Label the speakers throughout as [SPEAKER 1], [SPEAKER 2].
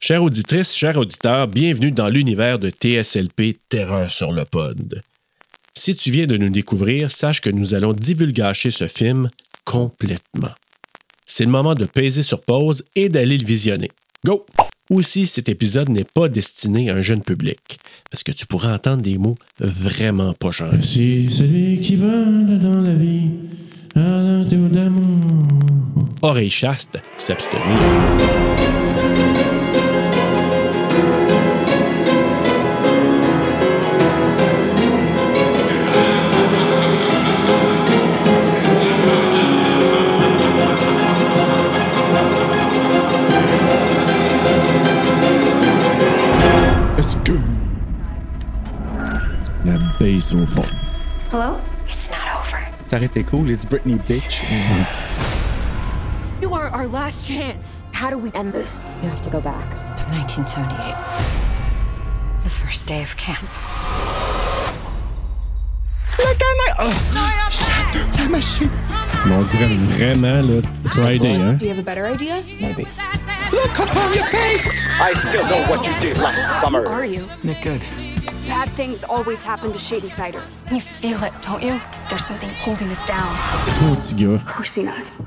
[SPEAKER 1] Chères auditrices, chers auditeurs, bienvenue dans l'univers de TSLP Terreur sur le Pod. Si tu viens de nous découvrir, sache que nous allons divulgacher ce film complètement. C'est le moment de peser sur pause et d'aller le visionner. Go! Aussi, cet épisode n'est pas destiné à un jeune public, parce que tu pourras entendre des mots vraiment pas chers.
[SPEAKER 2] Si celui qui vole dans la vie a un tour d'amour.
[SPEAKER 1] Oreille chaste, s'abstenir.
[SPEAKER 2] La base au fond.
[SPEAKER 3] Hello? It's not over.
[SPEAKER 4] Ça aurait été cool, it's Britney bitch.
[SPEAKER 5] You are our last chance. How do we end this?
[SPEAKER 6] You have to go back.
[SPEAKER 5] To 1978. The first day of camp.
[SPEAKER 2] on dirait vraiment le Friday, hein?
[SPEAKER 6] You have a better idea?
[SPEAKER 7] I still know what you did last summer.
[SPEAKER 5] Are you? Not good. Bad things always happen to shady ciders. You feel it, don't you? There's something holding us down,
[SPEAKER 2] Beau petit gars.
[SPEAKER 5] forcing us.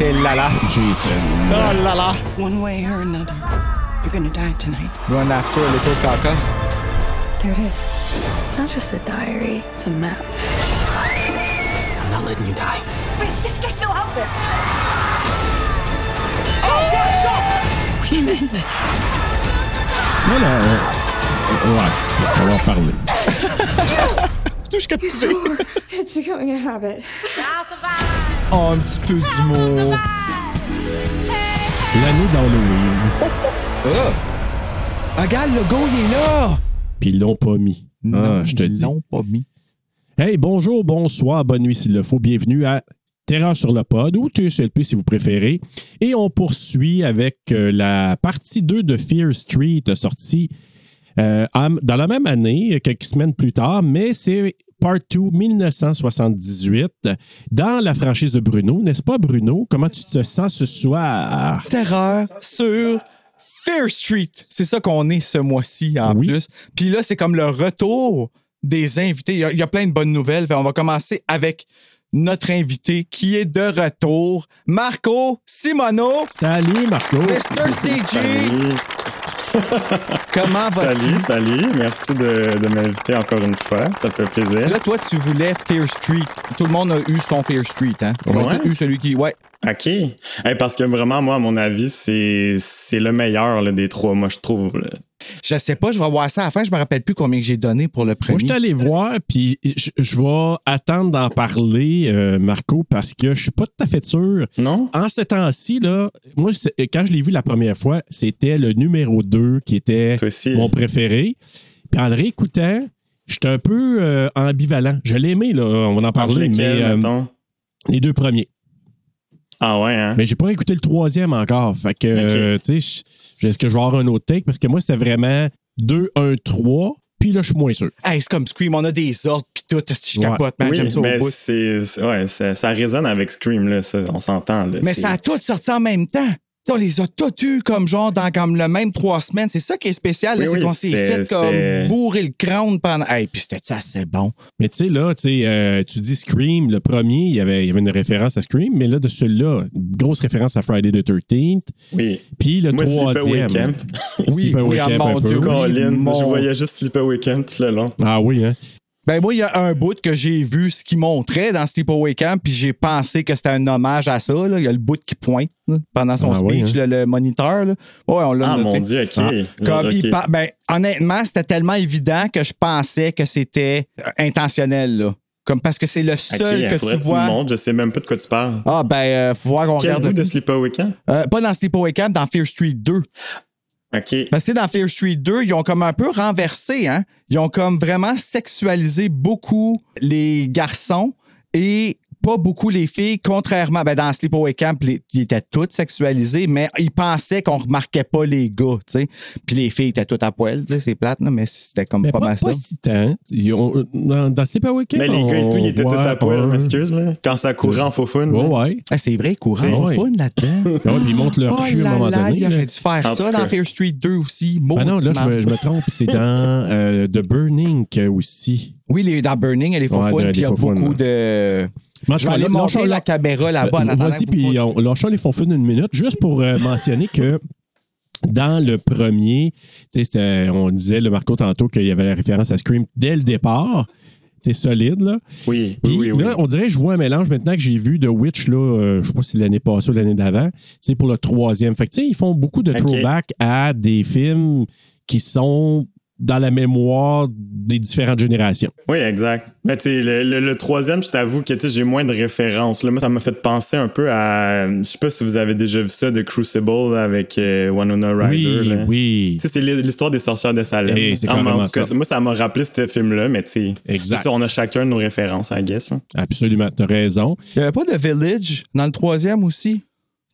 [SPEAKER 4] Et là là.
[SPEAKER 2] Jason.
[SPEAKER 4] Oh là là.
[SPEAKER 8] One way or another, you're gonna die tonight.
[SPEAKER 4] Run after a little caca.
[SPEAKER 5] There it is.
[SPEAKER 3] It's not just a diary, it's a map.
[SPEAKER 7] I'm not letting you die.
[SPEAKER 5] My sister's still out there.
[SPEAKER 2] Ça, là. euh, Ouais, on va en parler.
[SPEAKER 4] Touche captivé.
[SPEAKER 6] It's becoming a habit.
[SPEAKER 4] Oh, un petit peu d'humour.
[SPEAKER 2] L'année d'Halloween,
[SPEAKER 4] Ah, Regarde, le go, il est là.
[SPEAKER 2] puis ils l'ont pas mis. ah, je te dis.
[SPEAKER 4] Non, pas mis.
[SPEAKER 2] Hey, bonjour, bonsoir, bonne nuit s'il le faut. Bienvenue à Terreur sur le pod ou TSLP si vous préférez. Et on poursuit avec euh, la partie 2 de Fear Street sortie euh, en- dans la même année, quelques semaines plus tard, mais c'est Part 2 1978 dans la franchise de Bruno. N'est-ce pas, Bruno? Comment tu te sens ce soir?
[SPEAKER 4] Terreur sur Fair Street. C'est ça qu'on est ce mois-ci en
[SPEAKER 2] Oui.
[SPEAKER 4] plus. Puis là, c'est comme le retour des invités. Il y a, il y a plein de bonnes nouvelles. Fait, on va commencer avec notre invité qui est de retour, Marco Simono.
[SPEAKER 2] Salut, Marco!
[SPEAKER 4] Mr. CG,
[SPEAKER 9] Salut,
[SPEAKER 4] comment vas-tu?
[SPEAKER 9] salut, salut. Merci de, de m'inviter encore une fois. Ça fait plaisir.
[SPEAKER 4] Là, toi, tu voulais Fear Street. Tout le monde a eu son Fear Street, hein? On a
[SPEAKER 9] Ouais.
[SPEAKER 4] eu celui qui. Ouais.
[SPEAKER 9] OK. Hey, parce que vraiment, moi, à mon avis, c'est c'est le meilleur là, des trois, moi, je trouve. là.
[SPEAKER 4] Je sais pas, je vais voir ça à la fin. Je me rappelle plus combien que j'ai donné pour le
[SPEAKER 2] Moi,
[SPEAKER 4] premier.
[SPEAKER 2] je suis allé voir, puis je, je vais attendre d'en parler, euh, Marco, parce que je suis pas tout à fait sûr.
[SPEAKER 9] Non?
[SPEAKER 2] En ce temps-ci, là, moi, c'est- quand je l'ai vu la première fois, c'était le numéro 2 qui était
[SPEAKER 9] Toi aussi.
[SPEAKER 2] mon préféré. Puis en le réécoutant, j'étais un peu euh, ambivalent. Je l'ai aimé, là, on va en
[SPEAKER 9] Entre
[SPEAKER 2] parler, mais
[SPEAKER 9] lesquels,
[SPEAKER 2] euh,
[SPEAKER 9] mettons?
[SPEAKER 2] les deux premiers.
[SPEAKER 9] Ah ouais, hein?
[SPEAKER 2] Mais j'ai pas écouté le troisième encore. Fait que, euh, tu sais, je- est-ce que je vais avoir un autre take? Parce que moi, c'était vraiment 2, 1, 3, puis là, je suis moins sûr.
[SPEAKER 4] Hey, c'est comme Scream, on a des ordres pis tout. Si je
[SPEAKER 2] Ouais.
[SPEAKER 4] capote, man,
[SPEAKER 9] Oui,
[SPEAKER 4] j'aime ça au
[SPEAKER 9] ben,
[SPEAKER 4] bout.
[SPEAKER 9] c'est- c'est- ouais, ça, ça résonne avec Scream, là, ça, on s'entend. là.
[SPEAKER 4] Mais
[SPEAKER 9] C'est-
[SPEAKER 4] ça a tout sorti en même temps. Tu sais, on les a tous eus comme genre dans comme le même trois semaines. C'est ça qui est spécial, là,
[SPEAKER 9] Oui,
[SPEAKER 4] c'est
[SPEAKER 9] oui,
[SPEAKER 4] qu'on s'est
[SPEAKER 9] c'était-
[SPEAKER 4] fait comme
[SPEAKER 9] c'était-
[SPEAKER 4] bourrer le crâne pendant. Hey, puis c'était assez bon.
[SPEAKER 2] Mais tu sais, là, tu sais, euh, tu dis Scream, le premier, il y avait, il y avait une référence à Scream, mais là, de celui-là, une grosse référence à Friday the 13th.
[SPEAKER 9] Oui.
[SPEAKER 2] Puis le
[SPEAKER 9] Moi,
[SPEAKER 2] troisième.
[SPEAKER 9] Sleepaway Camp.
[SPEAKER 2] Oui,
[SPEAKER 4] oui, ah, mon Dieu,
[SPEAKER 2] peu.
[SPEAKER 4] oui.
[SPEAKER 9] Colin,
[SPEAKER 4] mon-
[SPEAKER 9] je voyais juste Sleepaway Camp tout le long.
[SPEAKER 2] Ah oui, hein?
[SPEAKER 4] Ben moi, il y a un bout que j'ai vu ce qu'il montrait dans Sleepaway Camp, puis j'ai pensé que c'était un hommage à ça. là. Il y a le bout qui pointe là, pendant son
[SPEAKER 2] Ah
[SPEAKER 4] speech,
[SPEAKER 2] oui,
[SPEAKER 4] le, le moniteur. là. Ouais, on l'a
[SPEAKER 9] Ah,
[SPEAKER 4] noté.
[SPEAKER 9] mon Dieu, OK.
[SPEAKER 4] Comme
[SPEAKER 9] OK.
[SPEAKER 4] il par- ben, honnêtement, c'était tellement évident que je pensais que c'était euh, intentionnel. là. Comme parce que c'est le
[SPEAKER 9] OK,
[SPEAKER 4] seul que
[SPEAKER 9] faudrait
[SPEAKER 4] tu
[SPEAKER 9] que tu me
[SPEAKER 4] vois.
[SPEAKER 9] montres, je sais même pas de quoi tu parles.
[SPEAKER 4] ah ben, euh, faut voir qu'on
[SPEAKER 9] Quel
[SPEAKER 4] regarde.
[SPEAKER 9] bout de Sleepaway Camp?
[SPEAKER 4] Euh, pas dans Sleepaway Camp, dans Fear Street 2.
[SPEAKER 9] OK.
[SPEAKER 4] Parce que tu sais, Ben, dans Fear Street 2, ils ont comme un peu renversé, hein. Ils ont comme vraiment sexualisé beaucoup les garçons et pas beaucoup les filles, contrairement. Ben, dans Sleepaway Camp, les- ils étaient toutes sexualisés, mais ils pensaient qu'on remarquait pas les gars, tu sais. Puis les filles étaient toutes à poil, tu sais, c'est plate, là, mais c'était comme
[SPEAKER 2] Mais
[SPEAKER 4] pas,
[SPEAKER 2] pas,
[SPEAKER 4] mal
[SPEAKER 2] pas
[SPEAKER 4] ça.
[SPEAKER 2] si tant. Ils ont- dans, dans Sleepaway Weekend.
[SPEAKER 9] Mais les gars et tout, ils étaient tout à poil, m'excuse, là. Quand ça courait en faufoune.
[SPEAKER 2] Ouais,
[SPEAKER 9] là.
[SPEAKER 2] ouais.
[SPEAKER 4] Ah, c'est vrai, courant,
[SPEAKER 2] C'est-
[SPEAKER 4] on
[SPEAKER 2] ouais.
[SPEAKER 4] fun là-dedans.
[SPEAKER 2] Ouais, puis ils montent leur
[SPEAKER 4] Oh
[SPEAKER 2] cul à un
[SPEAKER 4] là
[SPEAKER 2] moment
[SPEAKER 4] là,
[SPEAKER 2] donné.
[SPEAKER 4] il
[SPEAKER 2] là.
[SPEAKER 4] aurait dû faire
[SPEAKER 9] En
[SPEAKER 4] ça
[SPEAKER 9] tout
[SPEAKER 4] dans
[SPEAKER 9] cas.
[SPEAKER 4] Fear Street 2 aussi.
[SPEAKER 2] Ah non, là,
[SPEAKER 4] maudit
[SPEAKER 2] je me,
[SPEAKER 4] marde.
[SPEAKER 2] je me trompe. C'est dans euh, The Burning que- aussi.
[SPEAKER 4] Oui, les, dans Burning, elle est faux
[SPEAKER 2] Ouais, dans
[SPEAKER 4] puis il y a
[SPEAKER 2] les faux-founes,
[SPEAKER 4] beaucoup
[SPEAKER 2] là.
[SPEAKER 4] de.
[SPEAKER 2] Mais en tout
[SPEAKER 4] Je vais
[SPEAKER 2] cas,
[SPEAKER 4] aller
[SPEAKER 2] là,
[SPEAKER 4] montrer
[SPEAKER 2] lâchons-
[SPEAKER 4] la caméra là-bas. en
[SPEAKER 2] Euh,
[SPEAKER 4] attendant
[SPEAKER 2] Vas-y,
[SPEAKER 4] que vous
[SPEAKER 2] puis
[SPEAKER 4] continuez.
[SPEAKER 2] on, lâchons les fonds fun une minute, juste pour euh, mentionner que dans le premier, tu sais, c'était- on disait, le Marco, tantôt, qu'il y avait la référence à Scream dès le départ. C'est solide, là.
[SPEAKER 9] Oui,
[SPEAKER 2] Puis
[SPEAKER 9] oui, oui. oui.
[SPEAKER 2] là, on dirait que je vois un mélange maintenant que j'ai vu de Witch, là, euh, je sais pas si l'année passée ou l'année d'avant, c'est pour le troisième. Fait que, tu sais, ils font beaucoup de
[SPEAKER 9] Ok.
[SPEAKER 2] throwback à des films qui sont dans la mémoire des différentes générations.
[SPEAKER 9] Oui, exact. Mais tu sais, le, le- le troisième, je t'avoue que tu sais, j'ai moins de références. là. Moi, ça m'a fait penser un peu à. Je sais pas si vous avez déjà vu ça de Crucible là, avec euh, Winona Ryder.
[SPEAKER 2] oui,
[SPEAKER 9] là.
[SPEAKER 2] oui.
[SPEAKER 9] Tu sais, c'est l'hi- l'histoire des sorcières de Salem.
[SPEAKER 2] Eh, c'est
[SPEAKER 9] Ah, mais en
[SPEAKER 2] carrément
[SPEAKER 9] tout cas,
[SPEAKER 2] ça.
[SPEAKER 9] Moi, ça m'a rappelé ce film-là, mais tu sais,
[SPEAKER 2] Exact.
[SPEAKER 9] c'est ça, on a chacun nos références, I guess. hein.
[SPEAKER 2] Absolument, t'as raison.
[SPEAKER 4] Il n'y avait pas de Village dans le troisième aussi.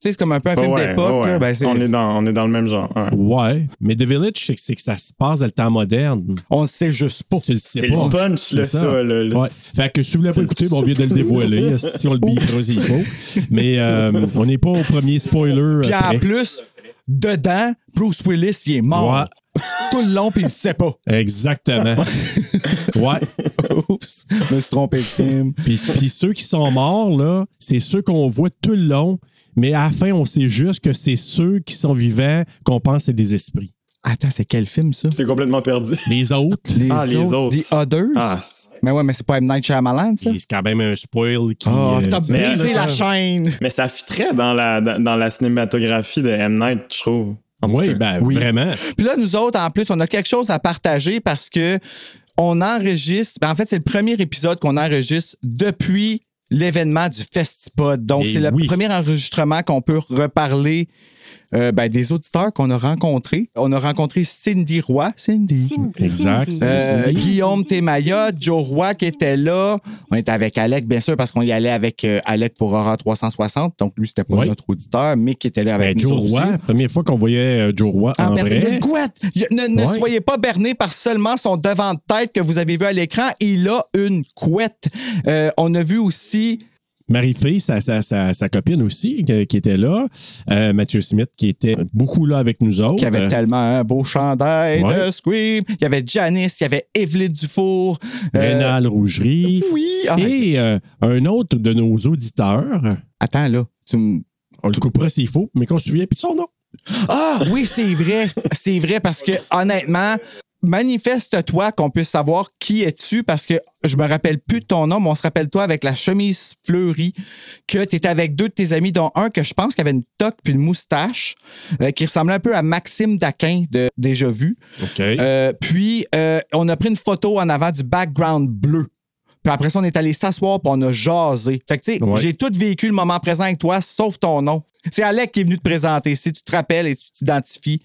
[SPEAKER 4] Tu sais, c'est comme un peu un
[SPEAKER 9] Ouais,
[SPEAKER 4] film
[SPEAKER 9] Bah ouais,
[SPEAKER 4] d'époque.
[SPEAKER 9] ouais,
[SPEAKER 4] là.
[SPEAKER 9] ouais.
[SPEAKER 4] Ben, c'est-
[SPEAKER 9] on, est dans, on est dans le même genre. ouais.
[SPEAKER 2] Ouais, mais The Village, c'est que, c'est que ça se passe dans le temps moderne.
[SPEAKER 4] on le sait juste pas.
[SPEAKER 2] Tu le sais
[SPEAKER 9] C'est
[SPEAKER 2] pas.
[SPEAKER 9] le punch,
[SPEAKER 2] C'est
[SPEAKER 9] là, ça. le- le-
[SPEAKER 2] Ouais. Fait que si vous l'avez pas
[SPEAKER 9] C'est-
[SPEAKER 2] écouté, ben, on vient de le dévoiler. si on le bille creuse, il faut. Mais euh, on n'est pas au premier spoiler. euh,
[SPEAKER 4] Puis en
[SPEAKER 2] après.
[SPEAKER 4] plus, dedans, Bruce Willis, il est mort. Tout le long, puis il ne sait pas.
[SPEAKER 2] Exactement. ouais.
[SPEAKER 4] Oups, je me suis trompé de film.
[SPEAKER 2] Puis, puis ceux qui sont morts, là, c'est ceux qu'on voit tout le long, mais à la fin, on sait juste que c'est ceux qui sont vivants qu'on pense c'est des esprits.
[SPEAKER 4] Attends, c'est quel film ça?
[SPEAKER 9] J'étais complètement perdu.
[SPEAKER 2] Les autres,
[SPEAKER 4] Les,
[SPEAKER 9] Ah, les autres.
[SPEAKER 4] The Others?
[SPEAKER 9] Ah, c'est-
[SPEAKER 4] Mais ouais, mais c'est pas M. Night Shyamalan, ça?
[SPEAKER 2] c'est quand même un spoil qui.
[SPEAKER 4] Oh,
[SPEAKER 2] euh,
[SPEAKER 4] t'as
[SPEAKER 2] tu-
[SPEAKER 9] mais-
[SPEAKER 4] brisé la chaîne!
[SPEAKER 9] mais ça fitrait dans la, dans, dans la cinématographie de M. Night, je trouve. En tout
[SPEAKER 2] Oui,
[SPEAKER 9] cas.
[SPEAKER 2] ben, vraiment.
[SPEAKER 4] Puis là, nous autres, en plus, on a quelque chose à partager parce que on enregistre. ben, en fait, c'est le premier épisode qu'on enregistre depuis l'événement du Festipod. Donc,
[SPEAKER 2] Et
[SPEAKER 4] c'est le
[SPEAKER 2] Eh oui.
[SPEAKER 4] premier enregistrement qu'on peut reparler euh, ben, des auditeurs qu'on a rencontrés. On a rencontré Cindy Roy. Cindy.
[SPEAKER 2] Exact.
[SPEAKER 4] Euh,
[SPEAKER 2] Cindy.
[SPEAKER 4] Guillaume Témaya, Joe Roy qui était là. On était avec Alec, bien sûr, parce qu'on y allait avec euh, Alec pour Aura 360. Donc, lui, c'était pas
[SPEAKER 2] Oui.
[SPEAKER 4] notre auditeur, mais qui était là avec
[SPEAKER 2] Ben,
[SPEAKER 4] nous
[SPEAKER 2] Joe
[SPEAKER 4] aussi.
[SPEAKER 2] Roy, première fois qu'on voyait euh, Joe Roy
[SPEAKER 4] En
[SPEAKER 2] en
[SPEAKER 4] personne.
[SPEAKER 2] vrai.
[SPEAKER 4] De quoi? Je- Ne, ne
[SPEAKER 2] Ouais.
[SPEAKER 4] soyez pas berné par seulement son devant de tête que vous avez vu à l'écran. Il a une couette. Euh, on a vu aussi.
[SPEAKER 2] Marie-Fille, sa, sa, sa, sa copine aussi, que- qui était là. Euh, Mathieu Smith, qui était beaucoup là avec nous autres.
[SPEAKER 4] qu'il y avait
[SPEAKER 2] Euh,
[SPEAKER 4] tellement un beau chandail de
[SPEAKER 2] Ouais.
[SPEAKER 4] Scream. Il y avait Janice, il y avait Evelyne Dufour. Euh,
[SPEAKER 2] Rénal Rougerie.
[SPEAKER 4] Oui. Ah,
[SPEAKER 2] Et euh, un autre de nos auditeurs,
[SPEAKER 4] Attends, là. Tu me-
[SPEAKER 2] on le coupera s'il faut, mais qu'on se souvient plus de son nom.
[SPEAKER 4] Ah oui, c'est vrai. C'est vrai parce que honnêtement, manifeste-toi qu'on puisse savoir qui es-tu parce que je me rappelle plus de ton nom, mais on se rappelle toi avec la chemise fleurie que tu étais avec deux de tes amis dont un que je pense qui avait une toque puis une moustache euh, qui ressemblait un peu à Maxime Daquin de Déjà vu.
[SPEAKER 2] OK.
[SPEAKER 4] Euh, puis euh, on a pris une photo en avant du background bleu. Puis après ça, on est allé s'asseoir puis on a jasé. Fait que tu sais,
[SPEAKER 2] Ouais.
[SPEAKER 4] j'ai tout vécu le moment présent avec toi, sauf ton nom. C'est Alec qui est venu te présenter. Si tu te rappelles et tu t'identifies,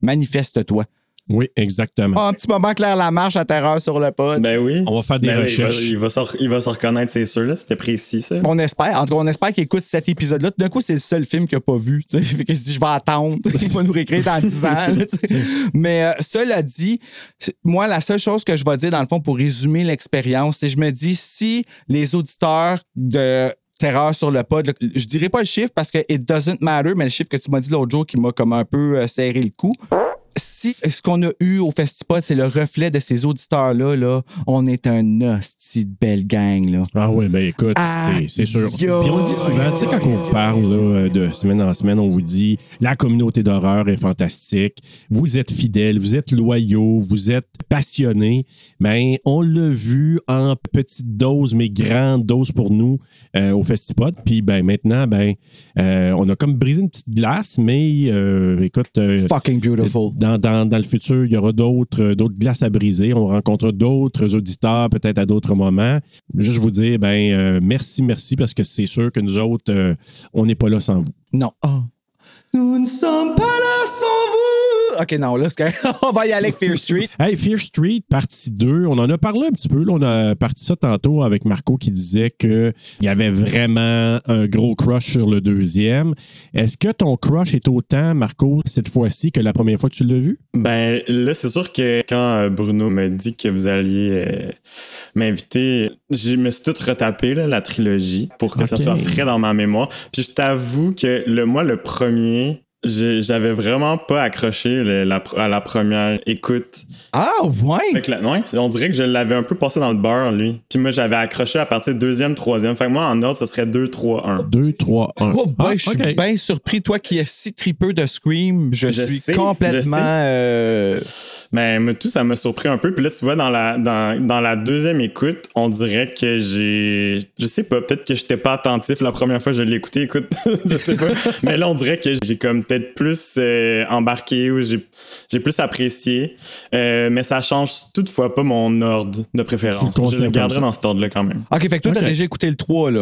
[SPEAKER 4] manifeste-toi.
[SPEAKER 2] oui, exactement.
[SPEAKER 4] Ah, un petit moment Claire Lamarche à terreur sur le pod.
[SPEAKER 9] Ben oui.
[SPEAKER 2] On va faire des
[SPEAKER 9] Ben oui,
[SPEAKER 2] recherches.
[SPEAKER 9] Il va, il va se re- il va se reconnaître, c'est sûr. là. C'était précis, ça.
[SPEAKER 4] On espère. En tout cas, on espère qu'il écoute cet épisode-là. Tout d'un coup, c'est le seul film qu'il n'a pas vu. tu sais. Fait qu'il se dit, je vais attendre. Il va nous réécrire dans 10 ans. là, tu sais. Mais euh, cela dit, c'est- moi, la seule chose que je vais dire, dans le fond, pour résumer l'expérience, c'est je me dis, si les auditeurs de Terreur sur le pod, le- je dirais pas le chiffre parce que it doesn't matter, mais le chiffre que tu m'as dit l'autre jour qui m'a comme un peu euh, serré le cou. Si ce qu'on a eu au Festipod, c'est le reflet de ces auditeurs-là, là, on est un hostie de belle gang, là.
[SPEAKER 2] Ah oui, ben écoute,
[SPEAKER 4] Ah,
[SPEAKER 2] c'est- c'est sûr. Puis
[SPEAKER 4] yo.
[SPEAKER 2] on le dit souvent, tu sais, quand on vous parle là, euh, de semaine en semaine, on vous dit la communauté d'horreur est fantastique, vous êtes fidèles, vous êtes loyaux, vous êtes passionnés. Ben, on l'a vu en petite dose, mais grande dose pour nous euh, au Festipod. Puis ben maintenant, ben, euh, on a comme brisé une petite glace, mais euh, écoute. euh,
[SPEAKER 4] Fucking beautiful.
[SPEAKER 2] dans, dans- dans le futur, il y aura d'autres euh, d'autres glaces à briser. On rencontrera d'autres auditeurs, peut-être à d'autres moments. Juste vous dire, ben euh, merci, merci, parce que c'est sûr que nous autres,
[SPEAKER 4] Ah.
[SPEAKER 2] euh, on n'est pas là sans vous.
[SPEAKER 4] Non. Nous ne sommes pas là sans vous. OK, non, là, c'est correct. on va y aller avec Fear Street.
[SPEAKER 2] Hey, Fear Street, partie 2, on en a parlé un petit peu. là. on a parti ça tantôt avec Marco qui disait qu'il y avait vraiment un gros crush sur le deuxième. Est-ce que ton crush est autant, Marco, cette fois-ci que la première fois que tu l'as vu?
[SPEAKER 9] Ben là, c'est sûr que quand euh, Bruno me dit que vous alliez euh, m'inviter, je me suis tout retapé là, la trilogie pour que ça
[SPEAKER 2] Ok.
[SPEAKER 9] soit frais dans ma mémoire. Puis je t'avoue que le moi le premier, j'ai- j'avais vraiment pas accroché le- la pr- à la première écoute.
[SPEAKER 4] Ah,
[SPEAKER 9] Fait
[SPEAKER 4] ouais.
[SPEAKER 9] que là, ouais, on dirait que je l'avais un peu passé dans le beurre lui. Puis moi j'avais accroché à partir de deuxième, troisième. Fait que moi en ordre, ce serait 2 3 1.
[SPEAKER 2] 2, 3, 1.
[SPEAKER 4] Oh, boy,
[SPEAKER 9] Ah,
[SPEAKER 4] je suis bien surpris. Toi qui es si tripeux de Scream, je,
[SPEAKER 9] Je
[SPEAKER 4] suis
[SPEAKER 9] sais,
[SPEAKER 4] complètement.
[SPEAKER 9] je sais.
[SPEAKER 4] euh,
[SPEAKER 9] Mais moi, tout ça m'a surpris un peu. Puis là, tu vois, dans la, dans, dans la deuxième écoute, on dirait que j'ai. Je sais pas, peut-être que j'étais pas attentif la première fois que je l'ai écouté. Écoute, je sais pas. Mais là, on dirait que j'ai comme peut-être plus euh, embarqué ou j'ai j'ai plus apprécié. Euh, mais ça change toutefois pas mon ordre de
[SPEAKER 2] Tu le
[SPEAKER 9] préférence.
[SPEAKER 2] considères
[SPEAKER 9] Je le
[SPEAKER 2] comme
[SPEAKER 9] garderai
[SPEAKER 2] ça.
[SPEAKER 9] dans cet ordre-là quand même.
[SPEAKER 4] OK, fait que toi,
[SPEAKER 2] Ok.
[SPEAKER 4] t'as déjà écouté le 3, là.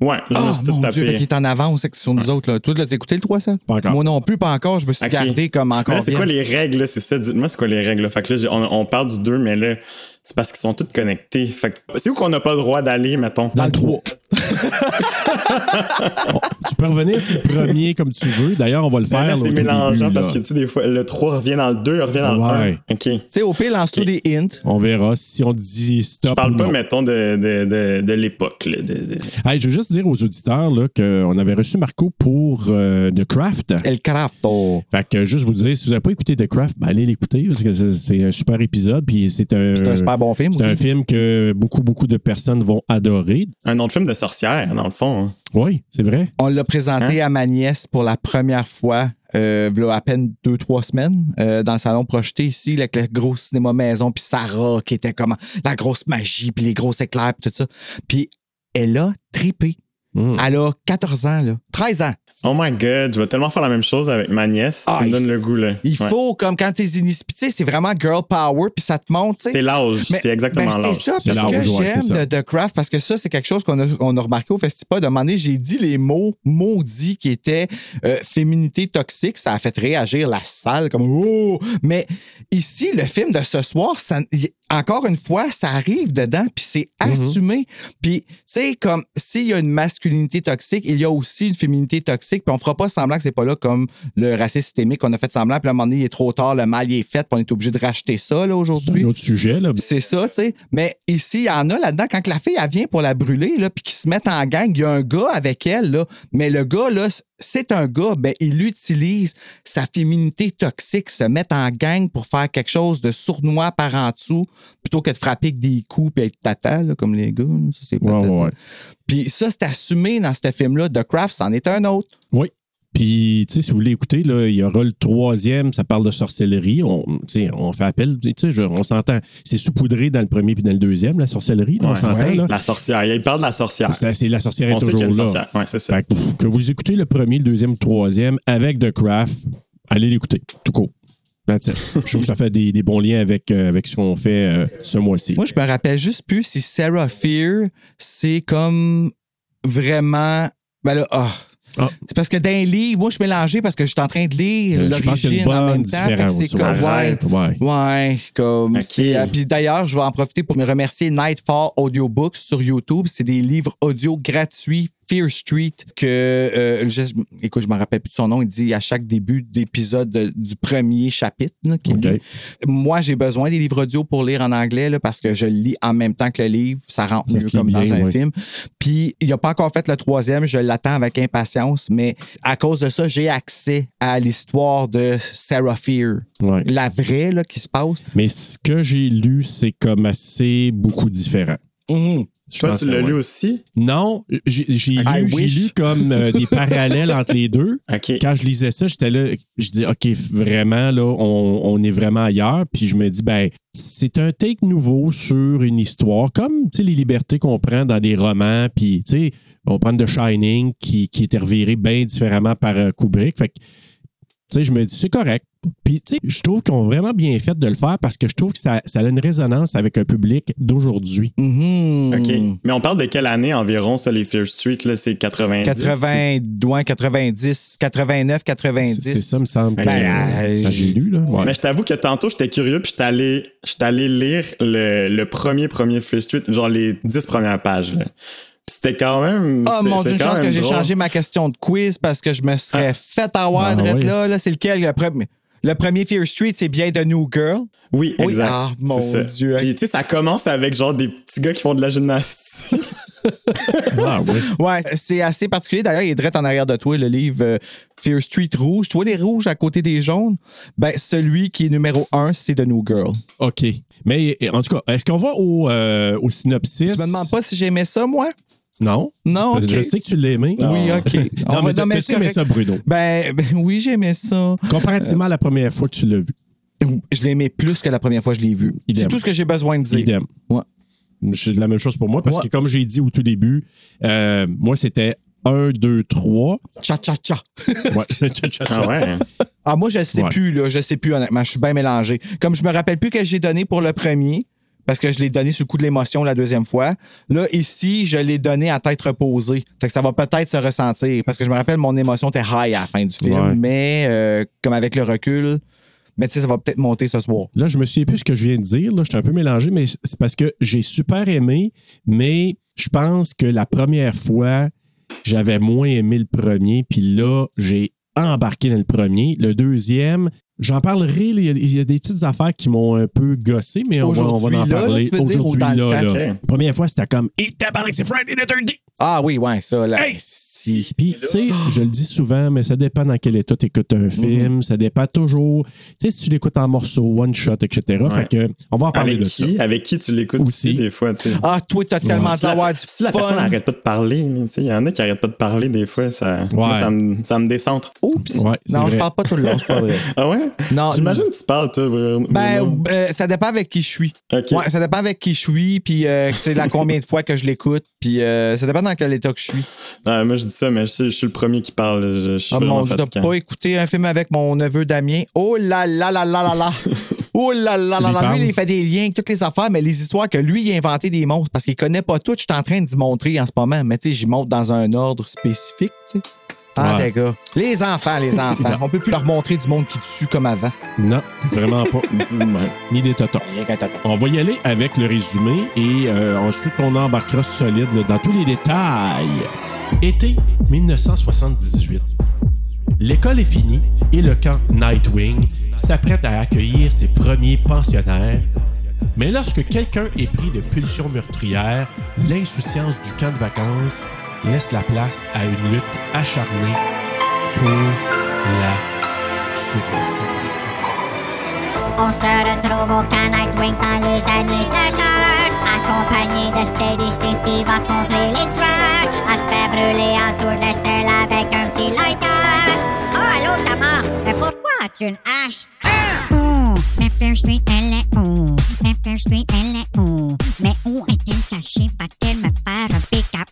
[SPEAKER 9] Ouais, je
[SPEAKER 4] Ah,
[SPEAKER 9] me suis tout
[SPEAKER 4] mon
[SPEAKER 9] tapé.
[SPEAKER 4] Dieu, fait qu'il est en avance avec- sur nous autres, là. Toi, tu l'as écouté le 3, ça?
[SPEAKER 2] Pas encore.
[SPEAKER 4] Moi non plus, pas encore. Je me suis
[SPEAKER 9] Ok.
[SPEAKER 4] gardé comme
[SPEAKER 9] Mais
[SPEAKER 4] encore.
[SPEAKER 9] là, c'est
[SPEAKER 4] bien.
[SPEAKER 9] quoi les règles, là? c'est ça? Dites-moi, c'est quoi les règles? là? Fait que là, j'ai- on, on parle du 2, mais là, c'est parce qu'ils sont tous connectés. Fait que c'est où qu'on n'a pas le droit d'aller, mettons?
[SPEAKER 4] Dans le 3.
[SPEAKER 2] Tu peux revenir sur le premier comme tu veux. D'ailleurs, on va le
[SPEAKER 9] Mais là,
[SPEAKER 2] faire. là, au
[SPEAKER 9] c'est
[SPEAKER 2] tout
[SPEAKER 9] mélangeant
[SPEAKER 2] début,
[SPEAKER 9] parce que,
[SPEAKER 2] là.
[SPEAKER 9] tu sais, des fois, le 3 revient dans le 2, revient dans
[SPEAKER 2] Ouais.
[SPEAKER 9] le 1. OK.
[SPEAKER 4] Tu sais, au pire, lance-nous des hints.
[SPEAKER 2] On verra si on dit stop.
[SPEAKER 9] Je
[SPEAKER 2] ou
[SPEAKER 9] parle pas,
[SPEAKER 2] non.
[SPEAKER 9] mettons, de, de, de, de l'époque. là, de- de-
[SPEAKER 2] Hey, je veux juste dire aux auditeurs là, qu'on avait reçu Marco pour euh, The Craft.
[SPEAKER 4] El Crafto.
[SPEAKER 2] Fait que juste vous dire, si vous n'avez pas écouté The Craft, ben, allez l'écouter parce que c'est- c'est un super épisode. Puis c'est un,
[SPEAKER 9] Euh,
[SPEAKER 4] C'est un super bon film.
[SPEAKER 2] c'est un
[SPEAKER 4] aussi.
[SPEAKER 2] film que beaucoup, beaucoup de personnes vont adorer.
[SPEAKER 9] Un autre film de sorcière, dans le fond. hein.
[SPEAKER 2] Oui, c'est vrai.
[SPEAKER 4] On l'a présenté à ma nièce pour la première fois, euh, v'là à peine deux, trois semaines, euh, dans le salon projeté ici, avec le gros cinéma maison, puis Sarah, qui était comme la grosse magie, puis les gros éclairs, puis tout ça. Puis elle a tripé.
[SPEAKER 9] Hmm.
[SPEAKER 2] Mm.
[SPEAKER 4] Elle a 14 ans, là. 13 ans.
[SPEAKER 9] Oh my God, je vais tellement faire la même chose avec ma nièce.
[SPEAKER 4] Ah,
[SPEAKER 9] ça me
[SPEAKER 4] il
[SPEAKER 9] donne le goût, là.
[SPEAKER 4] Il
[SPEAKER 9] Ouais.
[SPEAKER 4] faut, comme quand t'es initié, tu sais, c'est vraiment girl power, puis ça te montre, tu sais.
[SPEAKER 9] C'est l'âge.
[SPEAKER 4] Mais-
[SPEAKER 9] C'est exactement
[SPEAKER 4] ben,
[SPEAKER 9] l'âge.
[SPEAKER 4] C'est ça,
[SPEAKER 2] C'est
[SPEAKER 4] parce
[SPEAKER 2] l'âge,
[SPEAKER 4] que
[SPEAKER 2] ouais, c'est
[SPEAKER 4] j'aime
[SPEAKER 2] ça.
[SPEAKER 4] de, de Craft, parce que ça, c'est quelque chose qu'on a, on a remarqué au festival. De moment donné, j'ai dit les mots maudits qui étaient euh, féminité toxique. Ça a fait réagir la salle comme Oh! Mais ici, le film de ce soir, ça, y- encore une fois, ça arrive dedans, puis c'est
[SPEAKER 2] Mm-hmm.
[SPEAKER 4] assumé. Puis, tu sais, comme s'il y a une masculinité toxique, il y a aussi une féminité toxique, puis on fera pas semblant que c'est pas là comme le racisme systémique. On a fait semblant, puis à un moment donné, il est trop tard, le mal il est fait, puis on est obligé de racheter ça là,
[SPEAKER 2] C'est un
[SPEAKER 4] aujourd'hui.
[SPEAKER 2] autre sujet. Là.
[SPEAKER 4] C'est ça, tu sais. Mais ici, il y en a là-dedans. Quand que la fille, elle vient pour la brûler, là, puis qu'ils se mettent en gang, il y a un gars avec elle, là. Mais le gars, là, c'est un gars, ben, il utilise sa féminité toxique, se mettre en gang pour faire quelque chose de sournois par en dessous, plutôt que de frapper avec des coups puis être tata, là, comme les gars. là. Ça, c'est
[SPEAKER 2] Ouais,
[SPEAKER 4] peut-être
[SPEAKER 2] ouais,
[SPEAKER 4] ça.
[SPEAKER 2] ouais.
[SPEAKER 4] Puis ça, c'est assumé dans ce film-là. The Craft, c'en est un autre.
[SPEAKER 2] Oui. Puis, tu sais, si vous voulez écouter, là, il y aura le troisième, ça parle de sorcellerie. On, tu sais, on fait appel, tu sais, je- on s'entend. C'est saupoudré dans le premier puis dans le deuxième, la sorcellerie. là, on
[SPEAKER 9] Ouais.
[SPEAKER 2] s'entend,
[SPEAKER 4] Ouais.
[SPEAKER 2] là.
[SPEAKER 9] La sorcière. Il parle de la sorcière.
[SPEAKER 2] Ça, c'est la sorcière
[SPEAKER 9] On
[SPEAKER 2] est
[SPEAKER 9] sait qu'il y a
[SPEAKER 2] toujours là.
[SPEAKER 9] une sorcière. Ouais, c'est ça.
[SPEAKER 2] Fait que, pff, que vous écoutez le premier, le deuxième, le troisième avec The Craft, allez l'écouter, tout court. That's it. je trouve que ça fait des, des bons liens avec, euh, avec ce qu'on fait euh, ce mois-ci.
[SPEAKER 4] Moi, je me rappelle juste plus si Sarah Fear, c'est comme vraiment. Ben là, ah.
[SPEAKER 2] Ah.
[SPEAKER 4] C'est parce que d'un livre, moi, je suis mélangé parce que je suis en train de lire
[SPEAKER 2] Euh, je pense qu'il y a
[SPEAKER 4] l'origine
[SPEAKER 2] une
[SPEAKER 4] en
[SPEAKER 2] bonne
[SPEAKER 4] même temps. Fait que
[SPEAKER 2] différence.
[SPEAKER 4] c'est comme, ouais.
[SPEAKER 9] Arrête.
[SPEAKER 2] Ouais.
[SPEAKER 4] Ouais, comme.
[SPEAKER 9] Ok.
[SPEAKER 4] c'est- euh, Puis d'ailleurs, je vais en profiter pour me remercier Nightfall Audiobooks sur YouTube. C'est des livres audio gratuits. Fear Street, que, euh, je- écoute, je m'en rappelle plus de son nom, il dit à chaque début d'épisode de- du premier chapitre. là, qu'il
[SPEAKER 2] Ok.
[SPEAKER 4] lit. Moi, j'ai besoin des livres audio pour lire en anglais là, parce que je le lis en même temps que le livre. Ça rentre
[SPEAKER 2] Ça
[SPEAKER 4] mieux
[SPEAKER 2] se lit
[SPEAKER 4] comme dans
[SPEAKER 2] bien,
[SPEAKER 4] un
[SPEAKER 2] ouais.
[SPEAKER 4] film. Puis, il n'a pas encore fait le troisième. Je l'attends avec impatience, mais à cause de ça, j'ai accès à l'histoire de Sarah Fear
[SPEAKER 2] Ouais.
[SPEAKER 4] la vraie là, qui se passe.
[SPEAKER 2] Mais ce que j'ai lu, c'est comme assez beaucoup différent.
[SPEAKER 4] Mhm.
[SPEAKER 2] Je
[SPEAKER 9] Toi,
[SPEAKER 2] pense
[SPEAKER 9] tu
[SPEAKER 2] que
[SPEAKER 9] l'as
[SPEAKER 2] ouais.
[SPEAKER 9] lu aussi?
[SPEAKER 2] Non, j'ai j'ai
[SPEAKER 4] I
[SPEAKER 2] lu, j'ai
[SPEAKER 4] wish.
[SPEAKER 2] lu comme euh, des parallèles entre les deux.
[SPEAKER 9] OK.
[SPEAKER 2] Quand je lisais ça, j'étais là, je dis OK, vraiment, là, on, on est vraiment ailleurs. Puis je me dis, ben, c'est un take nouveau sur une histoire, comme tu sais, les libertés qu'on prend dans des romans. Puis, tu sais, on prend The Shining qui, qui était reviré bien différemment par euh, Kubrick. Fait que Tu sais, je me dis, c'est correct. Puis, tu sais, je trouve qu'ils ont vraiment bien fait de le faire parce que je trouve que ça, ça a une résonance avec un public d'aujourd'hui.
[SPEAKER 4] Mhm.
[SPEAKER 9] OK. Mais on parle de quelle année environ, ça, les Fear Street, là? C'est 90.
[SPEAKER 4] 80, ouais, 90, 89, 90.
[SPEAKER 2] C'est c'est ça, me semble. que-
[SPEAKER 4] Ben,
[SPEAKER 2] quand j'ai lu, là. ouais.
[SPEAKER 9] Mais je t'avoue que tantôt, j'étais curieux, puis j'étais allé, j'étais allé lire le, le premier, premier Fear Street, genre les 10 premières pages, là. Puis C'était quand même.
[SPEAKER 4] Oh
[SPEAKER 9] c'était-
[SPEAKER 4] mon dieu,
[SPEAKER 9] c'était
[SPEAKER 4] une
[SPEAKER 9] quand
[SPEAKER 4] chance
[SPEAKER 9] même
[SPEAKER 4] que j'ai
[SPEAKER 9] drôle.
[SPEAKER 4] changé ma question de quiz parce que je me serais fait avoir
[SPEAKER 2] Ah,
[SPEAKER 4] drette
[SPEAKER 2] oui.
[SPEAKER 4] là. Là, c'est lequel le premier? Le premier Fear Street, c'est bien The New Girl.
[SPEAKER 9] Oui,
[SPEAKER 4] Oui,
[SPEAKER 9] exact.
[SPEAKER 4] ah, mon
[SPEAKER 9] C'est ça.
[SPEAKER 4] Dieu.
[SPEAKER 9] Puis, tu sais, ça commence avec genre des petits gars qui font de la gymnastique.
[SPEAKER 2] Ah, ouais.
[SPEAKER 4] Ouais, c'est assez particulier. D'ailleurs, il est direct en arrière de toi, le livre euh, Fear Street Rouge. Tu vois les rouges à côté des jaunes? Ben, celui qui est numéro un, c'est The New Girl.
[SPEAKER 2] OK. Mais et- en tout cas, est-ce qu'on va au, euh, au synopsis?
[SPEAKER 4] Tu me demandes pas si j'aimais ça, moi?
[SPEAKER 2] Non.
[SPEAKER 4] Non,
[SPEAKER 2] Parce que
[SPEAKER 4] ok.
[SPEAKER 2] Je sais que tu l'aimais.
[SPEAKER 4] Oui, OK. On
[SPEAKER 2] Non,
[SPEAKER 4] va
[SPEAKER 2] mais t'as-
[SPEAKER 4] nommer
[SPEAKER 2] t'as-tu aimé
[SPEAKER 4] correct.
[SPEAKER 2] ça, Bruno?
[SPEAKER 4] Ben, ben oui, j'aimais ça.
[SPEAKER 2] Comparativement à la première fois que tu l'as vu.
[SPEAKER 4] Je l'aimais plus que la première fois que je l'ai vu.
[SPEAKER 2] Idem.
[SPEAKER 4] C'est tout ce que j'ai besoin de dire.
[SPEAKER 2] Idem.
[SPEAKER 4] Ouais.
[SPEAKER 2] C'est la même chose pour moi parce
[SPEAKER 4] Ouais.
[SPEAKER 2] que, comme j'ai dit au tout début, euh, moi, c'était 1, 2, 3.
[SPEAKER 4] Tcha, tcha, tcha.
[SPEAKER 9] ah ouais.
[SPEAKER 4] Ah, moi, je sais
[SPEAKER 2] Ouais.
[SPEAKER 4] plus, là. Je sais plus, honnêtement. Je suis bien mélangé. Comme je me rappelle plus que j'ai donné pour le premier, parce que je l'ai donné sous le coup de l'émotion la deuxième fois. Là, ici, je l'ai donné à tête reposée. Fait que ça va peut-être se ressentir. Parce que je me rappelle, mon émotion était high à la fin du film.
[SPEAKER 2] Ouais.
[SPEAKER 4] Mais, euh, comme avec le recul, mais tu sais, ça va peut-être monter ce soir.
[SPEAKER 2] Là, je me souviens plus ce que je viens de dire. Là, j'étais un peu mélangé, mais c'est parce que j'ai super aimé, mais je pense que la première fois, j'avais moins aimé le premier, puis là, j'ai embarqué dans le premier. Le deuxième, j'en parlerai. Il y a, il y a des petites affaires qui m'ont un peu gossé, mais on va, on va en
[SPEAKER 4] Aujourd'hui, là,
[SPEAKER 2] parler
[SPEAKER 4] tu veux dire,
[SPEAKER 2] aujourd'hui.
[SPEAKER 4] autant
[SPEAKER 2] Là,
[SPEAKER 4] le temps,
[SPEAKER 2] là. Première fois, c'était comme, et tabarnak, c'est Friday the 13
[SPEAKER 4] Ah oui, ouais, ça, là.
[SPEAKER 2] Hey!
[SPEAKER 4] Si.
[SPEAKER 2] Puis, tu sais, je le dis souvent, mais ça dépend dans quel état tu écoutes
[SPEAKER 9] Mhm.
[SPEAKER 2] un film. Ça dépend toujours. Tu sais, si tu l'écoutes en morceaux, one shot, etc.
[SPEAKER 9] Ouais.
[SPEAKER 2] Fait que, on va en parler
[SPEAKER 9] Avec
[SPEAKER 2] de ça.
[SPEAKER 9] qui? Avec qui tu l'écoutes
[SPEAKER 2] Aussi.
[SPEAKER 9] aussi des fois, tu sais.
[SPEAKER 4] Ah, toi, t'as tellement
[SPEAKER 9] Ouais.
[SPEAKER 4] de avoir du
[SPEAKER 9] Si la
[SPEAKER 4] fun.
[SPEAKER 9] personne n'arrête pas de parler, là, tu sais, il y en a qui n'arrêtent pas de parler des fois, ça, moi, ça, me, ça me décentre.
[SPEAKER 4] Oups.
[SPEAKER 2] Ouais, c'est
[SPEAKER 4] non,
[SPEAKER 2] vrai.
[SPEAKER 4] je parle pas tout le long, c'est pas vrai.
[SPEAKER 9] Ah ouais?
[SPEAKER 4] Non.
[SPEAKER 9] J'imagine que tu parles, toi, Bruno.
[SPEAKER 4] Ben, euh, ça dépend avec qui je suis.
[SPEAKER 9] Ok.
[SPEAKER 4] Ouais, ça dépend avec qui je suis, puis euh, c'est la combien de fois que je l'écoute, puis euh, ça dépend dans quel état que je suis.
[SPEAKER 9] Ah, moi, je dis ça, mais je, suis- je suis le premier qui parle. Je, je suis
[SPEAKER 4] Ah
[SPEAKER 9] vraiment
[SPEAKER 4] mon Dieu, t'as
[SPEAKER 9] fatiguant.
[SPEAKER 4] pas écouté un film avec mon neveu Damien. Oh là là là là là là! Oh là là là
[SPEAKER 2] Il
[SPEAKER 4] là!
[SPEAKER 2] parle.
[SPEAKER 4] Lui, il fait des liens avec toutes les affaires, mais les histoires que lui, il a inventé des monstres, parce qu'il connaît pas tout, je suis en train d'y montrer en ce moment, mais tu sais, j'y montre dans un ordre spécifique, tu sais. Ah,
[SPEAKER 2] Ouais.
[SPEAKER 4] les gars. Les enfants, les enfants. On peut plus leur montrer du monde qui tue comme avant.
[SPEAKER 2] Non, vraiment pas.
[SPEAKER 9] Dis-moi.
[SPEAKER 2] Ni des tontons.
[SPEAKER 4] Rien qu'un tonton.
[SPEAKER 2] On va y aller avec le résumé et euh, ensuite on embarquera solide là, dans tous les détails. Été 1978. L'école est finie et le camp Nightwing s'apprête à accueillir ses premiers pensionnaires. Mais lorsque quelqu'un est pris de pulsions meurtrières, l'insouciance du camp de vacances laisse la place à une lutte acharnée pour la survie.
[SPEAKER 10] On se retrouve au camp Nightwing dans les années station Accompagné de CDC qui va contrer les tueurs À se faire brûler en tour de selle avec un petit lighter Oh allô ta mort, mais pourquoi as-tu une hache? Ah! Oh, mais Fair Street elle est où? Mais Fair Street elle est où? Mais où est-elle cachée? Va-t-elle me faire un pick-up?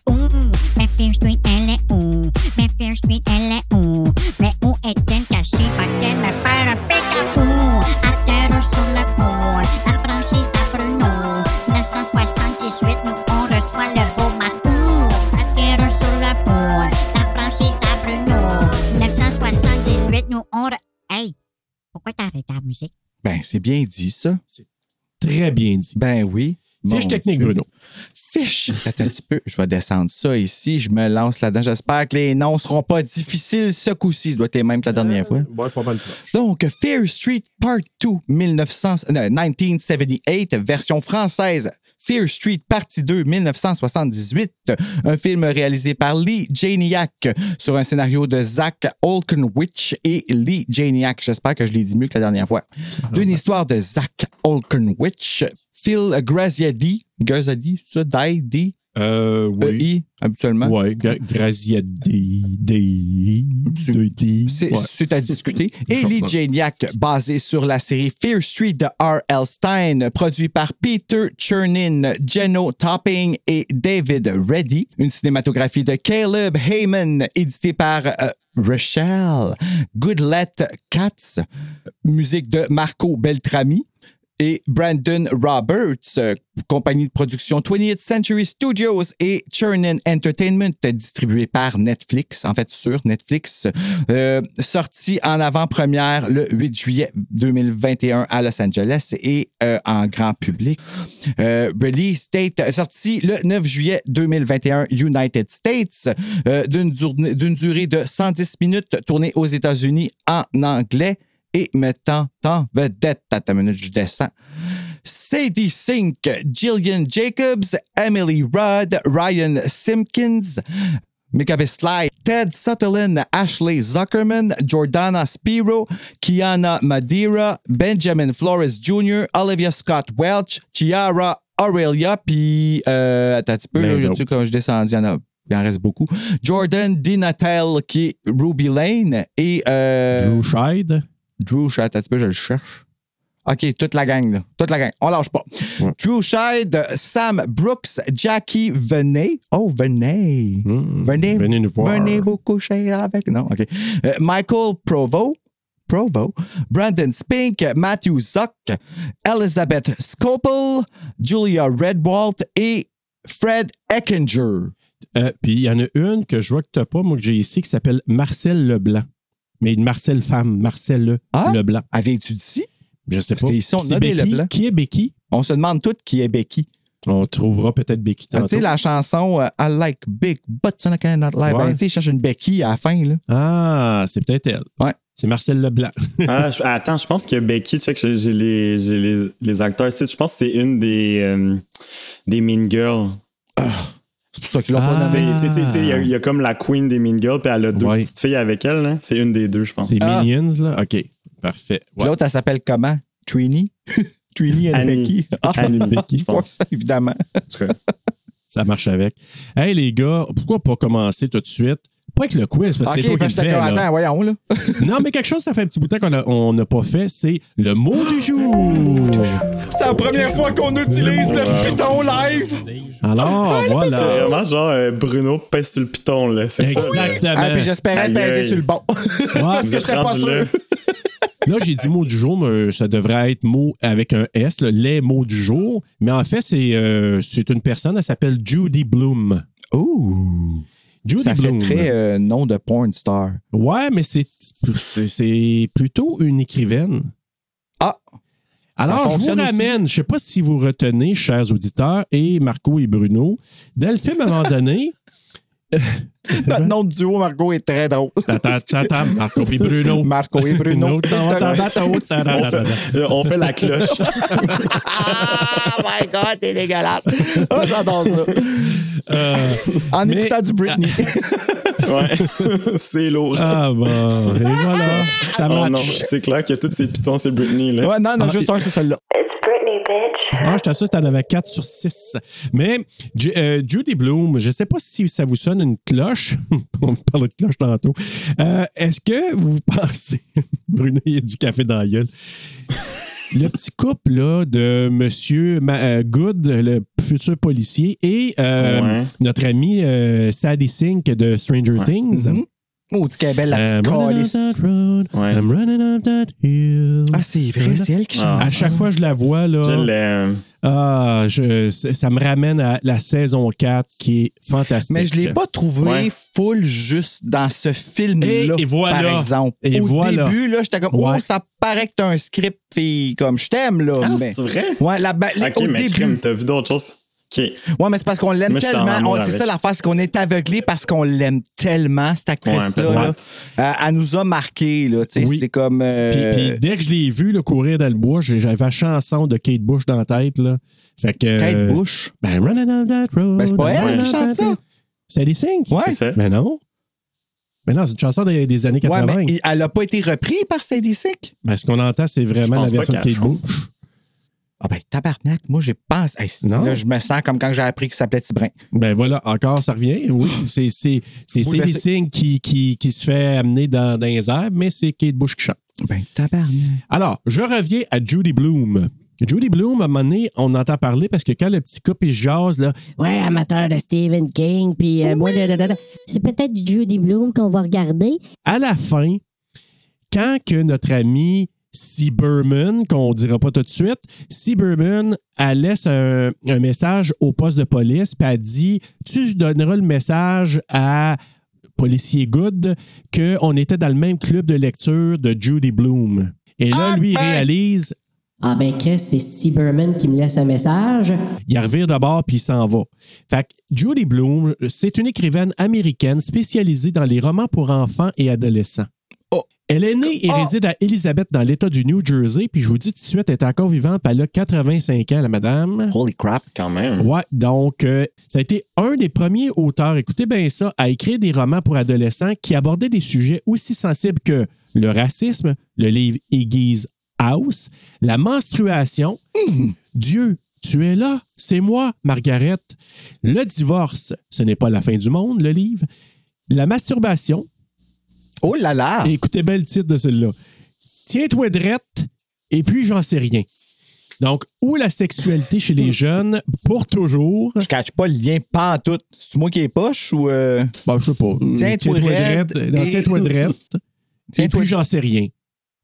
[SPEAKER 10] Mais Fair Street elle est où? Mais Fair Street elle est où? Mais où est-elle cachée? Va-t-elle me faire un pick-up? à terre sur le pont, la franchise à Bruno. 978, nous on reçoit le beau marteau. À terre sur le pont, la franchise à Bruno. 978, nous on. re- Hey, pourquoi t'arrêtes la musique?
[SPEAKER 4] Ben, c'est bien dit, ça.
[SPEAKER 2] Très bien dit.
[SPEAKER 4] Ben oui.
[SPEAKER 2] Fiche
[SPEAKER 4] Mon
[SPEAKER 2] technique,
[SPEAKER 4] Dieu.
[SPEAKER 2] Bruno.
[SPEAKER 4] Fiche. Attends un petit peu. Je vais descendre ça ici. Je me lance là-dedans. J'espère que les noms seront pas difficiles ce coup-ci. Ça doit être les mêmes que la dernière
[SPEAKER 2] Ah.
[SPEAKER 4] fois. Donc, Fair Street Part 2, 1900 non, 1978, euh, version française. Fear Street Partie 2, 1978. Un film réalisé par Lee Janiak sur un scénario de Zach Olkenwich et Lee Janiak. J'espère que je l'ai dit mieux que la dernière fois. D'une histoire de Zach Olkenwich, Phil Graziadi, Graziadi, c'est ça, Dai, D,
[SPEAKER 2] Euh,
[SPEAKER 4] E, I, habituellement.
[SPEAKER 2] Ouais, Gra- Grazia D. D. D. D.
[SPEAKER 4] C'est
[SPEAKER 2] Ouais.
[SPEAKER 4] c'est à discuter. Ellie Janiak, basée sur la série Fear Street de R.L. Stein, produit par Peter Chernin, Jeno Topping et David Reddy. Une cinématographie de Caleb Heyman, éditée par euh, Rochelle, Goodlett Katz, musique de Marco Beltrami et Brandon Roberts, euh, compagnie de production 20th Century Studios et Churnin Entertainment, euh, distribué par Netflix, en fait sur Netflix, euh, sorti en avant-première le 8 juillet 2021 à Los Angeles et euh, en grand public. Euh, release date sorti le 9 juillet 2021 United States, euh, d'une dur- d'une durée de 110 minutes, tournée aux États-Unis en anglais et mettant en vedette. Attends une minute, je descends. Sadie Sink, Jillian Jacobs, Emily Rudd, Ryan Simpkins, Michael Sly, Ted Sutherland, Ashley Zuckerman, Jordana Spiro, Kiana Madeira, Benjamin Flores Jr., Olivia Scott Welch, Chiara Aurelia, puis euh, attends un petit peu,
[SPEAKER 2] Ben
[SPEAKER 4] là,
[SPEAKER 2] non.
[SPEAKER 4] j'ai-tu- quand je descends, il y en a. Il en reste beaucoup. Jordan Dinatel, qui est Ruby Lane, et euh,
[SPEAKER 2] Drew Scheid.
[SPEAKER 4] Drew Shide, attends un petit peu, je le cherche. OK, toute la gang, là. Toute la gang. On lâche pas. Drew Shide, Sam Brooks, Jackie Veney. Oh, Veney.
[SPEAKER 2] Hmm.
[SPEAKER 4] Venez,
[SPEAKER 2] Venez nous voir.
[SPEAKER 4] venez vous coucher avec. Non, OK. Euh, Michael Provo. Provo, Brandon Spink, Matthew Zuck, Elizabeth Scopel, Julia Redwalt et Fred Eckinger.
[SPEAKER 2] Euh, puis il y en a une que je vois que tu pas, moi, que j'ai ici, qui s'appelle Marcel Leblanc. Mais une Marcel femme, Marcel Le-
[SPEAKER 4] Ah?
[SPEAKER 2] Leblanc.
[SPEAKER 4] Elle vient-tu d'ici?
[SPEAKER 2] Je sais
[SPEAKER 4] Parce
[SPEAKER 2] pas.
[SPEAKER 4] que ici, on
[SPEAKER 2] C'est
[SPEAKER 4] a des
[SPEAKER 2] Becky.
[SPEAKER 4] Leblanc.
[SPEAKER 2] Qui est Becky?
[SPEAKER 4] On se demande toutes qui est Becky.
[SPEAKER 2] On trouvera peut-être Becky
[SPEAKER 4] Ah,
[SPEAKER 2] tantôt.
[SPEAKER 4] Tu sais, la chanson euh, I like big butts and I cannot lie.
[SPEAKER 2] Ouais.
[SPEAKER 4] Ben, tu sais, il cherche une béquille à la fin, là.
[SPEAKER 2] Ah, c'est peut-être elle.
[SPEAKER 4] Ouais.
[SPEAKER 2] C'est Marcel Leblanc.
[SPEAKER 9] Ah, je- attends, je pense que Becky, check, j'ai j'ai les, j'ai les, les acteurs ici. Je pense que c'est une des, euh, des Mean Girls.
[SPEAKER 4] C'est pour ça qu'il l'a
[SPEAKER 2] Ah.
[SPEAKER 4] pas
[SPEAKER 9] Tu sais,
[SPEAKER 4] nommé.
[SPEAKER 9] tu sais, tu sais, Il y, a- il y a comme la queen des Mean Girls, puis elle a deux
[SPEAKER 2] Ouais.
[SPEAKER 9] petites filles avec elle. là. C'est une des deux, je pense.
[SPEAKER 2] C'est
[SPEAKER 4] Ah.
[SPEAKER 2] Minions, là? OK. Parfait.
[SPEAKER 4] Puis
[SPEAKER 2] Ouais.
[SPEAKER 4] L'autre, elle s'appelle comment? Trini? Trini and
[SPEAKER 9] Annie.
[SPEAKER 4] Becky. Ah,
[SPEAKER 9] Annie
[SPEAKER 2] Becky,
[SPEAKER 9] je pense.
[SPEAKER 4] ça, évidemment.
[SPEAKER 9] En tout cas.
[SPEAKER 2] Ça marche avec. Hey, les gars, pourquoi pas commencer tout de suite? Pas avec le quiz, parce que
[SPEAKER 4] Ok,
[SPEAKER 2] c'est toi
[SPEAKER 4] ben,
[SPEAKER 2] qui
[SPEAKER 4] j'étais
[SPEAKER 2] le fais,
[SPEAKER 4] comme,
[SPEAKER 2] là.
[SPEAKER 4] attends, voyons, là.
[SPEAKER 2] Non, mais quelque chose, ça fait un petit bout de temps qu'on a- on n'a pas fait, c'est le mot du jour.
[SPEAKER 4] C'est la première fois qu'on utilise le piton live.
[SPEAKER 2] Alors,
[SPEAKER 9] C'est
[SPEAKER 2] voilà.
[SPEAKER 9] vraiment genre euh, Bruno pèse sur le piton. Là. C'est ça,
[SPEAKER 4] Ah, puis
[SPEAKER 2] Exactement.
[SPEAKER 4] j'espérais
[SPEAKER 9] Aïe,
[SPEAKER 4] peser
[SPEAKER 9] aïe.
[SPEAKER 4] sur le bon.
[SPEAKER 2] Ouais.
[SPEAKER 4] Parce que je serais pas
[SPEAKER 9] rendu là.
[SPEAKER 4] sûr.
[SPEAKER 2] Là, j'ai dit mot du jour, mais euh, ça devrait être mot avec un S, là, les mots du jour. Mais en fait, c'est euh, c'est une personne, elle s'appelle Judy Bloom.
[SPEAKER 4] Ouh.
[SPEAKER 2] Judy
[SPEAKER 4] Ça fait
[SPEAKER 2] Bloom.
[SPEAKER 4] très euh, nom de porn star.
[SPEAKER 2] Ouais, mais c'est c'est- c'est plutôt une écrivaine.
[SPEAKER 4] Ah.
[SPEAKER 2] Alors, je vous
[SPEAKER 4] fonctionne aussi.
[SPEAKER 2] ramène, je sais pas si vous retenez, chers auditeurs, et Marco et Bruno, dans le film à un moment donné,
[SPEAKER 4] Notre nom de duo, Margot, est très drôle.
[SPEAKER 2] Tata, tata, Marco et Bruno.
[SPEAKER 4] Marco et Bruno.
[SPEAKER 2] Bruno, tata, tata, tata, tata, tata.
[SPEAKER 9] Euh, On fait la cloche.
[SPEAKER 4] Ah, my God, c'est dégueulasse. Ah, J'adore ça.
[SPEAKER 2] Euh,
[SPEAKER 4] En
[SPEAKER 2] Mais-
[SPEAKER 4] écoutant du Britney.
[SPEAKER 9] Ouais. c'est lourd.
[SPEAKER 2] ah bon, et voilà, ça
[SPEAKER 9] Oh non,
[SPEAKER 2] match.
[SPEAKER 9] c'est clair que tous ces pitons, c'est Britney. Là.
[SPEAKER 4] ouais, non, non,
[SPEAKER 2] Ah,
[SPEAKER 4] juste un, c'est celle-là.
[SPEAKER 5] It's Britney, bitch.
[SPEAKER 2] Ah, je t'assure, t'en avais 4 sur 6. Mais Ju- euh, Judy Bloom, je sais pas si ça vous sonne une cloche. On va parler de cloche tantôt. Euh, Est-ce que vous pensez. Bruno, il y a du café dans la gueule. Le petit couple là, de Monsieur Ma- euh, Good, le futur policier, et euh,
[SPEAKER 9] Ouais.
[SPEAKER 2] notre ami euh, Sadie Sink de Stranger Things.
[SPEAKER 4] Mhm. Oh, du qu'elle est belle,
[SPEAKER 2] Euh,
[SPEAKER 4] la petite
[SPEAKER 2] running
[SPEAKER 4] câlisse.
[SPEAKER 2] up that road,
[SPEAKER 9] Ouais.
[SPEAKER 2] I'm running up that hill.
[SPEAKER 4] Ah, c'est vrai, c'est elle qui chante.
[SPEAKER 2] à chaque fois que je la vois, là,
[SPEAKER 9] Je l'aime.
[SPEAKER 2] ah, je, c- ça me ramène à la saison 4 qui est fantastique.
[SPEAKER 4] Mais je l'ai pas trouvé
[SPEAKER 9] Ouais.
[SPEAKER 4] full juste dans ce film-là,
[SPEAKER 2] Et- et voilà.
[SPEAKER 4] par exemple.
[SPEAKER 2] Et
[SPEAKER 4] Au
[SPEAKER 2] voilà.
[SPEAKER 4] début, là, j'étais comme,
[SPEAKER 2] Ouais.
[SPEAKER 4] oh, ça paraît que t'as un script, fille, comme, je t'aime, là.
[SPEAKER 9] Ah,
[SPEAKER 4] mais...
[SPEAKER 9] c'est vrai?
[SPEAKER 4] Ouais, la, ba-
[SPEAKER 9] euh, Ok,
[SPEAKER 4] au
[SPEAKER 9] mais
[SPEAKER 4] début.
[SPEAKER 9] crime, t'as vu d'autres choses? Ok.
[SPEAKER 4] Ouais, mais c'est parce qu'on l'aime
[SPEAKER 9] Moi, j'étais en
[SPEAKER 4] tellement.
[SPEAKER 9] amour
[SPEAKER 4] On- C'est
[SPEAKER 9] avec.
[SPEAKER 4] ça l'affaire, c'est qu'on est aveuglé parce qu'on l'aime tellement, cette actrice-là.
[SPEAKER 9] Ouais,
[SPEAKER 4] là. Euh, elle nous a marqué, là. tu sais,
[SPEAKER 2] Oui.
[SPEAKER 4] C'est comme. euh,
[SPEAKER 2] Puis, puis dès que je l'ai vu le courir dans le bois, j'ai- j'avais la chanson de Kate Bush dans la tête. Là. Fait que,
[SPEAKER 4] Kate
[SPEAKER 2] euh,
[SPEAKER 4] Bush.
[SPEAKER 2] Ben, running down that road.
[SPEAKER 4] Ben, c'est pas
[SPEAKER 2] I'm
[SPEAKER 4] elle
[SPEAKER 2] running
[SPEAKER 4] qui
[SPEAKER 2] down
[SPEAKER 4] chante
[SPEAKER 2] that
[SPEAKER 4] ça.
[SPEAKER 2] road. C'est des cinq.
[SPEAKER 4] Ouais.
[SPEAKER 9] C'est ça.
[SPEAKER 2] Mais non. Mais non, c'est une chanson des, des années
[SPEAKER 4] Ouais,
[SPEAKER 2] 80.
[SPEAKER 4] mais il- elle a pas été reprise par Sadie Sick.
[SPEAKER 2] Ben, ce qu'on entend, c'est
[SPEAKER 9] Je
[SPEAKER 2] vraiment la
[SPEAKER 9] pense
[SPEAKER 2] version de
[SPEAKER 9] pas
[SPEAKER 2] Kate
[SPEAKER 9] qu'elle
[SPEAKER 2] Bush.
[SPEAKER 4] Ah ben tabarnak, moi j'ai pense. Hey, si,
[SPEAKER 2] Non.
[SPEAKER 4] là, je me sens comme quand j'ai appris qu'il s'appelait Tibrin.
[SPEAKER 2] Ben voilà, encore, ça revient. Oui, c'est c'est- c'est
[SPEAKER 4] Vous
[SPEAKER 2] Sadie
[SPEAKER 4] laissez-
[SPEAKER 2] Sink qui, qui, qui se fait amener dans, dans les airs, mais c'est Kate Bush qui chante.
[SPEAKER 4] Ben tabarnak.
[SPEAKER 2] Alors, je reviens à Judy Bloom. Judy Bloom, à un moment donné, on entend parler parce que quand le petit couple il jase, là, ouais, amateur de Stephen King, puis euh, moi, da, da, da, da.
[SPEAKER 11] C'est peut-être du Judy Bloom qu'on va regarder.
[SPEAKER 2] à la fin, quand que notre ami Sieberman, qu'on dira pas tout de suite, Sieberman, elle laisse un, un message au poste de police, puis elle dit Tu donneras le message à policier Good qu'on était dans le même club de lecture de Judy Bloom. Et là, lui, il réalise
[SPEAKER 11] Ah ben Chris, c'est Sieberman qui me laisse un message.
[SPEAKER 2] il revire d'abord puis il s'en va. Fait que Judy Bloom, c'est une écrivaine américaine spécialisée dans les romans pour enfants et adolescents. Elle est née et réside à Elizabeth dans l'État du New Jersey, puis je vous dis tout de suite, elle est encore vivante, puis elle a 85 ans, la madame.
[SPEAKER 4] Holy crap.
[SPEAKER 9] Quand même.
[SPEAKER 2] Ouais, donc, euh, ça a été un des premiers auteurs, écoutez bien ça, à écrire des romans pour adolescents qui abordaient des sujets aussi sensibles que le racisme, le livre Iggy's House, la menstruation, Dieu, tu es là, c'est moi, Margaret, le divorce, ce n'est pas la fin du monde, le livre, la masturbation,
[SPEAKER 4] Oh là là!
[SPEAKER 2] et écoutez bien le titre de celui-là. Tiens-toi drette, et puis j'en sais rien. Donc, où est la sexualité chez les jeunes pour toujours?
[SPEAKER 4] Je cache pas le lien pantoute. C'est moi qui ai poche ou. euh,
[SPEAKER 2] Ben, je sais pas.
[SPEAKER 4] Tiens-toi
[SPEAKER 2] drette.
[SPEAKER 4] drette.
[SPEAKER 2] Non, Tiens-toi drette. Et
[SPEAKER 4] Tiens-toi
[SPEAKER 2] puis, j'en sais rien.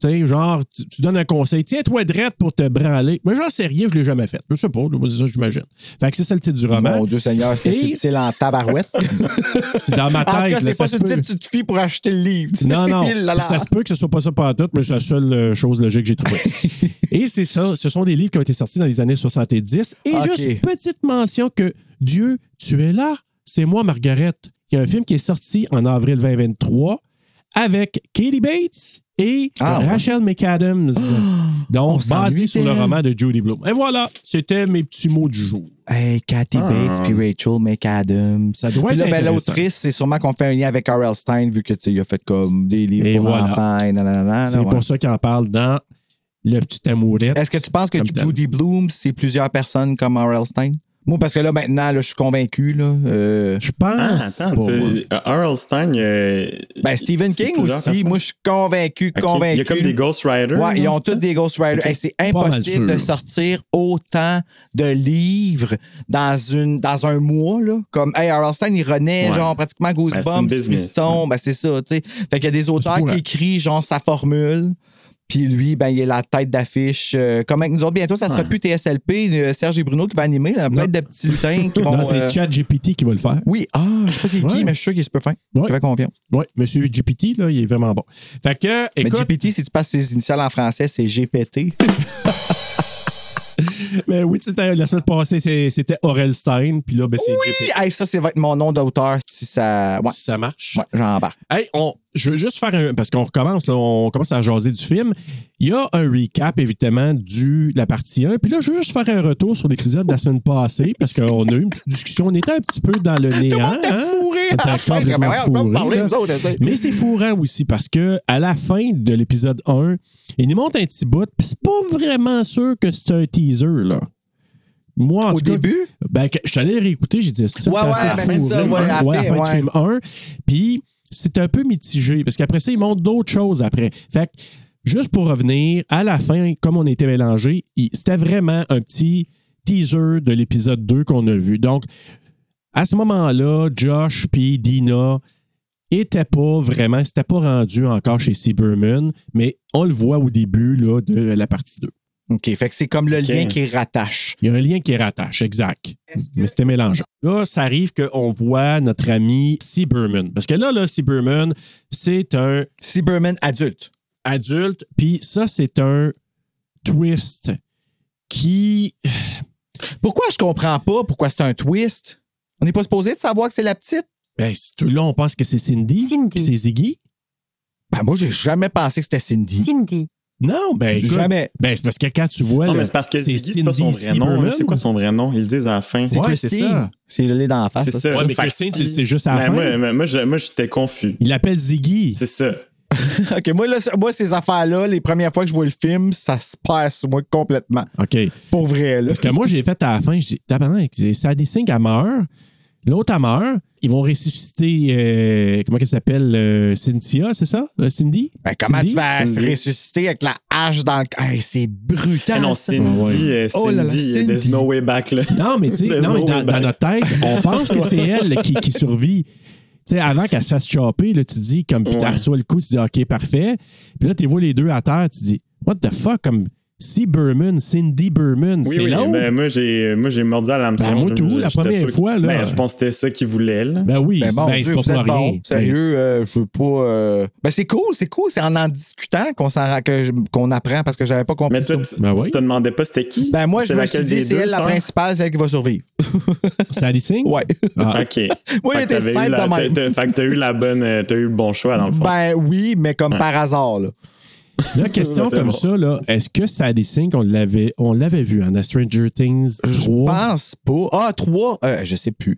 [SPEAKER 2] Tu sais, genre, tu, tu donnes un conseil. Tiens-toi drette pour te branler. Mais j'en sais rien, je l'ai jamais fait. Je sais pas, moi, c'est ça, que j'imagine. Fait que c'est ça le titre du roman.
[SPEAKER 4] Mon Dieu Seigneur, c'était
[SPEAKER 2] Et-
[SPEAKER 4] subtil en tabarouette. en tout
[SPEAKER 2] C'est dans ma tête.
[SPEAKER 4] cas,
[SPEAKER 2] là,
[SPEAKER 4] c'est pas
[SPEAKER 2] ça
[SPEAKER 4] ce
[SPEAKER 2] se peut.
[SPEAKER 4] titre que tu te fies pour acheter le livre.
[SPEAKER 2] Non, non.
[SPEAKER 4] Là, là.
[SPEAKER 2] Ça se peut que ce soit pas ça pas tout, mais c'est la seule euh, chose logique que j'ai trouvée. et c'est ça. Ce sont des livres qui ont été sortis dans les années 70. Et
[SPEAKER 4] Ok.
[SPEAKER 2] juste petite mention que Dieu, tu es là, c'est moi, Margaret. Il y a un film qui est sorti en avril 2023 avec Katie Bates et
[SPEAKER 4] Ah, ouais.
[SPEAKER 2] Rachel McAdams.
[SPEAKER 4] on
[SPEAKER 2] Donc, basé
[SPEAKER 4] s'ennuie
[SPEAKER 2] sur le
[SPEAKER 4] d'elle.
[SPEAKER 2] roman de Judy Blume. Et voilà, c'était mes petits mots du jour.
[SPEAKER 4] Hey, Cathy Bates puis Rachel McAdams.
[SPEAKER 2] Ça doit
[SPEAKER 4] Puis
[SPEAKER 2] être
[SPEAKER 4] là, ben,
[SPEAKER 2] intéressant.
[SPEAKER 4] l'autrice, c'est sûrement qu'on fait un lien avec R.L. Stein, vu que tu sais, il a fait comme des livres
[SPEAKER 2] Et
[SPEAKER 4] pour
[SPEAKER 2] voilà.
[SPEAKER 4] enfants. et nanana,
[SPEAKER 2] C'est
[SPEAKER 4] hein, ouais.
[SPEAKER 2] pour ça qu'on parle dans Le Petit Amourette.
[SPEAKER 4] Est-ce que tu penses que
[SPEAKER 2] Comme tel.
[SPEAKER 4] Judy Bloom, c'est plusieurs personnes comme R.L. Stein? Moi, parce que là, maintenant, là, je suis convaincu. Là, euh,
[SPEAKER 2] Je pense.
[SPEAKER 9] Ah, attends,
[SPEAKER 2] pas, moi.
[SPEAKER 9] tu, Earl Stein, il y a-
[SPEAKER 4] ben, Stephen
[SPEAKER 9] c'est
[SPEAKER 4] King aussi.
[SPEAKER 9] plusieurs personnes.
[SPEAKER 4] Moi, je suis convaincu,
[SPEAKER 9] Ok,
[SPEAKER 4] convaincu.
[SPEAKER 9] Il y a comme des Ghost Riders.
[SPEAKER 4] Ouais, ils ont tous
[SPEAKER 9] toutes
[SPEAKER 4] des ghostwriters.
[SPEAKER 9] Ok.
[SPEAKER 4] Hey, c'est
[SPEAKER 2] mal
[SPEAKER 4] impossible
[SPEAKER 2] sûr.
[SPEAKER 4] de sortir autant de livres dans, une, dans un mois. Là. Comme hey, R.L. Stein, il renaît
[SPEAKER 9] Ouais. Ben,
[SPEAKER 4] genre pratiquement
[SPEAKER 9] c'est
[SPEAKER 4] Goosebumps,
[SPEAKER 9] une
[SPEAKER 4] puis
[SPEAKER 9] business,
[SPEAKER 4] Buisson, ben, c'est ça. tu sais. Fait qu'il y a des auteurs
[SPEAKER 2] pourrais.
[SPEAKER 4] qui écrivent genre sa formule. Puis lui, ben, il est la tête d'affiche. euh, comme avec nous autres, bientôt, ça sera plus TSLP. euh, Serge et Bruno qui va animer. Là, plein de petits lutins qui vont.
[SPEAKER 2] Non, c'est
[SPEAKER 4] euh,
[SPEAKER 2] ChatGPT qui va le faire.
[SPEAKER 4] Oui, ah, je sais pas c'est
[SPEAKER 2] Ouais.
[SPEAKER 4] qui, mais je suis sûr qu'il est super fin.
[SPEAKER 2] Ouais.
[SPEAKER 4] J'avais confiance.
[SPEAKER 2] Oui, Monsieur GPT, là, il est vraiment bon. Fait que,
[SPEAKER 4] Mais
[SPEAKER 2] écoute,
[SPEAKER 4] GPT, si tu passes ses initiales en français, c'est GPT.
[SPEAKER 2] mais oui, c'était- la semaine passée, c'est- c'était Aurel Stein, puis là, ben, c'est GPT.
[SPEAKER 4] Hey, ça, c'est va être mon nom d'auteur si ça. Ouais,
[SPEAKER 2] Si ça marche.
[SPEAKER 4] ouais j'embarque.
[SPEAKER 2] Hey, on, je veux juste faire un. Parce qu'on recommence, là, on commence à jaser du film. Il y a un recap, évidemment, du, de la partie 1. Puis là, je veux juste faire un retour sur l'épisode de la semaine passée, parce qu'on a eu une petite discussion. On était un petit peu dans le néant. hein?
[SPEAKER 4] fourré.
[SPEAKER 2] On était complètement
[SPEAKER 4] Ben ouais, on peut
[SPEAKER 2] fourré,
[SPEAKER 4] parler,
[SPEAKER 2] là.
[SPEAKER 4] nous autres, tu sais.
[SPEAKER 2] Mais c'est fourrant aussi parce que à la fin de l'épisode 1, il nous montre un petit bout, puis c'est pas vraiment sûr que c'est un teaser, là. Moi, en
[SPEAKER 4] Au
[SPEAKER 2] tout cas,
[SPEAKER 4] début?
[SPEAKER 2] ben, que- je suis allé le réécouter, j'ai dit, c'est ça,
[SPEAKER 4] Ouais,
[SPEAKER 2] t'as
[SPEAKER 4] ouais,
[SPEAKER 2] assez
[SPEAKER 4] ben, c'est
[SPEAKER 2] fourré,
[SPEAKER 4] ça, ouais,
[SPEAKER 2] hein?
[SPEAKER 4] la
[SPEAKER 2] Ouais, à la
[SPEAKER 4] fin,
[SPEAKER 2] fin du
[SPEAKER 4] ouais.
[SPEAKER 2] film 1. Puis, c'est un peu mitigé, parce qu'après ça, il montre d'autres choses après. Fait que, juste pour revenir, à la fin, comme on était mélangés, il- c'était vraiment un petit teaser de l'épisode 2 qu'on a vu. Donc, à ce moment-là, Josh puis Dina était pas vraiment, c'était pas rendu encore chez Sieberman, mais on le voit au début là, de la partie 2.
[SPEAKER 4] OK, fait que c'est comme le
[SPEAKER 9] Ok.
[SPEAKER 4] lien qui rattache.
[SPEAKER 2] Il y a un lien qui rattache, exact. Mais c'était mélangé. Là, ça arrive qu'on voit notre ami Sieberman. Parce que là, là Sieberman, c'est un
[SPEAKER 4] Cyberman adulte.
[SPEAKER 2] adulte, puis ça, c'est un twist qui.
[SPEAKER 4] Pourquoi je comprends pas pourquoi c'est un twist? On n'est pas supposé de savoir que c'est la petite?
[SPEAKER 2] Ben, c'est- tout le long, on pense que c'est Cindy.
[SPEAKER 12] Cindy.
[SPEAKER 2] puis C'est Ziggy.
[SPEAKER 4] Ben moi, j'ai jamais pensé que c'était Cindy.
[SPEAKER 12] Cindy.
[SPEAKER 2] Non, ben. écoute,
[SPEAKER 4] Jamais.
[SPEAKER 2] Ben, c'est parce que quand tu vois.
[SPEAKER 9] Non,
[SPEAKER 2] le-
[SPEAKER 9] mais c'est parce que Ziggy, c'est
[SPEAKER 2] Cindy
[SPEAKER 9] pas son vrai nom.
[SPEAKER 2] Sieberman.
[SPEAKER 9] hein. C'est quoi son vrai nom? Ils le disent à la fin.
[SPEAKER 2] Ouais,
[SPEAKER 4] Christine.
[SPEAKER 2] c'est ça.
[SPEAKER 4] C'est le lait d'en face.
[SPEAKER 9] C'est
[SPEAKER 4] ça.
[SPEAKER 9] ça.
[SPEAKER 2] Ouais, mais
[SPEAKER 9] Fait que
[SPEAKER 2] Christine,
[SPEAKER 9] si-
[SPEAKER 2] c'est juste à la
[SPEAKER 9] Ben,
[SPEAKER 2] fin.
[SPEAKER 9] moi, Moi, moi, je- moi, j'étais confus.
[SPEAKER 2] Il l'appelle Ziggy.
[SPEAKER 9] C'est ça.
[SPEAKER 4] OK, moi, là, ça- moi, ces affaires-là, les premières fois que je vois le film, ça se perd sur moi complètement.
[SPEAKER 2] OK.
[SPEAKER 4] Pour vrai, là.
[SPEAKER 2] Parce que moi, j'ai fait à la fin, je dis, tabarnak, ça a des signes qu'elle meurt. L'autre, elle meurt. Ils vont ressusciter, euh, comment elle s'appelle, euh, Cynthia, c'est ça? Euh, Cindy?
[SPEAKER 4] Ben, comment
[SPEAKER 2] Cindy?
[SPEAKER 4] tu vas se
[SPEAKER 2] Cindy.
[SPEAKER 4] ressusciter avec la hache dans le. Hey, c'est brutal.
[SPEAKER 9] Ah non,
[SPEAKER 4] ça.
[SPEAKER 9] Cindy, euh,
[SPEAKER 4] Oh là là,
[SPEAKER 9] Cindy, euh, there's
[SPEAKER 4] Cindy.
[SPEAKER 9] no way back. Là.
[SPEAKER 2] Non, mais tu sais,
[SPEAKER 9] There's
[SPEAKER 2] non, mais
[SPEAKER 4] Ben,
[SPEAKER 9] no
[SPEAKER 2] dans,
[SPEAKER 9] way
[SPEAKER 2] dans
[SPEAKER 9] back.
[SPEAKER 2] notre tête, on pense que c'est elle qui, qui survit. Tu sais, avant qu'elle se fasse chopper, là, tu dis, comme, puis tu
[SPEAKER 9] Ouais.
[SPEAKER 2] reçois le coup, tu dis, OK, parfait. Puis là, tu vois les deux à terre, tu dis, What the fuck, comme, si Berman, Cindy Berman,
[SPEAKER 9] Oui,
[SPEAKER 2] c'est
[SPEAKER 9] oui,
[SPEAKER 2] l'autre.
[SPEAKER 9] ben, moi, j'ai, moi, j'ai mordu à l'hameçon.
[SPEAKER 2] Ben, moi,
[SPEAKER 9] là.
[SPEAKER 2] tout,
[SPEAKER 9] J'étais
[SPEAKER 2] la première
[SPEAKER 9] sûr que-
[SPEAKER 2] fois, là.
[SPEAKER 9] Ben, je pense que c'était ça qu'il voulait. Là.
[SPEAKER 2] Ben oui,
[SPEAKER 4] Ben,
[SPEAKER 2] c'est-
[SPEAKER 4] mon
[SPEAKER 2] ben,
[SPEAKER 4] Dieu,
[SPEAKER 2] c'est pas
[SPEAKER 4] vous
[SPEAKER 2] pour
[SPEAKER 4] êtes
[SPEAKER 2] rien. Ben,
[SPEAKER 4] bon. Sérieux, euh, je veux pas. euh, Ben, c'est cool, c'est cool. C'est en en discutant qu'on s'en ra- que je- qu'on apprend parce que j'avais pas compris.
[SPEAKER 9] Mais toi,
[SPEAKER 4] ça.
[SPEAKER 9] tu,
[SPEAKER 2] Ben
[SPEAKER 9] tu
[SPEAKER 2] oui.
[SPEAKER 9] te demandais pas c'était qui?
[SPEAKER 4] Ben, moi, je me suis
[SPEAKER 9] laquelle
[SPEAKER 4] dit,
[SPEAKER 9] des
[SPEAKER 4] c'est
[SPEAKER 9] deux,
[SPEAKER 4] elle la
[SPEAKER 9] sœur?
[SPEAKER 4] principale, c'est elle qui va survivre.
[SPEAKER 2] C'est Alice Inc?
[SPEAKER 4] Ouais.
[SPEAKER 2] Ben, Ah,
[SPEAKER 9] OK. Fait
[SPEAKER 4] Moi, il
[SPEAKER 9] que
[SPEAKER 4] était
[SPEAKER 9] t'avais eu
[SPEAKER 4] simple
[SPEAKER 9] la-
[SPEAKER 4] de
[SPEAKER 9] t'as-
[SPEAKER 4] même.
[SPEAKER 9] t'as- Fait que t'as eu la bonne, euh, t'as eu le bon choix, dans le fond.
[SPEAKER 4] Ben oui, mais comme par hasard, là.
[SPEAKER 2] Là, question
[SPEAKER 9] C'est
[SPEAKER 2] comme
[SPEAKER 9] bon.
[SPEAKER 2] ça, là, est-ce que Sadie Sink, on l'avait, on l'avait vu en A Stranger Things 3?
[SPEAKER 4] Je pense pas. Ah, trois, euh, je sais plus.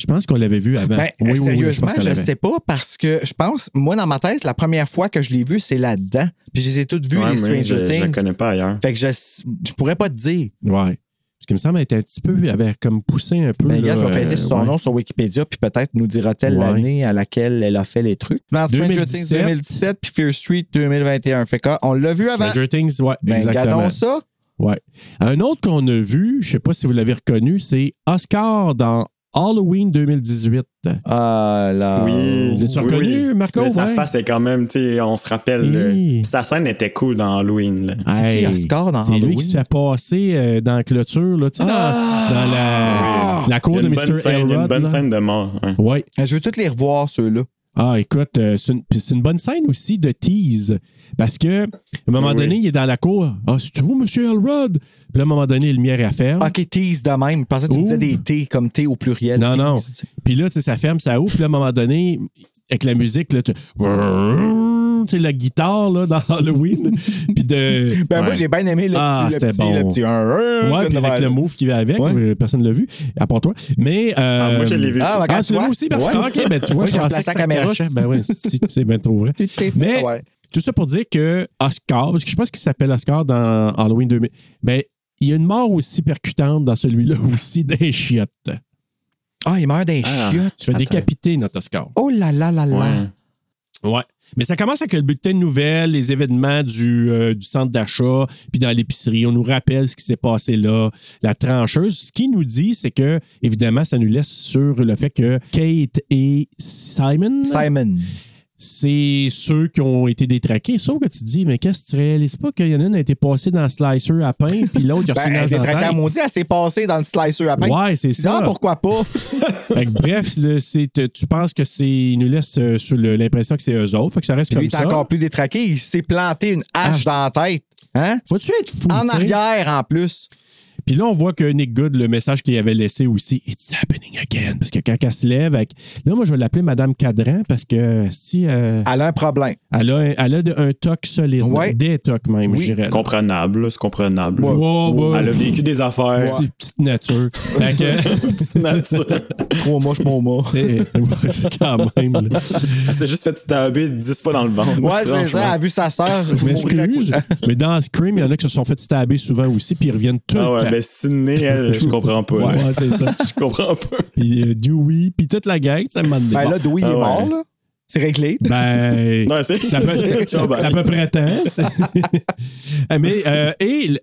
[SPEAKER 2] Je pense qu'on l'avait vu avant.
[SPEAKER 4] Ben,
[SPEAKER 2] oui, oui, oui, je
[SPEAKER 4] sérieusement,
[SPEAKER 2] pense qu'on
[SPEAKER 4] je,
[SPEAKER 2] l'avait.
[SPEAKER 4] sais pas parce que je pense, moi, dans ma tête, la première fois que je l'ai vu, c'est là-dedans. Puis je les ai toutes vues,
[SPEAKER 9] Ouais,
[SPEAKER 4] les
[SPEAKER 9] mais
[SPEAKER 4] Stranger
[SPEAKER 9] je, Je la
[SPEAKER 4] Things. Euh,
[SPEAKER 9] connais pas ailleurs.
[SPEAKER 4] fait que je, je pourrais pas te dire.
[SPEAKER 2] Ouais. Parce qu'il me semble qu'elle était un petit peu, elle avait comme poussé un peu.
[SPEAKER 4] Ben, gars,
[SPEAKER 2] là,
[SPEAKER 4] je vais peser
[SPEAKER 2] euh,
[SPEAKER 4] sur son
[SPEAKER 2] ouais.
[SPEAKER 4] nom sur Wikipédia, puis peut-être nous dira-t-elle
[SPEAKER 2] Ouais.
[SPEAKER 4] l'année à laquelle elle a fait les trucs. Mais en Stranger Things
[SPEAKER 2] 2017,
[SPEAKER 4] 2017, puis Fear Street 2021. Fait que, on l'a vu avant.
[SPEAKER 2] Stranger Things, ouais,
[SPEAKER 4] Ben,
[SPEAKER 2] exactement.
[SPEAKER 4] gardons ça.
[SPEAKER 2] Ouais. Un autre qu'on a vu, je sais pas si vous l'avez reconnu, c'est Oscar dans Halloween 2018.
[SPEAKER 4] Ah, là.
[SPEAKER 9] Oui.
[SPEAKER 2] Vous l'avez
[SPEAKER 9] oui,
[SPEAKER 2] reconnu,
[SPEAKER 9] oui.
[SPEAKER 2] Marco?
[SPEAKER 9] Mais sa
[SPEAKER 2] Ouais.
[SPEAKER 9] face est quand même, tu sais, on se rappelle. là.
[SPEAKER 2] Oui. Ah,
[SPEAKER 9] Sa scène était cool dans Halloween. là.
[SPEAKER 4] C'est qui, Oscar, dans
[SPEAKER 2] C'est lui
[SPEAKER 4] Halloween? Ah!
[SPEAKER 2] qui se fait passer euh, dans la clôture, là, tu sais, dans- dans, la, la
[SPEAKER 9] Il y
[SPEAKER 2] cour
[SPEAKER 9] a
[SPEAKER 2] de
[SPEAKER 9] une bonne
[SPEAKER 2] Mr.
[SPEAKER 9] scène, il y a une
[SPEAKER 2] Elrod.
[SPEAKER 9] bonne
[SPEAKER 2] là.
[SPEAKER 9] scène de mort. hein.
[SPEAKER 2] Ouais.
[SPEAKER 4] Je veux toutes les revoir, ceux-là.
[SPEAKER 2] Ah, écoute, euh, c'est une, puis c'est une bonne scène aussi de tease. Parce que, à un moment
[SPEAKER 9] Oui.
[SPEAKER 2] donné, il est dans la cour. Ah, c'est vous, monsieur Elrod? Puis là, à un moment donné, le lumière à ferme.
[SPEAKER 4] Ok, tease de même. Je pensais que tu me disais des
[SPEAKER 2] Ouvre.
[SPEAKER 4] T comme T au pluriel.
[SPEAKER 2] Non, non.
[SPEAKER 4] Tease.
[SPEAKER 2] Puis là, tu sais, ça ferme, ça ouvre. Puis là, à un moment donné, avec la musique, là, tu tu sais, la guitare, là, dans Halloween. puis de.
[SPEAKER 4] Ben, moi,
[SPEAKER 9] Ouais.
[SPEAKER 4] j'ai bien aimé le
[SPEAKER 2] Ah,
[SPEAKER 4] petit, le
[SPEAKER 2] c'était
[SPEAKER 4] petit,
[SPEAKER 2] bon.
[SPEAKER 4] le petit, un,
[SPEAKER 2] Ouais, puis avec le move qui va avec,
[SPEAKER 4] Ouais.
[SPEAKER 2] euh, personne ne l'a vu, à part toi. Mais. euh,
[SPEAKER 9] Ah, moi, je l'ai vu.
[SPEAKER 4] Ah,
[SPEAKER 2] Ah,
[SPEAKER 4] regarde,
[SPEAKER 2] tu l'as vu aussi, par
[SPEAKER 4] Ouais.
[SPEAKER 2] Ah, Ok, ben tu vois,
[SPEAKER 4] Moi,
[SPEAKER 2] je
[SPEAKER 4] j'ai
[SPEAKER 2] pensais que
[SPEAKER 4] placé
[SPEAKER 2] ça
[SPEAKER 4] la caméra.
[SPEAKER 2] cachait. Ben oui, si, c'est bien trop vrai. Mais
[SPEAKER 4] Ouais.
[SPEAKER 2] tout ça pour dire que Oscar, parce que je pense qu'il s'appelle Oscar dans Halloween 2000, ben il y a une mort aussi percutante dans celui-là aussi des chiottes.
[SPEAKER 4] Ah, il meurt d'un
[SPEAKER 9] Ah.
[SPEAKER 4] chiottes.
[SPEAKER 2] Tu fais
[SPEAKER 4] Attends.
[SPEAKER 2] décapiter notre Oscar.
[SPEAKER 4] Oh là là là là.
[SPEAKER 9] Ouais.
[SPEAKER 2] Ouais. Mais ça commence avec le bulletin de nouvelles, les événements du, euh, du centre d'achat, puis dans l'épicerie. On nous rappelle ce qui s'est passé là, la trancheuse. Ce qui nous dit, c'est que, évidemment, ça nous laisse sur le fait que Kate et Simon,
[SPEAKER 4] Simon.
[SPEAKER 2] c'est ceux qui ont été détraqués. Sauf que tu te dis, mais qu'est-ce que tu réalises pas qu'il y en a une a été passée dans le slicer à pain, puis l'autre, il a reçu
[SPEAKER 4] Ben,
[SPEAKER 2] une hache
[SPEAKER 4] elle
[SPEAKER 2] dans la
[SPEAKER 4] est à
[SPEAKER 2] tête.
[SPEAKER 4] maudit, elle s'est passée dans le slicer à pain.
[SPEAKER 2] Ouais, c'est
[SPEAKER 4] Non,
[SPEAKER 2] ça.
[SPEAKER 4] pourquoi pas?
[SPEAKER 2] Fait que bref, le- c'est- euh, tu penses que c'est. Ils nous laissent euh, sur le- l'impression que c'est eux autres. Fait que ça reste
[SPEAKER 4] Lui,
[SPEAKER 2] comme
[SPEAKER 4] il est
[SPEAKER 2] ça.
[SPEAKER 4] encore plus détraqué. Il s'est planté une hache dans la tête. Hein?
[SPEAKER 2] Faut-tu être fou?
[SPEAKER 4] En
[SPEAKER 2] tu sais?
[SPEAKER 4] arrière, en plus.
[SPEAKER 2] Puis là, on voit que Nick Good, le message qu'il avait laissé aussi, It's happening again. Parce que quand elle se lève, avec... là, moi, je vais l'appeler Madame Cadran parce que si euh,
[SPEAKER 4] Elle a un problème.
[SPEAKER 2] elle a un, elle a de- un toc solide,
[SPEAKER 4] Ouais.
[SPEAKER 2] des tocs même,
[SPEAKER 4] Oui.
[SPEAKER 2] je dirais.
[SPEAKER 9] Comprenable, là, c'est comprenable.
[SPEAKER 2] Ouais. Ouais, ouais.
[SPEAKER 9] Elle a vécu des affaires.
[SPEAKER 2] C'est une petite nature. Fait que,
[SPEAKER 9] nature.
[SPEAKER 4] Trop moche, mon mot.
[SPEAKER 2] tu sais, ouais, quand même. là.
[SPEAKER 9] Elle s'est juste fait taber 10 fois dans le ventre.
[SPEAKER 4] Ouais, c'est
[SPEAKER 9] Franchement.
[SPEAKER 4] ça. Elle a vu sa sœur.
[SPEAKER 2] Je m'excuse, mais dans Scream, il y en a qui se sont fait stabber souvent aussi, puis ils reviennent tout
[SPEAKER 9] Ah
[SPEAKER 2] le
[SPEAKER 9] ouais,
[SPEAKER 2] temps.
[SPEAKER 9] ben Sydney, elle, je comprends pas.
[SPEAKER 2] Ouais,
[SPEAKER 9] là.
[SPEAKER 2] ouais, c'est ça.
[SPEAKER 9] Je comprends pas.
[SPEAKER 2] Puis euh, Dewey, puis toute la gang, ça me demande.
[SPEAKER 4] Ben là, Dewey il
[SPEAKER 9] Ah
[SPEAKER 4] est
[SPEAKER 9] ouais.
[SPEAKER 4] mort, là. C'est réglé.
[SPEAKER 2] Ben,
[SPEAKER 9] Non, c'est-
[SPEAKER 2] c'est à peu,
[SPEAKER 9] c'est- ben.
[SPEAKER 2] c'est à peu près temps. c'est- Mais, euh, et le-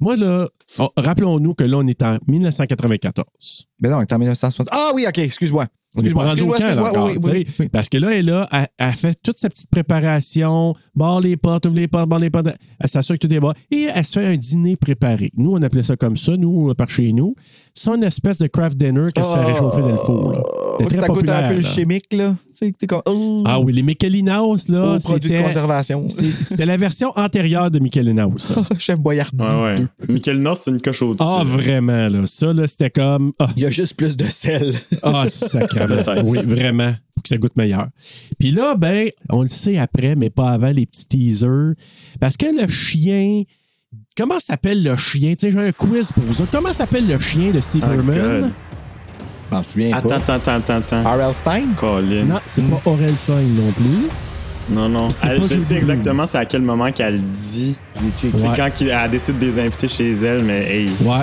[SPEAKER 2] moi, là, oh, rappelons-nous que là, on est en 1994.
[SPEAKER 4] Ben non, il est en 1960. Ah oui, OK, excuse-moi.
[SPEAKER 2] On est pas
[SPEAKER 4] Excuse-moi,
[SPEAKER 2] rendu au camp, là,
[SPEAKER 4] excuse-moi, excuse-moi.
[SPEAKER 2] encore,
[SPEAKER 4] Oui,
[SPEAKER 2] tu
[SPEAKER 4] oui,
[SPEAKER 2] sais. Parce que là, elle, a, elle, elle fait toute sa petite préparation, barre les portes, ouvre les portes, barre les portes, elle s'assure que tout est bon. Et elle se fait un dîner préparé. Nous, on appelait ça comme ça, nous, euh, par chez nous. C'est une espèce de craft dinner qu'elle se fait réchauffer dans le four. là.
[SPEAKER 4] Faut que
[SPEAKER 2] C'était très
[SPEAKER 4] Oh, ça coûte
[SPEAKER 2] populaire.
[SPEAKER 4] un peu le
[SPEAKER 2] là.
[SPEAKER 4] chimique, là. Tu sais, que t'es comme. Oh,
[SPEAKER 2] Ah oui, les Michelinos, là,
[SPEAKER 4] aux produits de
[SPEAKER 2] c'était...
[SPEAKER 4] conservation. Oh,
[SPEAKER 2] C'est c'est la version antérieure de Michelinos. ça.
[SPEAKER 4] Chef Boyardi.
[SPEAKER 9] Ouais, ouais. Michael North, c'est une coche au-dessus.
[SPEAKER 2] Ah, vraiment, là. Ça, là, c'était comme. Ah,
[SPEAKER 4] Il y a juste plus de sel.
[SPEAKER 2] ah sacrément.
[SPEAKER 9] Peut-être.
[SPEAKER 2] Oui, vraiment. Pour que ça goûte meilleur. Puis là, ben, on le sait après, mais pas avant les petits teasers. Parce que le chien. Comment s'appelle le chien? Tu sais, j'ai un quiz pour vous autres. Comment s'appelle le chien de Cyberman?
[SPEAKER 9] Ah, God.
[SPEAKER 4] Je m'en souviens
[SPEAKER 9] Attends,
[SPEAKER 4] pas.
[SPEAKER 9] attends, attends, attends, attends.
[SPEAKER 4] R.L. Stein?
[SPEAKER 9] Colin.
[SPEAKER 2] non, c'est pas Orelsan non plus.
[SPEAKER 9] Non, non.
[SPEAKER 2] C'est
[SPEAKER 9] Elle-
[SPEAKER 2] pas
[SPEAKER 9] je
[SPEAKER 2] Julie
[SPEAKER 9] sais
[SPEAKER 2] Blume.
[SPEAKER 9] exactement c'est à quel moment qu'elle dit.
[SPEAKER 4] Je l'ai tué.
[SPEAKER 9] C'est
[SPEAKER 2] Ouais.
[SPEAKER 9] quand qu'il- elle décide de les inviter chez elle, mais hey.
[SPEAKER 2] Ouais.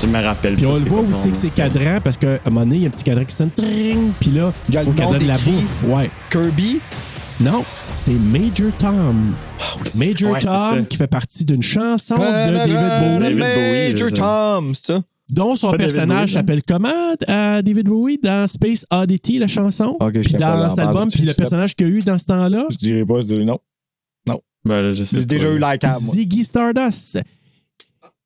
[SPEAKER 9] Je me rappelle
[SPEAKER 2] Puis
[SPEAKER 9] pas
[SPEAKER 2] on le
[SPEAKER 9] c'est
[SPEAKER 2] voit
[SPEAKER 9] quoi son
[SPEAKER 2] aussi que c'est
[SPEAKER 9] nom.
[SPEAKER 2] cadran parce qu'à un moment donné, il y a un petit cadran qui sonne. tring, Puis là,
[SPEAKER 4] Il
[SPEAKER 2] il
[SPEAKER 4] y a
[SPEAKER 2] faut
[SPEAKER 4] le
[SPEAKER 2] qu'elle
[SPEAKER 4] nom
[SPEAKER 2] donne la
[SPEAKER 4] d'écrit.
[SPEAKER 2] bouffe. Ouais.
[SPEAKER 4] Kirby?
[SPEAKER 2] Non, c'est Major Tom. Major
[SPEAKER 9] Ouais, Ah c'est ça.
[SPEAKER 2] Tom qui fait partie d'une chanson de David Bowie.
[SPEAKER 9] David Bowie,
[SPEAKER 4] Major
[SPEAKER 9] je sais.
[SPEAKER 4] Tom, c'est ça?
[SPEAKER 2] dont son
[SPEAKER 9] Pas David
[SPEAKER 2] personnage
[SPEAKER 9] Bowie, non?
[SPEAKER 4] hein?
[SPEAKER 2] s'appelle comment euh, David Bowie dans Space Oddity, la chanson.
[SPEAKER 4] Ok, je
[SPEAKER 2] puis
[SPEAKER 4] sais
[SPEAKER 2] dans
[SPEAKER 4] pas, là,
[SPEAKER 2] cet
[SPEAKER 4] en
[SPEAKER 2] album,
[SPEAKER 4] parle,
[SPEAKER 2] puis le
[SPEAKER 4] je sais
[SPEAKER 2] personnage qu'il y a eu dans ce temps-là,
[SPEAKER 4] Je dirais pas, c'est- non.
[SPEAKER 9] Ben, là, je sais
[SPEAKER 4] J'ai déjà
[SPEAKER 9] pas.
[SPEAKER 4] eu like à moi.
[SPEAKER 2] Ziggy Stardust.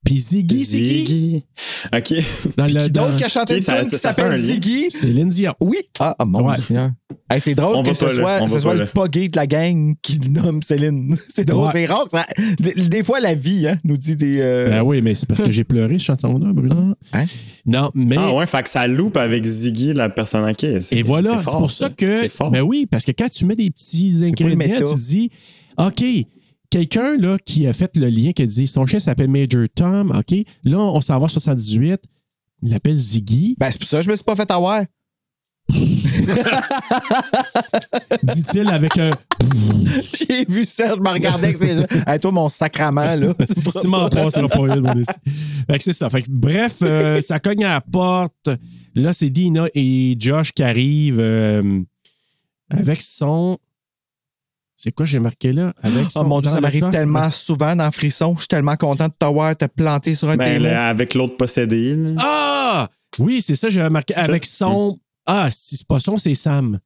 [SPEAKER 2] Puis Ziggy, c'est qui?
[SPEAKER 9] Ziggy. Ok.
[SPEAKER 2] Dans le,
[SPEAKER 4] Donc,
[SPEAKER 2] dans...
[SPEAKER 4] qui a chanté
[SPEAKER 9] Ok,
[SPEAKER 4] une
[SPEAKER 9] ça-
[SPEAKER 4] tune qui
[SPEAKER 9] ça- ça fait un
[SPEAKER 4] s'appelle
[SPEAKER 9] lien.
[SPEAKER 4] Ziggy?
[SPEAKER 2] C'est Lindsay.
[SPEAKER 4] Oui. Ah, ah, mon
[SPEAKER 2] Ouais.
[SPEAKER 4] Dieu Seigneur. Hey, c'est drôle
[SPEAKER 9] On
[SPEAKER 4] que
[SPEAKER 9] va
[SPEAKER 4] ce
[SPEAKER 9] pas là,
[SPEAKER 4] soit,
[SPEAKER 9] on
[SPEAKER 4] ce
[SPEAKER 9] va
[SPEAKER 4] soit
[SPEAKER 9] pas
[SPEAKER 4] le
[SPEAKER 9] là.
[SPEAKER 4] pas gay de la gang qui le nomme Céline. C'est drôle,
[SPEAKER 2] Ouais.
[SPEAKER 4] c'est rare. ça- des, des fois, la vie hein, nous dit des. euh,
[SPEAKER 2] Ben oui, mais c'est parce que j'ai pleuré cette chanson-là, Bruno.
[SPEAKER 4] Hein?
[SPEAKER 2] Non, mais.
[SPEAKER 9] Ah ouais, fait que ça loupe avec Ziggy, la personne à qui.
[SPEAKER 2] Et voilà, c'est pour ça que.
[SPEAKER 9] C'est fort.
[SPEAKER 2] Ben oui, parce que quand tu mets des petits ingrédients,
[SPEAKER 4] méta.
[SPEAKER 2] tu dis OK, quelqu'un là qui a fait le lien, qui a dit son chien s'appelle Major Tom, OK, là, on s'en va 78, il l'appelle Ziggy.
[SPEAKER 4] Ben, c'est pour ça que je me suis pas fait avoir.
[SPEAKER 2] dit-il avec un
[SPEAKER 4] J'ai vu Serge me regarder avec ses yeux. Hey, toi, mon sacrament, là. tu me feras
[SPEAKER 2] Tu m'en passeras pas une, mon ici. Fait que c'est ça. Fait que, bref, euh, ça cogne à la porte. Là, c'est Dina et Josh qui arrivent euh, avec son. C'est quoi j'ai marqué là? Avec
[SPEAKER 4] Oh
[SPEAKER 2] son-
[SPEAKER 4] mon Dieu,
[SPEAKER 2] dans
[SPEAKER 4] ça
[SPEAKER 2] le
[SPEAKER 4] m'arrive
[SPEAKER 2] coffre.
[SPEAKER 4] tellement souvent dans Frisson. Je suis tellement content de t'avoir te planter sur un
[SPEAKER 9] Ben,
[SPEAKER 4] table.
[SPEAKER 9] là, avec l'autre possédé. là.
[SPEAKER 2] Ah! Oui, c'est ça, j'ai marqué.
[SPEAKER 9] C'est ça.
[SPEAKER 2] Avec son. Ah, si c'est pas son, c'est Sam.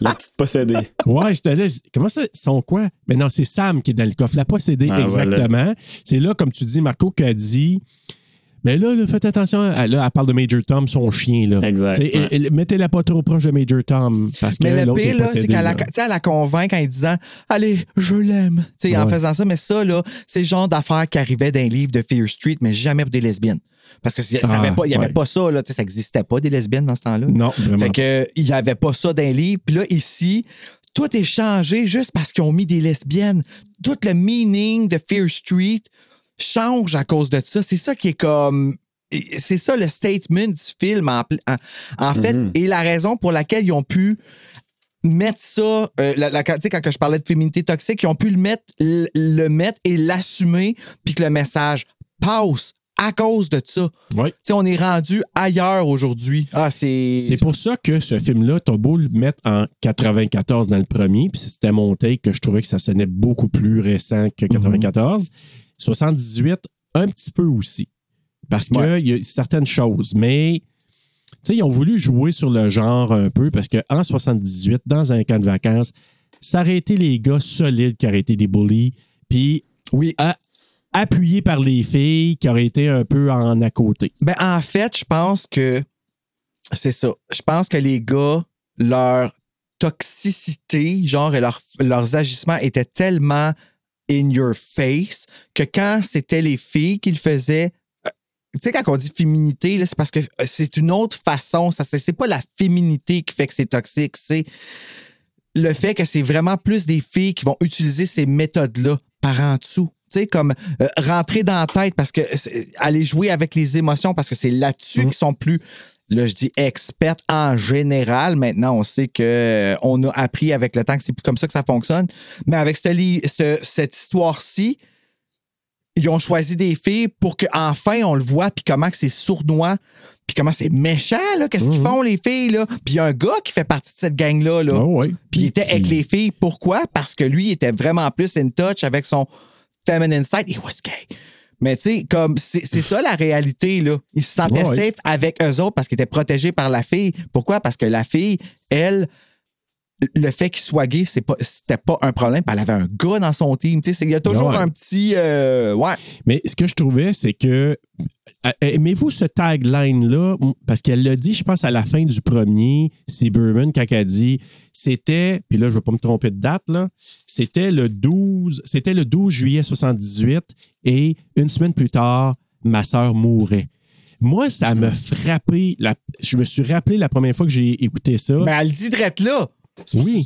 [SPEAKER 9] La petite possédée.
[SPEAKER 2] Ouais, j'étais là. j'ai dit, Comment ça, son quoi? Mais non, c'est Sam qui est dans le coffre. La possédée,
[SPEAKER 9] Ah, voilà.
[SPEAKER 2] exactement. C'est là, comme tu dis, Marco, qu'elle dit. Mais là, là, faites attention. Elle- Là, elle parle de Major Tom, son chien. Là.
[SPEAKER 9] Exact.
[SPEAKER 2] Tu sais,
[SPEAKER 9] Ouais.
[SPEAKER 2] elle- elle- Mettez-la pas trop proche de Major Tom. Parce que
[SPEAKER 4] Mais le
[SPEAKER 2] l'autre
[SPEAKER 4] pire,
[SPEAKER 2] est
[SPEAKER 4] là, c'est
[SPEAKER 2] possédé,
[SPEAKER 4] qu'elle
[SPEAKER 2] là.
[SPEAKER 4] la, tu sais, elle la convainc en lui disant Allez, je l'aime. Tu sais, En
[SPEAKER 2] Ouais.
[SPEAKER 4] faisant ça, mais ça, là, c'est le genre d'affaire qui arrivait d'un livre de Fear Street, mais jamais pour des lesbiennes. Parce que ça
[SPEAKER 2] Ah,
[SPEAKER 4] avait pas- il n'y avait
[SPEAKER 2] ouais.
[SPEAKER 4] pas ça, là, tu sais, ça n'existait pas des lesbiennes dans ce temps-là.
[SPEAKER 2] Non, vraiment.
[SPEAKER 4] Fait que, il n'y avait pas ça d'un livre. Puis là, ici, tout est changé juste parce qu'ils ont mis des lesbiennes. Tout le meaning de Fear Street change à cause de ça. C'est ça qui est comme. C'est ça le statement du film, en, pl- en- en fait,
[SPEAKER 2] Mm-hmm.
[SPEAKER 4] et la raison pour laquelle ils ont pu mettre ça, euh, la, la- tu sais, quand que je parlais de féminité toxique, ils ont pu le mettre, le, le mettre et l'assumer, puis que le message passe à cause de ça.
[SPEAKER 2] Ouais.
[SPEAKER 4] Tu sais, on est rendu ailleurs aujourd'hui. Ah, c'est.
[SPEAKER 2] C'est pour ça que ce film-là, t'as beau le mettre en 94 dans le premier, puis c'était mon take que je trouvais que ça sonnait beaucoup plus récent
[SPEAKER 4] Mhm.
[SPEAKER 2] que 94. 78, un petit peu aussi. Parce qu'il
[SPEAKER 4] Ouais.
[SPEAKER 2] y a certaines choses, mais... Tu sais, ils ont voulu jouer sur le genre un peu parce qu'en 78, dans un camp de vacances, ça aurait été les gars solides qui auraient été des bullies, puis
[SPEAKER 4] Oui.
[SPEAKER 2] a- appuyés par les filles qui auraient été un peu en à côté.
[SPEAKER 4] Ben, en fait, je pense que c'est ça. Je pense que les gars, leur toxicité, genre, et leur- leurs agissements étaient tellement in your face que quand c'était les filles qui le faisaient, euh, tu sais, quand on dit féminité, là, c'est parce que euh, c'est une autre façon. Ça, c'est, c'est pas la féminité qui fait que c'est toxique, c'est le fait que c'est vraiment plus des filles qui vont utiliser ces méthodes-là par en dessous. Tu sais, comme euh, rentrer dans la tête parce que c'est- aller jouer avec les émotions parce que c'est là-dessus qu'ils sont plus là je dis expertes en général maintenant on sait que euh, on a appris avec le temps que c'est plus comme ça que ça fonctionne mais avec ce li- ce- cette histoire-ci ils ont choisi des filles pour qu'enfin on le voit, puis comment que c'est sournois, puis comment c'est méchant, là, qu'est-ce qu'ils font les filles, là. Puis il y a un gars qui fait partie de cette gang-là, là.
[SPEAKER 2] Ah ouais.
[SPEAKER 4] Puis il était avec les filles. Pourquoi? Parce que lui, il était vraiment plus in touch avec son feminine side. He was gay. Mais tu sais, comme c'est c'est ça la réalité, là. Il se sentait
[SPEAKER 2] Ouais.
[SPEAKER 4] safe avec eux autres parce qu'il était protégé par la fille. Pourquoi? Parce que la fille, elle, le fait qu'il soit gay, c'est pas- c'était pas, un problème. Puis Elle avait un gars dans son team. Tu sais, c'est- il y a toujours
[SPEAKER 2] Ouais.
[SPEAKER 4] un petit. euh, ouais.
[SPEAKER 2] Mais ce que je trouvais, c'est que. euh, Aimez-vous ce tagline-là? Parce qu'elle l'a dit, je pense, à la fin du premier, c'est Berman, quand elle dit c'était, puis là, je ne vais pas me tromper de date, là, c'était le 12, c'était le 12 juillet 78 et une semaine plus tard, ma sœur mourait. Moi, ça m'a frappé. la- je me suis rappelé la première fois que j'ai écouté ça.
[SPEAKER 4] Mais elle le dit drette là.
[SPEAKER 2] oui.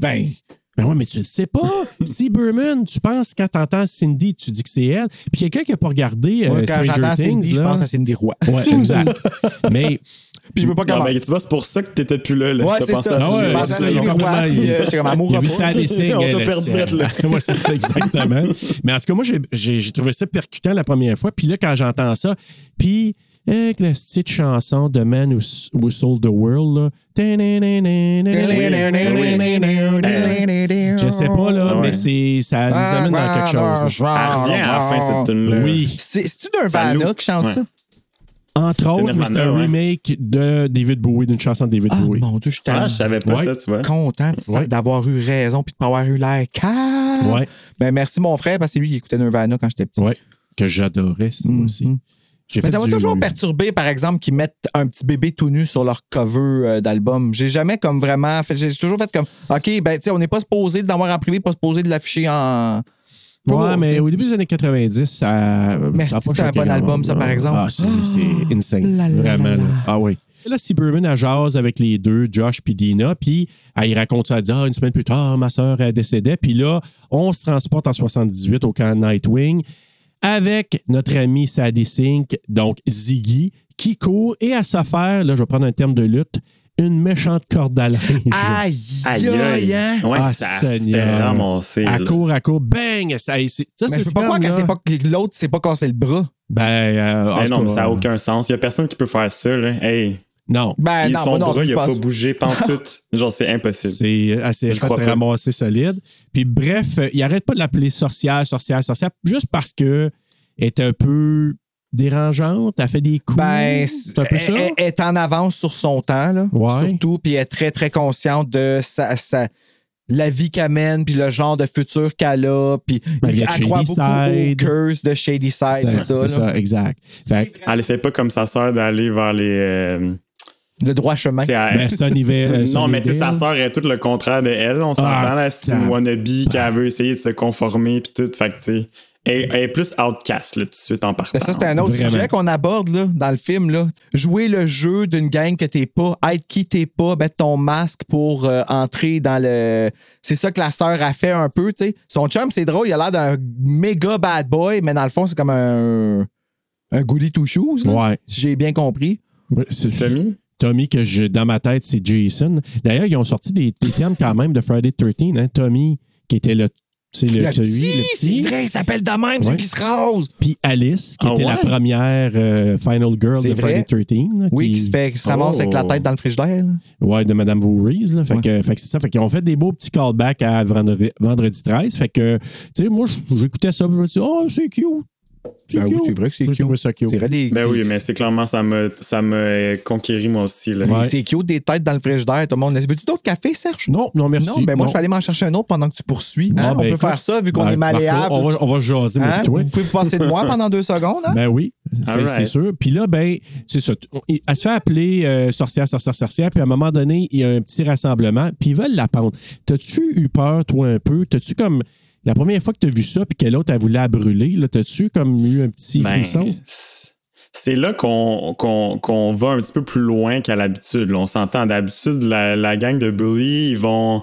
[SPEAKER 4] Ben.
[SPEAKER 2] Ben ouais, mais tu le sais pas. si Berman, tu penses quand t'entends Cindy, tu dis que c'est elle. Puis quelqu'un qui a pas regardé euh,
[SPEAKER 4] moi, quand
[SPEAKER 2] Stranger
[SPEAKER 4] j'entends
[SPEAKER 2] Things,
[SPEAKER 4] Cindy, je
[SPEAKER 2] là-
[SPEAKER 4] pense à Cindy Roy.
[SPEAKER 2] Ouais, exact. mais
[SPEAKER 4] Puis je veux pas
[SPEAKER 9] Non,
[SPEAKER 4] comment.
[SPEAKER 9] mais tu vois, c'est pour ça que t'étais plus là. là.
[SPEAKER 4] Ouais,
[SPEAKER 9] T'as
[SPEAKER 4] c'est
[SPEAKER 9] pensé
[SPEAKER 4] ça.
[SPEAKER 9] à
[SPEAKER 4] Ah ouais,
[SPEAKER 9] J'ai
[SPEAKER 4] c'est
[SPEAKER 9] pensé à
[SPEAKER 4] ça,
[SPEAKER 9] la
[SPEAKER 4] il y a
[SPEAKER 9] Ligue
[SPEAKER 4] complètement-
[SPEAKER 9] Noire.
[SPEAKER 4] il- euh, j'étais comme à mon
[SPEAKER 2] Il a vu
[SPEAKER 4] rapport.
[SPEAKER 2] ça à des signes.
[SPEAKER 9] On t'a
[SPEAKER 2] elle, là,
[SPEAKER 9] perdu,
[SPEAKER 2] c'est-
[SPEAKER 9] là.
[SPEAKER 2] Ouais, c'est ça, exactement. Mais en tout cas, moi, j'ai- j'ai j'ai trouvé ça percutant la première fois. Puis là, quand j'entends ça, puis avec la petite chanson de Man Who, S- Who Sold the World, là.
[SPEAKER 9] Ben
[SPEAKER 2] Ah Je sais pas, là,
[SPEAKER 9] Ouais.
[SPEAKER 2] mais c'est ça nous amène dans quelque
[SPEAKER 9] Ah,
[SPEAKER 2] chose. là.
[SPEAKER 9] Elle revient à la fin, cette tune-là.
[SPEAKER 4] Ah,
[SPEAKER 2] Oui.
[SPEAKER 4] C'est- C'est-tu d'un
[SPEAKER 9] Ça
[SPEAKER 4] Vanna
[SPEAKER 9] look.
[SPEAKER 4] qui chante
[SPEAKER 9] Ouais.
[SPEAKER 4] ça?
[SPEAKER 2] Entre autres, mais
[SPEAKER 9] Nirvana,
[SPEAKER 2] c'est un
[SPEAKER 9] ouais.
[SPEAKER 2] remake de David Bowie, d'une chanson de David
[SPEAKER 4] Ah,
[SPEAKER 2] Bowie.
[SPEAKER 4] mon Dieu, je suis
[SPEAKER 9] Ah,
[SPEAKER 4] tellement
[SPEAKER 9] je savais pas
[SPEAKER 2] Ouais.
[SPEAKER 9] ça, tu vois.
[SPEAKER 4] content de ça,
[SPEAKER 2] Ouais.
[SPEAKER 4] d'avoir eu raison puis de pas avoir eu l'air calme.
[SPEAKER 2] Ouais.
[SPEAKER 4] Ben, merci, mon frère, parce que c'est lui qui écoutait Nirvana quand j'étais petit.
[SPEAKER 2] Ouais. Que j'adorais, c'est moi aussi. J'ai
[SPEAKER 4] Mm, Mais
[SPEAKER 2] fait
[SPEAKER 4] ça m'a
[SPEAKER 2] du-
[SPEAKER 4] toujours perturbé, par exemple, qu'ils mettent un petit bébé tout nu sur leur cover euh, d'album. J'ai jamais comme vraiment fait. J'ai toujours fait comme OK, ben tu sais, on n'est pas supposé de l'avoir en privé, pas supposé de l'afficher en. Oh,
[SPEAKER 2] Ouais, mais au début des années 90, ça.
[SPEAKER 4] Mais
[SPEAKER 2] ça a
[SPEAKER 4] si
[SPEAKER 2] pas
[SPEAKER 4] c'était un
[SPEAKER 2] choqué
[SPEAKER 4] bon
[SPEAKER 2] grand
[SPEAKER 4] album,
[SPEAKER 2] monde,
[SPEAKER 4] ça,
[SPEAKER 2] là.
[SPEAKER 4] par exemple.
[SPEAKER 2] Ah, c'est c'est insane.
[SPEAKER 4] la la
[SPEAKER 2] vraiment,
[SPEAKER 4] la
[SPEAKER 2] là.
[SPEAKER 4] la.
[SPEAKER 2] Ah oui. Et Là, Cyberman, elle jase avec les deux, Josh puis Dina, puis elle y raconte ça. Elle dit Ah, une semaine plus tard, ma soeur elle décédait. Puis là, on se transporte en 78 au camp Nightwing avec notre ami Sadie Sink, donc Ziggy, qui court et à se faire, là, je vais prendre un terme de lutte, une méchante corde à linge.
[SPEAKER 4] Aïe, aïe, aïe, hein?
[SPEAKER 9] Ouais,
[SPEAKER 2] Ah,
[SPEAKER 9] ça se
[SPEAKER 2] Seigneur.
[SPEAKER 9] fait ramasser.
[SPEAKER 2] À
[SPEAKER 9] là.
[SPEAKER 2] court, à court, bang! Ça, c'est- ça, c'est
[SPEAKER 4] Mais je peux pas
[SPEAKER 2] comme,
[SPEAKER 4] croire que
[SPEAKER 2] là,
[SPEAKER 4] c'est pas- que l'autre s'est pas cassé le bras.
[SPEAKER 2] Ben, euh, en
[SPEAKER 9] Ben
[SPEAKER 2] tout
[SPEAKER 9] non, mais
[SPEAKER 2] cas, euh,
[SPEAKER 9] ça n'a aucun sens. Il n'y a personne qui peut faire ça. Là. Hey,
[SPEAKER 2] Non.
[SPEAKER 4] Ben
[SPEAKER 9] il-
[SPEAKER 4] non,
[SPEAKER 9] son
[SPEAKER 4] ben non,
[SPEAKER 9] bras,
[SPEAKER 4] je
[SPEAKER 9] il a
[SPEAKER 4] pense-
[SPEAKER 9] pas bougé pantoute. Genre, c'est impossible.
[SPEAKER 2] C'est assez
[SPEAKER 9] Je crois pas.
[SPEAKER 2] ramassé solide. Puis bref, euh, il arrête pas de l'appeler sorcière, sorcière, sorcière, juste parce que elle est un peu dérangeante, elle fait des coups.
[SPEAKER 4] Ben,
[SPEAKER 2] c'est un peu ça.
[SPEAKER 9] eh,
[SPEAKER 4] Elle, elle est en avance sur son temps, là,
[SPEAKER 2] Ouais.
[SPEAKER 4] surtout, puis elle est très, très consciente de sa, sa- la vie qu'elle mène, puis le genre de futur qu'elle a, puis
[SPEAKER 2] Ben, il y a
[SPEAKER 4] elle croit beaucoup au
[SPEAKER 2] Shadyside.
[SPEAKER 4] curse de Shadyside, c'est ça, là.
[SPEAKER 2] c'est ça, exact. Fait que,
[SPEAKER 9] Elle essaie pas comme sa sœur d'aller vers les. euh,
[SPEAKER 4] le droit chemin.
[SPEAKER 9] tu sais, elle-
[SPEAKER 2] ben, Sunnyva- euh,
[SPEAKER 9] Eh. non, mais tu sais, sa
[SPEAKER 2] Sunnyvale.
[SPEAKER 9] sœur est tout le contraire de elle. On s'entend
[SPEAKER 2] Ah,
[SPEAKER 9] là, c'est
[SPEAKER 2] ça-
[SPEAKER 9] une wannabe qu'elle veut essayer de se conformer puis tout. Fait que tu sais, elle, elle est plus outcast là, tout de suite en partant.
[SPEAKER 4] Ben, Ça, c'est un autre
[SPEAKER 2] Vraiment.
[SPEAKER 4] sujet qu'on aborde là, dans le film. Là. Jouer le jeu d'une gang que t'es pas, être qui t'es pas, mettre ton masque pour euh, entrer dans le. C'est ça que la sœur a fait un peu. tu sais. Son chum, c'est drôle, il a l'air d'un méga bad boy, mais dans le fond, c'est comme un. Un goody two shoes, là,
[SPEAKER 2] Ouais.
[SPEAKER 4] si j'ai bien compris.
[SPEAKER 2] Ouais, c'est-
[SPEAKER 9] Tommy?
[SPEAKER 2] Tommy, que j'ai dans ma tête, c'est Jason. D'ailleurs, ils ont sorti des, des termes quand même de Friday the 13, hein. Tommy, qui était le. C'est le, celui, le petit.
[SPEAKER 4] c'est vrai, il s'appelle de même,
[SPEAKER 2] Ouais.
[SPEAKER 4] celui qui se rase.
[SPEAKER 2] Puis Alice, qui
[SPEAKER 9] Ah
[SPEAKER 2] était la
[SPEAKER 9] ouais?
[SPEAKER 2] première euh, Final Girl
[SPEAKER 4] C'est
[SPEAKER 2] de
[SPEAKER 4] vrai.
[SPEAKER 2] Friday 13. là,
[SPEAKER 4] Oui, qui se, fait, qui se ramasse avec la
[SPEAKER 9] Oh.
[SPEAKER 4] tête dans le frigidaire. là.
[SPEAKER 2] Ouais, de Madame Voorhees. Là. Fait,
[SPEAKER 4] Ouais.
[SPEAKER 2] que, fait que c'est ça. Fait qu'ils ont fait des beaux petits callbacks à vendredi, vendredi 13. Fait que, tu sais, moi, j'écoutais ça. Je me suis dit, oh, c'est cute.
[SPEAKER 4] Ben oui, c'est vrai que c'est
[SPEAKER 2] J'ai
[SPEAKER 4] cute.
[SPEAKER 2] trouvé ça cute.
[SPEAKER 4] C'est vrai, des-
[SPEAKER 9] Ben oui,
[SPEAKER 4] des-
[SPEAKER 9] mais c'est clairement, ça me, ça me euh, conquérit moi aussi. Là.
[SPEAKER 2] Ouais.
[SPEAKER 4] C'est cute, des têtes dans le frigidaire, tout le monde. Veux-tu d'autres cafés, Serge?
[SPEAKER 2] Non, non, merci.
[SPEAKER 4] Non, ben moi,
[SPEAKER 2] Non.
[SPEAKER 4] je vais aller m'en chercher un autre pendant que tu poursuis.
[SPEAKER 2] Bon,
[SPEAKER 4] Hein, on
[SPEAKER 2] ben,
[SPEAKER 4] peut
[SPEAKER 2] écoute,
[SPEAKER 4] faire ça vu qu'on
[SPEAKER 2] ben,
[SPEAKER 4] est malléable.
[SPEAKER 2] Marco, on, va, on va jaser, moi,
[SPEAKER 4] Hein?
[SPEAKER 2] puis toi.
[SPEAKER 4] Vous pouvez vous passer de moi pendant deux secondes. hein?
[SPEAKER 2] Ben oui, c'est
[SPEAKER 9] Alright.
[SPEAKER 2] c'est sûr. Puis là, ben, c'est ça. On- Elle se fait appeler euh, sorcière, sorcière, sorcière. Puis à un moment donné, il y a un petit rassemblement. Puis ils veulent la pendre. T'as-tu eu peur, toi, un peu? T'as-tu comme. La première fois que t'as vu ça, puis que l'autre, elle voulait la brûler, là, t'as-tu comme eu un petit
[SPEAKER 9] Ben,
[SPEAKER 2] frisson?
[SPEAKER 9] c'est- C'est là qu'on qu'on- qu'on va un petit peu plus loin qu'à l'habitude. là. On s'entend. D'habitude, la, la gang de Bully, ils vont.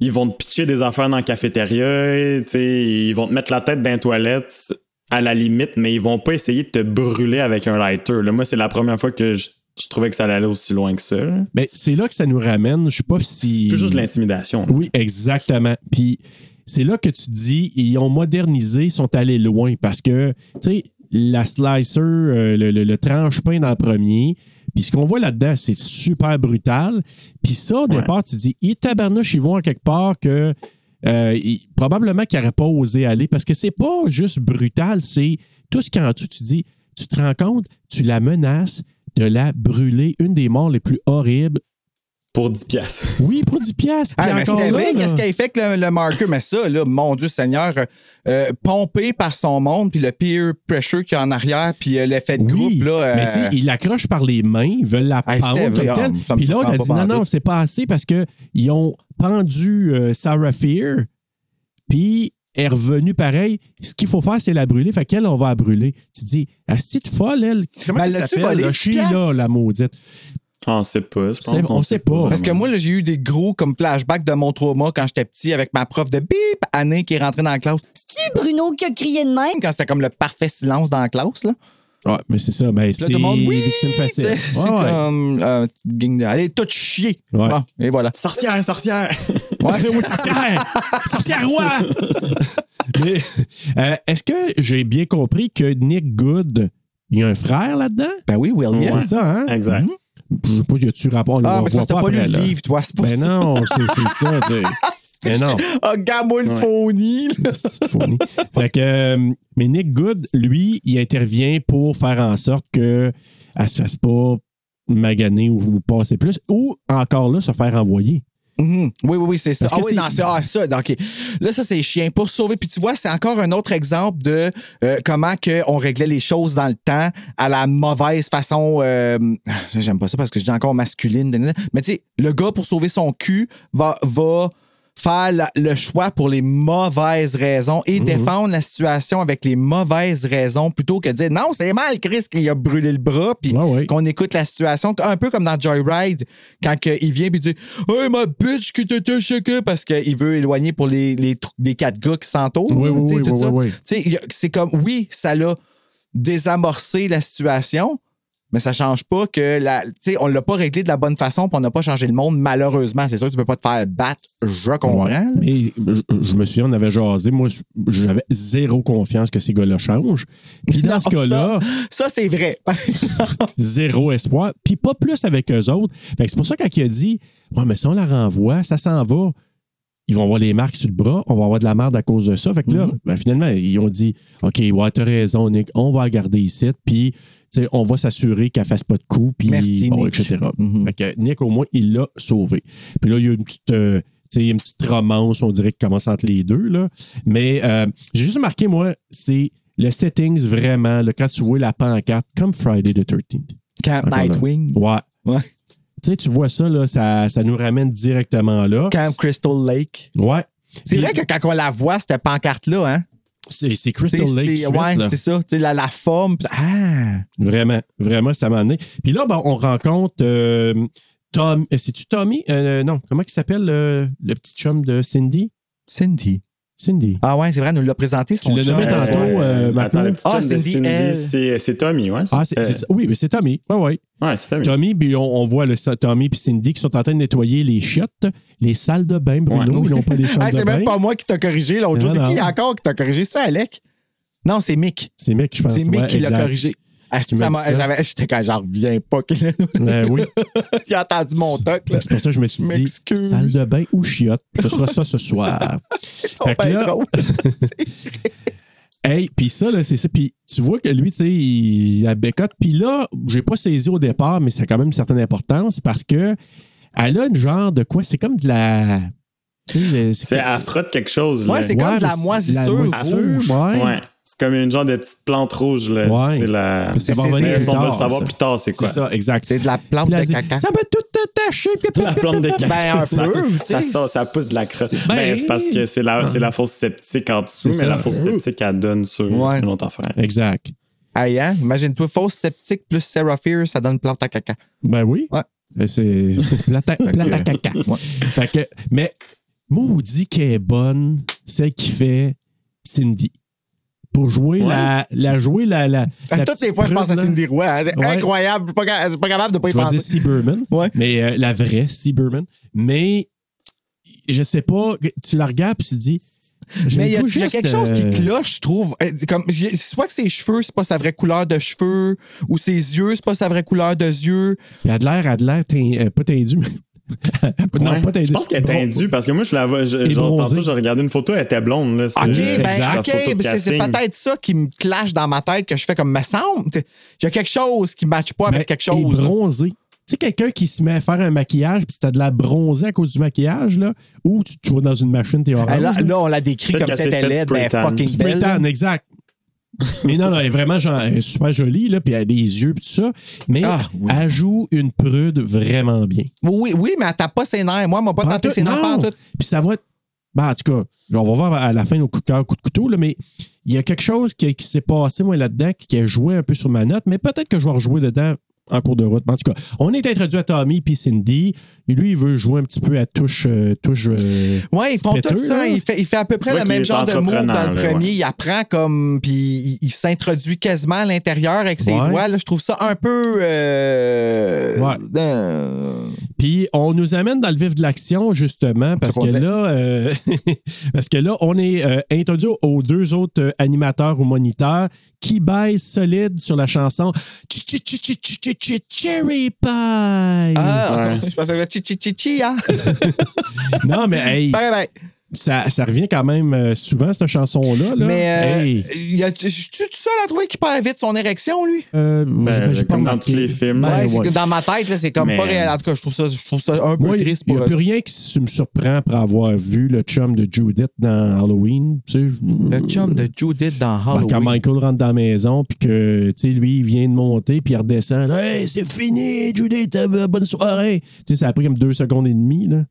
[SPEAKER 9] Ils vont te pitcher des affaires dans la cafétéria, tu sais, ils vont te mettre la tête dans les toilettes à la limite, mais ils vont pas essayer de te brûler avec un lighter. là. Moi, c'est la première fois que je, je trouvais que ça allait aussi loin que ça. là.
[SPEAKER 2] Mais Ben, c'est là que ça nous ramène. Je sais pas si.
[SPEAKER 9] C'est plus juste de l'intimidation. là.
[SPEAKER 2] Oui, exactement. Puis c'est là que tu dis, ils ont modernisé, ils sont allés loin parce que, tu sais, la slicer, euh, le, le- le tranche-pain dans le premier, puis ce qu'on voit là-dedans, c'est super brutal. Puis ça, au
[SPEAKER 9] Ouais.
[SPEAKER 2] départ, tu dis, ils tabarnouche, ils vont à quelque part que euh, ils- probablement qu'ils n'auraient pas osé aller parce que c'est pas juste brutal, c'est tout ce qu'en dessous, tu dis, tu te rends compte, tu la menaces de la brûler, une des morts les plus horribles.
[SPEAKER 9] Pour 10 piastres.
[SPEAKER 2] Oui, pour 10 piastres.
[SPEAKER 4] Ah,
[SPEAKER 2] puis
[SPEAKER 4] mais
[SPEAKER 2] encore
[SPEAKER 4] c'était
[SPEAKER 2] là,
[SPEAKER 4] vrai,
[SPEAKER 2] là.
[SPEAKER 4] qu'est-ce qu'elle fait que le, le marqueur? Mais ça, là, mon Dieu Seigneur, euh, euh, pompé par son monde, puis le peer pressure qu'il y a en arrière, puis euh, l'effet de
[SPEAKER 2] Oui,
[SPEAKER 4] groupe, là. euh,
[SPEAKER 2] mais tu sais, ils l'accrochent par les mains, ils veulent la
[SPEAKER 4] Hey,
[SPEAKER 2] pendre
[SPEAKER 4] c'était
[SPEAKER 2] comme
[SPEAKER 4] vrai,
[SPEAKER 2] telle.
[SPEAKER 4] ah, ça me
[SPEAKER 2] Puis l'autre,
[SPEAKER 4] surprend
[SPEAKER 2] elle
[SPEAKER 4] pas
[SPEAKER 2] dit non, non,
[SPEAKER 4] pantoute.
[SPEAKER 2] c'est pas assez parce qu'ils ont pendu euh, Sarah Fear, puis elle est revenue pareil. Ce qu'il faut faire, c'est la brûler. Fait qu'elle, on va la brûler. Tu dis, ah, si tu folle, elle. Comment
[SPEAKER 4] Mais
[SPEAKER 2] elle
[SPEAKER 4] l'as-tu
[SPEAKER 2] s'appelle?
[SPEAKER 4] volé,
[SPEAKER 2] là?
[SPEAKER 4] le
[SPEAKER 2] Sheila,
[SPEAKER 4] piastre?
[SPEAKER 2] la maudite.
[SPEAKER 9] Ah, On sait pas. je pense
[SPEAKER 2] C'est-
[SPEAKER 9] qu'on
[SPEAKER 2] on sait pas.
[SPEAKER 4] Parce que moi, là, j'ai eu des gros comme flashbacks de mon trauma quand j'étais petit avec ma prof de bip, Annie, qui est rentrée dans la classe.
[SPEAKER 10] Tu, Bruno, qui a crié de même?
[SPEAKER 4] Quand c'était comme le parfait silence dans la classe, là.
[SPEAKER 2] Ouais, mais c'est ça. Ben,
[SPEAKER 4] Puis là,
[SPEAKER 2] c'est
[SPEAKER 4] tout le monde, oui,
[SPEAKER 2] victime facile.
[SPEAKER 4] tu sais,
[SPEAKER 2] Ouais,
[SPEAKER 4] C'est
[SPEAKER 2] ouais.
[SPEAKER 4] comme euh, gang de- Allez, tout chier.
[SPEAKER 2] Ouais.
[SPEAKER 4] Bon, et voilà.
[SPEAKER 9] Sorcière, sorcière!
[SPEAKER 4] Ouais.
[SPEAKER 2] Oui, sorcière! sorcière roi! Mais, euh, est-ce que j'ai bien compris que Nick Good, il y a un frère là-dedans?
[SPEAKER 4] Ben oui, William.
[SPEAKER 2] C'est ça, hein?
[SPEAKER 9] Exact.
[SPEAKER 2] Mhm. Je sais pas, y a-tu rapport? là, on
[SPEAKER 4] Ah, mais
[SPEAKER 2] le
[SPEAKER 4] c'est
[SPEAKER 2] voit
[SPEAKER 4] parce que t'as pas
[SPEAKER 2] après,
[SPEAKER 4] lu le
[SPEAKER 2] là.
[SPEAKER 4] livre, toi, c'est pour
[SPEAKER 2] Ben
[SPEAKER 4] ça.
[SPEAKER 2] non, c'est c'est ça, tu sais. Mais non.
[SPEAKER 4] Ah, regarde-moi le
[SPEAKER 9] Ouais.
[SPEAKER 4] phony, là.
[SPEAKER 2] C'est fourni. Fait que, euh, mais Nick Good, lui, il intervient pour faire en sorte qu'elle ne se fasse pas maganer ou, ou passer plus, ou encore là, se faire envoyer.
[SPEAKER 4] Mhm. Oui, oui, oui, c'est ça.
[SPEAKER 2] Parce
[SPEAKER 4] Ah
[SPEAKER 2] que
[SPEAKER 4] oui,
[SPEAKER 2] c'est-
[SPEAKER 4] non, c'est- ah, ça, donc, OK. Là, ça, c'est chien pour sauver. Puis tu vois, c'est encore un autre exemple de euh, comment que on réglait les choses dans le temps à la mauvaise façon. euh, J'aime pas ça parce que je dis encore masculine. nanana. Mais tu sais, le gars, pour sauver son cul, va, va faire la- le choix pour les mauvaises raisons et
[SPEAKER 2] Mhm.
[SPEAKER 4] défendre la situation avec les mauvaises raisons plutôt que de dire non, c'est mal, Chris, qu'il a brûlé le bras. Puis
[SPEAKER 2] Ouais, ouais.
[SPEAKER 4] qu'on écoute la situation, un peu comme dans Joyride, quand que il vient et dit Hey, ma bitch, qui t'étais choqué parce qu'il veut éloigner pour les, les, tr- les quatre gars qui s'entourent.
[SPEAKER 2] Oui,
[SPEAKER 4] là,
[SPEAKER 2] oui,
[SPEAKER 4] tu sais,
[SPEAKER 2] oui,
[SPEAKER 4] tout
[SPEAKER 2] oui,
[SPEAKER 4] ça.
[SPEAKER 2] oui, oui.
[SPEAKER 4] Tu sais, il y a- C'est comme, oui, ça l'a désamorcé la situation, mais ça change pas que la, tu sais, on l'a pas réglé de la bonne façon puis on n'a pas changé le monde, malheureusement. C'est sûr que tu peux pas te faire battre, je comprends.
[SPEAKER 2] Ouais.
[SPEAKER 4] là.
[SPEAKER 2] Mais je, je me souviens, on avait jasé. Moi, j'avais zéro confiance que ces gars-là changent. Puis dans
[SPEAKER 4] Non,
[SPEAKER 2] ce cas-là,
[SPEAKER 4] Ça, c'est vrai.
[SPEAKER 2] zéro espoir. Puis pas plus avec eux autres. Fait que c'est pour ça quand il a dit Ouais, mais si on la renvoie, ça s'en va. Ils vont avoir les marques sur le bras, on va avoir de la merde à cause de ça. Fait que là,
[SPEAKER 4] Mm-hmm.
[SPEAKER 2] ben, finalement, ils ont dit OK, ouais, t'as raison, Nick, on va la garder ici, puis tu sais, on va s'assurer qu'elle fasse pas de coups, puis
[SPEAKER 4] Merci,
[SPEAKER 2] bon,
[SPEAKER 4] Nick.
[SPEAKER 2] etc.
[SPEAKER 4] Mhm.
[SPEAKER 2] Fait que Nick, au moins, il l'a sauvé. Puis là, il y a une petite. euh, tu sais, il y a une petite romance, on dirait, qui commence entre les deux. Là. Mais euh, j'ai juste marqué, moi, c'est le settings vraiment, le quand tu vois la pancarte, comme Friday the 13th.
[SPEAKER 4] Camp
[SPEAKER 2] Encore là.
[SPEAKER 4] Nightwing,
[SPEAKER 2] Ouais.
[SPEAKER 4] Ouais.
[SPEAKER 2] Tu sais, tu vois ça, là, ça, ça nous ramène directement là.
[SPEAKER 4] Camp Crystal Lake.
[SPEAKER 2] Ouais.
[SPEAKER 4] C'est
[SPEAKER 2] Puis,
[SPEAKER 4] vrai que quand on la voit, cette pancarte-là, hein,
[SPEAKER 2] C'est c'est
[SPEAKER 4] tu sais,
[SPEAKER 2] Crystal Lake.
[SPEAKER 4] c'est
[SPEAKER 2] tout de
[SPEAKER 4] ouais,
[SPEAKER 2] suite, là.
[SPEAKER 4] c'est ça. Tu sais, La, la forme. pis- Ah!
[SPEAKER 2] Vraiment, vraiment, ça m'a amené. Puis là, ben, on rencontre euh, Tom. euh, C'est-tu Tommy? Euh, non, comment il s'appelle euh, le petit chum de Cindy?
[SPEAKER 4] Cindy.
[SPEAKER 2] Cindy.
[SPEAKER 4] Ah ouais, c'est vrai, elle nous l'a présenté son
[SPEAKER 2] l'as
[SPEAKER 4] chum.
[SPEAKER 2] nommé tantôt,
[SPEAKER 4] Ouais.
[SPEAKER 2] euh, Marco.
[SPEAKER 9] Attends, le petit
[SPEAKER 4] Ah,
[SPEAKER 9] chum de
[SPEAKER 4] Cindy, elle.
[SPEAKER 9] Cindy, c'est- c'est Tommy, ouais?
[SPEAKER 2] Ah, c'est-
[SPEAKER 9] Euh,
[SPEAKER 2] c'est ça. oui, mais c'est Tommy. Oui, oui.
[SPEAKER 9] Ouais, c'est Tommy.
[SPEAKER 2] Tommy, puis on, on voit le, Tommy puis Cindy qui sont en train de nettoyer les chiottes, les salles de bain, Bruno.
[SPEAKER 9] Ouais.
[SPEAKER 2] Ils n'ont pas les chambres
[SPEAKER 4] Hey,
[SPEAKER 2] de
[SPEAKER 4] Ah, c'est
[SPEAKER 2] bain.
[SPEAKER 4] même pas moi qui t'a corrigé l'autre
[SPEAKER 2] Non,
[SPEAKER 4] jour. C'est
[SPEAKER 2] non.
[SPEAKER 4] qui encore qui t'a corrigé? C'est Alec? Non, c'est Mick.
[SPEAKER 2] C'est Mick, je pense.
[SPEAKER 4] C'est Mick
[SPEAKER 2] ouais,
[SPEAKER 4] qui l'a
[SPEAKER 2] exact.
[SPEAKER 4] corrigé. Ah,
[SPEAKER 2] Tu
[SPEAKER 4] ça
[SPEAKER 2] m'as
[SPEAKER 4] m'a-
[SPEAKER 2] dit ça.
[SPEAKER 4] j'avais- J'étais quand j'en reviens pas qu'il
[SPEAKER 2] Ben oui.
[SPEAKER 4] il a entendu mon toc. Là.
[SPEAKER 2] C'est pour ça que je me suis
[SPEAKER 4] Je
[SPEAKER 2] dit
[SPEAKER 4] m'excuse.
[SPEAKER 2] salle de bain ou chiotte. Ce sera ça ce soir.
[SPEAKER 4] Ton
[SPEAKER 2] que là-
[SPEAKER 4] patron.
[SPEAKER 2] Hey, puis ça, là, c'est ça. Puis tu vois que lui, tu sais, il la bécote. Puis là, j'ai pas saisi au départ, mais ça a quand même une certaine importance parce que elle a une genre de quoi? C'est comme de la. tu sais,
[SPEAKER 9] C'est elle frotte quelque chose.
[SPEAKER 4] Ouais,
[SPEAKER 9] là.
[SPEAKER 4] c'est comme de la
[SPEAKER 2] mais c'est-
[SPEAKER 4] moisissure rouge.
[SPEAKER 2] ouais.
[SPEAKER 9] Ouais. C'est comme une genre de petite plante rouge, là.
[SPEAKER 2] Ouais.
[SPEAKER 9] C'est la.
[SPEAKER 2] Ça va
[SPEAKER 4] c'est-
[SPEAKER 2] revenir
[SPEAKER 9] Mais
[SPEAKER 2] plus
[SPEAKER 9] on va le
[SPEAKER 2] tard,
[SPEAKER 9] savoir
[SPEAKER 2] ça.
[SPEAKER 9] plus tard, c'est quoi?
[SPEAKER 2] C'est ça, exact.
[SPEAKER 4] C'est de la plante
[SPEAKER 2] Puis elle
[SPEAKER 4] de
[SPEAKER 2] dit,
[SPEAKER 4] caca.
[SPEAKER 2] Ça va tout attacher.
[SPEAKER 9] La plante de caca.
[SPEAKER 4] Ben, un
[SPEAKER 9] Ça-
[SPEAKER 4] peu, tu
[SPEAKER 9] Ça,
[SPEAKER 4] sais,
[SPEAKER 9] sort- ça pousse de la crotte.
[SPEAKER 2] c'est-
[SPEAKER 9] Ben,
[SPEAKER 2] ben,
[SPEAKER 9] c'est parce que c'est la, c'est la fosse sceptique en dessous, mais
[SPEAKER 2] C'est ça.
[SPEAKER 9] la fosse sceptique, elle donne sur
[SPEAKER 4] Ouais.
[SPEAKER 9] une autre affaire.
[SPEAKER 2] Exact.
[SPEAKER 4] Hey, hein? Imagine-toi, fausse sceptique plus Sarah Fear, ça donne plante à caca.
[SPEAKER 2] Ben oui.
[SPEAKER 4] Ouais.
[SPEAKER 2] Ben, C'est plata, plata caca. Fait que, mais maudit qu'elle est bonne, celle qui fait Cindy. Pour jouer
[SPEAKER 9] Ouais.
[SPEAKER 2] la, la jouer la, la, la
[SPEAKER 4] Toutes les
[SPEAKER 2] petite
[SPEAKER 4] fois, je pense
[SPEAKER 2] brune,
[SPEAKER 4] à
[SPEAKER 2] là.
[SPEAKER 4] Cindy Roy. hein. C'est
[SPEAKER 2] Ouais.
[SPEAKER 4] incroyable. Je suis pas ca- je suis pas capable de pas y
[SPEAKER 2] Je vais
[SPEAKER 4] penser.
[SPEAKER 2] dire Seaburman.
[SPEAKER 4] Ouais.
[SPEAKER 2] Mais euh, la vraie Seaburman. Mais je sais pas, que- tu la regardes puis tu te dis. j'ai
[SPEAKER 4] Mais il y a,
[SPEAKER 2] le goût
[SPEAKER 4] il y a
[SPEAKER 2] juste,
[SPEAKER 4] quelque chose qui
[SPEAKER 2] euh,
[SPEAKER 4] cloche, je trouve. Euh, Comme, j'ai- soit que ses cheveux, c'est pas sa vraie couleur de cheveux, ou ses yeux, c'est pas sa vraie couleur de yeux.
[SPEAKER 2] Puis Adler, Adler, teint- euh, pas tendu, mais. non,
[SPEAKER 9] Ouais.
[SPEAKER 2] pas tendu.
[SPEAKER 9] Je pense qu'elle est tendue parce que moi, je la vois. je-
[SPEAKER 2] Et
[SPEAKER 9] Genre,
[SPEAKER 2] bronzée.
[SPEAKER 9] tantôt, j'ai regardé une photo, elle était blonde. Là, euh,
[SPEAKER 4] OK, ben,
[SPEAKER 2] exact.
[SPEAKER 4] OK, ben, c'est- c'est peut-être ça qui me clash dans ma tête que je fais comme me semble. t'sais, Il y a quelque chose qui ne matche pas
[SPEAKER 2] Mais
[SPEAKER 4] avec quelque
[SPEAKER 2] Et
[SPEAKER 4] chose. là.
[SPEAKER 2] bronzé. Tu sais, quelqu'un qui se met à faire un maquillage, puis si t'as de la bronzée à cause du maquillage, là, ou tu te vois dans une machine, t'es orange.
[SPEAKER 4] Hey, Ben, Là,
[SPEAKER 2] là.
[SPEAKER 4] là, on la décrit
[SPEAKER 9] Peut-être
[SPEAKER 4] comme si
[SPEAKER 9] qu'elle
[SPEAKER 4] elle
[SPEAKER 9] s'est
[SPEAKER 4] était
[SPEAKER 9] fait
[SPEAKER 4] laide, mais
[SPEAKER 9] spray tan.
[SPEAKER 4] fucking
[SPEAKER 2] Spray
[SPEAKER 4] belle.
[SPEAKER 2] tan, exact. Mais non, non, elle est vraiment genre, elle est super jolie, là, puis elle a des yeux, puis tout ça. Mais
[SPEAKER 4] Ah, oui.
[SPEAKER 2] elle joue une prude vraiment bien.
[SPEAKER 4] Oui, oui, mais elle tape pas ses nerfs. Moi, elle m'a pas tapé ses nerfs
[SPEAKER 2] non.
[SPEAKER 4] pas en Ben, tout.
[SPEAKER 2] Puis ça va être. Ben, en tout cas, on va voir à la fin nos coups de cœur, coups de couteau, là, mais il y a quelque chose qui, qui s'est passé, moi, là-dedans, qui, qui a joué un peu sur ma note, mais peut-être que je vais rejouer dedans en cours de route. En tout cas, on est introduit à Tommy puis Cindy. Et lui, il veut jouer un petit peu à touche. euh, touche euh,
[SPEAKER 4] Ouais, ils font
[SPEAKER 2] péteux,
[SPEAKER 4] tout ça.
[SPEAKER 2] là.
[SPEAKER 4] Il fait, il fait à peu
[SPEAKER 9] Tu
[SPEAKER 4] près
[SPEAKER 9] vois
[SPEAKER 4] le
[SPEAKER 9] qu'il
[SPEAKER 4] même
[SPEAKER 9] est
[SPEAKER 4] genre de mots dans le
[SPEAKER 9] entreprenant, là,
[SPEAKER 4] premier.
[SPEAKER 9] ouais.
[SPEAKER 4] Il apprend comme. Puis il, il s'introduit quasiment à l'intérieur avec ses
[SPEAKER 2] Ouais.
[SPEAKER 4] doigts. là. Je trouve ça un peu. euh,
[SPEAKER 2] Ouais.
[SPEAKER 4] euh,
[SPEAKER 2] Puis on nous amène dans le vif de l'action, justement, parce
[SPEAKER 4] qu'on
[SPEAKER 2] que,
[SPEAKER 4] disait.
[SPEAKER 2] là, euh, parce que là, on est euh, introduit aux deux autres euh, animateurs ou moniteurs qui baissent solide sur la chanson Ch- ch- ch- ch- ch- ch- ch- Cherry Pie.
[SPEAKER 4] Ah,
[SPEAKER 9] Ouais.
[SPEAKER 4] je pensais que chi chi chi chi, hein.
[SPEAKER 2] Non, mais hey,
[SPEAKER 4] Pareil, pareil.
[SPEAKER 2] ça, ça revient quand même euh, souvent, cette chanson-là. là.
[SPEAKER 4] Mais. euh,
[SPEAKER 2] Hey.
[SPEAKER 4] y a- Je suis tout seul à trouver qu'il perd vite son érection, lui.
[SPEAKER 2] Euh, j'ai- j'ai pas
[SPEAKER 9] comme dans
[SPEAKER 2] remarqué.
[SPEAKER 9] tous les films.
[SPEAKER 2] Ben,
[SPEAKER 4] Ouais, c'est
[SPEAKER 2] ouais.
[SPEAKER 4] que dans ma tête, là, c'est comme
[SPEAKER 9] Mais-
[SPEAKER 4] pas réel. En tout cas, je trouve ça, je trouve ça un peu
[SPEAKER 2] Moi, il
[SPEAKER 4] triste
[SPEAKER 2] n'y
[SPEAKER 4] pour
[SPEAKER 2] a
[SPEAKER 4] eux.
[SPEAKER 2] plus rien qui s- me surprend après avoir vu le chum de Judith dans Halloween. Tu sais, je-
[SPEAKER 4] Le chum de Judith dans
[SPEAKER 2] Ben,
[SPEAKER 4] Halloween.
[SPEAKER 2] quand Michael rentre dans la maison, puis que, tu sais, lui, il vient de monter, puis il redescend. Hey, c'est fini, Judith, euh, bonne soirée. Tu sais, ça a pris comme deux secondes et demie, là.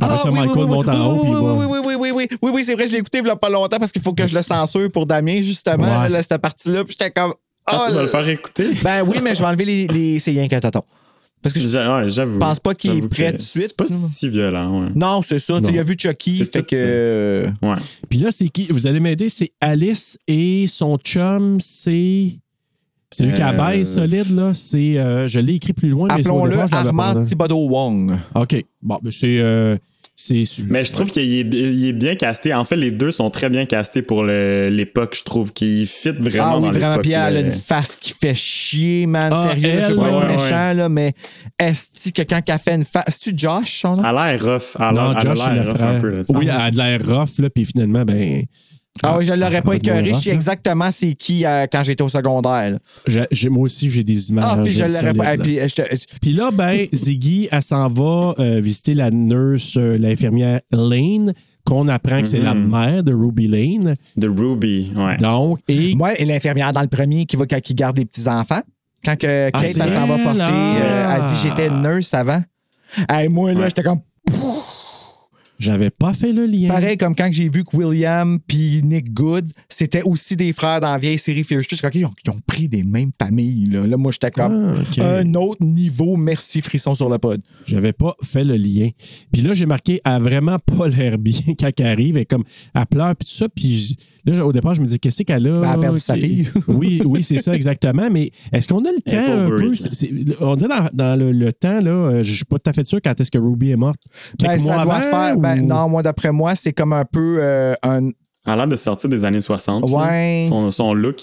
[SPEAKER 2] Après ça, Michael monte en haut,
[SPEAKER 4] Ah oui,
[SPEAKER 2] puis il va.
[SPEAKER 4] oui, oui, oui, oui, oui, oui, oui, c'est vrai, je l'ai écouté il y a pas longtemps parce qu'il faut que je le censure pour Damien, justement,
[SPEAKER 2] Ouais.
[SPEAKER 4] là, cette partie-là. Puis j'étais comme.
[SPEAKER 9] Ah,
[SPEAKER 4] oh
[SPEAKER 9] tu
[SPEAKER 4] là-
[SPEAKER 9] vas le faire écouter?
[SPEAKER 4] Ben oui, mais je vais enlever les. les... C'est rien qu'un tonton. Parce que je.
[SPEAKER 9] J'a- ouais, J'avoue.
[SPEAKER 4] Je pense pas qu'il est
[SPEAKER 9] J'avoue
[SPEAKER 4] prêt
[SPEAKER 9] que
[SPEAKER 4] de suite.
[SPEAKER 9] C'est pas si violent, ouais.
[SPEAKER 4] Non, c'est ça. tu sais, Il a vu Chucky,
[SPEAKER 9] C'est
[SPEAKER 4] fait
[SPEAKER 9] tout
[SPEAKER 4] que.
[SPEAKER 9] ça.
[SPEAKER 4] euh,
[SPEAKER 9] Ouais.
[SPEAKER 2] Puis là, c'est qui Vous allez m'aider, c'est Alice et son chum, c'est. C'est lui qui a
[SPEAKER 9] Euh,
[SPEAKER 2] baille solide, là. C'est. euh, je l'ai écrit plus loin, mais c'est au
[SPEAKER 4] Appelons-le
[SPEAKER 2] départ, je l'avais pas
[SPEAKER 4] Armand
[SPEAKER 2] là.
[SPEAKER 4] Thibodeau Wong.
[SPEAKER 2] OK. Bon, ben, c'est. euh, c'est.
[SPEAKER 9] Mais je trouve qu'il est, il est bien casté. En fait, les deux sont très bien castés pour le- l'époque, je trouve, qu'ils fit vraiment
[SPEAKER 4] Ah oui,
[SPEAKER 9] dans
[SPEAKER 4] vraiment.
[SPEAKER 9] l'époque.
[SPEAKER 4] Puis elle a
[SPEAKER 9] là.
[SPEAKER 4] une face qui fait chier, man.
[SPEAKER 2] Ah,
[SPEAKER 4] sérieux, je
[SPEAKER 2] elle,
[SPEAKER 4] suis pas
[SPEAKER 9] ouais, ouais,
[SPEAKER 4] méchant, là, mais est-ce que quand elle fait une face. C'est-tu Josh, son nom?
[SPEAKER 2] Ah.
[SPEAKER 9] Elle a l'air rough. Elle a
[SPEAKER 2] Non,
[SPEAKER 9] elle a
[SPEAKER 2] Josh, c'est
[SPEAKER 9] l'air
[SPEAKER 2] le
[SPEAKER 9] rough un
[SPEAKER 2] frère.
[SPEAKER 9] peu. là, tu
[SPEAKER 2] oui, elle
[SPEAKER 9] sais.
[SPEAKER 2] a de l'air rough, là, puis finalement, ben.
[SPEAKER 4] Ah oui, je l'aurais pas écœuré. Je sais
[SPEAKER 2] exact.
[SPEAKER 4] exactement c'est qui euh, quand j'étais au secondaire. là.
[SPEAKER 2] J'ai- j'ai- moi aussi, j'ai des images.
[SPEAKER 4] Ah, puis je l'aurais
[SPEAKER 2] solides,
[SPEAKER 4] pas.
[SPEAKER 2] là.
[SPEAKER 4] ah, puis, euh, je te- je-
[SPEAKER 2] Puis là, ben, Ziggy, elle s'en va euh, visiter la nurse, euh, l'infirmière Lane, qu'on apprend que c'est la
[SPEAKER 9] Mm-hmm.
[SPEAKER 2] mère de Ruby Lane.
[SPEAKER 9] De Ruby, ouais.
[SPEAKER 2] Donc, et.
[SPEAKER 4] Moi, et l'infirmière dans le premier qui, va, qui garde les petits-enfants. Quand que Kate,
[SPEAKER 2] Ah, c'est
[SPEAKER 4] elle s'en va
[SPEAKER 2] elle,
[SPEAKER 4] porter,
[SPEAKER 2] ah.
[SPEAKER 4] euh, elle dit j'étais une nurse avant. Hey, moi, là,
[SPEAKER 9] Ouais.
[SPEAKER 4] j'étais comme.
[SPEAKER 2] J'avais pas fait le lien.
[SPEAKER 4] Pareil comme quand j'ai vu que William puis Nick Good, c'était aussi des frères dans la vieille série Fear Street. C'est comme, OK, Ils ont, ils ont pris des mêmes familles. Là, Là, moi, j'étais comme
[SPEAKER 2] Ah, ok.
[SPEAKER 4] un autre niveau. Merci, frisson sur le pod.
[SPEAKER 2] J'avais pas fait le lien. Puis là, j'ai marqué, elle a vraiment pas l'air bien quand elle arrive. Elle, est comme, elle pleure, puis tout ça. Puis je- là, au départ, je me dis, qu'est-ce qu'elle a?
[SPEAKER 4] Ben, elle a perdu sa
[SPEAKER 2] Qui-
[SPEAKER 4] fille.
[SPEAKER 2] oui, oui, c'est ça, exactement. Mais est-ce qu'on a le
[SPEAKER 9] Elle est
[SPEAKER 2] temps
[SPEAKER 9] hein. pas
[SPEAKER 2] un
[SPEAKER 9] over
[SPEAKER 2] peu?
[SPEAKER 9] it, là.
[SPEAKER 2] C'est- c'est- on dit dans, dans le, le temps, là, euh, je suis pas tout à fait sûr quand est-ce que Ruby est morte.
[SPEAKER 4] Ben,
[SPEAKER 2] Quelques
[SPEAKER 4] ça
[SPEAKER 2] mois
[SPEAKER 4] doit
[SPEAKER 2] avant,
[SPEAKER 4] faire. ben,
[SPEAKER 2] ou-
[SPEAKER 4] non, moi, d'après moi, c'est comme un peu euh, un,
[SPEAKER 9] Elle a l'air de sortir des années 60. là.
[SPEAKER 4] Ouais.
[SPEAKER 9] Son, son look.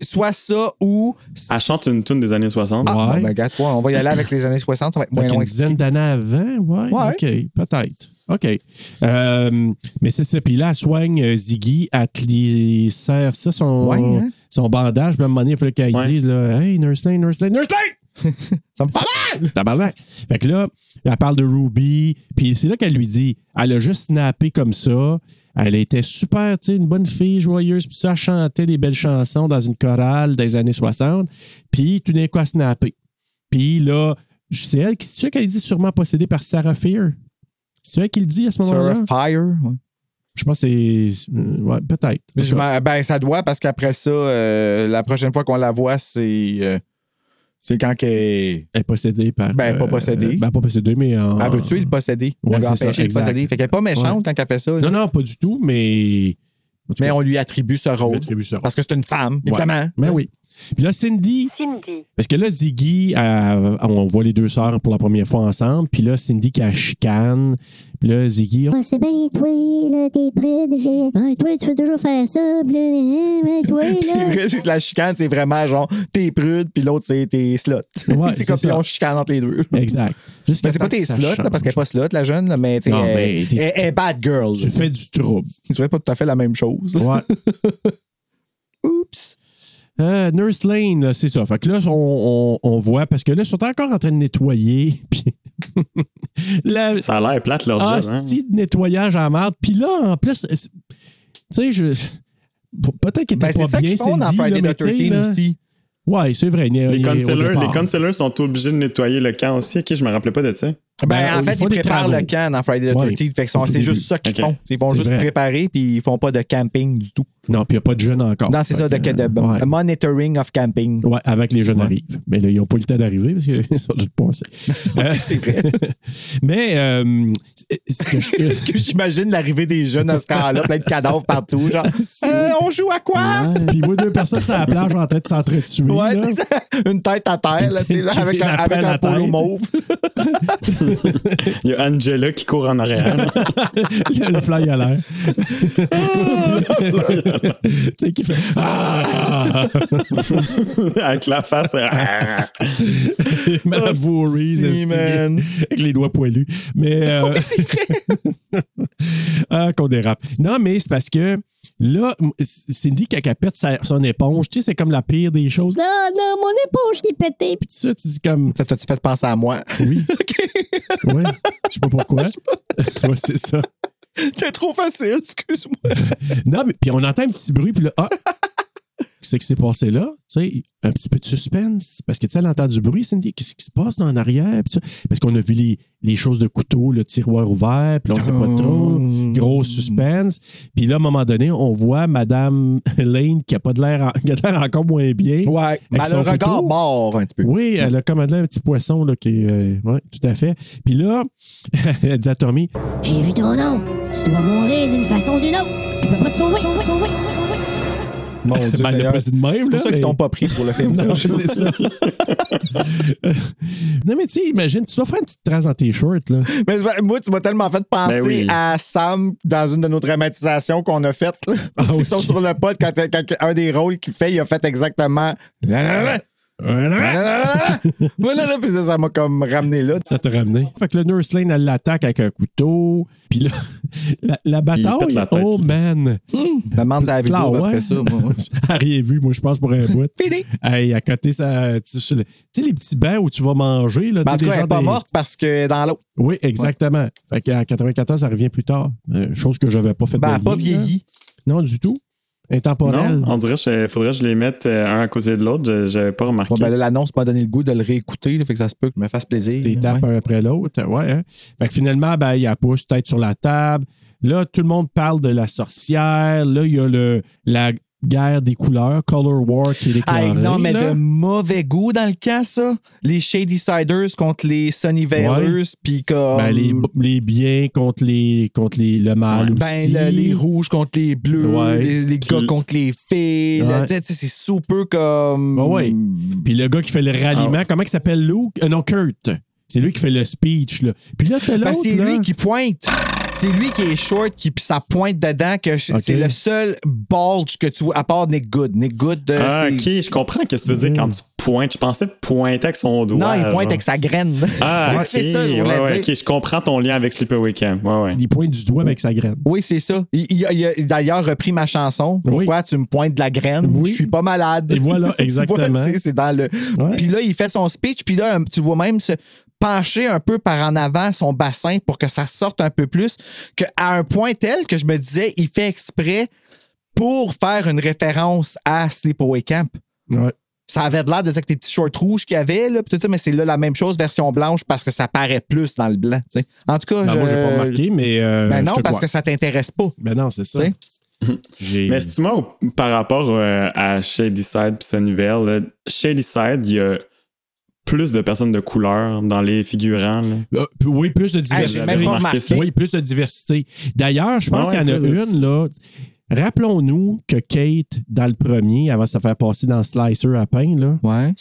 [SPEAKER 4] soit ça ou.
[SPEAKER 9] Elle chante une tune des années 60.
[SPEAKER 2] Ah.
[SPEAKER 4] Bon,
[SPEAKER 2] Ouais.
[SPEAKER 4] ben, regarde, toi, on va y aller avec les années 60, ça va être
[SPEAKER 2] Fait
[SPEAKER 4] moins
[SPEAKER 2] qu'une
[SPEAKER 4] long.
[SPEAKER 2] dizaine d'années avant, ouais.
[SPEAKER 4] Ben, Ouais.
[SPEAKER 2] OK, peut-être. OK. Euh, mais c'est ça. Puis là, elle soigne euh, Ziggy, elle te li- serre ça, son,
[SPEAKER 4] Ouais, hein?
[SPEAKER 2] son bandage. Puis à un moment donné, il fallait qu'elle
[SPEAKER 9] Ouais.
[SPEAKER 2] dise là, Hey, Nurse Lane, Nurse Lane, Nurse Lane!
[SPEAKER 4] Ça me fait mal!
[SPEAKER 2] Tabarnak! Fait que là, elle parle de Ruby. Puis c'est là qu'elle lui dit Elle a juste snappé comme ça. Elle était super, tu sais, une bonne fille joyeuse. Puis ça, elle chantait des belles chansons dans une chorale des années 60. Puis tout d'un coup, elle a snappé. Puis là, c'est elle qui c'est qu'elle dit sûrement possédée par Sarah Fear. C'est elle qui le dit à ce moment-là.
[SPEAKER 4] Sur Fire. ouais.
[SPEAKER 2] Je pense que c'est. euh, Ouais, peut-être.
[SPEAKER 4] Mais je m'en- ben, ça doit, parce qu'après ça, euh, la prochaine fois qu'on la voit, c'est. euh, c'est quand qu'elle. est-
[SPEAKER 2] Elle est possédée par.
[SPEAKER 4] Ben, pas
[SPEAKER 2] euh,
[SPEAKER 4] possédée.
[SPEAKER 2] ben, pas possédée, mais. En...
[SPEAKER 4] Elle veut tuer le possédé.
[SPEAKER 2] Ouais,
[SPEAKER 4] elle veut
[SPEAKER 2] c'est ça,
[SPEAKER 4] empêcher le
[SPEAKER 2] exact.
[SPEAKER 4] possédé. Fait qu'elle est pas méchante
[SPEAKER 2] Ouais.
[SPEAKER 4] quand elle fait ça. là.
[SPEAKER 2] Non, non, pas du tout, mais. En tout
[SPEAKER 4] Mais
[SPEAKER 2] cas,
[SPEAKER 4] on lui attribue ce
[SPEAKER 2] on lui
[SPEAKER 4] rôle.
[SPEAKER 2] attribue ça.
[SPEAKER 4] Parce que c'est une femme,
[SPEAKER 2] Ouais.
[SPEAKER 4] évidemment.
[SPEAKER 2] Ben oui. Puis là, Cindy.
[SPEAKER 5] Cindy.
[SPEAKER 2] Parce que là, Ziggy, elle- on voit les deux sœurs pour la première fois ensemble. Puis là, Cindy qui a chicane. Puis là, Ziggy.
[SPEAKER 10] Ah, c'est bien toi, là, t'es prêt. là, ah, toi, tu veux toujours faire ça, pis là, hein, mais toi,
[SPEAKER 4] C'est
[SPEAKER 10] là.
[SPEAKER 4] vrai, c'est que la chicane, c'est vraiment genre, t'es prude, puis l'autre, c'est t'es slot.
[SPEAKER 2] Ouais,
[SPEAKER 4] c'est
[SPEAKER 2] c'est
[SPEAKER 4] comme si
[SPEAKER 2] ça.
[SPEAKER 4] on chicane entre les deux.
[SPEAKER 2] Exact. Jusqu'à
[SPEAKER 4] Mais Ben, c'est
[SPEAKER 2] temps
[SPEAKER 4] pas
[SPEAKER 2] que
[SPEAKER 4] tes
[SPEAKER 2] ça
[SPEAKER 4] slots, là, parce qu'elle
[SPEAKER 2] change.
[SPEAKER 4] est pas slot, la jeune, là, mais tu sais,
[SPEAKER 2] Non,
[SPEAKER 4] elle,
[SPEAKER 2] mais t'es-
[SPEAKER 4] elle- elle est bad girl.
[SPEAKER 2] Tu fais du trouble.
[SPEAKER 4] C'est vrai, pas tout à fait la même chose. là.
[SPEAKER 2] Ouais.
[SPEAKER 4] Oups.
[SPEAKER 2] Euh, Nurse Lane, là, c'est ça. Fait que là, on, on- on voit, parce que là, ils sont encore en train de nettoyer. Puis. la,
[SPEAKER 9] Ça a l'air plate, leur
[SPEAKER 2] Ah,
[SPEAKER 9] job. hein.
[SPEAKER 2] si, de nettoyage en merde. Puis là, en plus, euh, c'est- tu sais, je. Peut-être qu'il était pas
[SPEAKER 4] Ben, c'est ça
[SPEAKER 2] bien,
[SPEAKER 4] qu'ils font dans
[SPEAKER 2] Cindy,
[SPEAKER 4] Friday
[SPEAKER 2] là,
[SPEAKER 4] the
[SPEAKER 2] mais tu sais,
[SPEAKER 4] 13
[SPEAKER 2] là-
[SPEAKER 4] aussi.
[SPEAKER 2] Ouais, c'est vrai. il y a-
[SPEAKER 9] Les
[SPEAKER 2] il y a- au
[SPEAKER 9] counselors,
[SPEAKER 2] départ.
[SPEAKER 9] les counselors sont obligés de nettoyer le camp aussi. Ok, je me rappelais pas de ça.
[SPEAKER 4] Ben,
[SPEAKER 2] Ben,
[SPEAKER 4] en
[SPEAKER 2] ils
[SPEAKER 4] fait,
[SPEAKER 2] font
[SPEAKER 4] ils
[SPEAKER 2] des
[SPEAKER 4] préparent
[SPEAKER 2] travaux.
[SPEAKER 4] le camp dans Friday the
[SPEAKER 2] Ouais.
[SPEAKER 4] 13th. Fait que sont-
[SPEAKER 2] Tout au
[SPEAKER 4] C'est
[SPEAKER 2] début.
[SPEAKER 4] juste ça qu'ils
[SPEAKER 2] Ok.
[SPEAKER 4] font. Ils vont
[SPEAKER 2] C'est
[SPEAKER 4] juste
[SPEAKER 2] vrai.
[SPEAKER 4] préparer puis ils font pas de camping du tout.
[SPEAKER 2] Non, puis il n'y a pas de jeunes encore.
[SPEAKER 4] Non, c'est
[SPEAKER 2] Fait
[SPEAKER 4] ça, de,
[SPEAKER 2] que,
[SPEAKER 4] de- de-
[SPEAKER 2] ouais.
[SPEAKER 4] monitoring of camping.
[SPEAKER 2] Ouais, avec les jeunes arrivent. Mais là, ils n'ont pas eu le temps d'arriver parce qu'ils sont tous passés.
[SPEAKER 4] c'est vrai.
[SPEAKER 2] Mais euh, c'est- ce que je-
[SPEAKER 4] Parce que j'imagine l'arrivée des jeunes à ce camp-là, plein de cadavres partout. Genre, Euh, on joue à quoi?
[SPEAKER 2] Puis il voit deux personnes sur la plage en train de s'entretuer.
[SPEAKER 4] Ouais,
[SPEAKER 2] là.
[SPEAKER 4] c'est ça. Une tête à terre, là, tu sais, là,
[SPEAKER 2] Qui
[SPEAKER 4] avec
[SPEAKER 2] fait
[SPEAKER 4] un,
[SPEAKER 2] la
[SPEAKER 4] avec
[SPEAKER 2] pelle
[SPEAKER 4] un
[SPEAKER 2] à
[SPEAKER 4] polo
[SPEAKER 2] tête.
[SPEAKER 4] mauve.
[SPEAKER 9] Il y a Angela qui court en arrière.
[SPEAKER 2] le, le fly à l'air. tu sais, qui fait. Ah!
[SPEAKER 9] avec la face. euh,
[SPEAKER 2] Madame Voorhees,
[SPEAKER 4] si,
[SPEAKER 2] esti,
[SPEAKER 4] man.
[SPEAKER 2] avec les doigts poilus. Mais. euh,
[SPEAKER 4] C'est vrai.
[SPEAKER 2] Ah, qu'on dérape. Non, mais c'est parce que là, m- c- Cindy, quand elle pète sa- son éponge, tu sais, c'est comme la pire des choses. Ah, non, mon éponge qui est pétée. Puis tout ça, tu dis comme.
[SPEAKER 4] Ça t'a-tu fait penser à moi?
[SPEAKER 2] Oui. Ouais. Je sais pas pourquoi. ouais, c'est ça.
[SPEAKER 4] C'est trop facile, excuse-moi.
[SPEAKER 2] Non, mais puis on entend un petit bruit, puis là, ah, qu'est-ce qui s'est passé là? Tu sais, un petit peu de suspense. Parce que, tu sais, elle entend du bruit, Cindy, qu'est-ce qui se passe dans l'arrière? Puis ça, Parce qu'on a vu les, les choses de couteau, le tiroir ouvert, puis là, on sait pas trop.
[SPEAKER 4] Oh!
[SPEAKER 2] Gros suspense. Puis là, à un moment donné, on voit Madame Lane qui a pas de l'air, en- qui a de l'air encore moins bien.
[SPEAKER 4] Ouais,
[SPEAKER 2] Avec
[SPEAKER 4] mais elle a
[SPEAKER 2] son
[SPEAKER 4] le regard
[SPEAKER 2] couteau.
[SPEAKER 4] mort un petit peu.
[SPEAKER 2] Oui, elle a comme de l'air un petit poisson, là, qui est. euh, ouais, tout à fait. Puis là, elle dit à Tommy,
[SPEAKER 10] J'ai vu ton nom. Tu dois mourir d'une façon ou d'une autre. Je peux pas te sauver. sauver, sauver.
[SPEAKER 4] Mon Dieu,
[SPEAKER 2] Ben, elle l'a
[SPEAKER 4] Seigneur.
[SPEAKER 2] pas dit de même,
[SPEAKER 4] C'est pour
[SPEAKER 2] là,
[SPEAKER 4] ça qu'ils
[SPEAKER 2] mais-
[SPEAKER 4] t'ont pas pris pour le film.
[SPEAKER 2] Non, c'est ça. non, mais tu sais, imagine, tu dois faire une petite trace dans tes shorts, là.
[SPEAKER 4] Mais c'est vrai, moi, tu m'as tellement fait penser
[SPEAKER 9] Ben oui.
[SPEAKER 4] à Sam dans une de nos dramatisations qu'on a faites. là.
[SPEAKER 2] Ah,
[SPEAKER 4] Ils sont sur le pod quand, quand un des rôles qu'il fait, il a fait exactement.
[SPEAKER 2] Hein?
[SPEAKER 4] Voilà, là, puis ça, ça m'a comme ramené là.
[SPEAKER 2] Ça te ramenait. Fait que le Nurse Lane, elle l'attaque avec un couteau. Puis là, la, la bataille,
[SPEAKER 9] pète la tête.
[SPEAKER 2] oh man!
[SPEAKER 4] Demande à la vidéo
[SPEAKER 2] Flower.
[SPEAKER 4] après ça. moi, ouais.
[SPEAKER 2] Elle a rien vu, moi, je pense, pour un bout.
[SPEAKER 4] Fini.
[SPEAKER 2] Hey, à côté, ça. Tu sais, sur le- tu sais, les petits bains où tu vas manger, là.
[SPEAKER 4] Ben, en
[SPEAKER 2] tu sais,
[SPEAKER 4] tout cas,
[SPEAKER 2] les
[SPEAKER 4] elle n'est
[SPEAKER 2] gens
[SPEAKER 4] pas
[SPEAKER 2] des-
[SPEAKER 4] morte parce que dans l'eau.
[SPEAKER 2] Oui, exactement. Fait qu'en 94, ça revient plus tard. Euh, chose que j'avais pas fait
[SPEAKER 4] Ben, elle
[SPEAKER 2] de
[SPEAKER 4] n'a pas
[SPEAKER 2] lien, là.
[SPEAKER 4] vieilli.
[SPEAKER 2] Non, du tout. Intemporel.
[SPEAKER 9] non, on dirait qu'il faudrait que je les mette euh, un à côté de l'autre. Je- J'avais pas remarqué.
[SPEAKER 4] Bon, ben là, l'annonce m'a donné le goût de le réécouter. là, fait que ça se peut que me fasse plaisir.
[SPEAKER 2] des tapes
[SPEAKER 4] Ouais.
[SPEAKER 2] un après l'autre. Ouais, hein. Fait que finalement, ben, il la pousse tête sur la table. Là, tout le monde parle de la sorcière. Là, il y a le, la guerre des couleurs, Color War qui est déclarée.
[SPEAKER 4] Hey, non, mais
[SPEAKER 2] là.
[SPEAKER 4] de mauvais goût dans le cas, ça. Les Shady Siders contre les Sunny
[SPEAKER 2] Ouais.
[SPEAKER 4] puis comme.
[SPEAKER 2] Ben, les, les biens contre, les, contre les, le mal
[SPEAKER 9] Ouais.
[SPEAKER 4] Ben,
[SPEAKER 2] aussi.
[SPEAKER 4] le- les rouges contre les bleus,
[SPEAKER 2] Ouais.
[SPEAKER 4] les, les gars
[SPEAKER 9] Puis-
[SPEAKER 4] contre les filles.
[SPEAKER 2] Ouais.
[SPEAKER 4] tu sais, tu sais, C'est super comme. Ben,
[SPEAKER 2] Ouais, ouais. Puis le gars qui fait le ralliement,
[SPEAKER 4] Ah.
[SPEAKER 2] comment il s'appelle Luke? Euh, non, Kurt. C'est lui qui fait le speech. Là. Puis là, t'as
[SPEAKER 4] Ben,
[SPEAKER 2] l'autre.
[SPEAKER 4] c'est
[SPEAKER 2] là.
[SPEAKER 4] lui qui pointe. C'est lui qui est short, qui pis ça pointe dedans. que je-
[SPEAKER 2] Ok.
[SPEAKER 4] C'est le seul bulge que tu vois, à part Nick Good. Nick Good, euh,
[SPEAKER 9] Ah,
[SPEAKER 4] c'est-
[SPEAKER 9] ok, je comprends qu'est-ce que tu veux dire quand tu pointes. Je pensais pointer avec son doigt.
[SPEAKER 4] Non, il pointe
[SPEAKER 9] genre.
[SPEAKER 4] avec sa graine.
[SPEAKER 9] Ah, ok.
[SPEAKER 4] c'est ça, je voulais
[SPEAKER 9] ouais, ouais,
[SPEAKER 4] dire.
[SPEAKER 9] ok, je comprends ton lien avec Sleepaway Camp. Ouais, ouais.
[SPEAKER 2] Il pointe du doigt avec sa graine.
[SPEAKER 4] Oui, c'est ça. Il, il a- il a d'ailleurs repris ma chanson. Pourquoi tu me pointes de la graine?
[SPEAKER 2] Oui.
[SPEAKER 4] Je suis pas malade.
[SPEAKER 2] Et voilà,
[SPEAKER 4] Tu vois,
[SPEAKER 2] exactement.
[SPEAKER 4] c'est- c'est dans le.
[SPEAKER 2] Ouais.
[SPEAKER 4] Puis là, il fait son speech, puis là, un- tu vois même se pencher un peu par en avant son bassin pour que ça sorte un peu plus. Que à un point tel que je me disais, il fait exprès pour faire une référence à Sleepaway Camp.
[SPEAKER 2] Ouais.
[SPEAKER 4] Ça avait l'air de dire que tes petits shorts rouges qu'il y avait, là, pis tout ça, mais c'est là la même chose, version blanche, parce que ça paraît plus dans le blanc. tu sais. En tout cas,
[SPEAKER 2] Ben,
[SPEAKER 4] je...
[SPEAKER 2] Moi, j'ai pas remarqué, mais. euh,
[SPEAKER 4] Ben non,
[SPEAKER 2] je te
[SPEAKER 4] parce
[SPEAKER 2] crois.
[SPEAKER 4] que ça t'intéresse pas.
[SPEAKER 2] Ben non, c'est ça.
[SPEAKER 4] Tu sais.
[SPEAKER 2] J'ai.
[SPEAKER 9] Mais c'est moi par rapport euh, à Shadyside et Sunnyvale, là, Shadyside, il y a plus de personnes de couleur dans les figurants. là.
[SPEAKER 2] Euh, p- oui, plus de
[SPEAKER 4] Hey,
[SPEAKER 2] diversité.
[SPEAKER 4] j'ai même pas
[SPEAKER 9] remarqué
[SPEAKER 4] remarqué.
[SPEAKER 2] Oui, plus de diversité. D'ailleurs, je pense
[SPEAKER 9] Ouais,
[SPEAKER 2] qu'il y en
[SPEAKER 9] plus de-
[SPEAKER 2] a une, là. Rappelons-nous que Kate, dans le premier, avant de se faire passer dans Slicer à pain, là,
[SPEAKER 4] Ouais.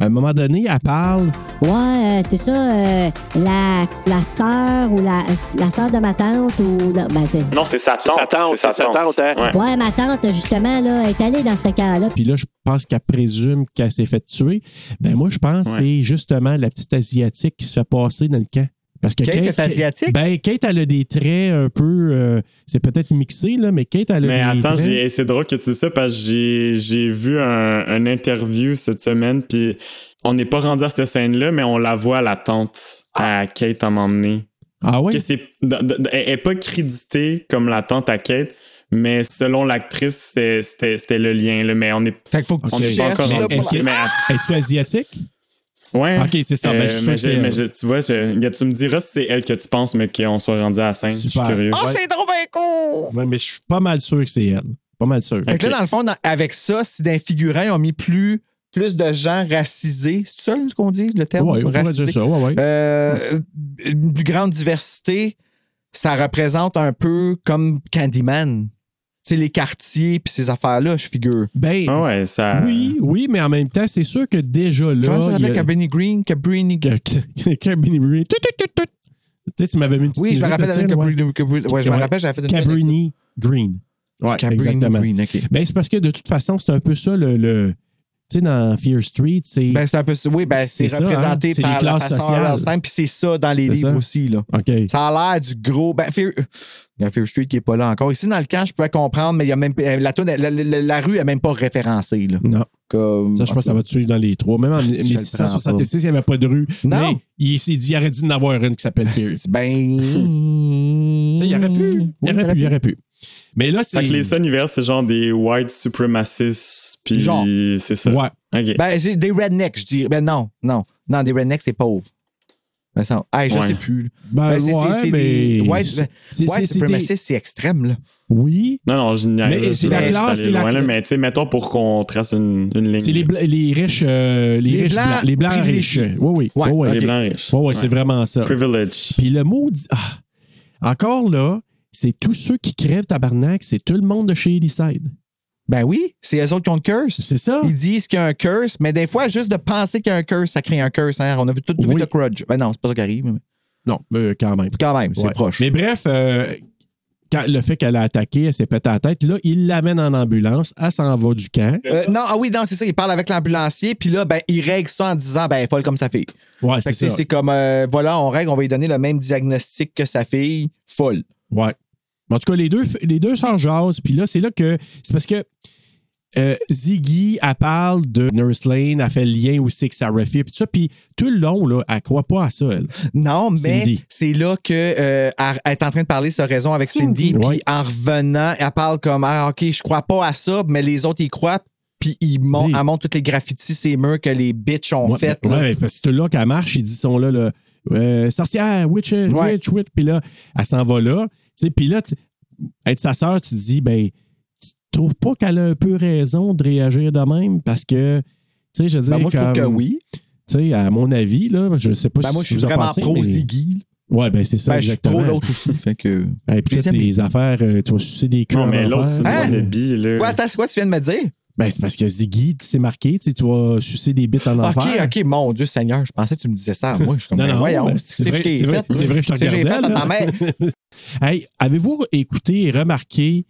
[SPEAKER 2] à un moment donné, elle parle.
[SPEAKER 10] Ouais, euh, c'est ça, euh, la, la sœur ou la, la sœur de ma tante ou... Non, ben c'est...
[SPEAKER 7] Non, c'est sa tante. C'est sa tante, hein. Ouais.
[SPEAKER 10] Ouais, ma tante, justement, là, est allée dans ce camp-là.
[SPEAKER 2] Puis là, je pense qu'elle présume qu'elle s'est fait tuer. Ben moi, je pense que
[SPEAKER 9] Ouais.
[SPEAKER 2] c'est justement la petite Asiatique qui se fait passer dans le camp. Parce que
[SPEAKER 4] Kate est asiatique?
[SPEAKER 2] Ben, Kate, elle a des traits un peu. euh, c'est peut-être mixé, là, mais Kate, elle a
[SPEAKER 9] Mais
[SPEAKER 2] des
[SPEAKER 9] attends,
[SPEAKER 2] traits.
[SPEAKER 9] j'ai- c'est drôle que tu dis ça parce que j'ai- j'ai vu un, un interview cette semaine, puis on n'est pas rendu à cette scène-là, mais on la voit à la tante, à Kate à m'emmener.
[SPEAKER 2] Ah ouais?
[SPEAKER 9] Que c'est, d- d- elle n'est pas créditée comme la tante à Kate, mais selon l'actrice, c'était- c'était c'était le lien. là, mais on est,
[SPEAKER 4] Fait qu'il faut que
[SPEAKER 9] on
[SPEAKER 4] tu
[SPEAKER 9] est pas
[SPEAKER 4] cherches.
[SPEAKER 9] encore
[SPEAKER 2] Mais
[SPEAKER 4] là,
[SPEAKER 9] rendu.
[SPEAKER 4] pour-
[SPEAKER 2] est-ce que-
[SPEAKER 9] Mais à-
[SPEAKER 2] Es-tu asiatique?
[SPEAKER 9] Ouais.
[SPEAKER 2] Ok, c'est ça. Ben, je suis sûr
[SPEAKER 9] mais
[SPEAKER 2] que c'est
[SPEAKER 9] Euh, mais
[SPEAKER 2] elle.
[SPEAKER 9] je- tu vois, je- gars, tu me diras si c'est elle que tu penses, mais qu'on soit rendu à la scène. Je suis
[SPEAKER 2] Super. Ah!
[SPEAKER 9] curieux.
[SPEAKER 4] Oh,
[SPEAKER 2] Ouais.
[SPEAKER 4] c'est trop bien cool!
[SPEAKER 2] Ouais, mais je suis pas mal sûr que c'est elle. Pas mal sûr.
[SPEAKER 4] Fait que là, dans le fond, dans- avec ça, si d'un figurant, ils ont mis plus, plus de gens racisés. C'est ça ce qu'on dit, le terme?
[SPEAKER 2] Ouais, on pourrait
[SPEAKER 4] Racisés.
[SPEAKER 2] dire ça. Ouais, ouais.
[SPEAKER 4] Euh, une plus grande diversité, ça représente un peu comme Candyman. Tu sais, les quartiers puis ces affaires-là, je figure.
[SPEAKER 2] Ben,
[SPEAKER 9] Ah ouais, ça.
[SPEAKER 2] oui, oui, mais en même temps, c'est sûr que déjà là.
[SPEAKER 4] Comment ça
[SPEAKER 2] il y
[SPEAKER 4] s'appelle?
[SPEAKER 2] a-
[SPEAKER 4] Cabrini Green? Cabrini Green?
[SPEAKER 2] que- que- Cabrini Green. Tout, tout, tout, tout. Tu sais, tu m'avais mis une petite
[SPEAKER 4] Oui, je me
[SPEAKER 2] musique
[SPEAKER 4] rappelle.
[SPEAKER 2] là-dessus,
[SPEAKER 4] avec
[SPEAKER 2] ouais.
[SPEAKER 4] Cabrini- Cabrini- Ouais, je me
[SPEAKER 2] Ouais.
[SPEAKER 4] rappelle, j'avais fait une
[SPEAKER 2] Cabrini Green. Ouais,
[SPEAKER 4] Cabrini
[SPEAKER 2] exactement.
[SPEAKER 4] Green, ok.
[SPEAKER 2] Ben, c'est parce que de toute façon, c'est un peu ça le. le- tu sais, dans Fear Street, c'est.
[SPEAKER 4] Ben, c'est un peu ça. Oui, ben, c'est
[SPEAKER 2] C'est ça,
[SPEAKER 4] représenté
[SPEAKER 2] hein? C'est
[SPEAKER 4] par
[SPEAKER 2] les classes
[SPEAKER 4] la façon
[SPEAKER 2] sociales.
[SPEAKER 4] Rothstein, puis c'est ça dans les
[SPEAKER 2] C'est
[SPEAKER 4] livres
[SPEAKER 2] ça.
[SPEAKER 4] aussi. Là.
[SPEAKER 2] OK.
[SPEAKER 4] Ça a l'air du gros. Ben, Fear... Il y a Fear Street qui n'est pas là encore. Ici, dans le camp, je pouvais comprendre, mais il y a même... la, toune- la, la- la- la rue n'est même pas référencée. Là.
[SPEAKER 2] Non.
[SPEAKER 4] Comme...
[SPEAKER 2] Ça, je pense que ça va te suivre dans les trois. Même en
[SPEAKER 4] Ah, si je le prends
[SPEAKER 2] 1666, il n'y avait pas de rue.
[SPEAKER 4] Non.
[SPEAKER 2] Mais il, il dit, il aurait dit d'en avoir une qui s'appelle Fear.
[SPEAKER 4] Ben.
[SPEAKER 2] Tu sais, Il aurait pu. Mmh. Il aurait pu, il aurait pu. Mais là, c'est.
[SPEAKER 9] Fait que les univers, c'est genre des white supremacists, puis
[SPEAKER 4] Genre.
[SPEAKER 9] c'est ça.
[SPEAKER 2] Ouais.
[SPEAKER 9] Ok.
[SPEAKER 4] Ben, c'est des rednecks, je dirais. Ben, non, non. Non, des rednecks, c'est pauvre. Ben, ça... hey, je
[SPEAKER 9] Ouais.
[SPEAKER 4] sais plus. là.
[SPEAKER 2] Ben,
[SPEAKER 4] c'est- c'est-
[SPEAKER 2] ouais,
[SPEAKER 4] c'est
[SPEAKER 2] mais-
[SPEAKER 4] des... ben, White,
[SPEAKER 2] c'est- c'est-
[SPEAKER 4] white
[SPEAKER 2] c'est des-
[SPEAKER 4] supremacist, c'est extrême, là.
[SPEAKER 2] Oui,
[SPEAKER 9] Non, non, je n'y
[SPEAKER 2] Mais c'est la classe, c'est la classe.
[SPEAKER 9] Mais tu sais, mettons pour qu'on trace une, une ligne.
[SPEAKER 2] C'est les, bla- les riches. euh, les,
[SPEAKER 4] Les
[SPEAKER 2] riches
[SPEAKER 4] blancs
[SPEAKER 2] blancs. Les blancs riches.
[SPEAKER 4] privilégiés.
[SPEAKER 2] Oui, oui.
[SPEAKER 4] Ouais,
[SPEAKER 2] oui, oui.
[SPEAKER 9] Les
[SPEAKER 4] ok.
[SPEAKER 9] blancs riches.
[SPEAKER 2] Oui, oui, c'est vraiment ça.
[SPEAKER 9] Privilege.
[SPEAKER 2] Puis le mot. dit- ah, encore là, c'est tous ceux qui crèvent tabarnak, c'est tout le monde de chez Elyside.
[SPEAKER 4] Ben oui, c'est eux autres qui ont le curse.
[SPEAKER 2] C'est ça?
[SPEAKER 4] Ils disent qu'il y a un curse, mais des fois, juste de penser qu'il y a un curse, ça crée un curse. hein. On a vu tout, tout
[SPEAKER 2] Oui.
[SPEAKER 4] vu The Crudge. Ben non, c'est pas ça qui arrive. mais
[SPEAKER 2] Non, mais quand même.
[SPEAKER 4] Quand même, c'est
[SPEAKER 2] Ouais.
[SPEAKER 4] proche.
[SPEAKER 2] Mais bref, euh, quand- le fait qu'elle a attaqué, elle s'est pété la tête. Là, il l'amène en ambulance, elle s'en va du camp.
[SPEAKER 4] Euh, non, ah oui, non, c'est ça. Il parle avec l'ambulancier, puis là, ben, il règle ça en disant, ben, elle est folle comme sa fille.
[SPEAKER 2] Ouais,
[SPEAKER 4] Fait
[SPEAKER 2] c'est
[SPEAKER 4] que c'est
[SPEAKER 2] ça.
[SPEAKER 4] c'est comme, euh, voilà, on règle, on va lui donner le même diagnostic que sa fille, folle.
[SPEAKER 2] Ouais. Mais En tout cas, les deux, les deux s'en jasent. Puis là, c'est là que. C'est parce que euh, Ziggy, elle parle de Nurse Lane, elle fait le lien aussi avec Sarah Fee, puis tout ça. Puis tout le long, là, elle croit pas à ça, elle.
[SPEAKER 4] Non, mais
[SPEAKER 2] Cindy.
[SPEAKER 4] c'est là que euh, elle elle est en train de parler sa raison avec Cindy,
[SPEAKER 2] Cindy.
[SPEAKER 4] puis
[SPEAKER 2] Ouais.
[SPEAKER 4] en revenant, elle parle comme ah, OK, je crois pas à ça, mais les autres y croient, puis ils mon-
[SPEAKER 2] Dis.
[SPEAKER 4] elle montre toutes les graffitis, ces murs que les bitches ont
[SPEAKER 2] Ouais,
[SPEAKER 4] faites.
[SPEAKER 2] ben,
[SPEAKER 4] là.
[SPEAKER 2] ouais, mais parce que tout là qu'elle marche, ils disent sont là, là euh, sorcière, witch, euh,
[SPEAKER 4] Ouais.
[SPEAKER 2] witch, witch. Puis là, elle s'en va là. Tu sais, Puis là, t- être sa sœur, tu te dis, ben, tu trouves pas qu'elle a un peu raison de réagir de même parce que. Tu sais, je veux dire,
[SPEAKER 4] Ben, moi, je trouve que
[SPEAKER 2] comme-
[SPEAKER 4] oui.
[SPEAKER 2] Tu sais, à mon avis, là, je sais pas
[SPEAKER 4] Ben,
[SPEAKER 2] si
[SPEAKER 4] moi, je suis
[SPEAKER 2] vous en
[SPEAKER 4] vraiment
[SPEAKER 2] pensez,
[SPEAKER 4] pro
[SPEAKER 2] mais-
[SPEAKER 4] Ziggy.
[SPEAKER 2] Ouais, ben c'est ça,
[SPEAKER 4] Ben, je suis pro
[SPEAKER 2] exactement.
[SPEAKER 4] l'autre aussi. Fait que.
[SPEAKER 2] Et puis
[SPEAKER 4] Je
[SPEAKER 2] là,
[SPEAKER 4] les aime,
[SPEAKER 2] tes affaires, euh, tu vas sucer des culs.
[SPEAKER 9] Non, mais
[SPEAKER 2] avant
[SPEAKER 9] l'autre, c'est une
[SPEAKER 2] d'en faire.
[SPEAKER 4] Hein?
[SPEAKER 9] wannabe, là.
[SPEAKER 4] Quoi, attends, c'est quoi tu viens de me dire?
[SPEAKER 2] Ben, c'est parce que Ziggy, tu sais, marqué, tu sais, tu vas sucer des bites en
[SPEAKER 4] Ok,
[SPEAKER 2] enfer.
[SPEAKER 4] ok, mon Dieu Seigneur, je pensais que tu me disais ça. à Moi, je suis comme,
[SPEAKER 2] Non,
[SPEAKER 4] ben,
[SPEAKER 2] non,
[SPEAKER 4] voyons,
[SPEAKER 2] ben,
[SPEAKER 4] c'est que je t'ai
[SPEAKER 2] c'est vrai,
[SPEAKER 4] fait.
[SPEAKER 2] c'est vrai, je te
[SPEAKER 4] C'est que j'ai
[SPEAKER 2] regardais.
[SPEAKER 4] fait,
[SPEAKER 2] là.
[SPEAKER 4] attends, mais-
[SPEAKER 2] Hey, avez-vous écouté et remarqué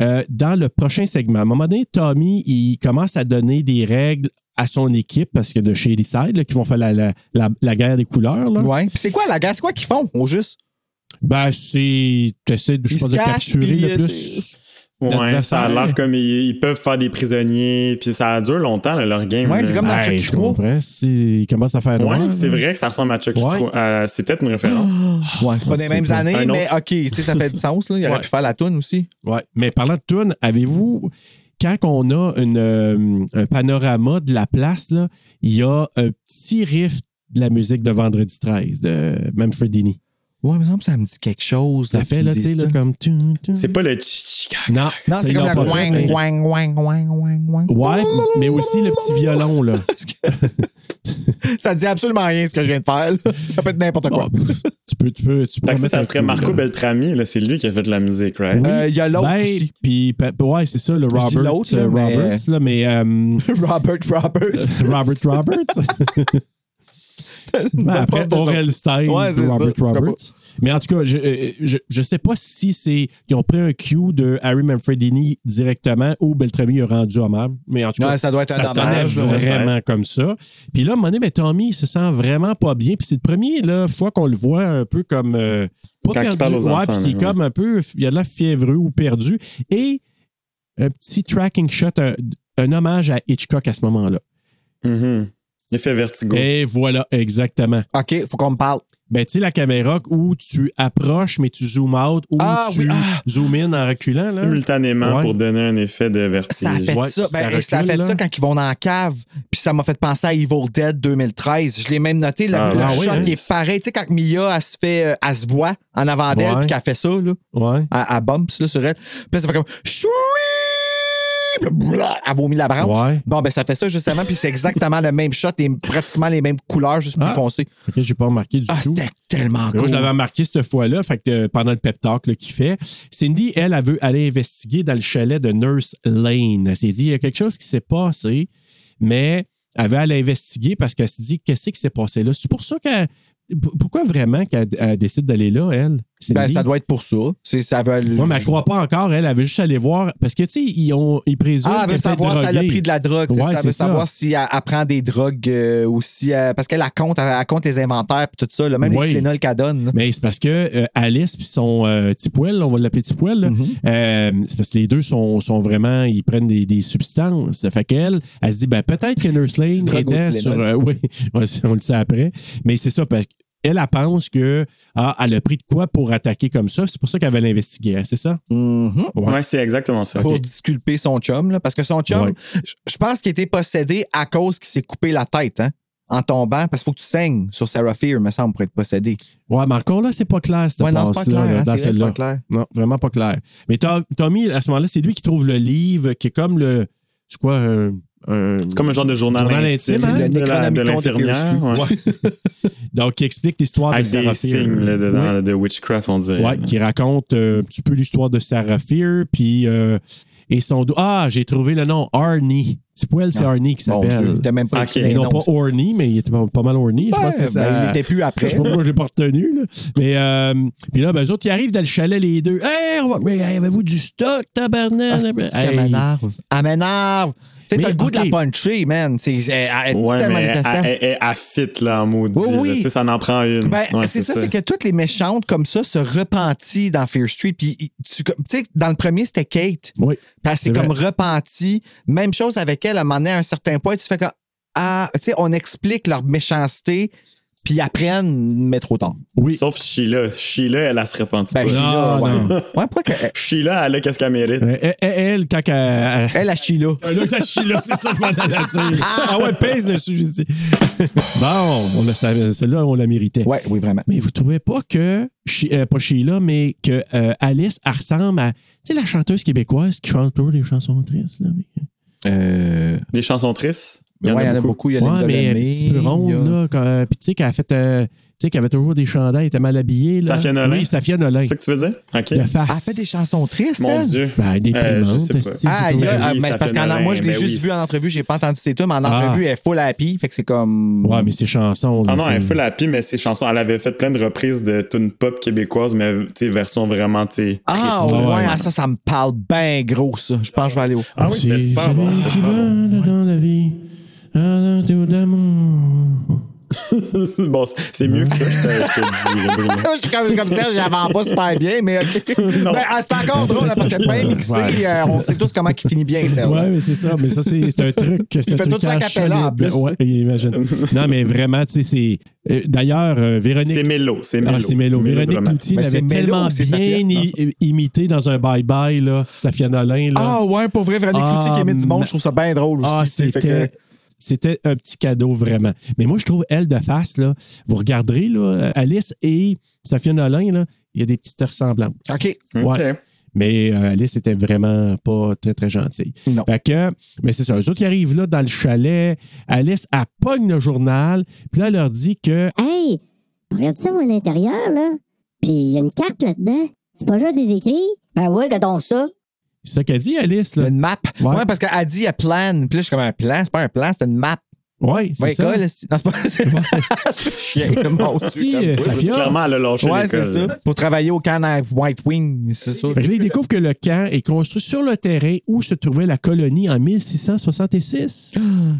[SPEAKER 2] euh, dans le prochain segment, à un moment donné, Tommy, il commence à donner des règles à son équipe, parce que de chez Elyside, là, qui vont faire la, la, la- la guerre des couleurs. Là.
[SPEAKER 4] Ouais. Puis c'est quoi la glace? C'est quoi qu'ils font, au juste?
[SPEAKER 2] Ben, c'est. Tu essaies, je
[SPEAKER 4] Ils
[SPEAKER 2] pense,
[SPEAKER 4] se
[SPEAKER 2] de
[SPEAKER 4] cachent,
[SPEAKER 2] capturer
[SPEAKER 4] puis,
[SPEAKER 2] le
[SPEAKER 4] euh,
[SPEAKER 2] plus.
[SPEAKER 9] Ouais, ça a
[SPEAKER 2] l'adversaire.
[SPEAKER 9] l'air comme ils, ils peuvent faire des prisonniers, puis ça dure longtemps, là, leur game.
[SPEAKER 4] Ouais, c'est
[SPEAKER 9] là.
[SPEAKER 4] comme dans
[SPEAKER 2] Hey,
[SPEAKER 4] Chucky
[SPEAKER 2] je
[SPEAKER 4] 3.
[SPEAKER 2] comprends. c'est- Il commence à faire
[SPEAKER 9] Ouais,
[SPEAKER 2] noir.
[SPEAKER 9] c'est vrai que ça ressemble à Chucky
[SPEAKER 2] Ouais.
[SPEAKER 9] 3. Euh, c'est peut-être une référence.
[SPEAKER 4] Ouais, c'est pas des
[SPEAKER 2] Oh, c'est
[SPEAKER 4] mêmes
[SPEAKER 2] pas-
[SPEAKER 4] années,
[SPEAKER 9] Un
[SPEAKER 4] mais
[SPEAKER 9] autre.
[SPEAKER 4] ok, tu sais, ça fait du sens. Là. Il aurait
[SPEAKER 2] Ouais.
[SPEAKER 4] pu faire la toune aussi.
[SPEAKER 2] Ouais. Mais parlant de tune, avez-vous, quand on a une, euh, un panorama de la place, là, il y a un petit riff de la musique de Vendredi 13 de Manfredini.
[SPEAKER 4] Ouais, mais il me semble que ça me dit quelque chose.
[SPEAKER 2] Ça fait, là, tu sais, là, comme. tune, tune.
[SPEAKER 9] C'est pas le chi
[SPEAKER 2] Non,
[SPEAKER 4] Non, c'est
[SPEAKER 2] ils
[SPEAKER 4] comme
[SPEAKER 2] l'ont
[SPEAKER 4] la
[SPEAKER 2] pas fait,
[SPEAKER 4] wang,
[SPEAKER 2] mais-
[SPEAKER 4] wang, wang, wang, wang, wang.
[SPEAKER 2] Ouais, mais aussi le petit violon, là.
[SPEAKER 4] Ça dit absolument rien ce que je viens de faire. là. Ça peut être n'importe quoi.
[SPEAKER 2] Ah, pff, tu peux, tu peux, tu peux.
[SPEAKER 9] Fait que ça,
[SPEAKER 2] mettre
[SPEAKER 9] ça
[SPEAKER 2] un
[SPEAKER 9] serait
[SPEAKER 2] coup,
[SPEAKER 9] Marco
[SPEAKER 2] là.
[SPEAKER 9] Beltrami, là, c'est lui qui a fait de la musique, right?
[SPEAKER 2] Oui.
[SPEAKER 4] Euh, il y a l'autre aussi.
[SPEAKER 2] Puis, pa- ouais, c'est ça, le
[SPEAKER 4] dis
[SPEAKER 2] Robert.
[SPEAKER 4] l'autre, là,
[SPEAKER 2] euh,
[SPEAKER 4] mais-
[SPEAKER 2] Roberts, là, mais. euh,
[SPEAKER 4] Robert Robert.
[SPEAKER 2] Robert Roberts. Ben, après,
[SPEAKER 4] prof de
[SPEAKER 2] Aurel Stein,
[SPEAKER 4] Ouais, c'est
[SPEAKER 2] Robert
[SPEAKER 4] ça.
[SPEAKER 2] Roberts. Mais en tout cas, je, euh, je, je sais pas si c'est. Ils ont pris un cue de Harry Manfredini directement ou Beltrami a rendu hommage. Mais en tout cas,
[SPEAKER 4] Ouais, ça doit être un
[SPEAKER 2] ça sonnait
[SPEAKER 4] dommage, là,
[SPEAKER 2] vraiment comme ça. Puis là, à un moment donné, ben, Tommy, il se sent vraiment pas bien. Puis c'est la première fois qu'on le voit un peu comme. euh, pas
[SPEAKER 9] Quand il
[SPEAKER 2] perdu.
[SPEAKER 9] parle aux
[SPEAKER 2] ouais,
[SPEAKER 9] enfants,
[SPEAKER 2] puis qui est
[SPEAKER 9] là, ouais.
[SPEAKER 2] comme un peu. Il y a de la fiévreux ou perdu. Et un petit tracking shot, un, un hommage à Hitchcock à ce moment-là.
[SPEAKER 9] Mhm. Il fait vertigo.
[SPEAKER 2] Et voilà, exactement.
[SPEAKER 4] OK, faut qu'on me parle.
[SPEAKER 2] Ben, tu sais, la caméra où tu approches, mais tu zoomes out, ou
[SPEAKER 4] Ah,
[SPEAKER 2] tu
[SPEAKER 4] oui, ah.
[SPEAKER 2] zoomes in en reculant. Là.
[SPEAKER 9] Simultanément
[SPEAKER 2] Ouais.
[SPEAKER 9] pour donner un effet de
[SPEAKER 4] Ça a
[SPEAKER 9] vertige.
[SPEAKER 4] fait
[SPEAKER 2] Ouais,
[SPEAKER 4] ça.
[SPEAKER 2] ça
[SPEAKER 4] Ben, ça a
[SPEAKER 2] recule,
[SPEAKER 4] fait
[SPEAKER 2] là.
[SPEAKER 4] ça quand ils vont dans la cave. Puis ça m'a fait penser à Evil Dead 2013. Je l'ai même noté, le,
[SPEAKER 9] Ah,
[SPEAKER 4] le
[SPEAKER 9] ah
[SPEAKER 4] choc
[SPEAKER 9] oui, hein?
[SPEAKER 4] il est pareil. Tu sais, quand Mia, elle se fait, euh, elle se voit en avant d'elle,
[SPEAKER 2] Ouais.
[SPEAKER 4] puis qu'elle fait ça, là.
[SPEAKER 2] Ouais.
[SPEAKER 4] Elle, elle bumps, là, sur elle. Puis là, ça fait comme. Choui! Puis là, blah, Elle vomit la branche.
[SPEAKER 2] Ouais.
[SPEAKER 4] Bon, ben, ça fait ça, justement, puis c'est exactement le même shot, et pratiquement les mêmes couleurs, juste plus
[SPEAKER 2] Ah.
[SPEAKER 4] foncées.
[SPEAKER 2] Ok, j'ai pas remarqué du
[SPEAKER 4] Ah,
[SPEAKER 2] tout.
[SPEAKER 4] c'était tellement
[SPEAKER 2] Mais
[SPEAKER 4] cool.
[SPEAKER 2] Moi, je l'avais remarqué cette fois-là, fait que, euh, pendant le pep talk là, qu'il fait. Cindy, elle, elle veut aller investiguer dans le chalet de Nurse Lane. Elle s'est dit, il y a quelque chose qui s'est passé, mais elle veut aller investiguer parce qu'elle se dit, qu'est-ce qui s'est passé là? C'est pour ça qu'elle. p- Pourquoi vraiment qu'elle elle décide d'aller là, elle? Cindy?
[SPEAKER 4] Ben, ça doit être pour ça. C'est, ça veut,
[SPEAKER 2] Ouais, mais elle croit pas encore, elle. Elle veut juste aller voir. Parce que, tu sais, ils, ont- ils présument.
[SPEAKER 4] Ah, elle veut
[SPEAKER 2] qu'elle s'est
[SPEAKER 4] savoir si elle a
[SPEAKER 2] droguée.
[SPEAKER 4] pris de la drogue. c'est
[SPEAKER 2] Ouais,
[SPEAKER 4] ça. Elle
[SPEAKER 2] c'est
[SPEAKER 4] veut
[SPEAKER 2] ça.
[SPEAKER 4] savoir si elle, elle prend des drogues euh, ou si. euh, parce qu'elle elle compte, elle, elle compte les inventaires et tout ça, là, même
[SPEAKER 2] Oui.
[SPEAKER 4] les Tylenol qu'elle donne. là.
[SPEAKER 2] Mais c'est parce que euh, Alice puis son euh, petit poêle, on va l'appeler petit poêle,
[SPEAKER 4] Mm.
[SPEAKER 2] là,
[SPEAKER 4] Mhm.
[SPEAKER 2] euh, c'est parce que les deux sont, sont vraiment, ils prennent des, des substances. Ça Fait qu'elle, elle se dit, ben, peut-être que Nurse
[SPEAKER 4] Tu
[SPEAKER 2] Lane
[SPEAKER 4] drogues au
[SPEAKER 2] était
[SPEAKER 4] Tylenol.
[SPEAKER 2] sur. euh, oui, ouais, c'est- on le sait après. Mais c'est ça, parce qu'elle, elle pense que, ah, elle a pris de quoi pour attaquer comme ça. C'est pour ça qu'elle va l'investiguer, hein, c'est ça?
[SPEAKER 4] Mhm.
[SPEAKER 2] Ouais.
[SPEAKER 9] Ouais, c'est exactement ça.
[SPEAKER 4] Pour
[SPEAKER 9] Ok.
[SPEAKER 4] disculper son chum. là, parce que son chum,
[SPEAKER 2] Ouais.
[SPEAKER 4] je- je pense qu'il était possédé à cause qu'il s'est coupé la tête hein, en tombant. Parce qu'il faut que tu saignes sur Sarah Fear, me semble, pour être possédé.
[SPEAKER 2] Ouais, mais encore là, c'est pas clair, cette
[SPEAKER 4] Ouais, non, c'est pas
[SPEAKER 2] passe-là,
[SPEAKER 4] clair.
[SPEAKER 2] là,
[SPEAKER 4] hein, c'est
[SPEAKER 2] dans
[SPEAKER 4] vrai, c'est
[SPEAKER 2] celle-là.
[SPEAKER 4] pas clair.
[SPEAKER 2] Non, vraiment pas clair. Mais Tom- Tommy, à ce moment-là, c'est lui qui trouve le livre qui est comme le. C'est quoi? un- un-
[SPEAKER 9] C'est comme un genre de journal,
[SPEAKER 2] Journal
[SPEAKER 9] intime,
[SPEAKER 2] intime, hein?
[SPEAKER 9] de, la- de
[SPEAKER 4] Necronomicon de
[SPEAKER 9] l'infirmière.
[SPEAKER 4] Curious
[SPEAKER 9] ouais.
[SPEAKER 2] Donc, qui explique l'histoire de
[SPEAKER 9] Avec
[SPEAKER 2] Sarah
[SPEAKER 9] des
[SPEAKER 2] Fear.
[SPEAKER 9] signes là, dedans,
[SPEAKER 2] euh, Ouais.
[SPEAKER 9] là, de witchcraft, on dirait.
[SPEAKER 2] Ouais, qui raconte euh, un petit peu l'histoire de Sarah Fear, puis euh, et son dou- ah, j'ai trouvé le nom Arnie. Petit poil, c'est
[SPEAKER 4] Ah.
[SPEAKER 2] Arnie qui
[SPEAKER 4] Mon Dieu,
[SPEAKER 2] s'appelle.
[SPEAKER 4] t'as même pas
[SPEAKER 9] Ok.
[SPEAKER 4] écrit les
[SPEAKER 2] Et non
[SPEAKER 4] noms.
[SPEAKER 2] pas Orny, mais il était pas, pas mal Orny. je
[SPEAKER 4] Ouais,
[SPEAKER 2] pense que ça-
[SPEAKER 4] ben, il était plus
[SPEAKER 2] Je sais
[SPEAKER 4] après.
[SPEAKER 2] pas pourquoi je l'ai pas retenu. Là. Mais euh, puis là, ben, eux autres, ils arrivent dans le chalet, les deux. Hey, on va- mais hey, avez-vous du stock,
[SPEAKER 4] Ah,
[SPEAKER 2] tabarnak?
[SPEAKER 4] c'est
[SPEAKER 2] ben, Hey.
[SPEAKER 4] qu'elle m'énerve. Elle m'énerve. Tu sais,
[SPEAKER 2] Mais,
[SPEAKER 4] t'as le goût de
[SPEAKER 2] ok.
[SPEAKER 4] la puncher, man. C'est, elle, elle est
[SPEAKER 9] Ouais,
[SPEAKER 4] tellement
[SPEAKER 9] mais elle,
[SPEAKER 4] détestable.
[SPEAKER 9] elle- elle- elle fit, là, en maudit.
[SPEAKER 4] Oui, oui.
[SPEAKER 9] là, tu sais, ça en prend une.
[SPEAKER 4] Ben,
[SPEAKER 9] Ouais,
[SPEAKER 4] c'est ça, c'est que toutes les méchantes comme ça se repentirent dans Fear Street. Puis, tu tu sais, dans le premier, c'était Kate.
[SPEAKER 2] Oui.
[SPEAKER 4] Puis elle s'est
[SPEAKER 2] C'est
[SPEAKER 4] comme repentie. Même chose avec elle, à un moment donné, à un certain point, tu fais comme Ah, tu sais, on explique leur méchanceté, puis ils apprennent, mais trop tard.
[SPEAKER 2] Oui.
[SPEAKER 9] Sauf Sheila. Sheila, elle, elle se repentit
[SPEAKER 4] Ben,
[SPEAKER 9] pas.
[SPEAKER 4] Sheila, ouais.
[SPEAKER 2] Ah, non.
[SPEAKER 4] Ouais, pourquoi que- elle,
[SPEAKER 9] Sheila, elle a qu'est-ce qu'elle mérite.
[SPEAKER 2] Euh, elle- elle, elle, quand elle,
[SPEAKER 4] a Sheila?
[SPEAKER 2] Un Là, ça chie là, c'est ça qu'on allait dire. Ah ouais, pèse dessus, je dis. Bon, on le savait, celle-là, on la méritait.
[SPEAKER 4] Ouais, oui, vraiment.
[SPEAKER 2] Mais vous trouvez pas que, Chi- euh, pas Sheila, mais que euh, Alice, elle ressemble à, tu sais, la chanteuse québécoise qui chante toujours des chansons tristes, là. mais-
[SPEAKER 4] Euh,
[SPEAKER 9] Des chansons tristes. Il y en
[SPEAKER 4] ouais,
[SPEAKER 9] a beaucoup.
[SPEAKER 4] Il y a
[SPEAKER 2] ouais,
[SPEAKER 4] Linda
[SPEAKER 2] mais un
[SPEAKER 4] Lemay,
[SPEAKER 2] petit peu
[SPEAKER 4] il y a-
[SPEAKER 2] ronde, là. quand- euh, Puis tu sais, qu'elle a fait, euh, tu sais, qu'elle avait toujours des chandails, elle était mal habillée, là.
[SPEAKER 9] Safia Nolin?
[SPEAKER 2] Oui, Safia Nolin.
[SPEAKER 9] C'est ça que tu veux dire? OK.
[SPEAKER 2] Le farce.
[SPEAKER 4] Elle fait des chansons tristes,
[SPEAKER 9] Mon
[SPEAKER 4] elle?
[SPEAKER 9] Dieu.
[SPEAKER 2] Ben,
[SPEAKER 9] Euh, je
[SPEAKER 2] déprimante.
[SPEAKER 9] sais pas.
[SPEAKER 2] esti,
[SPEAKER 4] Ah,
[SPEAKER 2] j'ai
[SPEAKER 4] il y
[SPEAKER 2] trouvé-
[SPEAKER 4] a-
[SPEAKER 9] oui,
[SPEAKER 4] ah, mais
[SPEAKER 9] ça
[SPEAKER 4] c'est parce
[SPEAKER 9] fait
[SPEAKER 4] qu'en
[SPEAKER 9] malin,
[SPEAKER 4] moi, je l'ai
[SPEAKER 9] ben
[SPEAKER 4] juste
[SPEAKER 9] oui.
[SPEAKER 4] vu en entrevue, j'ai pas entendu ses tunes, mais en
[SPEAKER 2] Ah.
[SPEAKER 4] entrevue, elle est full happy, fait que c'est comme.
[SPEAKER 2] Ouais, mais ces chansons, là.
[SPEAKER 9] Ah non, elle
[SPEAKER 2] c'est-
[SPEAKER 9] fait la pie, mais ses chansons, elle avait fait plein de reprises de tunes pop québécoises, mais tu sais, version vraiment, tu sais.
[SPEAKER 4] Ah,
[SPEAKER 2] Triste.
[SPEAKER 4] ouais,
[SPEAKER 2] Ouais, ouais.
[SPEAKER 4] ah, ça, ça me parle bien gros, ça. Je pense que je vais aller au.
[SPEAKER 9] Ah oui, c'était
[SPEAKER 2] C'est
[SPEAKER 9] super bon.
[SPEAKER 2] celui
[SPEAKER 9] c'était
[SPEAKER 2] qui
[SPEAKER 9] super bon.
[SPEAKER 2] va dans la vie. Un tout d'amour.
[SPEAKER 9] Bon, c'est c'est mieux que ça, je te, je te dis, Bruno.
[SPEAKER 4] Je suis comme, comme ça, j'avance pas super bien, mais ok.
[SPEAKER 9] Non.
[SPEAKER 4] Ben, ah, c'est encore drôle, hein, parce que bien mixé,
[SPEAKER 2] Ouais.
[SPEAKER 4] euh, on sait tous comment il finit bien, Serge.
[SPEAKER 2] Ouais, mais c'est ça. Mais ça, c'est c'est un truc. C'est un
[SPEAKER 4] fait tout ça à
[SPEAKER 2] trucage
[SPEAKER 4] cappella, en
[SPEAKER 2] solide.
[SPEAKER 4] plus.
[SPEAKER 2] Ouais, imagine. Non, mais vraiment, tu sais, c'est. euh, D'ailleurs, euh,
[SPEAKER 9] C'est
[SPEAKER 2] Véronique.
[SPEAKER 9] mélo, c'est mélo.
[SPEAKER 2] Ah, c'est Mélo. Véronique Cloutier
[SPEAKER 9] Mélodramatique.
[SPEAKER 4] Mais
[SPEAKER 2] l'avait
[SPEAKER 4] c'est Mélo
[SPEAKER 2] tellement
[SPEAKER 4] ou c'est
[SPEAKER 2] bien
[SPEAKER 4] Safia? Non,
[SPEAKER 2] i- imité dans un bye-bye, là, Safia Nolin, là.
[SPEAKER 4] Ah, ouais, pour vrai, Véronique
[SPEAKER 2] Ah,
[SPEAKER 4] Cloutier qui émet du monde, je trouve ça bien drôle aussi.
[SPEAKER 2] Ah,
[SPEAKER 4] tu sais, fait
[SPEAKER 2] c'était. C'était un petit cadeau, vraiment. Mais moi, je trouve, elle, de face, là, vous regarderez, là, Alice et Safia Nolin, là, il y a des petites ressemblances.
[SPEAKER 4] que- OK.
[SPEAKER 9] Ok.
[SPEAKER 2] Ouais. Mais euh, Alice était vraiment pas très, très gentille.
[SPEAKER 4] Non.
[SPEAKER 2] Fait que, mais c'est ça. Eux autres, ils arrivent là dans le chalet. Alice, elle pogne le journal. Puis là, elle leur dit que.
[SPEAKER 10] Hey, regarde ça, moi, à l'intérieur, là. Puis il y a une carte là-dedans. C'est pas juste des écrits. Ben oui, donc ça.
[SPEAKER 2] C'est ça qu'elle dit, Alice,
[SPEAKER 4] Il y a
[SPEAKER 2] là.
[SPEAKER 4] une map.
[SPEAKER 2] Ouais.
[SPEAKER 4] Ouais, parce qu'elle dit, elle plane. Puis là, je suis comme un plan. C'est pas un plan, c'est une map.
[SPEAKER 2] Ouais, c'est
[SPEAKER 4] Ouais,
[SPEAKER 2] ça.
[SPEAKER 4] Ben, école, c'est- non, c'est pas. C'est chien, le monstre.
[SPEAKER 2] Si, euh, Safia.
[SPEAKER 9] Clairement, elle a lâché
[SPEAKER 4] Ouais, c'est
[SPEAKER 9] l'école.
[SPEAKER 4] ça. Pour travailler au camp à White Wing, c'est ça.
[SPEAKER 2] Fait que là, ils découvrent que le camp est construit sur le terrain où se trouvait la colonie en 1666.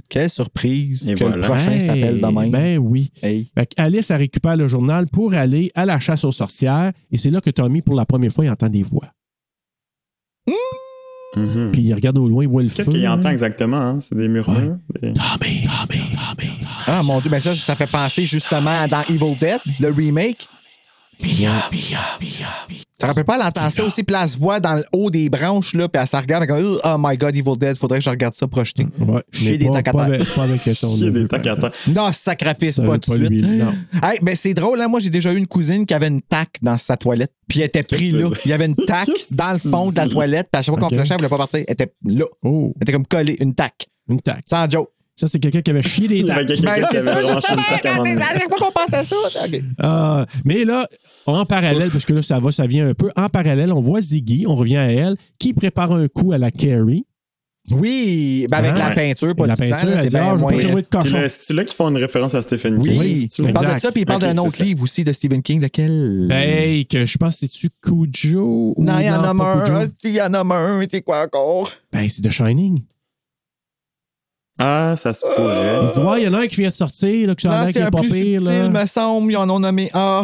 [SPEAKER 4] Quelle surprise
[SPEAKER 9] Et
[SPEAKER 4] que le
[SPEAKER 9] voilà.
[SPEAKER 4] prochain s'appelle
[SPEAKER 2] Hey,
[SPEAKER 4] demain.
[SPEAKER 2] Ben oui.
[SPEAKER 4] Hey.
[SPEAKER 2] Fait Alice, elle récupère le journal pour aller à la chasse aux sorcières. Et c'est là que Tommy, pour la première fois, il entend des voix.
[SPEAKER 9] Mhm.
[SPEAKER 2] Puis il regarde au loin, il voit le
[SPEAKER 9] Qu'est-ce
[SPEAKER 2] feu,
[SPEAKER 9] qu'il
[SPEAKER 2] hein.
[SPEAKER 9] entend exactement? hein? C'est des murmures? des-
[SPEAKER 2] Tommy, Tommy, Tommy, Tommy.
[SPEAKER 4] Ah mon dieu, mais ça, ça fait penser justement dans Evil Dead, le remake. Ça rappelle pas l'entendre aussi, puis là, elle se voit dans le haut des branches, là, puis elle se regarde, elle fait comme, oh my god, Evil Dead, faudrait que je regarde ça projeté.
[SPEAKER 2] Ouais,
[SPEAKER 4] Chier
[SPEAKER 2] mais
[SPEAKER 4] des
[SPEAKER 2] pas,
[SPEAKER 4] tacs à
[SPEAKER 2] pas
[SPEAKER 4] terre.
[SPEAKER 2] avec, pas avec ton
[SPEAKER 9] Chier
[SPEAKER 2] neveu,
[SPEAKER 9] des
[SPEAKER 2] par
[SPEAKER 9] tacs à
[SPEAKER 2] exemple.
[SPEAKER 9] terre.
[SPEAKER 4] Non, sacrifice
[SPEAKER 2] Ça
[SPEAKER 4] pas
[SPEAKER 2] veut
[SPEAKER 4] tout
[SPEAKER 2] pas
[SPEAKER 4] de suite.
[SPEAKER 2] lui, non.
[SPEAKER 4] Hey, ben c'est drôle, hein? moi j'ai déjà eu une cousine qui avait une taque dans sa toilette, puis elle était prise
[SPEAKER 9] que tu
[SPEAKER 4] là.
[SPEAKER 9] veux dire?
[SPEAKER 4] Il y avait une taque dans le fond de la toilette, puis à chaque fois qu'on
[SPEAKER 2] Ok.
[SPEAKER 4] flashait, elle voulait pas partir. Elle était là.
[SPEAKER 2] Oh,
[SPEAKER 4] Elle était comme collée, une taque.
[SPEAKER 2] une tac.
[SPEAKER 4] Sans joke.
[SPEAKER 2] Ça, c'est quelqu'un qui avait chié des
[SPEAKER 9] Il y
[SPEAKER 2] tacs.
[SPEAKER 9] avait quelqu'un
[SPEAKER 4] Ben,
[SPEAKER 9] qui
[SPEAKER 4] c'est
[SPEAKER 9] avait
[SPEAKER 4] ça,
[SPEAKER 9] branché une
[SPEAKER 4] justement,
[SPEAKER 9] plaque à un
[SPEAKER 4] quand
[SPEAKER 9] moment
[SPEAKER 4] t'es-
[SPEAKER 9] donné.
[SPEAKER 4] à chaque fois qu'on pense à ça. ok.
[SPEAKER 2] Ah, mais là, en parallèle, parce que là, ça va, ça vient un peu. En parallèle, on voit Ziggy, on revient à elle, qui prépare un coup à la Carrie.
[SPEAKER 4] Oui, ben avec
[SPEAKER 2] Hein?
[SPEAKER 4] la peinture, pas
[SPEAKER 2] la
[SPEAKER 4] du sang,
[SPEAKER 2] peinture,
[SPEAKER 4] là,
[SPEAKER 2] elle
[SPEAKER 4] c'est
[SPEAKER 2] dit Ah,
[SPEAKER 4] bien
[SPEAKER 2] je vais
[SPEAKER 4] moins.
[SPEAKER 2] pas trouver de
[SPEAKER 9] Puis
[SPEAKER 2] cochon.
[SPEAKER 9] là, c'est là qu'ils font une référence à Stephen King.
[SPEAKER 4] Oui,
[SPEAKER 9] c'est-tu?
[SPEAKER 4] il parle de
[SPEAKER 2] Exact.
[SPEAKER 4] ça, puis il parle
[SPEAKER 9] Ok,
[SPEAKER 4] d'un
[SPEAKER 9] c'est
[SPEAKER 4] autre
[SPEAKER 9] ça.
[SPEAKER 4] livre aussi de Stephen King, lequel
[SPEAKER 2] Ben, que je pense, c'est-tu Cujo ou
[SPEAKER 4] Non, il y en a
[SPEAKER 2] pas
[SPEAKER 4] un,
[SPEAKER 2] Cujo?
[SPEAKER 4] hostie, il y en a un, c'est quoi encore
[SPEAKER 2] Ben, c'est The Shining.
[SPEAKER 9] Ah, ça se pourrait.
[SPEAKER 2] Il dit Ouais, il y en a un qui vient de sortir, là, que ça a
[SPEAKER 4] Euh. Non,
[SPEAKER 2] l'air
[SPEAKER 4] c'est
[SPEAKER 2] qu'il est
[SPEAKER 4] un
[SPEAKER 2] pas
[SPEAKER 4] plus
[SPEAKER 2] pire.
[SPEAKER 4] subtil,
[SPEAKER 2] Là.
[SPEAKER 4] me semble, ils en ont nommé un.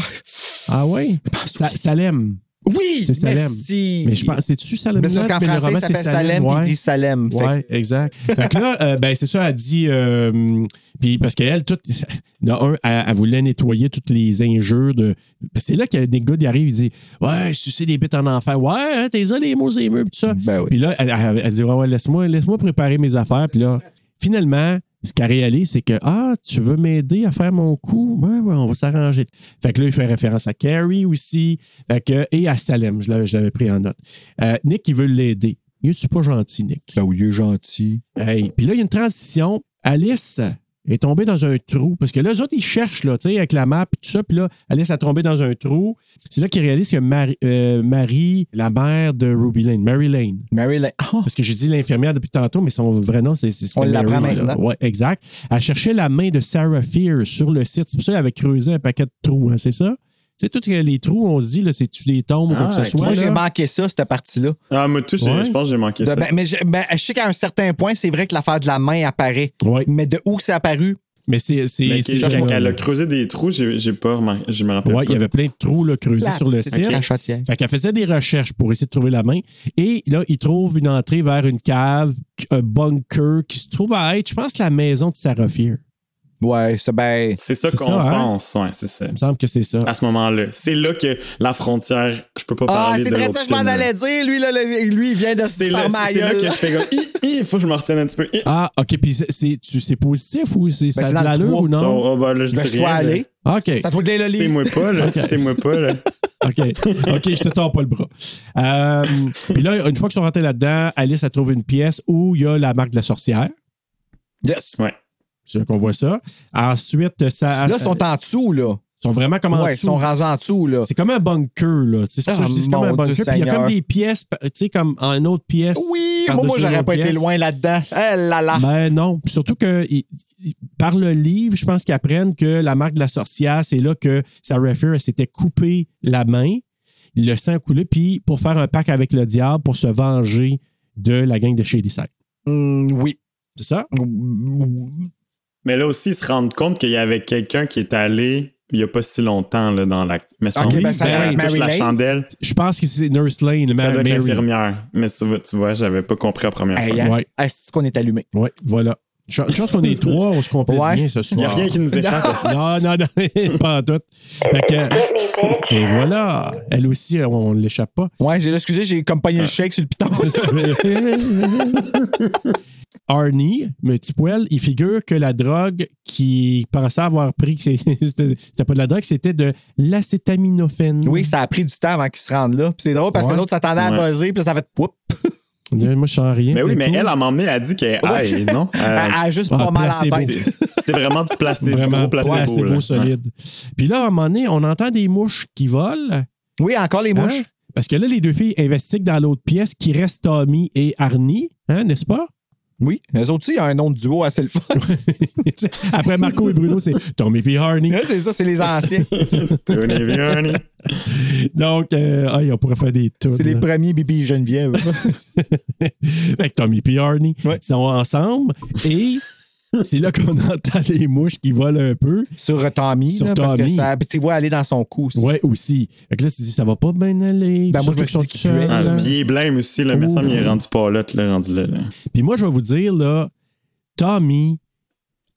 [SPEAKER 2] Ah ouais Sa- Salem.
[SPEAKER 4] Oui,
[SPEAKER 2] C'est Salem.
[SPEAKER 4] merci.
[SPEAKER 2] Mais je pense, c'est-tu Salem
[SPEAKER 4] Mais c'est parce
[SPEAKER 2] Lot?
[SPEAKER 4] qu'en
[SPEAKER 2] Mais le
[SPEAKER 4] français,
[SPEAKER 2] roman,
[SPEAKER 4] ça
[SPEAKER 2] c'est
[SPEAKER 4] s'appelle Salem, puis
[SPEAKER 2] ouais.
[SPEAKER 4] il dit Salem. Fait que-
[SPEAKER 2] Ouais, exact. Fait que là, euh, ben, c'est ça, elle dit. euh, puis parce qu'elle, toute. De un, elle, elle voulait nettoyer toutes les injures de. parce que C'est là que des gars qui arrivent, ils disent Ouais, sucer des bites en enfer. Ouais, hein, t'es ça, les mots et murs, pis tout ça.
[SPEAKER 4] Ben oui.
[SPEAKER 2] Puis là, elle, elle- elle dit Ouais, ouais, laisse-moi laisse préparer mes affaires. Puis là, finalement, ce qu'elle réalise, c'est que Ah, tu veux m'aider à faire mon coup Ouais, ouais, on va s'arranger. Fait que là, il fait référence à Carrie aussi. Fait que, et à Salem, je l'avais je l'avais pris en note. Euh, Nick, il veut l'aider. Il est-tu pas gentil, Nick
[SPEAKER 4] Ben oui, il est gentil.
[SPEAKER 2] Hey, puis là, il y a une transition. Alice est tombée dans un trou. Parce que là, eux autres, ils cherchent, là, tu sais, avec la map et tout ça. Puis là, Alice a tombé dans un trou. C'est là qu'ils réalisent que Marie, euh, Marie, la mère de Ruby Lane, Mary Lane.
[SPEAKER 4] Mary Lane. Oh,
[SPEAKER 2] Parce que j'ai dit l'infirmière depuis tantôt, mais son vrai nom, c'est. c'est- c'était
[SPEAKER 4] On l'apprend
[SPEAKER 2] Mary, là.
[SPEAKER 4] maintenant.
[SPEAKER 2] Ouais, exact. Elle cherchait la main de Sarah Fear sur le site. C'est pour ça qu'elle avait creusé un paquet de trous, hein, c'est ça? Tu sais, tous les trous, on se dit, là, c'est-tu des tombes ou
[SPEAKER 9] Ah,
[SPEAKER 2] quoi que ce
[SPEAKER 9] ok.
[SPEAKER 2] soit? là?
[SPEAKER 4] moi, j'ai manqué ça, cette partie-là.
[SPEAKER 9] Ah, moi, tout, j'ai-
[SPEAKER 2] Ouais.
[SPEAKER 9] je pense que j'ai manqué
[SPEAKER 4] De-
[SPEAKER 9] ça.
[SPEAKER 4] ben, mais je, ben, je sais qu'à un certain point, c'est vrai que l'affaire de la main apparaît.
[SPEAKER 2] Ouais.
[SPEAKER 4] Mais de où que c'est apparu?
[SPEAKER 2] Mais c'est. c'est-
[SPEAKER 9] Mais
[SPEAKER 2] c'est
[SPEAKER 9] quand
[SPEAKER 2] genre-
[SPEAKER 9] elle a creusé des trous, j'ai j'ai pas remarqué. Je me rappelle
[SPEAKER 2] Ouais, il
[SPEAKER 9] pas.
[SPEAKER 2] y avait plein de trous là, creusés sur le
[SPEAKER 4] C'est
[SPEAKER 2] site.
[SPEAKER 4] la chatière.
[SPEAKER 2] Fait qu'elle faisait des recherches pour essayer de trouver la main. Et là, il trouve une entrée vers une cave, un bunker qui se trouve à être, je pense, la maison de Sarah Fear.
[SPEAKER 4] Ouais, c'est ben.
[SPEAKER 9] C'est ça
[SPEAKER 2] C'est
[SPEAKER 9] qu'on
[SPEAKER 2] ça, hein?
[SPEAKER 9] pense, ouais, c'est ça.
[SPEAKER 2] Il me semble que c'est ça.
[SPEAKER 9] À ce moment-là. C'est là que la frontière, je peux pas
[SPEAKER 4] Ah,
[SPEAKER 9] parler
[SPEAKER 4] c'est
[SPEAKER 9] de
[SPEAKER 4] très
[SPEAKER 9] l'autre
[SPEAKER 4] ça, je m'en
[SPEAKER 9] film, là.
[SPEAKER 4] allais dire. Lui, là, le- lui, il vient de se
[SPEAKER 9] C'est là,
[SPEAKER 4] faire
[SPEAKER 9] c'est là
[SPEAKER 4] mailleul.
[SPEAKER 9] que je fais comme Hi, hi, il faut que je me retienne un petit peu. Hi.
[SPEAKER 2] Ah, OK. Puis c'est- c'est tu- c'est positif ou c'est ça
[SPEAKER 4] Ben, c'est
[SPEAKER 2] a
[SPEAKER 4] dans
[SPEAKER 2] de
[SPEAKER 4] le
[SPEAKER 2] l'allure
[SPEAKER 4] trois.
[SPEAKER 2] ou
[SPEAKER 9] So,
[SPEAKER 2] non? Ben,
[SPEAKER 9] oh, bah, là, je
[SPEAKER 4] Ben, Je me
[SPEAKER 9] dis
[SPEAKER 4] suis
[SPEAKER 9] rien. là.
[SPEAKER 4] allé.
[SPEAKER 2] OK.
[SPEAKER 4] Ça trouve que les lolis.
[SPEAKER 9] T'es-moi pas, là.
[SPEAKER 2] Ok.
[SPEAKER 9] T'es-moi pas, là.
[SPEAKER 2] OK. OK, je te tords pas le bras. Euh, puis là, une fois qu'ils sont rentrés là-dedans, Alice a trouvé une pièce où il y a la marque de la sorcière.
[SPEAKER 4] Yes.
[SPEAKER 9] Ouais.
[SPEAKER 2] C'est là qu'on voit ça. Ensuite, ça.
[SPEAKER 4] Là, ils sont en dessous, là.
[SPEAKER 2] Ah, ils sont vraiment comme en
[SPEAKER 4] ouais, ils
[SPEAKER 2] dessous.
[SPEAKER 4] sont rendus en dessous, là.
[SPEAKER 2] C'est comme un bunker, là. Tu sais, C'est pour ça que je dis c'est
[SPEAKER 4] Ah,
[SPEAKER 2] comme un
[SPEAKER 4] mon
[SPEAKER 2] bunker.
[SPEAKER 4] Dieu
[SPEAKER 2] Puis il y a
[SPEAKER 4] Seigneur.
[SPEAKER 2] comme des pièces, tu sais, comme en une autre pièce.
[SPEAKER 4] Oui, moi,
[SPEAKER 2] par-dessus
[SPEAKER 4] moi,
[SPEAKER 2] une
[SPEAKER 4] j'aurais
[SPEAKER 2] autre
[SPEAKER 4] pas été
[SPEAKER 2] pièce.
[SPEAKER 4] loin là-dedans. Eh là là.
[SPEAKER 2] Mais non. Puis surtout que il- il- par le livre, je pense qu'ils apprennent que la marque de la sorcière, c'est là que Sarah Fear elle s'était coupée la main, le sang a coulé, puis pour faire un pacte avec le diable pour se venger de la gang de Shadyside.
[SPEAKER 4] Hum, oui.
[SPEAKER 2] C'est ça?
[SPEAKER 9] Mais là aussi, ils se rendent compte qu'il y avait quelqu'un qui est allé il y a pas si longtemps, là, dans la. Mais ça,
[SPEAKER 4] Ok,
[SPEAKER 9] oui,
[SPEAKER 4] ben, ça
[SPEAKER 9] quand
[SPEAKER 2] doit
[SPEAKER 9] elle
[SPEAKER 4] être
[SPEAKER 9] touche la
[SPEAKER 4] Mary Lane.
[SPEAKER 9] chandelle.
[SPEAKER 2] Je pense que c'est Nurse Lane, le
[SPEAKER 9] Ça doit être
[SPEAKER 2] Mary.
[SPEAKER 9] l'infirmière. Mais tu vois, tu vois, j'avais pas compris la première
[SPEAKER 4] Hey,
[SPEAKER 9] fois.
[SPEAKER 4] hein?
[SPEAKER 2] Ouais.
[SPEAKER 4] Ah, c'est qu'on est allumé.
[SPEAKER 2] Oui, voilà. Je je pense qu'on est trois, on se complète
[SPEAKER 4] Ouais.
[SPEAKER 2] bien ce soir.
[SPEAKER 9] Il n'y a rien qui nous échappe. à ça.
[SPEAKER 2] Non, non, non, pas en tout. Fait que- et voilà, elle aussi, on ne l'échappe pas.
[SPEAKER 4] Ouais, j'ai excusez, j'ai comme pogné le shake sur le piton.
[SPEAKER 2] Arnie, mais petit poil, il figure que la drogue qu'il pensait avoir pris, que c'est- c'était c'était pas de la drogue, c'était de l'acétaminophène.
[SPEAKER 4] Oui, ça a pris du temps avant qu'ils se rendent là. Puis c'est drôle parce que
[SPEAKER 2] Ouais.
[SPEAKER 4] les autres s'attendaient à
[SPEAKER 9] Ouais.
[SPEAKER 4] buzzer, puis là, ça fait poup.
[SPEAKER 2] On dirait, Moi, je sens rien.
[SPEAKER 9] Mais Ben oui,
[SPEAKER 2] et
[SPEAKER 9] mais
[SPEAKER 2] tout.
[SPEAKER 9] elle, à un moment donné, elle dit qu'elle est aille, non? Euh,
[SPEAKER 4] Elle elle a juste
[SPEAKER 2] Ah,
[SPEAKER 4] pas mal à
[SPEAKER 2] placebo.
[SPEAKER 4] la tête.
[SPEAKER 9] c'est- C'est vraiment du placebo. du
[SPEAKER 2] vraiment
[SPEAKER 9] gros placebo.
[SPEAKER 2] placebo
[SPEAKER 9] là. Ouais.
[SPEAKER 2] solide. Puis là, à un moment donné, on entend des mouches qui volent.
[SPEAKER 4] Oui, encore les
[SPEAKER 2] Hein?
[SPEAKER 4] mouches.
[SPEAKER 2] Parce que là, les deux filles investiguent dans l'autre pièce qui reste Tommy et Arnie, hein, n'est-ce pas?
[SPEAKER 4] Oui, eux autres, il y a un nom de duo assez le fun.
[SPEAKER 2] Après Marco et Bruno, c'est Tommy puis Arnie.
[SPEAKER 4] Là, c'est ça, c'est les anciens.
[SPEAKER 9] Tony Vianney.
[SPEAKER 2] Donc, euh, ah, on pourrait faire des tours.
[SPEAKER 4] C'est les premiers Bibi et Geneviève.
[SPEAKER 2] Avec Tommy puis Arnie.
[SPEAKER 4] Ouais.
[SPEAKER 2] Ils sont ensemble et c'est là qu'on entend les mouches qui volent un peu.
[SPEAKER 4] Sur euh, Tommy,
[SPEAKER 2] Sur
[SPEAKER 4] là, parce que
[SPEAKER 2] Tommy.
[SPEAKER 4] ça, puis tu vois, aller dans son cou. aussi.
[SPEAKER 2] Ouais, aussi. Fait que là, tu te dis, ça va pas bien aller.
[SPEAKER 4] Ben, moi,
[SPEAKER 2] Surtout
[SPEAKER 4] je me
[SPEAKER 2] qu'ils sont
[SPEAKER 4] suis dit
[SPEAKER 2] tout
[SPEAKER 4] qu'il puait.
[SPEAKER 2] seuls,
[SPEAKER 9] Ah,
[SPEAKER 2] là.
[SPEAKER 9] puis il est blême aussi, là, mais ça, il est rendu pas là, là, rendu
[SPEAKER 2] hein.
[SPEAKER 9] là. là.
[SPEAKER 2] Puis moi, je vais vous dire, là, Tommy,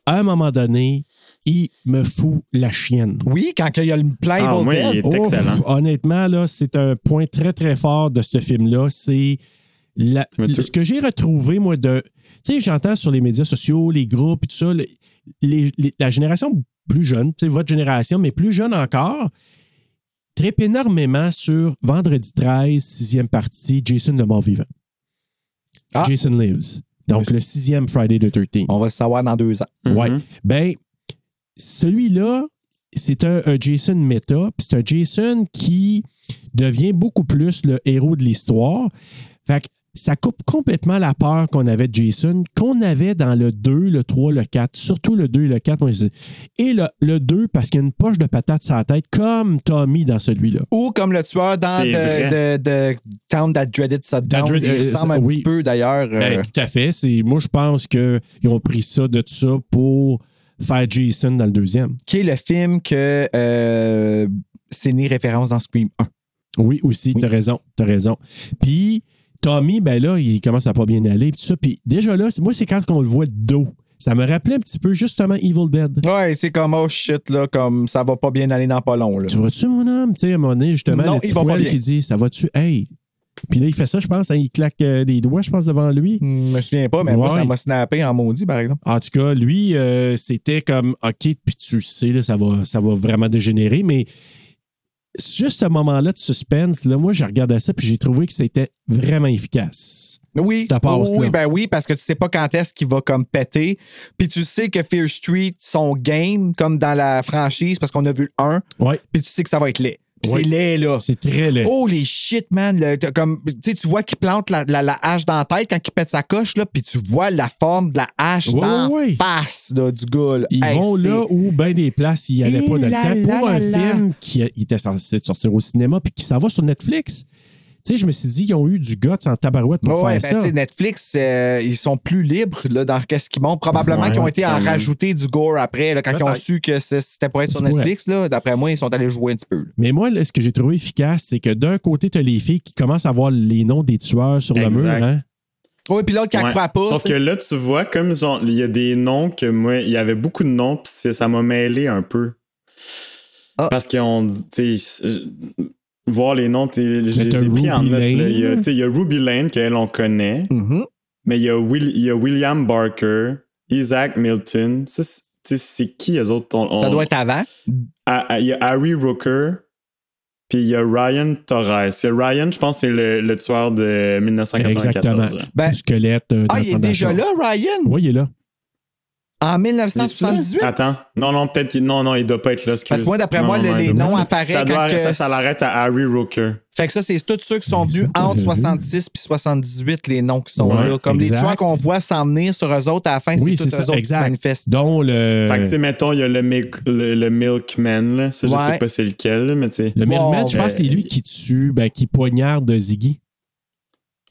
[SPEAKER 2] à un moment donné, il me fout la chienne.
[SPEAKER 4] Oui, quand il y a le plein
[SPEAKER 9] Ah, moi, il est excellent.
[SPEAKER 2] Honnêtement, là, c'est un point très, très fort de ce film-là. C'est la-
[SPEAKER 9] Mais tu-
[SPEAKER 2] ce que j'ai retrouvé, moi, de. Tu sais, j'entends sur les médias sociaux, les groupes et tout ça, le- les- les- la génération plus jeune, tu sais, votre génération, mais plus jeune encore, tripe énormément sur Vendredi 13, sixième partie, Jason le mort vivant.
[SPEAKER 4] Ah.
[SPEAKER 2] Jason Lives. Donc, le sixième Friday the 13th.
[SPEAKER 4] On va le savoir dans deux ans.
[SPEAKER 2] Ouais. Ben, celui-là, c'est un, un Jason méta. puis C'est un Jason qui devient beaucoup plus le héros de l'histoire. Fait que ça coupe complètement la peur qu'on avait de Jason, qu'on avait dans le 2, le 3, le 4, surtout le 2 et le 4. moi, je dis- Et le, le 2, parce qu'il y a une poche de patate sur la tête, comme Tommy dans celui-là.
[SPEAKER 4] Ou comme le tueur dans
[SPEAKER 9] C'est
[SPEAKER 4] de,
[SPEAKER 9] vrai.
[SPEAKER 4] de, de Town That Dreaded Shutdown.
[SPEAKER 2] That Dread-
[SPEAKER 4] il
[SPEAKER 2] euh,
[SPEAKER 4] ressemble un
[SPEAKER 2] oui.
[SPEAKER 4] petit peu d'ailleurs. euh,
[SPEAKER 2] Ben, tout à fait. C'est- Moi, je pense qu'ils ont pris ça de ça pour faire Jason dans le deuxième.
[SPEAKER 4] qui est le film que euh, c'est né référence dans Scream 1.
[SPEAKER 2] Oui, aussi, t'as raison, t'as raison. Puis, Tommy, ben là, il commence à pas bien aller, puis tout ça. Puis déjà là, c'est- moi, c'est quand on le voit de dos. Ça me rappelait un petit peu, justement, Evil Dead.
[SPEAKER 4] Ouais, c'est comme oh shit, là, comme ça va pas bien aller dans pas long. Là.
[SPEAKER 2] Tu vas-tu, mon homme? Tu sais, à un moment donné, justement,
[SPEAKER 4] Non,
[SPEAKER 2] le
[SPEAKER 4] il
[SPEAKER 2] petit
[SPEAKER 4] va pas
[SPEAKER 2] poil
[SPEAKER 4] bien.
[SPEAKER 2] qui dit, ça va-tu? Hey! Puis là, il fait ça, je pense, hein, il claque euh, des doigts, je pense, devant lui.
[SPEAKER 4] Je me souviens pas, mais moi,
[SPEAKER 2] Ouais.
[SPEAKER 4] ça m'a snappé en maudit, par exemple.
[SPEAKER 2] En tout cas, lui, euh, c'était comme OK, puis tu sais, là, ça, va, ça va vraiment dégénérer, mais juste ce moment-là de suspense, là, moi, j'ai regardé ça, puis j'ai trouvé que c'était vraiment efficace.
[SPEAKER 4] Oui,
[SPEAKER 2] C'est ta passe,
[SPEAKER 4] oui,
[SPEAKER 2] là.
[SPEAKER 4] ben oui, parce que tu sais pas quand est-ce qu'il va comme péter. Puis tu sais que Fear Street, son game, comme dans la franchise, parce qu'on a vu le 1,
[SPEAKER 2] Ouais,
[SPEAKER 4] puis tu sais que ça va être laid. Puis
[SPEAKER 2] Ouais.
[SPEAKER 4] C'est laid, là.
[SPEAKER 2] c'est très laid.
[SPEAKER 4] Holy shit, man. le- t'as comme, tu sais, tu vois qu'il plante la, la- la hache dans la tête quand il pète sa coche, là, puis tu vois la forme de la hache
[SPEAKER 2] Ouais,
[SPEAKER 4] dans
[SPEAKER 2] ouais, ouais.
[SPEAKER 4] face là, du gars. là.
[SPEAKER 2] Ils
[SPEAKER 4] Hey,
[SPEAKER 2] vont
[SPEAKER 4] c'est-
[SPEAKER 2] là où ben des places, ils n'allaient
[SPEAKER 4] Et
[SPEAKER 2] pas dans le
[SPEAKER 4] là,
[SPEAKER 2] temps.
[SPEAKER 4] là,
[SPEAKER 2] Pour
[SPEAKER 4] là,
[SPEAKER 2] un
[SPEAKER 4] là.
[SPEAKER 2] film qui a- il était censé sortir au cinéma, puis qui s'en va sur Netflix. Tu sais, je me suis dit, ils ont eu du guts en tabarouette pour
[SPEAKER 4] Ouais,
[SPEAKER 2] faire
[SPEAKER 4] ben, tu
[SPEAKER 2] ça.
[SPEAKER 4] sais, Netflix, euh, ils sont plus libres là, dans qu'est-ce qu'ils montrent. Probablement
[SPEAKER 9] Ouais,
[SPEAKER 4] qu'ils ont été
[SPEAKER 9] quand
[SPEAKER 4] en
[SPEAKER 9] même.
[SPEAKER 4] rajouter du gore après, là, quand ils ont
[SPEAKER 2] Peut-être.
[SPEAKER 4] su que c'est- c'était pour être sur
[SPEAKER 2] C'est pour
[SPEAKER 4] Netflix. là. D'après moi, ils sont allés jouer un petit peu. là.
[SPEAKER 2] Mais moi, là, ce que j'ai trouvé efficace, c'est que d'un côté, tu as les filles qui commencent à voir les noms des tueurs sur le
[SPEAKER 9] Exact.
[SPEAKER 2] mur. Hein?
[SPEAKER 4] Oui, puis l'autre qui
[SPEAKER 9] Ouais.
[SPEAKER 4] ne croit pas.
[SPEAKER 9] Sauf que là, tu vois, comme genre, il y a des noms que moi, il y avait beaucoup de noms, puis c'est- ça m'a mêlé un peu.
[SPEAKER 4] Ah.
[SPEAKER 9] Parce qu'on dit, tu sais, je- voir les noms, tu sais, je
[SPEAKER 2] Mais
[SPEAKER 9] les
[SPEAKER 2] t'as
[SPEAKER 9] ai pris en
[SPEAKER 2] Ruby
[SPEAKER 9] note. là. Il y a,
[SPEAKER 2] Lane.
[SPEAKER 9] tu sais, il y a Ruby Lane, qu'elle, on connaît,
[SPEAKER 4] Mhm.
[SPEAKER 9] mais il y, a Will- il y a William Barker, Isaac Milton. Ça, c'est- tu sais, c'est qui eux autres? On-
[SPEAKER 4] Ça
[SPEAKER 9] on-
[SPEAKER 4] doit être avant.
[SPEAKER 9] à- à- Ah, Il y a Harry Rooker, puis il y a Ryan Torres. Il y a Ryan, je pense, c'est le, le tueur de 1994.
[SPEAKER 2] Exactement.
[SPEAKER 9] hein.
[SPEAKER 4] Ben-
[SPEAKER 2] Le squelette euh, dans
[SPEAKER 4] Ah, il est
[SPEAKER 2] son
[SPEAKER 4] déjà
[SPEAKER 2] achat.
[SPEAKER 4] là, Ryan,
[SPEAKER 2] Oui, il est là.
[SPEAKER 4] en
[SPEAKER 9] Il est
[SPEAKER 4] 1978.
[SPEAKER 9] là? Attends. Non, non, peut-être qu'il. Non, non, il doit pas être là. excuse.
[SPEAKER 4] Parce que moi, d'après
[SPEAKER 9] Non,
[SPEAKER 4] moi,
[SPEAKER 9] non,
[SPEAKER 4] le-
[SPEAKER 9] non, il
[SPEAKER 4] les
[SPEAKER 9] doit pas
[SPEAKER 4] noms
[SPEAKER 9] être là.
[SPEAKER 4] apparaissent
[SPEAKER 9] Ça, doit
[SPEAKER 4] quand
[SPEAKER 9] arrêter-
[SPEAKER 4] que- Euh.
[SPEAKER 9] ça, ça l'arrête à Harry Rooker.
[SPEAKER 4] Fait que ça, c'est tous ceux qui sont
[SPEAKER 2] Mais
[SPEAKER 4] venus
[SPEAKER 2] ça, on
[SPEAKER 4] entre
[SPEAKER 2] l'a vu.
[SPEAKER 4] 66 puis 78, les noms qui sont
[SPEAKER 2] Ouais,
[SPEAKER 4] là. Comme les
[SPEAKER 2] exact.
[SPEAKER 4] tueurs qu'on voit s'en venir sur eux autres à la fin,
[SPEAKER 2] Oui,
[SPEAKER 4] c'est tous
[SPEAKER 2] c'est
[SPEAKER 4] eux
[SPEAKER 2] ça.
[SPEAKER 4] autres qui se
[SPEAKER 2] Exact.
[SPEAKER 4] manifestent.
[SPEAKER 2] Dont le,
[SPEAKER 9] Fait que, tu sais, mettons, il y a le, milk, le, le Milkman, là. Ça,
[SPEAKER 4] Ouais.
[SPEAKER 9] je sais pas c'est lequel, là, mais tu sais.
[SPEAKER 2] le Milkman,
[SPEAKER 4] Bon,
[SPEAKER 2] je pense que c'est
[SPEAKER 9] ben,
[SPEAKER 2] lui qui tue, ben, qui poignarde Ziggy.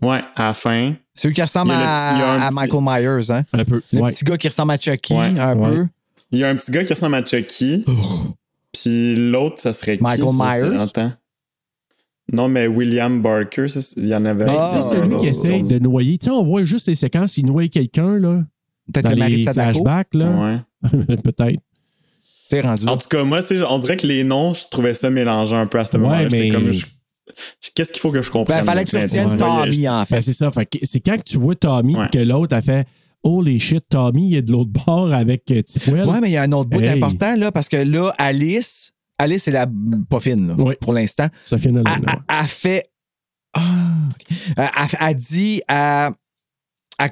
[SPEAKER 9] Ouais, à la fin.
[SPEAKER 4] Celui qui ressemble
[SPEAKER 9] Il y a le
[SPEAKER 4] à,
[SPEAKER 9] petit- il y a un
[SPEAKER 4] à
[SPEAKER 9] petit-
[SPEAKER 4] Michael Myers, hein?
[SPEAKER 2] Un peu.
[SPEAKER 4] Le
[SPEAKER 2] ouais.
[SPEAKER 4] petit gars qui ressemble à Chucky,
[SPEAKER 9] Ouais.
[SPEAKER 4] un
[SPEAKER 2] Ouais.
[SPEAKER 4] peu.
[SPEAKER 9] Il y a un petit gars qui ressemble à Chucky. Puis l'autre, ça serait
[SPEAKER 4] Oh. Michael
[SPEAKER 9] qui? Je sais-
[SPEAKER 4] Myers?
[SPEAKER 9] Attends. Non, mais William Barker, ça, c'est- il y en avait
[SPEAKER 2] Ben,
[SPEAKER 4] Ah,
[SPEAKER 2] tu sais, celui
[SPEAKER 9] un
[SPEAKER 2] qui
[SPEAKER 9] autre.
[SPEAKER 2] essaye de noyer. Tu sais, on voit juste les séquences, il noie quelqu'un, là,
[SPEAKER 4] Peut-être
[SPEAKER 2] dans
[SPEAKER 4] le mari de
[SPEAKER 2] les
[SPEAKER 4] Sadako.
[SPEAKER 2] flashbacks, là.
[SPEAKER 9] Ouais.
[SPEAKER 2] Peut-être.
[SPEAKER 4] C'est rendu.
[SPEAKER 9] En tout cas, moi, c'est- on dirait que les noms, je trouvais ça mélangeant un peu à ce
[SPEAKER 2] Ouais,
[SPEAKER 9] moment-là. J'étais
[SPEAKER 2] mais-
[SPEAKER 9] comme, je- je- Qu'est-ce qu'il faut que je comprenne?
[SPEAKER 4] Ben, fallait que tu
[SPEAKER 9] sais,
[SPEAKER 4] retiennes
[SPEAKER 9] je voyais-
[SPEAKER 4] Tommy, en
[SPEAKER 2] Fait que
[SPEAKER 4] fait.
[SPEAKER 2] c'est ça. Fait que c'est quand que tu vois Tommy
[SPEAKER 9] Ouais.
[SPEAKER 2] que l'autre a fait Holy shit, Tommy, il est de l'autre bord avec euh, Tipwell.
[SPEAKER 4] Ouais, mais il y a un autre bout
[SPEAKER 2] Hey.
[SPEAKER 4] important, là, parce que là, Alice, Alice, c'est la pas fine, là,
[SPEAKER 2] Oui.
[SPEAKER 4] pour l'instant.
[SPEAKER 2] Sophie Nolan.
[SPEAKER 4] a,
[SPEAKER 2] ouais.
[SPEAKER 4] a- a fait. Ah, ok. a, a- a dit à, à,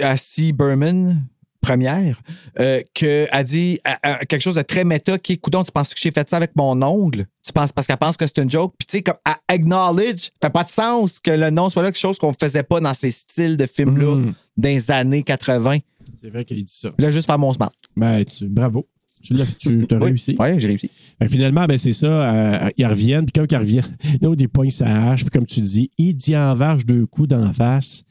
[SPEAKER 4] à C. Berman, première, euh, que a dit à- à quelque chose de très méta qui est Coudon, tu penses que j'ai fait ça avec mon ongle Tu penses parce qu'elle pense que c'est une joke. Puis tu sais, comme à acknowledge, ça fait pas de sens que le nom soit là, quelque chose qu'on faisait pas dans ces styles de films-là
[SPEAKER 2] Mm.
[SPEAKER 4] dans les années 80.
[SPEAKER 2] C'est vrai qu'elle dit ça.
[SPEAKER 4] Là, juste faire mon smart.
[SPEAKER 2] Ben, tu, bravo. Tu l'as tu, t'as
[SPEAKER 4] Oui.
[SPEAKER 2] réussi.
[SPEAKER 4] Ouais, j'ai réussi.
[SPEAKER 2] Fait que finalement, ben, c'est ça. euh, ils reviennent. Puis quand ils reviennent, là, des points, ça hache. Puis comme tu dis, il dit en varge deux coups d'en face.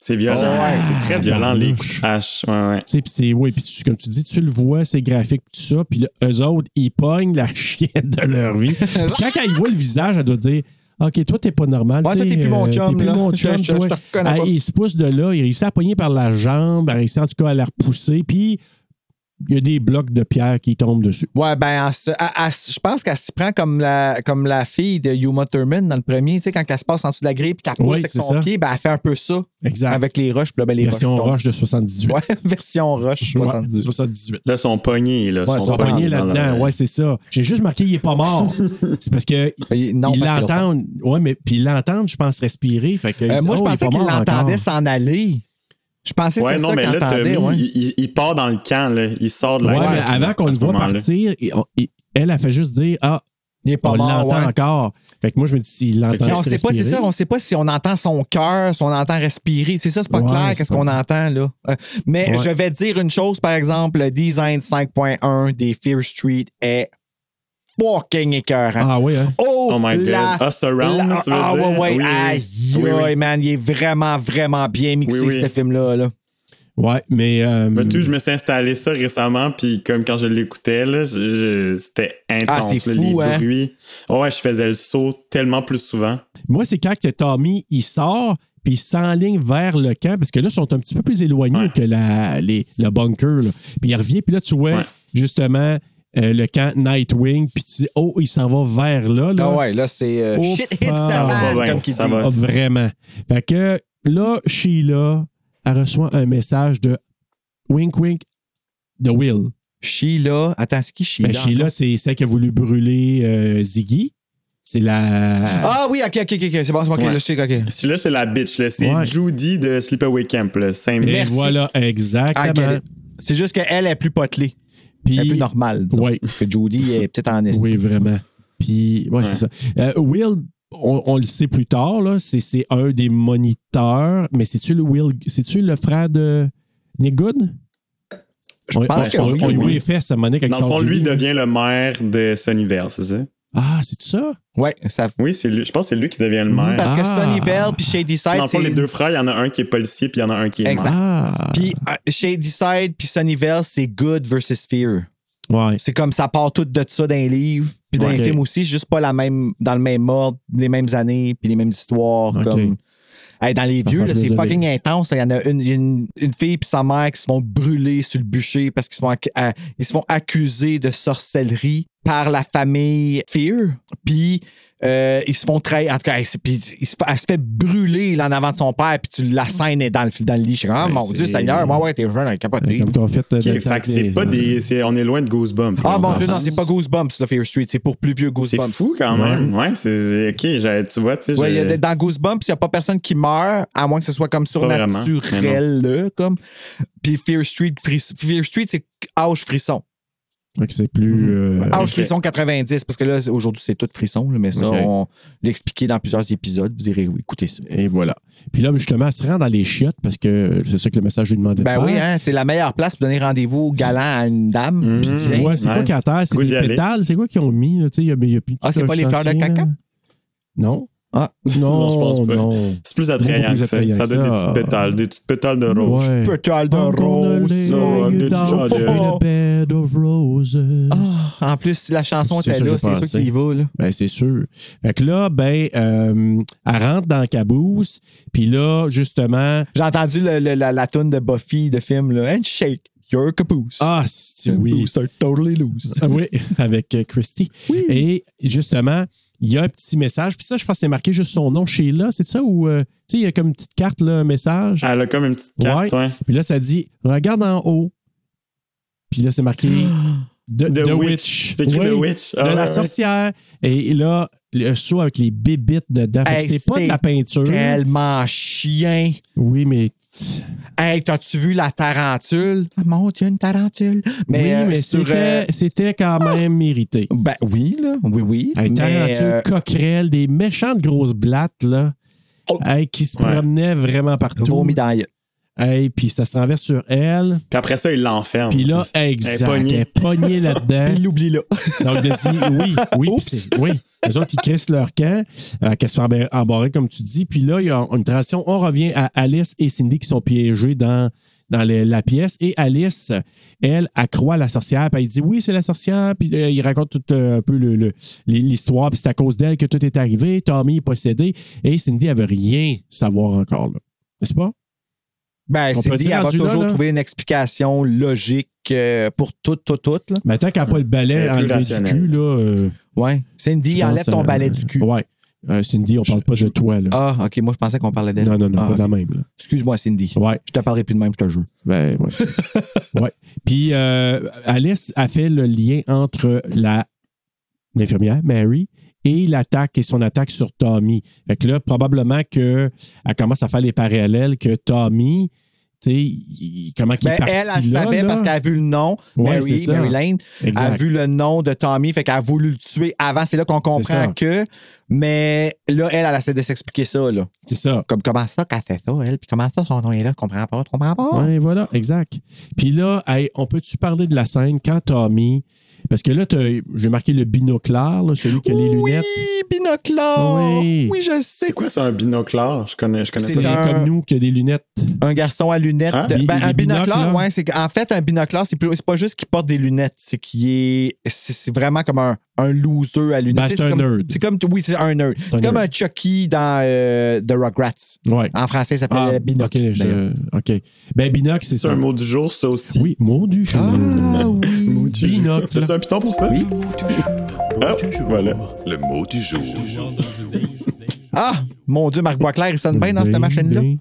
[SPEAKER 9] C'est violent.
[SPEAKER 4] Ah,
[SPEAKER 9] c'est très violent, les coups de hache. Ouais, ouais.
[SPEAKER 2] Tu sais, puis c'est, oui, puis tu- comme tu dis, tu le vois, c'est graphique, tout ça. Puis là, eux autres, ils pognent la chienne de leur vie. Puis quand ils voient le visage, elle doit dire Ok, toi, t'es pas normal.
[SPEAKER 4] Ouais,
[SPEAKER 2] tu
[SPEAKER 4] toi,
[SPEAKER 2] sais,
[SPEAKER 4] t'es plus mon
[SPEAKER 2] euh,
[SPEAKER 4] chum,
[SPEAKER 2] T'es
[SPEAKER 4] là.
[SPEAKER 2] plus mon
[SPEAKER 4] Je-
[SPEAKER 2] chum,
[SPEAKER 4] je- je
[SPEAKER 2] toi.
[SPEAKER 4] te reconnais
[SPEAKER 2] Ah,
[SPEAKER 4] pas.
[SPEAKER 2] Il se pousse de là, il réussit à la pogner par la jambe, il réussit en tout cas à la repousser. Puis il y a des blocs de pierre qui tombent dessus.
[SPEAKER 4] Ouais, ben, elle se- elle- elle se- je pense qu'elle se prend comme la, comme la fille de Yuma Thurman dans le premier. Tu sais, quand elle se passe en dessous de la grille puis qu'elle pousse
[SPEAKER 2] Oui,
[SPEAKER 4] avec
[SPEAKER 2] c'est
[SPEAKER 4] son
[SPEAKER 2] ça.
[SPEAKER 4] pied, ben, elle fait un peu ça.
[SPEAKER 2] Exact.
[SPEAKER 4] Avec les roches, puis là, ben, les
[SPEAKER 2] Version
[SPEAKER 4] roches. tombent.
[SPEAKER 2] roche de 78.
[SPEAKER 4] Ouais, version roche. 70.
[SPEAKER 2] Ouais, 78.
[SPEAKER 9] Là, son pogné, là.
[SPEAKER 2] Ouais, son poignet là-dedans, ouais, c'est ça. J'ai juste marqué il est pas mort. c'est parce que
[SPEAKER 4] Ben, Il- non,
[SPEAKER 2] ils
[SPEAKER 4] parce qu'il
[SPEAKER 2] l'entendent, ouais, mais puis ils l'entendent, je pense respirer, fait que
[SPEAKER 4] Euh,
[SPEAKER 2] ils disent, Oh,
[SPEAKER 4] moi, je
[SPEAKER 2] il est
[SPEAKER 4] pensais
[SPEAKER 2] pas
[SPEAKER 4] qu'il
[SPEAKER 2] mort
[SPEAKER 4] l'entendait
[SPEAKER 2] encore.
[SPEAKER 4] s'en aller. Je pensais que
[SPEAKER 9] Ouais,
[SPEAKER 4] c'était
[SPEAKER 9] non,
[SPEAKER 4] ça
[SPEAKER 9] mais
[SPEAKER 4] qu'il
[SPEAKER 9] là, Tommy,
[SPEAKER 4] entendait. ouais.
[SPEAKER 9] il, il- il part dans le camp, là. Il sort de la
[SPEAKER 2] Ouais, mais
[SPEAKER 9] guerre, là,
[SPEAKER 2] avant qu'on
[SPEAKER 9] à
[SPEAKER 2] le
[SPEAKER 9] ce
[SPEAKER 2] voit
[SPEAKER 9] moment-là.
[SPEAKER 2] partir, et on- et elle a fait juste dire ah,
[SPEAKER 4] Il est pas
[SPEAKER 2] on
[SPEAKER 4] mort,
[SPEAKER 2] l'entend
[SPEAKER 4] ouais.
[SPEAKER 2] encore. Fait que moi je me dis s'il l'entend
[SPEAKER 4] on sait pas, c'est ça, on sait pas si on entend son cœur, si on entend respirer. C'est ça, c'est pas
[SPEAKER 2] Ouais,
[SPEAKER 4] clair
[SPEAKER 2] c'est
[SPEAKER 4] qu'est-ce
[SPEAKER 2] pas-
[SPEAKER 4] qu'on entend, là. Euh, Mais
[SPEAKER 2] Ouais.
[SPEAKER 4] je vais te dire une chose, par exemple, le design 5.1 des Fear Street est fucking écœurant.
[SPEAKER 2] Ah oui, hein?
[SPEAKER 4] Oh,
[SPEAKER 9] Oh my God.
[SPEAKER 4] la-
[SPEAKER 9] Ah, surround,
[SPEAKER 4] la-
[SPEAKER 9] tu veux
[SPEAKER 4] ah,
[SPEAKER 9] dire?
[SPEAKER 4] ouais, ouais.
[SPEAKER 9] Oui, oui.
[SPEAKER 4] Aïe,
[SPEAKER 9] Oui, oui.
[SPEAKER 4] aïe, man, il est vraiment, vraiment bien mixé,
[SPEAKER 9] Oui, oui.
[SPEAKER 4] ce film-là. Là.
[SPEAKER 2] Ouais, mais euh,
[SPEAKER 4] Hmm.
[SPEAKER 9] Mais Ben, tu, je me suis installé ça récemment, puis comme quand je l'écoutais, là, je- je- c'était intense,
[SPEAKER 4] Ah, c'est
[SPEAKER 9] là,
[SPEAKER 4] fou,
[SPEAKER 9] les
[SPEAKER 4] hein?
[SPEAKER 9] bruits. Ouais, je faisais le saut tellement plus souvent.
[SPEAKER 2] moi c'est quand que Tommy il sort puis il s'enligne vers le camp parce que là ils sont un petit peu plus éloignés
[SPEAKER 9] Ouais.
[SPEAKER 2] que la, les- le bunker là. Puis il revient puis là tu vois
[SPEAKER 9] Ouais.
[SPEAKER 2] justement euh, le camp Nightwing puis tu dis oh, il s'en va vers là là.
[SPEAKER 4] Ah ouais, là, c'est euh,
[SPEAKER 2] Oh,
[SPEAKER 4] shit hits the
[SPEAKER 2] fuck. Ça
[SPEAKER 9] va
[SPEAKER 4] fan,
[SPEAKER 9] bien,
[SPEAKER 4] comme qu'il
[SPEAKER 9] ça
[SPEAKER 4] dit.
[SPEAKER 9] va.
[SPEAKER 2] Ah, vraiment. Fait que là, Sheila, elle reçoit un message de Wink Wink de Will.
[SPEAKER 4] Sheila, attends, c'est qui Sheila?
[SPEAKER 2] Ben, Sheila, c'est celle qui a voulu brûler euh, Ziggy. C'est la.
[SPEAKER 4] Ah oui, ok, ok, ok, ok, c'est bon, c'est bon, ok,
[SPEAKER 9] Ouais.
[SPEAKER 4] là, je sais, ok.
[SPEAKER 9] Celui-là, c'est la bitch, là. C'est
[SPEAKER 2] Ouais.
[SPEAKER 9] Judy de Sleepaway Camp, là. Saint-
[SPEAKER 2] Et
[SPEAKER 4] merci.
[SPEAKER 2] voilà,
[SPEAKER 4] I get
[SPEAKER 2] exactement.
[SPEAKER 4] it. C'est juste qu'elle est plus potelée.
[SPEAKER 2] Puis-
[SPEAKER 4] Elle est plus normale. disons.
[SPEAKER 2] Ouais.
[SPEAKER 4] Parce que Judy est peut-être en estime.
[SPEAKER 2] Oui, vraiment. Puis, ouais, c'est ça. Euh, Will, on, on le sait plus tard, là, c'est, c'est un des moniteurs, mais c'est-tu le Will, c'est-tu le frère de Nick Good?
[SPEAKER 9] Euh,
[SPEAKER 4] Je
[SPEAKER 2] on,
[SPEAKER 4] pense que
[SPEAKER 2] on,
[SPEAKER 4] oui.
[SPEAKER 2] on lui est fait sa monnaie quand il
[SPEAKER 9] Dans le
[SPEAKER 2] sort
[SPEAKER 9] fond,
[SPEAKER 2] du
[SPEAKER 9] lui
[SPEAKER 2] lit.
[SPEAKER 9] devient le maire de Sunnyvale, c'est ça?
[SPEAKER 2] Ah, c'est ça?
[SPEAKER 4] Ouais, ça.
[SPEAKER 9] Oui, c'est lui. Je pense que c'est lui qui devient le maire.
[SPEAKER 4] Hmm, Parce que
[SPEAKER 2] Ah.
[SPEAKER 4] Sunnyvale puis
[SPEAKER 9] Dans
[SPEAKER 4] Shadyside,
[SPEAKER 9] le fond,
[SPEAKER 4] c'est.
[SPEAKER 9] les deux frères, il y en a un qui est policier, puis il y en a un qui est
[SPEAKER 4] Exact.
[SPEAKER 9] maire.
[SPEAKER 2] Ah!
[SPEAKER 4] Puis euh, Shadyside puis Sunnyvale, c'est good versus fear.
[SPEAKER 2] Ouais.
[SPEAKER 4] C'est comme ça part tout de ça dans les livres, puis dans
[SPEAKER 2] Ouais.
[SPEAKER 4] les
[SPEAKER 2] Ok.
[SPEAKER 4] films aussi, c'est juste pas la même, dans le même ordre, les mêmes années, puis les mêmes histoires.
[SPEAKER 2] Ok.
[SPEAKER 4] Comme... Hey, dans les
[SPEAKER 2] Ça
[SPEAKER 4] vieux,
[SPEAKER 2] fait
[SPEAKER 4] là, c'est
[SPEAKER 2] plaisir de
[SPEAKER 4] fucking intense. là. Il y en a une, une, une fille puis sa mère qui se font brûler sur le bûcher parce qu'ils se, font acc- à- ils se font accuser de sorcellerie par la famille Fear. Puis euh, ils se font trahir. En tout cas, hey, c'est- puis il se, elle se fait brûler là, en avant de son père, puis tu la scène est dans le, fil- dans le lit. Je suis comme, ah,
[SPEAKER 2] Ouais,
[SPEAKER 4] mon Dieu
[SPEAKER 2] c'est-
[SPEAKER 4] Seigneur, ouais, ouais, t'es jeune, elle est capotée.
[SPEAKER 2] Comme qu'on fait. euh, dans
[SPEAKER 9] Ok,
[SPEAKER 2] le temps
[SPEAKER 9] fait que c'est
[SPEAKER 2] des-
[SPEAKER 9] pas des. c'est- on est loin de Goosebumps.
[SPEAKER 4] Ah mon
[SPEAKER 9] là.
[SPEAKER 4] dieu, non, c'est pas Goosebumps, le Fear Street, c'est pour plus vieux
[SPEAKER 9] C'est
[SPEAKER 4] Goosebumps.
[SPEAKER 9] fou quand même. Ouais, c'est. Ok, j'ai- tu vois, tu sais.
[SPEAKER 4] Ouais, il y a
[SPEAKER 9] j'ai-
[SPEAKER 4] des- dans Goosebumps, il n'y a pas personne qui meurt, à moins que ce soit comme
[SPEAKER 9] vraiment,
[SPEAKER 4] surnaturel, là, comme. Puis Fear Street, fris- Fear Street c'est Auge Frisson.
[SPEAKER 2] Fait que c'est plus. euh,
[SPEAKER 4] Auge
[SPEAKER 9] ok.
[SPEAKER 4] Frisson 90, parce que là, c'est- aujourd'hui, c'est tout frisson, là, mais ça,
[SPEAKER 2] Ok.
[SPEAKER 4] on l'expliquait dans plusieurs épisodes. Vous irez oui, écoutez ça.
[SPEAKER 2] Et voilà. Puis là, justement, elle se rend dans les chiottes parce que c'est ça que le message lui demandait de
[SPEAKER 4] Ben
[SPEAKER 2] faire.
[SPEAKER 4] oui, hein, c'est la meilleure place pour donner rendez-vous galant à une dame.
[SPEAKER 9] Mhm.
[SPEAKER 4] Puis tu
[SPEAKER 2] Tu
[SPEAKER 4] viens.
[SPEAKER 2] vois, c'est pas
[SPEAKER 9] Nice.
[SPEAKER 2] qu'à terre, c'est
[SPEAKER 9] Goût d'y
[SPEAKER 2] des
[SPEAKER 9] aller.
[SPEAKER 2] pétales. C'est quoi qu'ils ont mis? Là, tu sais, il y a, il y a plus
[SPEAKER 4] Ah,
[SPEAKER 2] tout
[SPEAKER 4] c'est
[SPEAKER 2] un
[SPEAKER 4] pas les fleurs de
[SPEAKER 2] chantier, là.
[SPEAKER 4] caca?
[SPEAKER 2] Non.
[SPEAKER 4] Ah.
[SPEAKER 2] Non,
[SPEAKER 9] Non, je pense pas.
[SPEAKER 2] Non.
[SPEAKER 9] C'est plus
[SPEAKER 2] Beaucoup
[SPEAKER 9] attrayant
[SPEAKER 2] plus
[SPEAKER 9] que ça.
[SPEAKER 2] attrayant
[SPEAKER 9] Ça
[SPEAKER 2] que
[SPEAKER 9] donne des
[SPEAKER 2] ça.
[SPEAKER 9] petites pétales, des petites pétales de rose.
[SPEAKER 2] Ouais.
[SPEAKER 4] Pétale de
[SPEAKER 2] I'm gonna lay
[SPEAKER 4] rose.
[SPEAKER 9] ça,
[SPEAKER 2] you
[SPEAKER 9] des
[SPEAKER 2] down
[SPEAKER 9] petits
[SPEAKER 2] in a bed of roses.
[SPEAKER 4] Ah, en plus, si la chanson
[SPEAKER 2] C'est
[SPEAKER 4] était
[SPEAKER 2] ça que
[SPEAKER 4] là,
[SPEAKER 2] j'ai
[SPEAKER 4] c'est sûr
[SPEAKER 2] pensé.
[SPEAKER 4] que tu y vas, là.
[SPEAKER 2] Ben, c'est sûr. Fait que là, ben, euh, elle rentre dans la caboose. Puis là, justement.
[SPEAKER 4] J'ai entendu le- le- la, la toune de Buffy de film, là. And shake your caboose.
[SPEAKER 2] Ah, c'est- oui.
[SPEAKER 4] Caboose are totally loose.
[SPEAKER 2] Ah Oui, avec euh, Christy. Et justement, il y a un petit message. Puis ça, je pense que c'est marqué juste son nom chez là. C'est ça ou, euh, tu sais, il y a comme une petite carte, là, un
[SPEAKER 4] Ah.
[SPEAKER 2] message.
[SPEAKER 9] Elle a comme une petite carte,
[SPEAKER 2] Ouais.
[SPEAKER 9] ouais.
[SPEAKER 2] Puis là, ça dit Regarde en haut. Puis là, c'est marqué The,
[SPEAKER 9] The
[SPEAKER 2] The
[SPEAKER 9] Witch.
[SPEAKER 2] Witch.
[SPEAKER 9] C'est écrit
[SPEAKER 2] Oui,
[SPEAKER 9] The Witch. Ah,
[SPEAKER 2] de la
[SPEAKER 9] ouais, ouais.
[SPEAKER 2] sorcière. Et là, le seau avec les bébites dedans. Fait que
[SPEAKER 4] Hey,
[SPEAKER 2] c'est pas de
[SPEAKER 4] c'est
[SPEAKER 2] la peinture.
[SPEAKER 4] Tellement chien.
[SPEAKER 2] Oui, mais. tch,
[SPEAKER 4] Hey, t'as-tu vu la tarentule? Ah, mon Dieu, une tarentule.
[SPEAKER 2] oui,
[SPEAKER 4] euh,
[SPEAKER 2] mais
[SPEAKER 4] sur,
[SPEAKER 2] c'était,
[SPEAKER 4] euh,
[SPEAKER 2] c'était quand même mérité.
[SPEAKER 4] ben oui, là. Oui, oui.
[SPEAKER 2] Hey,
[SPEAKER 4] mais,
[SPEAKER 2] tarentule,
[SPEAKER 4] euh,
[SPEAKER 2] coquerelle, des méchantes grosses blattes, là.
[SPEAKER 4] Oh.
[SPEAKER 2] Hey, qui se
[SPEAKER 9] Ouais.
[SPEAKER 2] promenaient vraiment partout.
[SPEAKER 4] vomi dans la gueule.
[SPEAKER 2] Hey, puis ça se renverse sur elle.
[SPEAKER 9] Puis après ça, il l'enferme.
[SPEAKER 2] Puis là, exact, elle
[SPEAKER 9] pognée.
[SPEAKER 2] est pognée là-dedans.
[SPEAKER 4] Puis l'oublie là.
[SPEAKER 2] Donc, de dire oui, oui,
[SPEAKER 4] Oups.
[SPEAKER 2] pis c'est- oui. Les autres, ils crissent leur camp, euh, qu'elles se font embar- embarrer, comme tu dis. Puis là, il y a une transition. On revient à Alice et Cindy qui sont piégées dans, dans les- la pièce. Et Alice, elle, accroît la sorcière. Puis elle dit oui, c'est la sorcière. Puis euh, il raconte tout euh, un peu le- le- l'histoire. Puis c'est à cause d'elle que tout est arrivé. Tommy est possédé. Et Cindy, elle veut rien savoir encore, là. N'est-ce pas?
[SPEAKER 4] Ben,
[SPEAKER 2] On
[SPEAKER 4] c'est
[SPEAKER 2] peut-tu
[SPEAKER 4] dit, elle va
[SPEAKER 2] rendu là,
[SPEAKER 4] toujours
[SPEAKER 2] là?
[SPEAKER 4] trouver une explication logique euh, pour tout, tout, tout. Là.
[SPEAKER 2] Mais tant qu'elle n'a pas le balai
[SPEAKER 9] Plus
[SPEAKER 2] enlevé du
[SPEAKER 9] rationnel.
[SPEAKER 2] cul, là. euh,
[SPEAKER 4] Ouais.
[SPEAKER 2] je
[SPEAKER 4] Cindy,
[SPEAKER 2] pense,
[SPEAKER 4] enlève ton
[SPEAKER 2] euh,
[SPEAKER 4] balai du cul.
[SPEAKER 2] Ouais. Euh, Cindy, on parle pas de toi, là.
[SPEAKER 4] Ah, OK, moi, je pensais qu'on parlait d'elle.
[SPEAKER 2] non, non, non,
[SPEAKER 4] Ah,
[SPEAKER 2] pas de la
[SPEAKER 4] ok.
[SPEAKER 2] même, là.
[SPEAKER 4] Excuse-moi, Cindy.
[SPEAKER 2] Ouais.
[SPEAKER 4] Je te parlerai plus de même, je te jure.
[SPEAKER 2] Ben, ouais. ouais. Puis, euh, Alice a fait le lien entre la l'infirmière, Mary, et l'attaque et son attaque sur Tommy. Fait que là, probablement qu'elle commence à faire les parallèles que Tommy, tu sais, il- comment qu'il
[SPEAKER 4] Ben,
[SPEAKER 2] est parti
[SPEAKER 4] elle, elle
[SPEAKER 2] là,
[SPEAKER 4] savait
[SPEAKER 2] là.
[SPEAKER 4] parce qu'elle a vu le nom,
[SPEAKER 2] Ouais, c'est
[SPEAKER 4] Mary,
[SPEAKER 2] ça.
[SPEAKER 4] Mary Lane, elle a
[SPEAKER 2] Exact.
[SPEAKER 4] vu le nom de Tommy, fait qu'elle a voulu le tuer avant. C'est là qu'on
[SPEAKER 2] ça.
[SPEAKER 4] comprend que. Mais là, elle, elle essaie de s'expliquer ça, là.
[SPEAKER 2] C'est ça.
[SPEAKER 4] Comme comment ça qu'elle fait ça, elle, puis comment ça son nom est là, je comprends pas, je comprends pas.
[SPEAKER 2] Ouais, voilà, exact. Puis là, hey, on peut-tu parler de la scène quand Tommy. Parce que là, t'as- j'ai marqué le binoclard, là, celui qui a les lunettes.
[SPEAKER 4] Oui, binoclore.
[SPEAKER 2] Oui.
[SPEAKER 4] Oui, je
[SPEAKER 9] C'est
[SPEAKER 4] sais.
[SPEAKER 9] quoi, c'est un binoclard? Je connais, je connais
[SPEAKER 4] C'est
[SPEAKER 9] ça.
[SPEAKER 2] C'est
[SPEAKER 4] un-
[SPEAKER 2] comme nous qui a des lunettes.
[SPEAKER 4] Un garçon à lunettes.
[SPEAKER 9] Hein?
[SPEAKER 4] Ben,
[SPEAKER 2] Bi-
[SPEAKER 4] un
[SPEAKER 2] Ah, les binocles,
[SPEAKER 4] binoclore,
[SPEAKER 2] là.
[SPEAKER 4] ouais, c'est en fait un binoclore, c'est plus- c'est pas juste qu'il porte des lunettes, c'est qu'il est c'est c'est vraiment comme un, un loser à lunettes.
[SPEAKER 2] Ben,
[SPEAKER 4] Tu sais,
[SPEAKER 2] c'est un
[SPEAKER 4] comme,
[SPEAKER 2] nerd.
[SPEAKER 4] C'est comme oui, c'est un nerd.
[SPEAKER 2] un
[SPEAKER 4] C'est comme
[SPEAKER 2] nerd.
[SPEAKER 4] un Chucky dans euh, The Rugrats.
[SPEAKER 2] Ouais.
[SPEAKER 4] En français, ça
[SPEAKER 2] Ah,
[SPEAKER 4] s'appelle binocle.
[SPEAKER 2] ok, je-
[SPEAKER 4] d'ailleurs.
[SPEAKER 2] OK. Ben, binocle, c'est
[SPEAKER 9] C'est
[SPEAKER 2] ça.
[SPEAKER 9] un mot du jour, ça aussi.
[SPEAKER 2] Oui, mot du jour.
[SPEAKER 4] Ah oui.
[SPEAKER 9] Mot du jour.
[SPEAKER 2] Binocle.
[SPEAKER 9] T'as-tu un piton pour ça? Oui. Hop, voilà.
[SPEAKER 12] Le mot du jour.
[SPEAKER 4] Ah, mon Dieu, Marc Boisclair, il sonne bien Ben, dans cette machine-là.
[SPEAKER 2] Ben,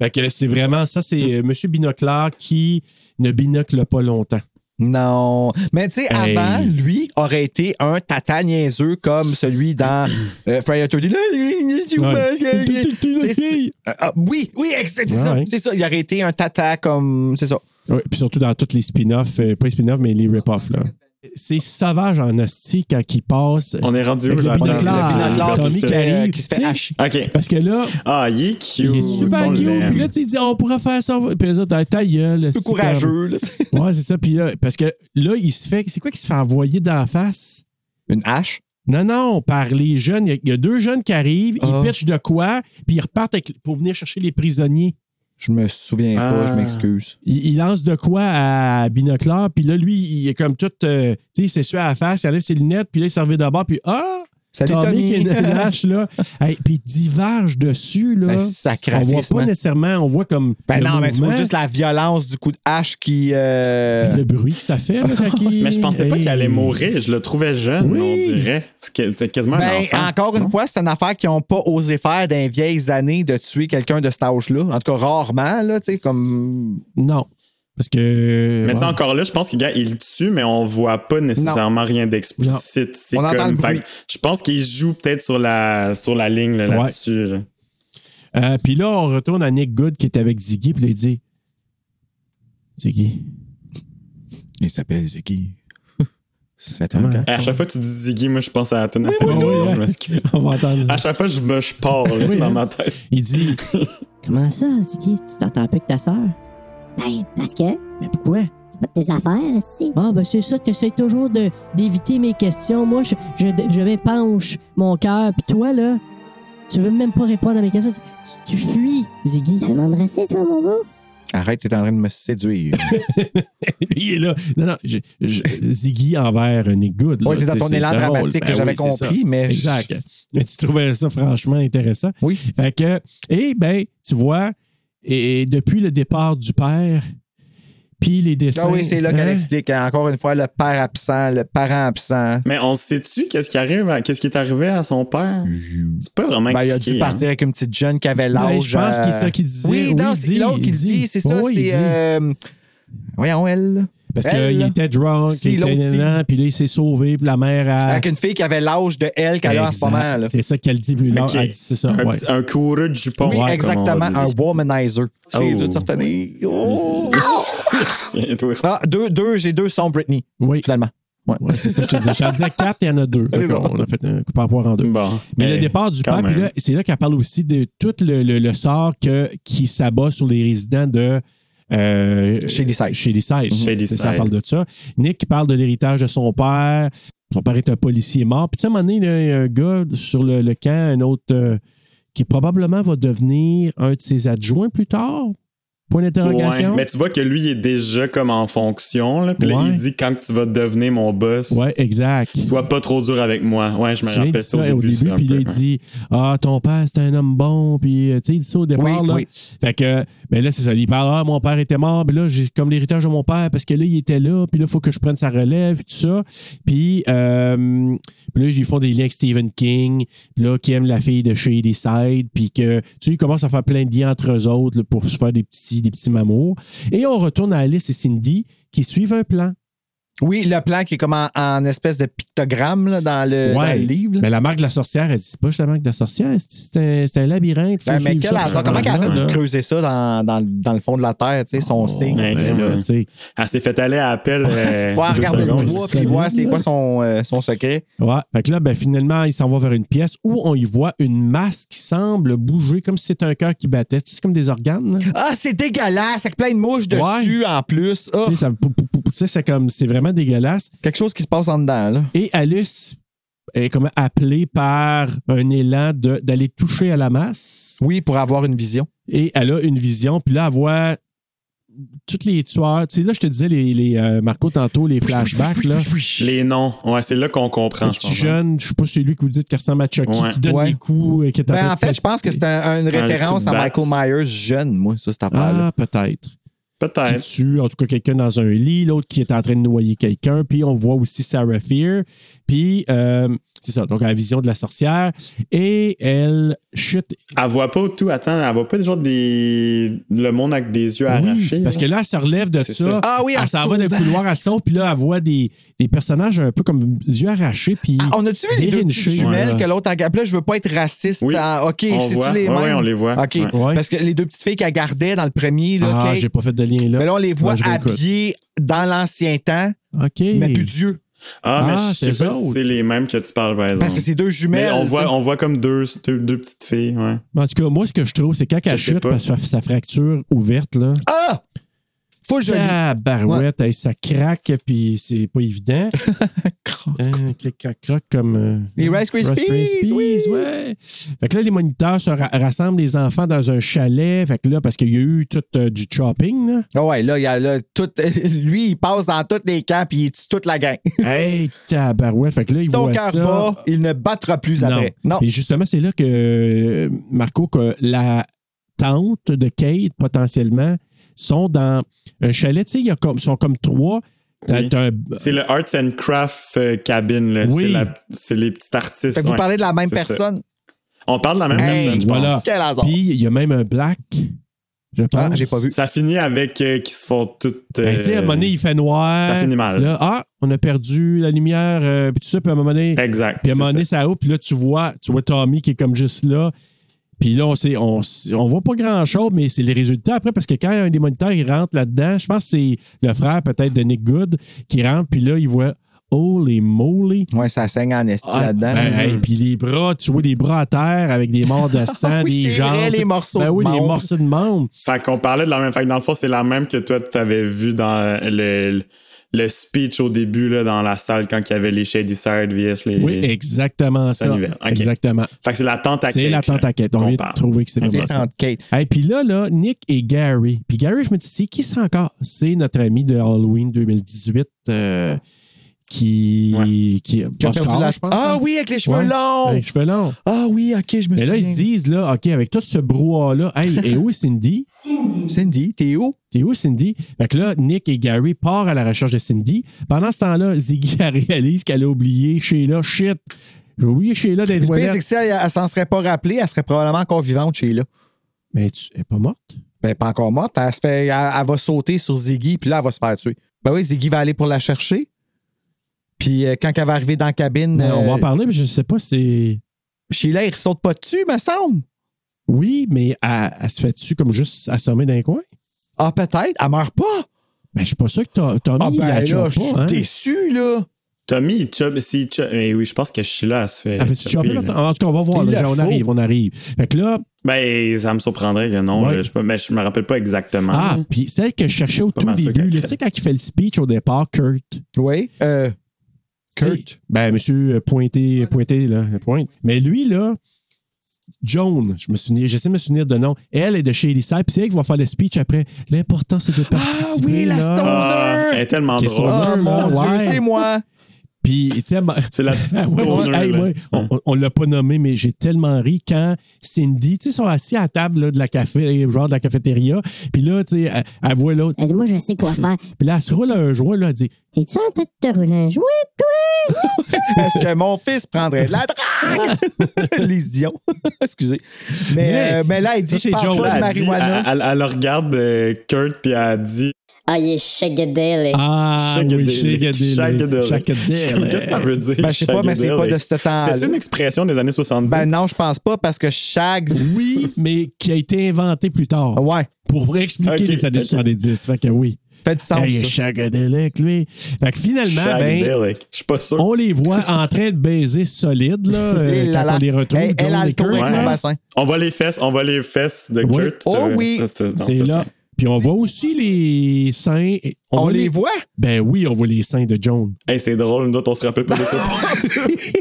[SPEAKER 2] Fait que c'est vraiment ça, c'est euh, Monsieur Binoclard qui ne binocle pas longtemps.
[SPEAKER 4] Non. Mais tu sais,
[SPEAKER 2] Hey.
[SPEAKER 4] avant, lui aurait été un tata niaiseux comme celui dans euh, Friday 13. Là, il- il- il-
[SPEAKER 2] Ouais.
[SPEAKER 4] il-
[SPEAKER 2] T'es- t'es une
[SPEAKER 4] C'est-
[SPEAKER 2] fille.
[SPEAKER 4] Euh, ah, oui, oui, ex- c'est ça.
[SPEAKER 2] Ouais.
[SPEAKER 4] C'est ça. Il aurait été un tata comme. C'est ça.
[SPEAKER 2] Ouais, puis surtout dans tous les spin-offs, euh, pas les spin-offs, mais les rip-offs. là. C'est sauvage en asti quand il passe.
[SPEAKER 9] On est rendu où,
[SPEAKER 2] Avec le
[SPEAKER 9] là?
[SPEAKER 2] binoclard.
[SPEAKER 9] Attends,
[SPEAKER 2] Ah,
[SPEAKER 4] Le
[SPEAKER 9] le
[SPEAKER 4] binoclard
[SPEAKER 2] Tommy
[SPEAKER 4] qui, se
[SPEAKER 2] qui
[SPEAKER 4] fait, euh,
[SPEAKER 2] arrive,
[SPEAKER 4] qui se fait
[SPEAKER 2] tu sais.
[SPEAKER 4] hacher.
[SPEAKER 9] OK.
[SPEAKER 2] Parce que là,
[SPEAKER 9] Ah, il est cute.
[SPEAKER 2] il est super
[SPEAKER 9] on
[SPEAKER 2] cute.
[SPEAKER 9] l'aime.
[SPEAKER 2] Puis là, tu dis, on pourrait faire ça. Puis les autres, ta gueule.
[SPEAKER 4] Un peu
[SPEAKER 2] c'est comme-
[SPEAKER 4] courageux. là, tu sais.
[SPEAKER 2] Ouais, c'est ça. Puis là, parce que là, il se fait. C'est quoi qui se fait envoyer dans la face?
[SPEAKER 4] Une hache.
[SPEAKER 2] Non, non, par les jeunes. Il y a- il y, a deux jeunes qui arrivent,
[SPEAKER 4] Ah.
[SPEAKER 2] ils pitchent de quoi, puis ils repartent avec- pour venir chercher les prisonniers.
[SPEAKER 4] Je me souviens pas, je
[SPEAKER 9] Ah.
[SPEAKER 4] m'excuse.
[SPEAKER 2] Il, il lance de quoi à Binoclard, puis là, lui, il est comme tout. euh, tu sais, il s'essuie à la face, il enlève ses lunettes, puis là, il s'en revient d'abord, puis ah!
[SPEAKER 4] Salut, Tommy.
[SPEAKER 2] qui est une hache, là. Hey, puis il diverge dessus, là.
[SPEAKER 4] Un
[SPEAKER 2] on voit
[SPEAKER 4] Ben, sacrifice.
[SPEAKER 2] pas nécessairement, on voit comme.
[SPEAKER 4] hein. Ben
[SPEAKER 2] le
[SPEAKER 4] non, mais tu
[SPEAKER 2] mouvement,
[SPEAKER 4] vois juste la violence du coup de hache qui. euh,
[SPEAKER 2] puis Le bruit que ça fait, là, quand il-
[SPEAKER 9] Mais je pensais pas
[SPEAKER 2] Hey.
[SPEAKER 9] qu'il allait mourir. Je le trouvais jeune,
[SPEAKER 2] Oui.
[SPEAKER 9] on dirait. C'est que- C'est quasiment un
[SPEAKER 4] Ben,
[SPEAKER 9] enfant.
[SPEAKER 4] encore une fois, c'est une affaire qu'ils n'ont pas osé faire dans les vieilles années de tuer quelqu'un de cet âge-là. En tout cas, rarement, là, tu sais, comme.
[SPEAKER 2] Non. Parce que.
[SPEAKER 9] Mais tu sais,
[SPEAKER 2] ouais.
[SPEAKER 9] encore là, je pense qu'il gars, il le tue, mais on voit pas nécessairement rien d'explicite. C'est
[SPEAKER 4] On
[SPEAKER 9] comme.
[SPEAKER 4] entend le
[SPEAKER 9] fait
[SPEAKER 4] bruit.
[SPEAKER 9] que je pense qu'il joue peut-être sur la, sur la ligne là,
[SPEAKER 2] Ouais.
[SPEAKER 9] là-dessus. là.
[SPEAKER 2] Euh, puis là, on retourne à Nick Good qui est avec Ziggy, puis là, il dit Ziggy.
[SPEAKER 4] Il s'appelle Ziggy. C'est
[SPEAKER 2] un gars.
[SPEAKER 9] Et Eh, À chaque fois que tu dis Ziggy, moi je pense à la tonne à
[SPEAKER 2] oui, oui, hein. On va entendre.
[SPEAKER 9] À chaque fois, je, me- je pars là,
[SPEAKER 2] Oui, hein.
[SPEAKER 9] dans ma tête.
[SPEAKER 2] Il dit
[SPEAKER 11] Comment ça, c'est qui? Tu t'entends plus que ta sœur?
[SPEAKER 10] Ben, parce que
[SPEAKER 11] Mais pourquoi?
[SPEAKER 10] c'est pas de tes affaires, si.
[SPEAKER 11] Ah, ben c'est ça, t'essayes toujours de- d'éviter mes questions. Moi, je, je, je m'épanche mon cœur. Puis toi, là, tu veux même pas répondre à mes questions. Tu, tu- tu fuis, Ziggy.
[SPEAKER 10] Tu veux m'embrasser, toi, mon beau?
[SPEAKER 4] Arrête, t'es en train de me séduire.
[SPEAKER 2] Il est là. Non, non, je- je- Ziggy envers Nick Good. là,
[SPEAKER 4] Oui, c'est dans
[SPEAKER 2] tu sais,
[SPEAKER 4] ton élan
[SPEAKER 2] drôle. Ben
[SPEAKER 4] dramatique que
[SPEAKER 2] oui,
[SPEAKER 4] j'avais
[SPEAKER 2] c'est ça.
[SPEAKER 4] compris, mais.
[SPEAKER 2] Exact. Mais tu trouvais ça franchement intéressant.
[SPEAKER 4] Oui.
[SPEAKER 2] Fait que, eh ben, tu vois, et, et depuis le départ du père, puis les dessins.
[SPEAKER 4] Ah oui, c'est là qu'elle
[SPEAKER 2] hein?
[SPEAKER 4] explique, hein, encore une fois, le père absent, le parent absent.
[SPEAKER 9] Mais on sait-tu qu'est-ce qui arrive à- qu'est-ce qui est arrivé à son père? C'est pas vraiment
[SPEAKER 4] Ben, il a
[SPEAKER 9] expliqué.
[SPEAKER 4] dû partir
[SPEAKER 9] hein.
[SPEAKER 4] avec une petite jeune qui avait l'âge.
[SPEAKER 2] Ben, je pense
[SPEAKER 4] euh,
[SPEAKER 2] qu'il c'est ça qu'il disait.
[SPEAKER 4] Oui, non,
[SPEAKER 2] il
[SPEAKER 4] c'est
[SPEAKER 2] dit,
[SPEAKER 4] l'autre qui
[SPEAKER 2] il
[SPEAKER 4] le dit, c'est ça,
[SPEAKER 2] Oui, il dit.
[SPEAKER 4] c'est. euh, Voyons, elle.
[SPEAKER 2] Parce
[SPEAKER 4] elle,
[SPEAKER 2] qu'il
[SPEAKER 4] là.
[SPEAKER 2] était drunk,
[SPEAKER 4] Si,
[SPEAKER 2] il était
[SPEAKER 4] l'autre dit.
[SPEAKER 2] nanan, puis là, il s'est sauvé, puis la mère a.
[SPEAKER 4] Avec une fille qui avait l'âge de elle qu'elle a en ce
[SPEAKER 2] Ah. Exact.
[SPEAKER 4] moment. là.
[SPEAKER 2] C'est ça qu'elle dit plus
[SPEAKER 9] Ok.
[SPEAKER 2] là. Elle dit, c'est ça.
[SPEAKER 9] Un,
[SPEAKER 2] ouais.
[SPEAKER 9] petit- un couru de jupon.
[SPEAKER 4] Oui,
[SPEAKER 9] comme on
[SPEAKER 4] exactement.
[SPEAKER 9] dit.
[SPEAKER 4] Un womanizer. C'est
[SPEAKER 9] Oh.
[SPEAKER 4] dur de se retenir. Oh.
[SPEAKER 9] Tiens, toi.
[SPEAKER 4] Ah, deux, deux, j'ai deux sons Britney,
[SPEAKER 2] Oui.
[SPEAKER 4] finalement. Ouais.
[SPEAKER 2] Ouais, c'est ça que je te disais. Je te disais quatre, il y en a deux.
[SPEAKER 4] Raison.
[SPEAKER 2] Donc, on a fait un coup par poire en deux.
[SPEAKER 9] Bon.
[SPEAKER 2] Mais
[SPEAKER 9] Hey,
[SPEAKER 2] le départ du
[SPEAKER 9] quand
[SPEAKER 2] pape,
[SPEAKER 9] même.
[SPEAKER 2] puis là, c'est là qu'elle parle aussi de tout le, le- le sort que, qui s'abat sur les résidents de. Euh,
[SPEAKER 4] Shadyside.
[SPEAKER 2] Shadyside.
[SPEAKER 9] Shadyside.
[SPEAKER 2] C'est Ça elle parle de ça. Nick qui parle de l'héritage de son père. Son père est un policier mort. Puis, tu sais, à un moment donné, là, il y a un gars sur le, le camp, un autre euh, qui probablement va devenir un de ses adjoints plus tard. Point d'interrogation.
[SPEAKER 9] Ouais, Mais tu vois que lui, il est déjà comme en fonction. Là. Puis là,
[SPEAKER 2] Ouais.
[SPEAKER 9] il dit quand que tu vas devenir mon boss,
[SPEAKER 2] Ouais, exact.
[SPEAKER 9] sois pas trop dur avec moi. Ouais, je me
[SPEAKER 2] Tu viens de
[SPEAKER 9] rappelle
[SPEAKER 2] dire
[SPEAKER 9] ça au
[SPEAKER 2] ça
[SPEAKER 9] début.
[SPEAKER 2] au
[SPEAKER 9] c'est
[SPEAKER 2] début,
[SPEAKER 9] un
[SPEAKER 2] puis il
[SPEAKER 9] peu,
[SPEAKER 2] a
[SPEAKER 9] ouais.
[SPEAKER 2] dit Ah, ton père, c'était un homme bon, puis euh, tu sais, il dit ça au départ.
[SPEAKER 4] Oui,
[SPEAKER 2] là.
[SPEAKER 4] oui.
[SPEAKER 2] Fait que, ben là, c'est ça. Il parle Ah, mon père était mort, puis là, j'ai comme l'héritage de mon père, parce que là, il était là, puis là, il faut que je prenne sa relève, puis tout ça. Puis, euh, puis là, ils font des liens avec Stephen King, puis là, qui aime la fille de Shady Side, puis que, tu sais, ils commencent à faire plein de liens entre eux autres là, pour se faire des petits, des petits mamours. Et on retourne à Alice et Cindy qui suivent un plan.
[SPEAKER 4] Oui, le plan qui est comme en, en espèce de pictogramme là, dans, le, dans le livre. là.
[SPEAKER 2] Mais la marque de la sorcière, elle dit c'est pas juste la marque de la sorcière, c'est- c'est un, c'est un labyrinthe. faut
[SPEAKER 4] Ben, mais
[SPEAKER 2] suivre
[SPEAKER 4] quelle
[SPEAKER 2] ça.
[SPEAKER 4] raison, comment elle a fait de
[SPEAKER 2] Là.
[SPEAKER 4] creuser ça dans, dans, dans le fond de la terre, tu sais, son signe?
[SPEAKER 9] Ouais,
[SPEAKER 2] Ben
[SPEAKER 9] vraiment.
[SPEAKER 2] là, tu sais.
[SPEAKER 9] Elle s'est fait aller à appel. euh,
[SPEAKER 4] Voir
[SPEAKER 9] deux
[SPEAKER 4] regarder le
[SPEAKER 9] secondes.
[SPEAKER 4] bois
[SPEAKER 2] c'est
[SPEAKER 4] puis voir
[SPEAKER 2] solide,
[SPEAKER 4] c'est
[SPEAKER 2] là.
[SPEAKER 4] quoi son, euh, son secret.
[SPEAKER 2] Ouais. Fait que là, ben, finalement, il s'en va vers une pièce où on y voit une masse qui semble bouger comme si c'était un cœur qui battait. Tu sais, C'est comme des organes. là.
[SPEAKER 4] Ah, c'est dégueulasse, avec plein de mouches dessus en plus. Ah,
[SPEAKER 2] Tu sais, ça- pou- pou- pou- tu sais, c'est comme, c'est vraiment dégueulasse.
[SPEAKER 4] quelque chose qui se passe en dedans, là.
[SPEAKER 2] Et Alice est comme appelée par un élan de- d'aller toucher à la masse.
[SPEAKER 4] Oui, pour avoir une vision.
[SPEAKER 2] Et elle a une vision, puis là, elle voit toutes les tueurs. Tu sais, là, je te disais, les, les, euh, Marco, tantôt, les flashbacks, là.
[SPEAKER 9] Les noms. Ouais, c'est là qu'on
[SPEAKER 2] Le
[SPEAKER 9] comprend, je
[SPEAKER 2] petit
[SPEAKER 9] pense.
[SPEAKER 2] jeune, je sais pas celui que vous dites qui ressemble à Chucky,
[SPEAKER 9] Ouais.
[SPEAKER 2] qui donne
[SPEAKER 4] Ouais.
[SPEAKER 2] des coups. euh, qui est en
[SPEAKER 4] Ben,
[SPEAKER 2] train
[SPEAKER 4] en
[SPEAKER 2] de
[SPEAKER 4] fait, je pense que c'est un- une référence
[SPEAKER 9] coup
[SPEAKER 4] à
[SPEAKER 9] de
[SPEAKER 4] Michael Myers jeune, moi, ça, cette affaire-là.
[SPEAKER 2] Ah, peut-être. Qui
[SPEAKER 9] Peut-être.
[SPEAKER 2] tue, en tout cas, quelqu'un dans un lit, l'autre qui est en train de noyer quelqu'un. Puis on voit aussi Sarah Fear. Puis, euh, c'est ça, donc la vision de la sorcière. Et elle chute.
[SPEAKER 9] Elle voit pas tout. Attends, elle voit pas genre des... le monde avec des yeux arrachés.
[SPEAKER 2] parce que là, elle se relève de ça.
[SPEAKER 9] C'est ça.
[SPEAKER 4] Ah oui,
[SPEAKER 2] elle
[SPEAKER 4] elle
[SPEAKER 2] s'en va dans le
[SPEAKER 4] sauve.
[SPEAKER 2] couloir, elle sauve. Puis là, elle voit des, des personnages un peu comme yeux arrachés. Puis
[SPEAKER 4] Ah, on a-tu vu les deux petites
[SPEAKER 2] dérinchés,
[SPEAKER 4] jumelles
[SPEAKER 2] là.
[SPEAKER 4] que l'autre a gardées? Là, je veux pas être raciste.
[SPEAKER 9] Oui.
[SPEAKER 4] Ah, OK,
[SPEAKER 9] On
[SPEAKER 4] c'est-tu
[SPEAKER 9] voit.
[SPEAKER 4] les
[SPEAKER 9] Ouais,
[SPEAKER 4] mêmes?
[SPEAKER 9] ouais, on les voit.
[SPEAKER 4] OK.
[SPEAKER 9] Ouais.
[SPEAKER 2] Ouais.
[SPEAKER 4] Parce que les deux petites filles qu'elle gardait dans le premier, là,
[SPEAKER 2] Ah,
[SPEAKER 4] Kate,
[SPEAKER 2] j'ai pas fait de lien là.
[SPEAKER 4] mais là, on les voit
[SPEAKER 2] Ouais, je réécoute.
[SPEAKER 4] habillées dans l'ancien temps,
[SPEAKER 2] OK.
[SPEAKER 4] mais plus Dieu.
[SPEAKER 9] Ah, mais
[SPEAKER 2] Ah,
[SPEAKER 9] je sais
[SPEAKER 2] c'est
[SPEAKER 9] pas
[SPEAKER 2] eux
[SPEAKER 9] si
[SPEAKER 2] autres.
[SPEAKER 9] c'est les mêmes que tu parles, par exemple.
[SPEAKER 4] Parce que c'est deux
[SPEAKER 9] mais
[SPEAKER 4] jumelles.
[SPEAKER 9] on
[SPEAKER 4] tu sais.
[SPEAKER 9] voit, on voit comme deux, deux, deux petites filles, ouais.
[SPEAKER 2] Mais en tout cas, moi, ce que je trouve, c'est quand elle
[SPEAKER 9] Je sais
[SPEAKER 2] chute,
[SPEAKER 9] pas.
[SPEAKER 2] parce que sa fracture ouverte, là.
[SPEAKER 4] Ah! Faut que je le lise.
[SPEAKER 2] Ah, barouette, hey, ça craque, puis c'est pas évident. Hein, crac, crac, crac, comme. euh,
[SPEAKER 4] Les Rice Krispies, oui.
[SPEAKER 2] ouais. Fait que là, les moniteurs se ra- rassemblent les enfants dans un chalet. Fait que là, parce qu'il y a eu tout euh, du chopping, là.
[SPEAKER 4] Ah ouais, là, il y a là, tout. Lui, il passe dans tous les camps puis il tue toute la gang.
[SPEAKER 2] Hey, tabarouette. Fait que là,
[SPEAKER 4] si
[SPEAKER 2] ils
[SPEAKER 4] ton
[SPEAKER 2] voient
[SPEAKER 4] cœur
[SPEAKER 2] ça.
[SPEAKER 4] bat, il ne battra plus après. Non.
[SPEAKER 2] Et justement, c'est là que, euh, Marco, que la tante de Kate, potentiellement, sont dans un chalet. Tu sais, il y a comme- ils sont comme trois. T'as-
[SPEAKER 9] Oui.
[SPEAKER 2] t'as un-
[SPEAKER 9] C'est le Arts and Craft euh, Cabin, là.
[SPEAKER 2] Oui.
[SPEAKER 9] C'est la- C'est les petits artistes.
[SPEAKER 4] Fait que vous
[SPEAKER 9] ouais.
[SPEAKER 4] parlez de la même
[SPEAKER 9] c'est ça.
[SPEAKER 4] personne.
[SPEAKER 9] On parle de la même
[SPEAKER 4] Hey,
[SPEAKER 9] personne, Ah, je pense.
[SPEAKER 2] voilà.
[SPEAKER 4] Quel hasard.
[SPEAKER 2] Puis, il y a même un black. Je pense.
[SPEAKER 4] Ah, j'ai pas vu.
[SPEAKER 9] Ça finit avec euh, qu'ils se font toutes. euh,
[SPEAKER 2] Ben, tu sais, à un moment donné, il fait noir.
[SPEAKER 9] ça finit mal.
[SPEAKER 2] Là, ah, on a perdu la lumière, euh, puis tout ça, puis à un moment donné,
[SPEAKER 9] Exact.
[SPEAKER 2] puis à un
[SPEAKER 9] Ben, c'est
[SPEAKER 2] moment donné, ça ouvre, puis là, tu vois, tu vois Tommy qui est comme juste là. Puis là, on, sait, on, s- on voit pas grand-chose, mais c'est les résultats après, parce que quand un des moniteurs, il rentre là-dedans, je pense que c'est le frère peut-être de Nick Good qui rentre, puis là, il voit Holy moly!
[SPEAKER 4] Ouais, ça saigne en esti
[SPEAKER 2] Ah,
[SPEAKER 4] là-dedans.
[SPEAKER 2] ben, hey, puis les bras, tu vois des bras à terre avec des morts de sang,
[SPEAKER 4] Ah oui,
[SPEAKER 2] des
[SPEAKER 4] c'est vrai,
[SPEAKER 2] jambes.
[SPEAKER 4] les morceaux
[SPEAKER 2] Ben
[SPEAKER 4] de
[SPEAKER 2] oui, les
[SPEAKER 4] membre.
[SPEAKER 2] morceaux de membres.
[SPEAKER 9] Fait qu'on parlait de la même. Fait que dans le fond, c'est la même que toi, tu avais vu dans le, le speech au début, là, dans la salle, quand il y avait les Shady Side vs les.
[SPEAKER 2] Oui, exactement ça.
[SPEAKER 9] Sanivelle, ok.
[SPEAKER 2] Exactement.
[SPEAKER 9] Fait que c'est la tente à
[SPEAKER 2] C'est la tente à quête. On
[SPEAKER 9] qu'on
[SPEAKER 2] vient de
[SPEAKER 9] parle.
[SPEAKER 2] trouver que c'est
[SPEAKER 4] C'est
[SPEAKER 2] vraiment ça.
[SPEAKER 4] entre Kate.
[SPEAKER 2] Et puis là, là, Nick et Gary. Puis Gary, je me dis, c'est qui ça encore? C'est notre ami de Halloween 2018 euh, qui... qui
[SPEAKER 4] Qui a
[SPEAKER 2] Oscar,
[SPEAKER 4] perdu la-
[SPEAKER 2] je pense.
[SPEAKER 4] Ah
[SPEAKER 2] hein?
[SPEAKER 4] oui, avec les cheveux
[SPEAKER 2] Ouais,
[SPEAKER 4] longs.
[SPEAKER 2] Avec les cheveux longs.
[SPEAKER 4] Ah oui, ok, je me
[SPEAKER 2] Mais
[SPEAKER 4] souviens.
[SPEAKER 2] Ben là, ils se disent, là, OK, avec tout ce brouhaha-là, hey, et où est Cindy?
[SPEAKER 4] Cindy, t'es où?
[SPEAKER 2] T'es où, Cindy? Fait que là, Nick et Gary partent à la recherche de Cindy. Pendant ce temps-là, Ziggy elle réalise qu'elle a oublié Sheila. Shit! J'ai oublié Sheila d'être
[SPEAKER 4] Le pire,
[SPEAKER 2] toilettes.
[SPEAKER 4] c'est que si elle, elle s'en serait pas rappelée, elle serait probablement encore vivante chez là.
[SPEAKER 2] Mais tu, elle est pas morte?
[SPEAKER 4] Ben, pas encore morte. Elle, se fait, elle, elle va sauter sur Ziggy, puis là, elle va se faire tuer. Ben oui, Ziggy va aller pour la chercher. Puis euh, quand elle va arriver dans la cabine,
[SPEAKER 2] Mais On va en
[SPEAKER 4] euh,
[SPEAKER 2] parler, mais je sais pas, c'est.
[SPEAKER 4] Sheila, il saute pas dessus, me semble.
[SPEAKER 2] Oui, mais elle, elle se fait-tu comme juste assommer d'un coin?
[SPEAKER 4] Ah, peut-être. Elle meurt pas.
[SPEAKER 2] Ben, je suis pas sûr que Tom- Tommy,
[SPEAKER 4] ah,
[SPEAKER 2] il la
[SPEAKER 4] ben là,
[SPEAKER 2] chope
[SPEAKER 4] je suis
[SPEAKER 2] pas. Hein?
[SPEAKER 4] déçu, là.
[SPEAKER 9] Tommy, il chop. Si, il chop- eh oui, je pense que Sheila, elle se fait.
[SPEAKER 2] Elle fait-tu
[SPEAKER 9] chopper,
[SPEAKER 2] choper, là?
[SPEAKER 9] là.
[SPEAKER 2] En tout cas, on va voir.
[SPEAKER 4] Il
[SPEAKER 2] là,
[SPEAKER 4] le
[SPEAKER 2] on
[SPEAKER 4] faut.
[SPEAKER 2] arrive, on arrive. Fait que là,
[SPEAKER 9] Ben, ça me surprendrait que non.
[SPEAKER 2] Ouais.
[SPEAKER 9] là, je, sais pas, mais je me rappelle pas
[SPEAKER 4] Hein?
[SPEAKER 9] exactement.
[SPEAKER 2] ah, puis celle que je cherchais au
[SPEAKER 9] Pas
[SPEAKER 2] tout
[SPEAKER 9] mal sûr
[SPEAKER 2] début,
[SPEAKER 9] qu'elle
[SPEAKER 2] là, tu sais, quand il fait le speech au départ, Kurt.
[SPEAKER 4] Oui. Euh, Kurt.
[SPEAKER 2] Hey, ben, monsieur euh, pointé, pointé, là, pointe. Mais lui, là, Joan, je me souviens, j'essaie de me souvenir de nom. Elle est de Shady Side, puis c'est elle qui va faire le speech après. L'important, c'est de participer.
[SPEAKER 4] Ah oui, la
[SPEAKER 2] là.
[SPEAKER 9] Ah, elle est tellement
[SPEAKER 2] Qui est sur
[SPEAKER 9] drôle.
[SPEAKER 2] le
[SPEAKER 4] Oh
[SPEAKER 2] mur, là,
[SPEAKER 4] mon
[SPEAKER 2] ouais.
[SPEAKER 4] Dieu, c'est moi.
[SPEAKER 2] Puis, tu sais, elle m'a-
[SPEAKER 9] C'est la petite
[SPEAKER 2] Ah ouais,
[SPEAKER 9] stoner,
[SPEAKER 2] puis, hey,
[SPEAKER 9] là.
[SPEAKER 2] moi, on- on- on l'a pas nommé, mais j'ai tellement ri quand Cindy, tu sais, sont assis à la table là, de la café, genre de la cafétéria. Puis là, tu sais, elle, elle voit l'autre.
[SPEAKER 12] Elle dit, Euh, moi, je sais quoi faire.
[SPEAKER 2] Puis là, elle se roule un joint, là, elle dit
[SPEAKER 12] T'es-tu en train de te rouler un jouet, toi?
[SPEAKER 4] Est-ce que mon fils prendrait de la drague? Lise Dion. Excusez. Mais,
[SPEAKER 9] Mais-
[SPEAKER 4] euh, mais là, il dit,
[SPEAKER 9] Ça,
[SPEAKER 4] je
[SPEAKER 9] c'est
[SPEAKER 4] parle
[SPEAKER 9] Joe.
[SPEAKER 4] pas de
[SPEAKER 9] Elle dit-
[SPEAKER 2] Ah,
[SPEAKER 4] marijuana.
[SPEAKER 9] Elle, elle- elle regarde euh, Kurt puis elle dit
[SPEAKER 12] Ah, il est shagadelic.
[SPEAKER 2] Ah,
[SPEAKER 9] Shagadelic,
[SPEAKER 2] oui, shagadelic,
[SPEAKER 9] shagadelic.
[SPEAKER 2] shagadelic.
[SPEAKER 9] Qu'est-ce que ça veut dire?
[SPEAKER 4] Ben, je sais pas, mais c'est pas de
[SPEAKER 9] shagadelic?
[SPEAKER 4] ce temps-là.
[SPEAKER 9] C'était une expression des années 70.
[SPEAKER 4] Ben non, je pense pas parce que Shag.
[SPEAKER 2] Oui, mais qui a été inventé plus tard
[SPEAKER 4] Ouais.
[SPEAKER 2] pour expliquer
[SPEAKER 9] Ok,
[SPEAKER 2] les années
[SPEAKER 9] ok.
[SPEAKER 2] 70. Fait que oui.
[SPEAKER 4] Fait du sens.
[SPEAKER 2] Hey,
[SPEAKER 4] ça.
[SPEAKER 2] shagadelic, lui. Fait que finalement, ben,
[SPEAKER 9] shagadelic. Je suis pas sûr.
[SPEAKER 2] on les voit en train de baiser solide, là,
[SPEAKER 4] Et
[SPEAKER 2] euh,
[SPEAKER 4] là,
[SPEAKER 2] quand
[SPEAKER 4] là.
[SPEAKER 2] on hein? les retrouve.
[SPEAKER 4] Hey,
[SPEAKER 2] Joel
[SPEAKER 4] elle a le
[SPEAKER 2] et
[SPEAKER 4] tour
[SPEAKER 2] Kurt,
[SPEAKER 4] avec son
[SPEAKER 2] là.
[SPEAKER 4] bassin.
[SPEAKER 9] On voit les fesses, on voit les fesses de
[SPEAKER 2] Oui.
[SPEAKER 9] Kurt.
[SPEAKER 4] Oh
[SPEAKER 9] C'était-
[SPEAKER 4] oui.
[SPEAKER 9] c'était- non,
[SPEAKER 2] C'est
[SPEAKER 9] c'était
[SPEAKER 2] là.
[SPEAKER 9] ça.
[SPEAKER 2] Puis on voit aussi les seins. et-
[SPEAKER 4] On,
[SPEAKER 2] voit
[SPEAKER 4] les voit?
[SPEAKER 2] Ben oui, on voit les seins de Joan.
[SPEAKER 9] Hey, c'est drôle, nous autres, on se rappelle pas de ça.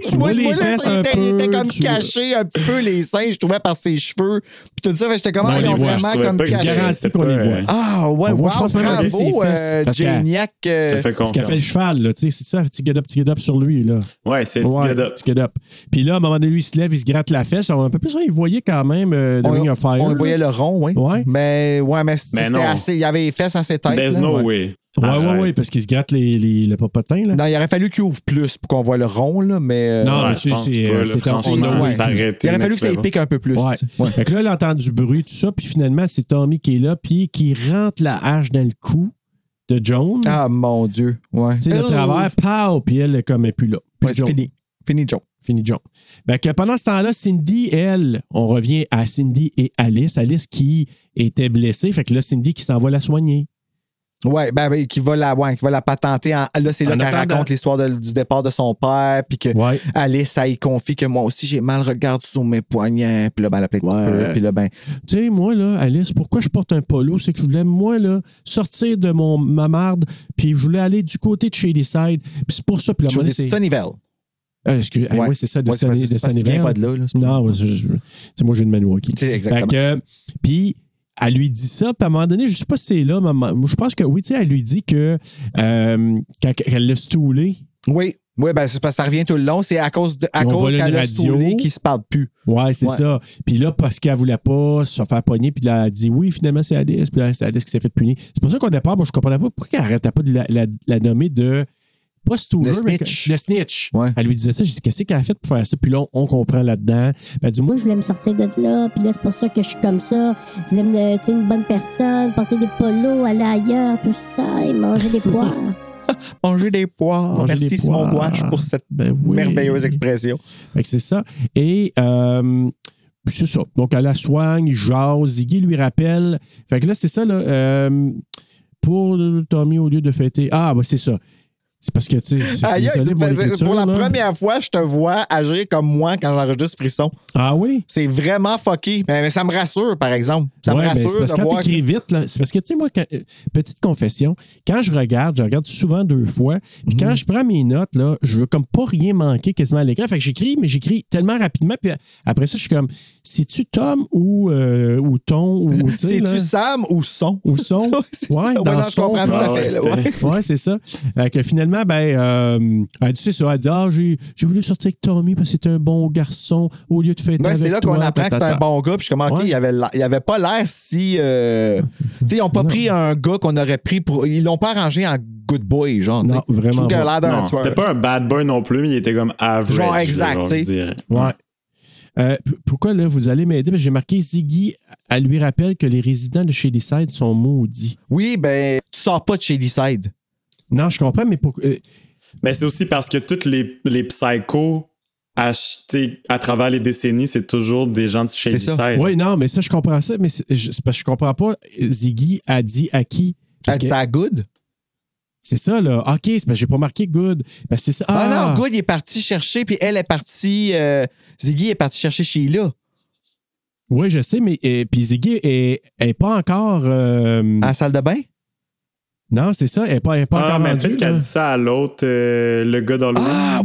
[SPEAKER 4] Tu
[SPEAKER 2] vois les fesses
[SPEAKER 4] il,
[SPEAKER 2] un
[SPEAKER 4] était, il
[SPEAKER 2] peu,
[SPEAKER 4] était comme
[SPEAKER 2] tu-
[SPEAKER 4] caché un petit peu les seins, je trouvais, par ses cheveux. Puis tout ça, fait que j'étais comme,
[SPEAKER 2] Ben, on
[SPEAKER 4] ah, ils
[SPEAKER 2] les
[SPEAKER 4] ont
[SPEAKER 2] voit, je
[SPEAKER 4] vraiment
[SPEAKER 9] trouvais
[SPEAKER 4] comme
[SPEAKER 9] pas que-
[SPEAKER 2] Je
[SPEAKER 4] caché.
[SPEAKER 2] garantis qu'on
[SPEAKER 9] euh,
[SPEAKER 2] les voit.
[SPEAKER 4] Ah, ouais,
[SPEAKER 2] On voit, je
[SPEAKER 4] wow,
[SPEAKER 2] pense même avec ses
[SPEAKER 4] bravo,
[SPEAKER 2] fesses,
[SPEAKER 4] euh,
[SPEAKER 2] parce que-
[SPEAKER 4] Géniac. euh,
[SPEAKER 9] Ça
[SPEAKER 2] Ce
[SPEAKER 9] fait
[SPEAKER 2] qu'a fait le
[SPEAKER 9] confiance.
[SPEAKER 2] cheval, là, tu sais, c'est ça, petit get up, petit get up sur lui, là.
[SPEAKER 9] Ouais, c'est
[SPEAKER 2] Ouais,
[SPEAKER 9] Get Up.
[SPEAKER 2] petit get up. Puis là, à un moment donné, lui, il se lève, il se gratte la fesse. On a un peu plus, il voyait quand même euh, The
[SPEAKER 4] On,
[SPEAKER 2] Ring of Fire.
[SPEAKER 4] on
[SPEAKER 2] là.
[SPEAKER 4] voyait le rond, oui.
[SPEAKER 2] Ouais.
[SPEAKER 4] Mais, ouais, mais
[SPEAKER 9] Mais
[SPEAKER 4] c'était
[SPEAKER 9] non.
[SPEAKER 4] assez. Il y avait les fesses assez têtes.
[SPEAKER 9] There's
[SPEAKER 4] là,
[SPEAKER 9] no
[SPEAKER 4] ouais.
[SPEAKER 9] way.
[SPEAKER 2] Ouais, ouais,
[SPEAKER 9] Arrête.
[SPEAKER 2] ouais, parce qu'il se gratte les, les- le popotin, là.
[SPEAKER 4] Non, il aurait fallu qu'il ouvre plus pour qu'on voit le rond, là, mais. euh,
[SPEAKER 2] Non,
[SPEAKER 9] Ouais,
[SPEAKER 2] mais
[SPEAKER 9] je
[SPEAKER 2] tu sais,
[SPEAKER 9] pense
[SPEAKER 2] c'est,
[SPEAKER 9] pas,
[SPEAKER 2] euh,
[SPEAKER 9] là,
[SPEAKER 2] c'est en
[SPEAKER 9] franchement,
[SPEAKER 2] on a-
[SPEAKER 4] ouais.
[SPEAKER 9] s'arrêter,
[SPEAKER 4] Il aurait fallu que ça
[SPEAKER 9] next
[SPEAKER 4] épique un peu plus.
[SPEAKER 2] Ouais.
[SPEAKER 4] tu sais.
[SPEAKER 2] Fait que là, elle entend du bruit, tout ça. Puis finalement, c'est Tommy qui est là, puis qui rentre la hache dans le cou de Joan.
[SPEAKER 4] Ah, mon Dieu. Ouais.
[SPEAKER 2] Tu sais, le
[SPEAKER 4] Oh.
[SPEAKER 2] travers, pow, puis elle, comme, est plus là. Plus
[SPEAKER 4] Ouais, c'est
[SPEAKER 2] Joan.
[SPEAKER 4] fini. Fini, Joe.
[SPEAKER 2] Fini John. Fait que pendant ce temps-là, Cindy, elle, on revient à Cindy et Alice. Alice qui était blessée. Fait que là, Cindy qui s'en va la soigner.
[SPEAKER 4] Ouais, ben, ben, qui va la, ouais, qui va la patenter. en- là, c'est là
[SPEAKER 2] En
[SPEAKER 4] qu'elle
[SPEAKER 2] attendant.
[SPEAKER 4] raconte l'histoire de- du départ de son père, puis que
[SPEAKER 2] Ouais.
[SPEAKER 4] Alice, elle y confie que moi aussi, j'ai mal regarde sur mes poignets, puis là, ben, elle a plein de
[SPEAKER 2] Ouais.
[SPEAKER 4] coupures, puis là, ben,
[SPEAKER 2] Tu sais, moi, là, Alice, pourquoi je porte un polo? C'est que je voulais, moi, là, sortir de mon, ma marde, puis je voulais aller du côté de Shady Side. Puis c'est pour ça. Puis là, à un
[SPEAKER 4] je
[SPEAKER 2] moment donné,
[SPEAKER 4] dis
[SPEAKER 2] c'est.
[SPEAKER 4] Sunnyvale.
[SPEAKER 2] Ah, excuse, ah,
[SPEAKER 4] Ouais.
[SPEAKER 2] ouais, c'est ça, de
[SPEAKER 4] Ouais, c'est
[SPEAKER 2] Sunny-
[SPEAKER 4] parce-
[SPEAKER 2] de
[SPEAKER 4] c'est parce qu'il
[SPEAKER 2] Sunnyvale.
[SPEAKER 4] vient pas de là, là, c'est-
[SPEAKER 2] Non, ouais, je- je- c'est moi, je viens de Milwaukee.
[SPEAKER 4] C'est exactement.
[SPEAKER 2] Fait que, puis, elle lui dit ça, puis à un moment donné, je sais pas si c'est là, mais à un moment- je pense que oui, tu sais, elle lui dit que euh, quand- qu'elle l'a stoulé.
[SPEAKER 4] Oui. Oui, ben, c'est parce que ça revient tout le long. C'est à cause, de, à
[SPEAKER 2] Ils ont
[SPEAKER 4] cause
[SPEAKER 2] volé une
[SPEAKER 4] qu'elle a
[SPEAKER 2] radio.
[SPEAKER 4] saoulé qu'ils se parlent plus.
[SPEAKER 2] Ouais, c'est
[SPEAKER 4] Ouais.
[SPEAKER 2] ça. Puis là, parce qu'elle voulait pas se faire pogner, puis là, elle dit oui, finalement, c'est Alice, puis là, c'est Alice qui s'est fait punir. C'est pour ça qu'au départ, moi, je comprenais pas pourquoi elle arrêtait pas de la, la- la nommer de. Pas Stooler,
[SPEAKER 4] Le
[SPEAKER 2] mais.
[SPEAKER 4] snitch.
[SPEAKER 2] que- Le snitch.
[SPEAKER 4] Ouais.
[SPEAKER 2] Elle lui disait ça, je dis qu'est-ce qu'elle a fait pour faire ça, puis là, on, on comprend là-dedans. Puis Elle dit moi,
[SPEAKER 12] Moi, je voulais me sortir de là, puis là, c'est pour ça que je suis comme ça. Je voulais me, tu sais, une bonne personne, porter des polos, aller ailleurs, tout ça, et manger des poires.
[SPEAKER 4] Manger des poires.
[SPEAKER 2] Manger
[SPEAKER 4] Merci
[SPEAKER 2] des
[SPEAKER 4] Simon
[SPEAKER 2] poires.
[SPEAKER 4] Gouache pour cette
[SPEAKER 2] Ben oui.
[SPEAKER 4] merveilleuse expression.
[SPEAKER 2] Fait que c'est ça. Et euh, c'est ça. Donc, elle la soigne, il jase, Ziggy lui rappelle. Fait que là, c'est ça, là. euh, pour Tommy, au lieu de fêter. Ah, bah, c'est ça. C'est parce que, tu sais, je suis
[SPEAKER 4] Aïe, aïe,
[SPEAKER 2] désolé
[SPEAKER 4] tu-
[SPEAKER 2] pour l'écriture,
[SPEAKER 4] pour la
[SPEAKER 2] là.
[SPEAKER 4] première fois, je te vois agir comme moi quand j'enregistre Frisson.
[SPEAKER 2] Ah oui?
[SPEAKER 4] C'est vraiment fucké. Mais, mais ça me rassure, par exemple. Ça me
[SPEAKER 2] Ouais, mais c'est
[SPEAKER 4] rassure
[SPEAKER 2] parce que
[SPEAKER 4] de
[SPEAKER 2] quand
[SPEAKER 4] voir.
[SPEAKER 2] t'écris vite, là, c'est parce que, tu sais, moi, quand- euh, petite confession, quand je regarde, je regarde souvent deux fois, puis
[SPEAKER 4] Mhm.
[SPEAKER 2] quand je prends mes notes, là, je veux comme pas rien manquer quasiment à l'écran. Fait que j'écris, mais j'écris tellement rapidement, puis après ça, je suis comme, c'est-tu Tom ou, euh, ou Ton ou, tu sais, là?
[SPEAKER 4] C'est-tu Sam ou son?
[SPEAKER 2] Ou son.
[SPEAKER 4] Ouais, c'est ça.
[SPEAKER 2] ouais,
[SPEAKER 4] Ouais,
[SPEAKER 2] dans
[SPEAKER 4] non, je
[SPEAKER 2] son.
[SPEAKER 4] comprends tout à
[SPEAKER 9] Ah ouais,
[SPEAKER 4] fait. là,
[SPEAKER 9] c'était-
[SPEAKER 4] ouais.
[SPEAKER 2] Ouais, c'est ça. Fait que finalement, ben, euh, elle dit, c'est ça. Elle dit, ah, j'ai j'ai voulu sortir avec Tommy parce que c'est un bon garçon au lieu de fêter
[SPEAKER 4] Ouais,
[SPEAKER 2] avec
[SPEAKER 4] Ben, c'est là qu'on
[SPEAKER 2] toi,
[SPEAKER 4] apprend que c'est
[SPEAKER 2] tatata.
[SPEAKER 4] un bon gars. Puis je suis comme, OK,
[SPEAKER 2] Ouais.
[SPEAKER 4] il, avait, la- il avait pas l'air si. euh, tu sais, ils n'ont pas
[SPEAKER 2] Non.
[SPEAKER 4] pris un gars qu'on aurait pris pour. Ils l'ont pas arrangé en good boy, genre. tu sais.
[SPEAKER 2] Non,
[SPEAKER 4] Je trouve
[SPEAKER 2] vraiment
[SPEAKER 4] qu'il a
[SPEAKER 2] pas.
[SPEAKER 4] l'air d'un
[SPEAKER 9] Non,
[SPEAKER 4] tueur.
[SPEAKER 9] c'était pas un bad boy non plus, mais il était comme average.
[SPEAKER 4] Genre exact,
[SPEAKER 9] genre,
[SPEAKER 4] tu sais.
[SPEAKER 9] je dirais.
[SPEAKER 2] Ouais. Euh, p- pourquoi là, vous allez m'aider? Parce que J'ai marqué Ziggy, elle lui rappelle que les résidents de chez Side sont maudits.
[SPEAKER 4] Oui, ben, tu sors pas de chez Side.
[SPEAKER 2] Non, je comprends, mais pourquoi. euh,
[SPEAKER 9] Mais c'est aussi parce que tous les, les psychos achetés à travers les décennies, c'est toujours des gens de chez
[SPEAKER 4] C'est ça.
[SPEAKER 9] Side.
[SPEAKER 2] oui, non, mais ça, je comprends ça, mais c'est je- c'est parce que je comprends pas. Ziggy a dit à qui? Parce que-
[SPEAKER 4] C'est à Good.
[SPEAKER 2] C'est ça, là. OK, c'est parce que j'ai pas marqué Good. Ben, c'est ça.
[SPEAKER 4] Ah,
[SPEAKER 2] Ah,
[SPEAKER 4] non, Good, il est parti chercher, puis elle est partie. euh, Ziggy est parti chercher Sheila
[SPEAKER 2] Oui, je sais, mais euh, puis Ziggy est, est pas encore. euh,
[SPEAKER 4] à la salle de bain.
[SPEAKER 2] Non, c'est ça, elle est pas, elle est pas
[SPEAKER 9] Ah,
[SPEAKER 2] encore
[SPEAKER 9] mais
[SPEAKER 2] rendue.
[SPEAKER 9] peut-être qu'elle
[SPEAKER 2] là.
[SPEAKER 9] dit ça à l'autre, euh, le gars dans le
[SPEAKER 4] Ah,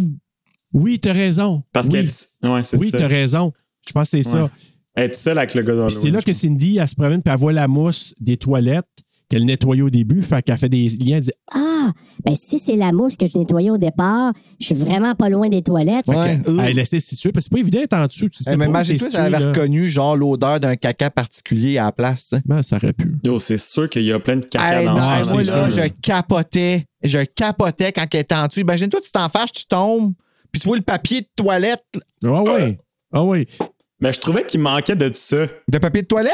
[SPEAKER 2] Oui, t'as raison.
[SPEAKER 9] Parce
[SPEAKER 2] oui,
[SPEAKER 9] qu'elle dit. Ouais, c'est
[SPEAKER 2] oui
[SPEAKER 9] ça.
[SPEAKER 2] t'as raison. Je pense que c'est ça.
[SPEAKER 9] Ouais. Elle est seule avec le gars dans
[SPEAKER 4] Ah,
[SPEAKER 2] Puis c'est
[SPEAKER 9] l'eau,
[SPEAKER 2] là que Cindy, elle se promène, puis elle voit la mousse des toilettes qu'elle nettoyait au début. Fait qu'elle fait des liens. Elle dit
[SPEAKER 12] Ah, ben si c'est la mousse que je nettoyais au départ, je suis vraiment pas loin des toilettes.
[SPEAKER 2] Fait que, elle essaie de se situer, parce que c'est pas évident d'être en dessous. Tu sais
[SPEAKER 4] euh. Eh, mais
[SPEAKER 2] pas où
[SPEAKER 4] imagine-toi
[SPEAKER 2] t'es
[SPEAKER 4] si elle
[SPEAKER 2] sûr,
[SPEAKER 4] avait
[SPEAKER 2] là.
[SPEAKER 4] reconnu genre l'odeur d'un caca particulier à la place. tu sais.
[SPEAKER 2] Ben, ça aurait pu.
[SPEAKER 9] Yo, c'est sûr qu'il y a plein de caca
[SPEAKER 4] Hey,
[SPEAKER 9] dans
[SPEAKER 4] non,
[SPEAKER 9] la
[SPEAKER 4] moi,
[SPEAKER 9] c'est
[SPEAKER 4] là,
[SPEAKER 9] sûr.
[SPEAKER 4] je capotais. Je capotais quand elle était en dessous. Imagine-toi, tu t'en fâches, tu tombes, puis tu vois le papier de toilette.
[SPEAKER 2] Ah
[SPEAKER 4] Euh.
[SPEAKER 2] ouais. Ah ouais.
[SPEAKER 9] Mais je trouvais qu'il manquait de ça.
[SPEAKER 4] De papier de toilette?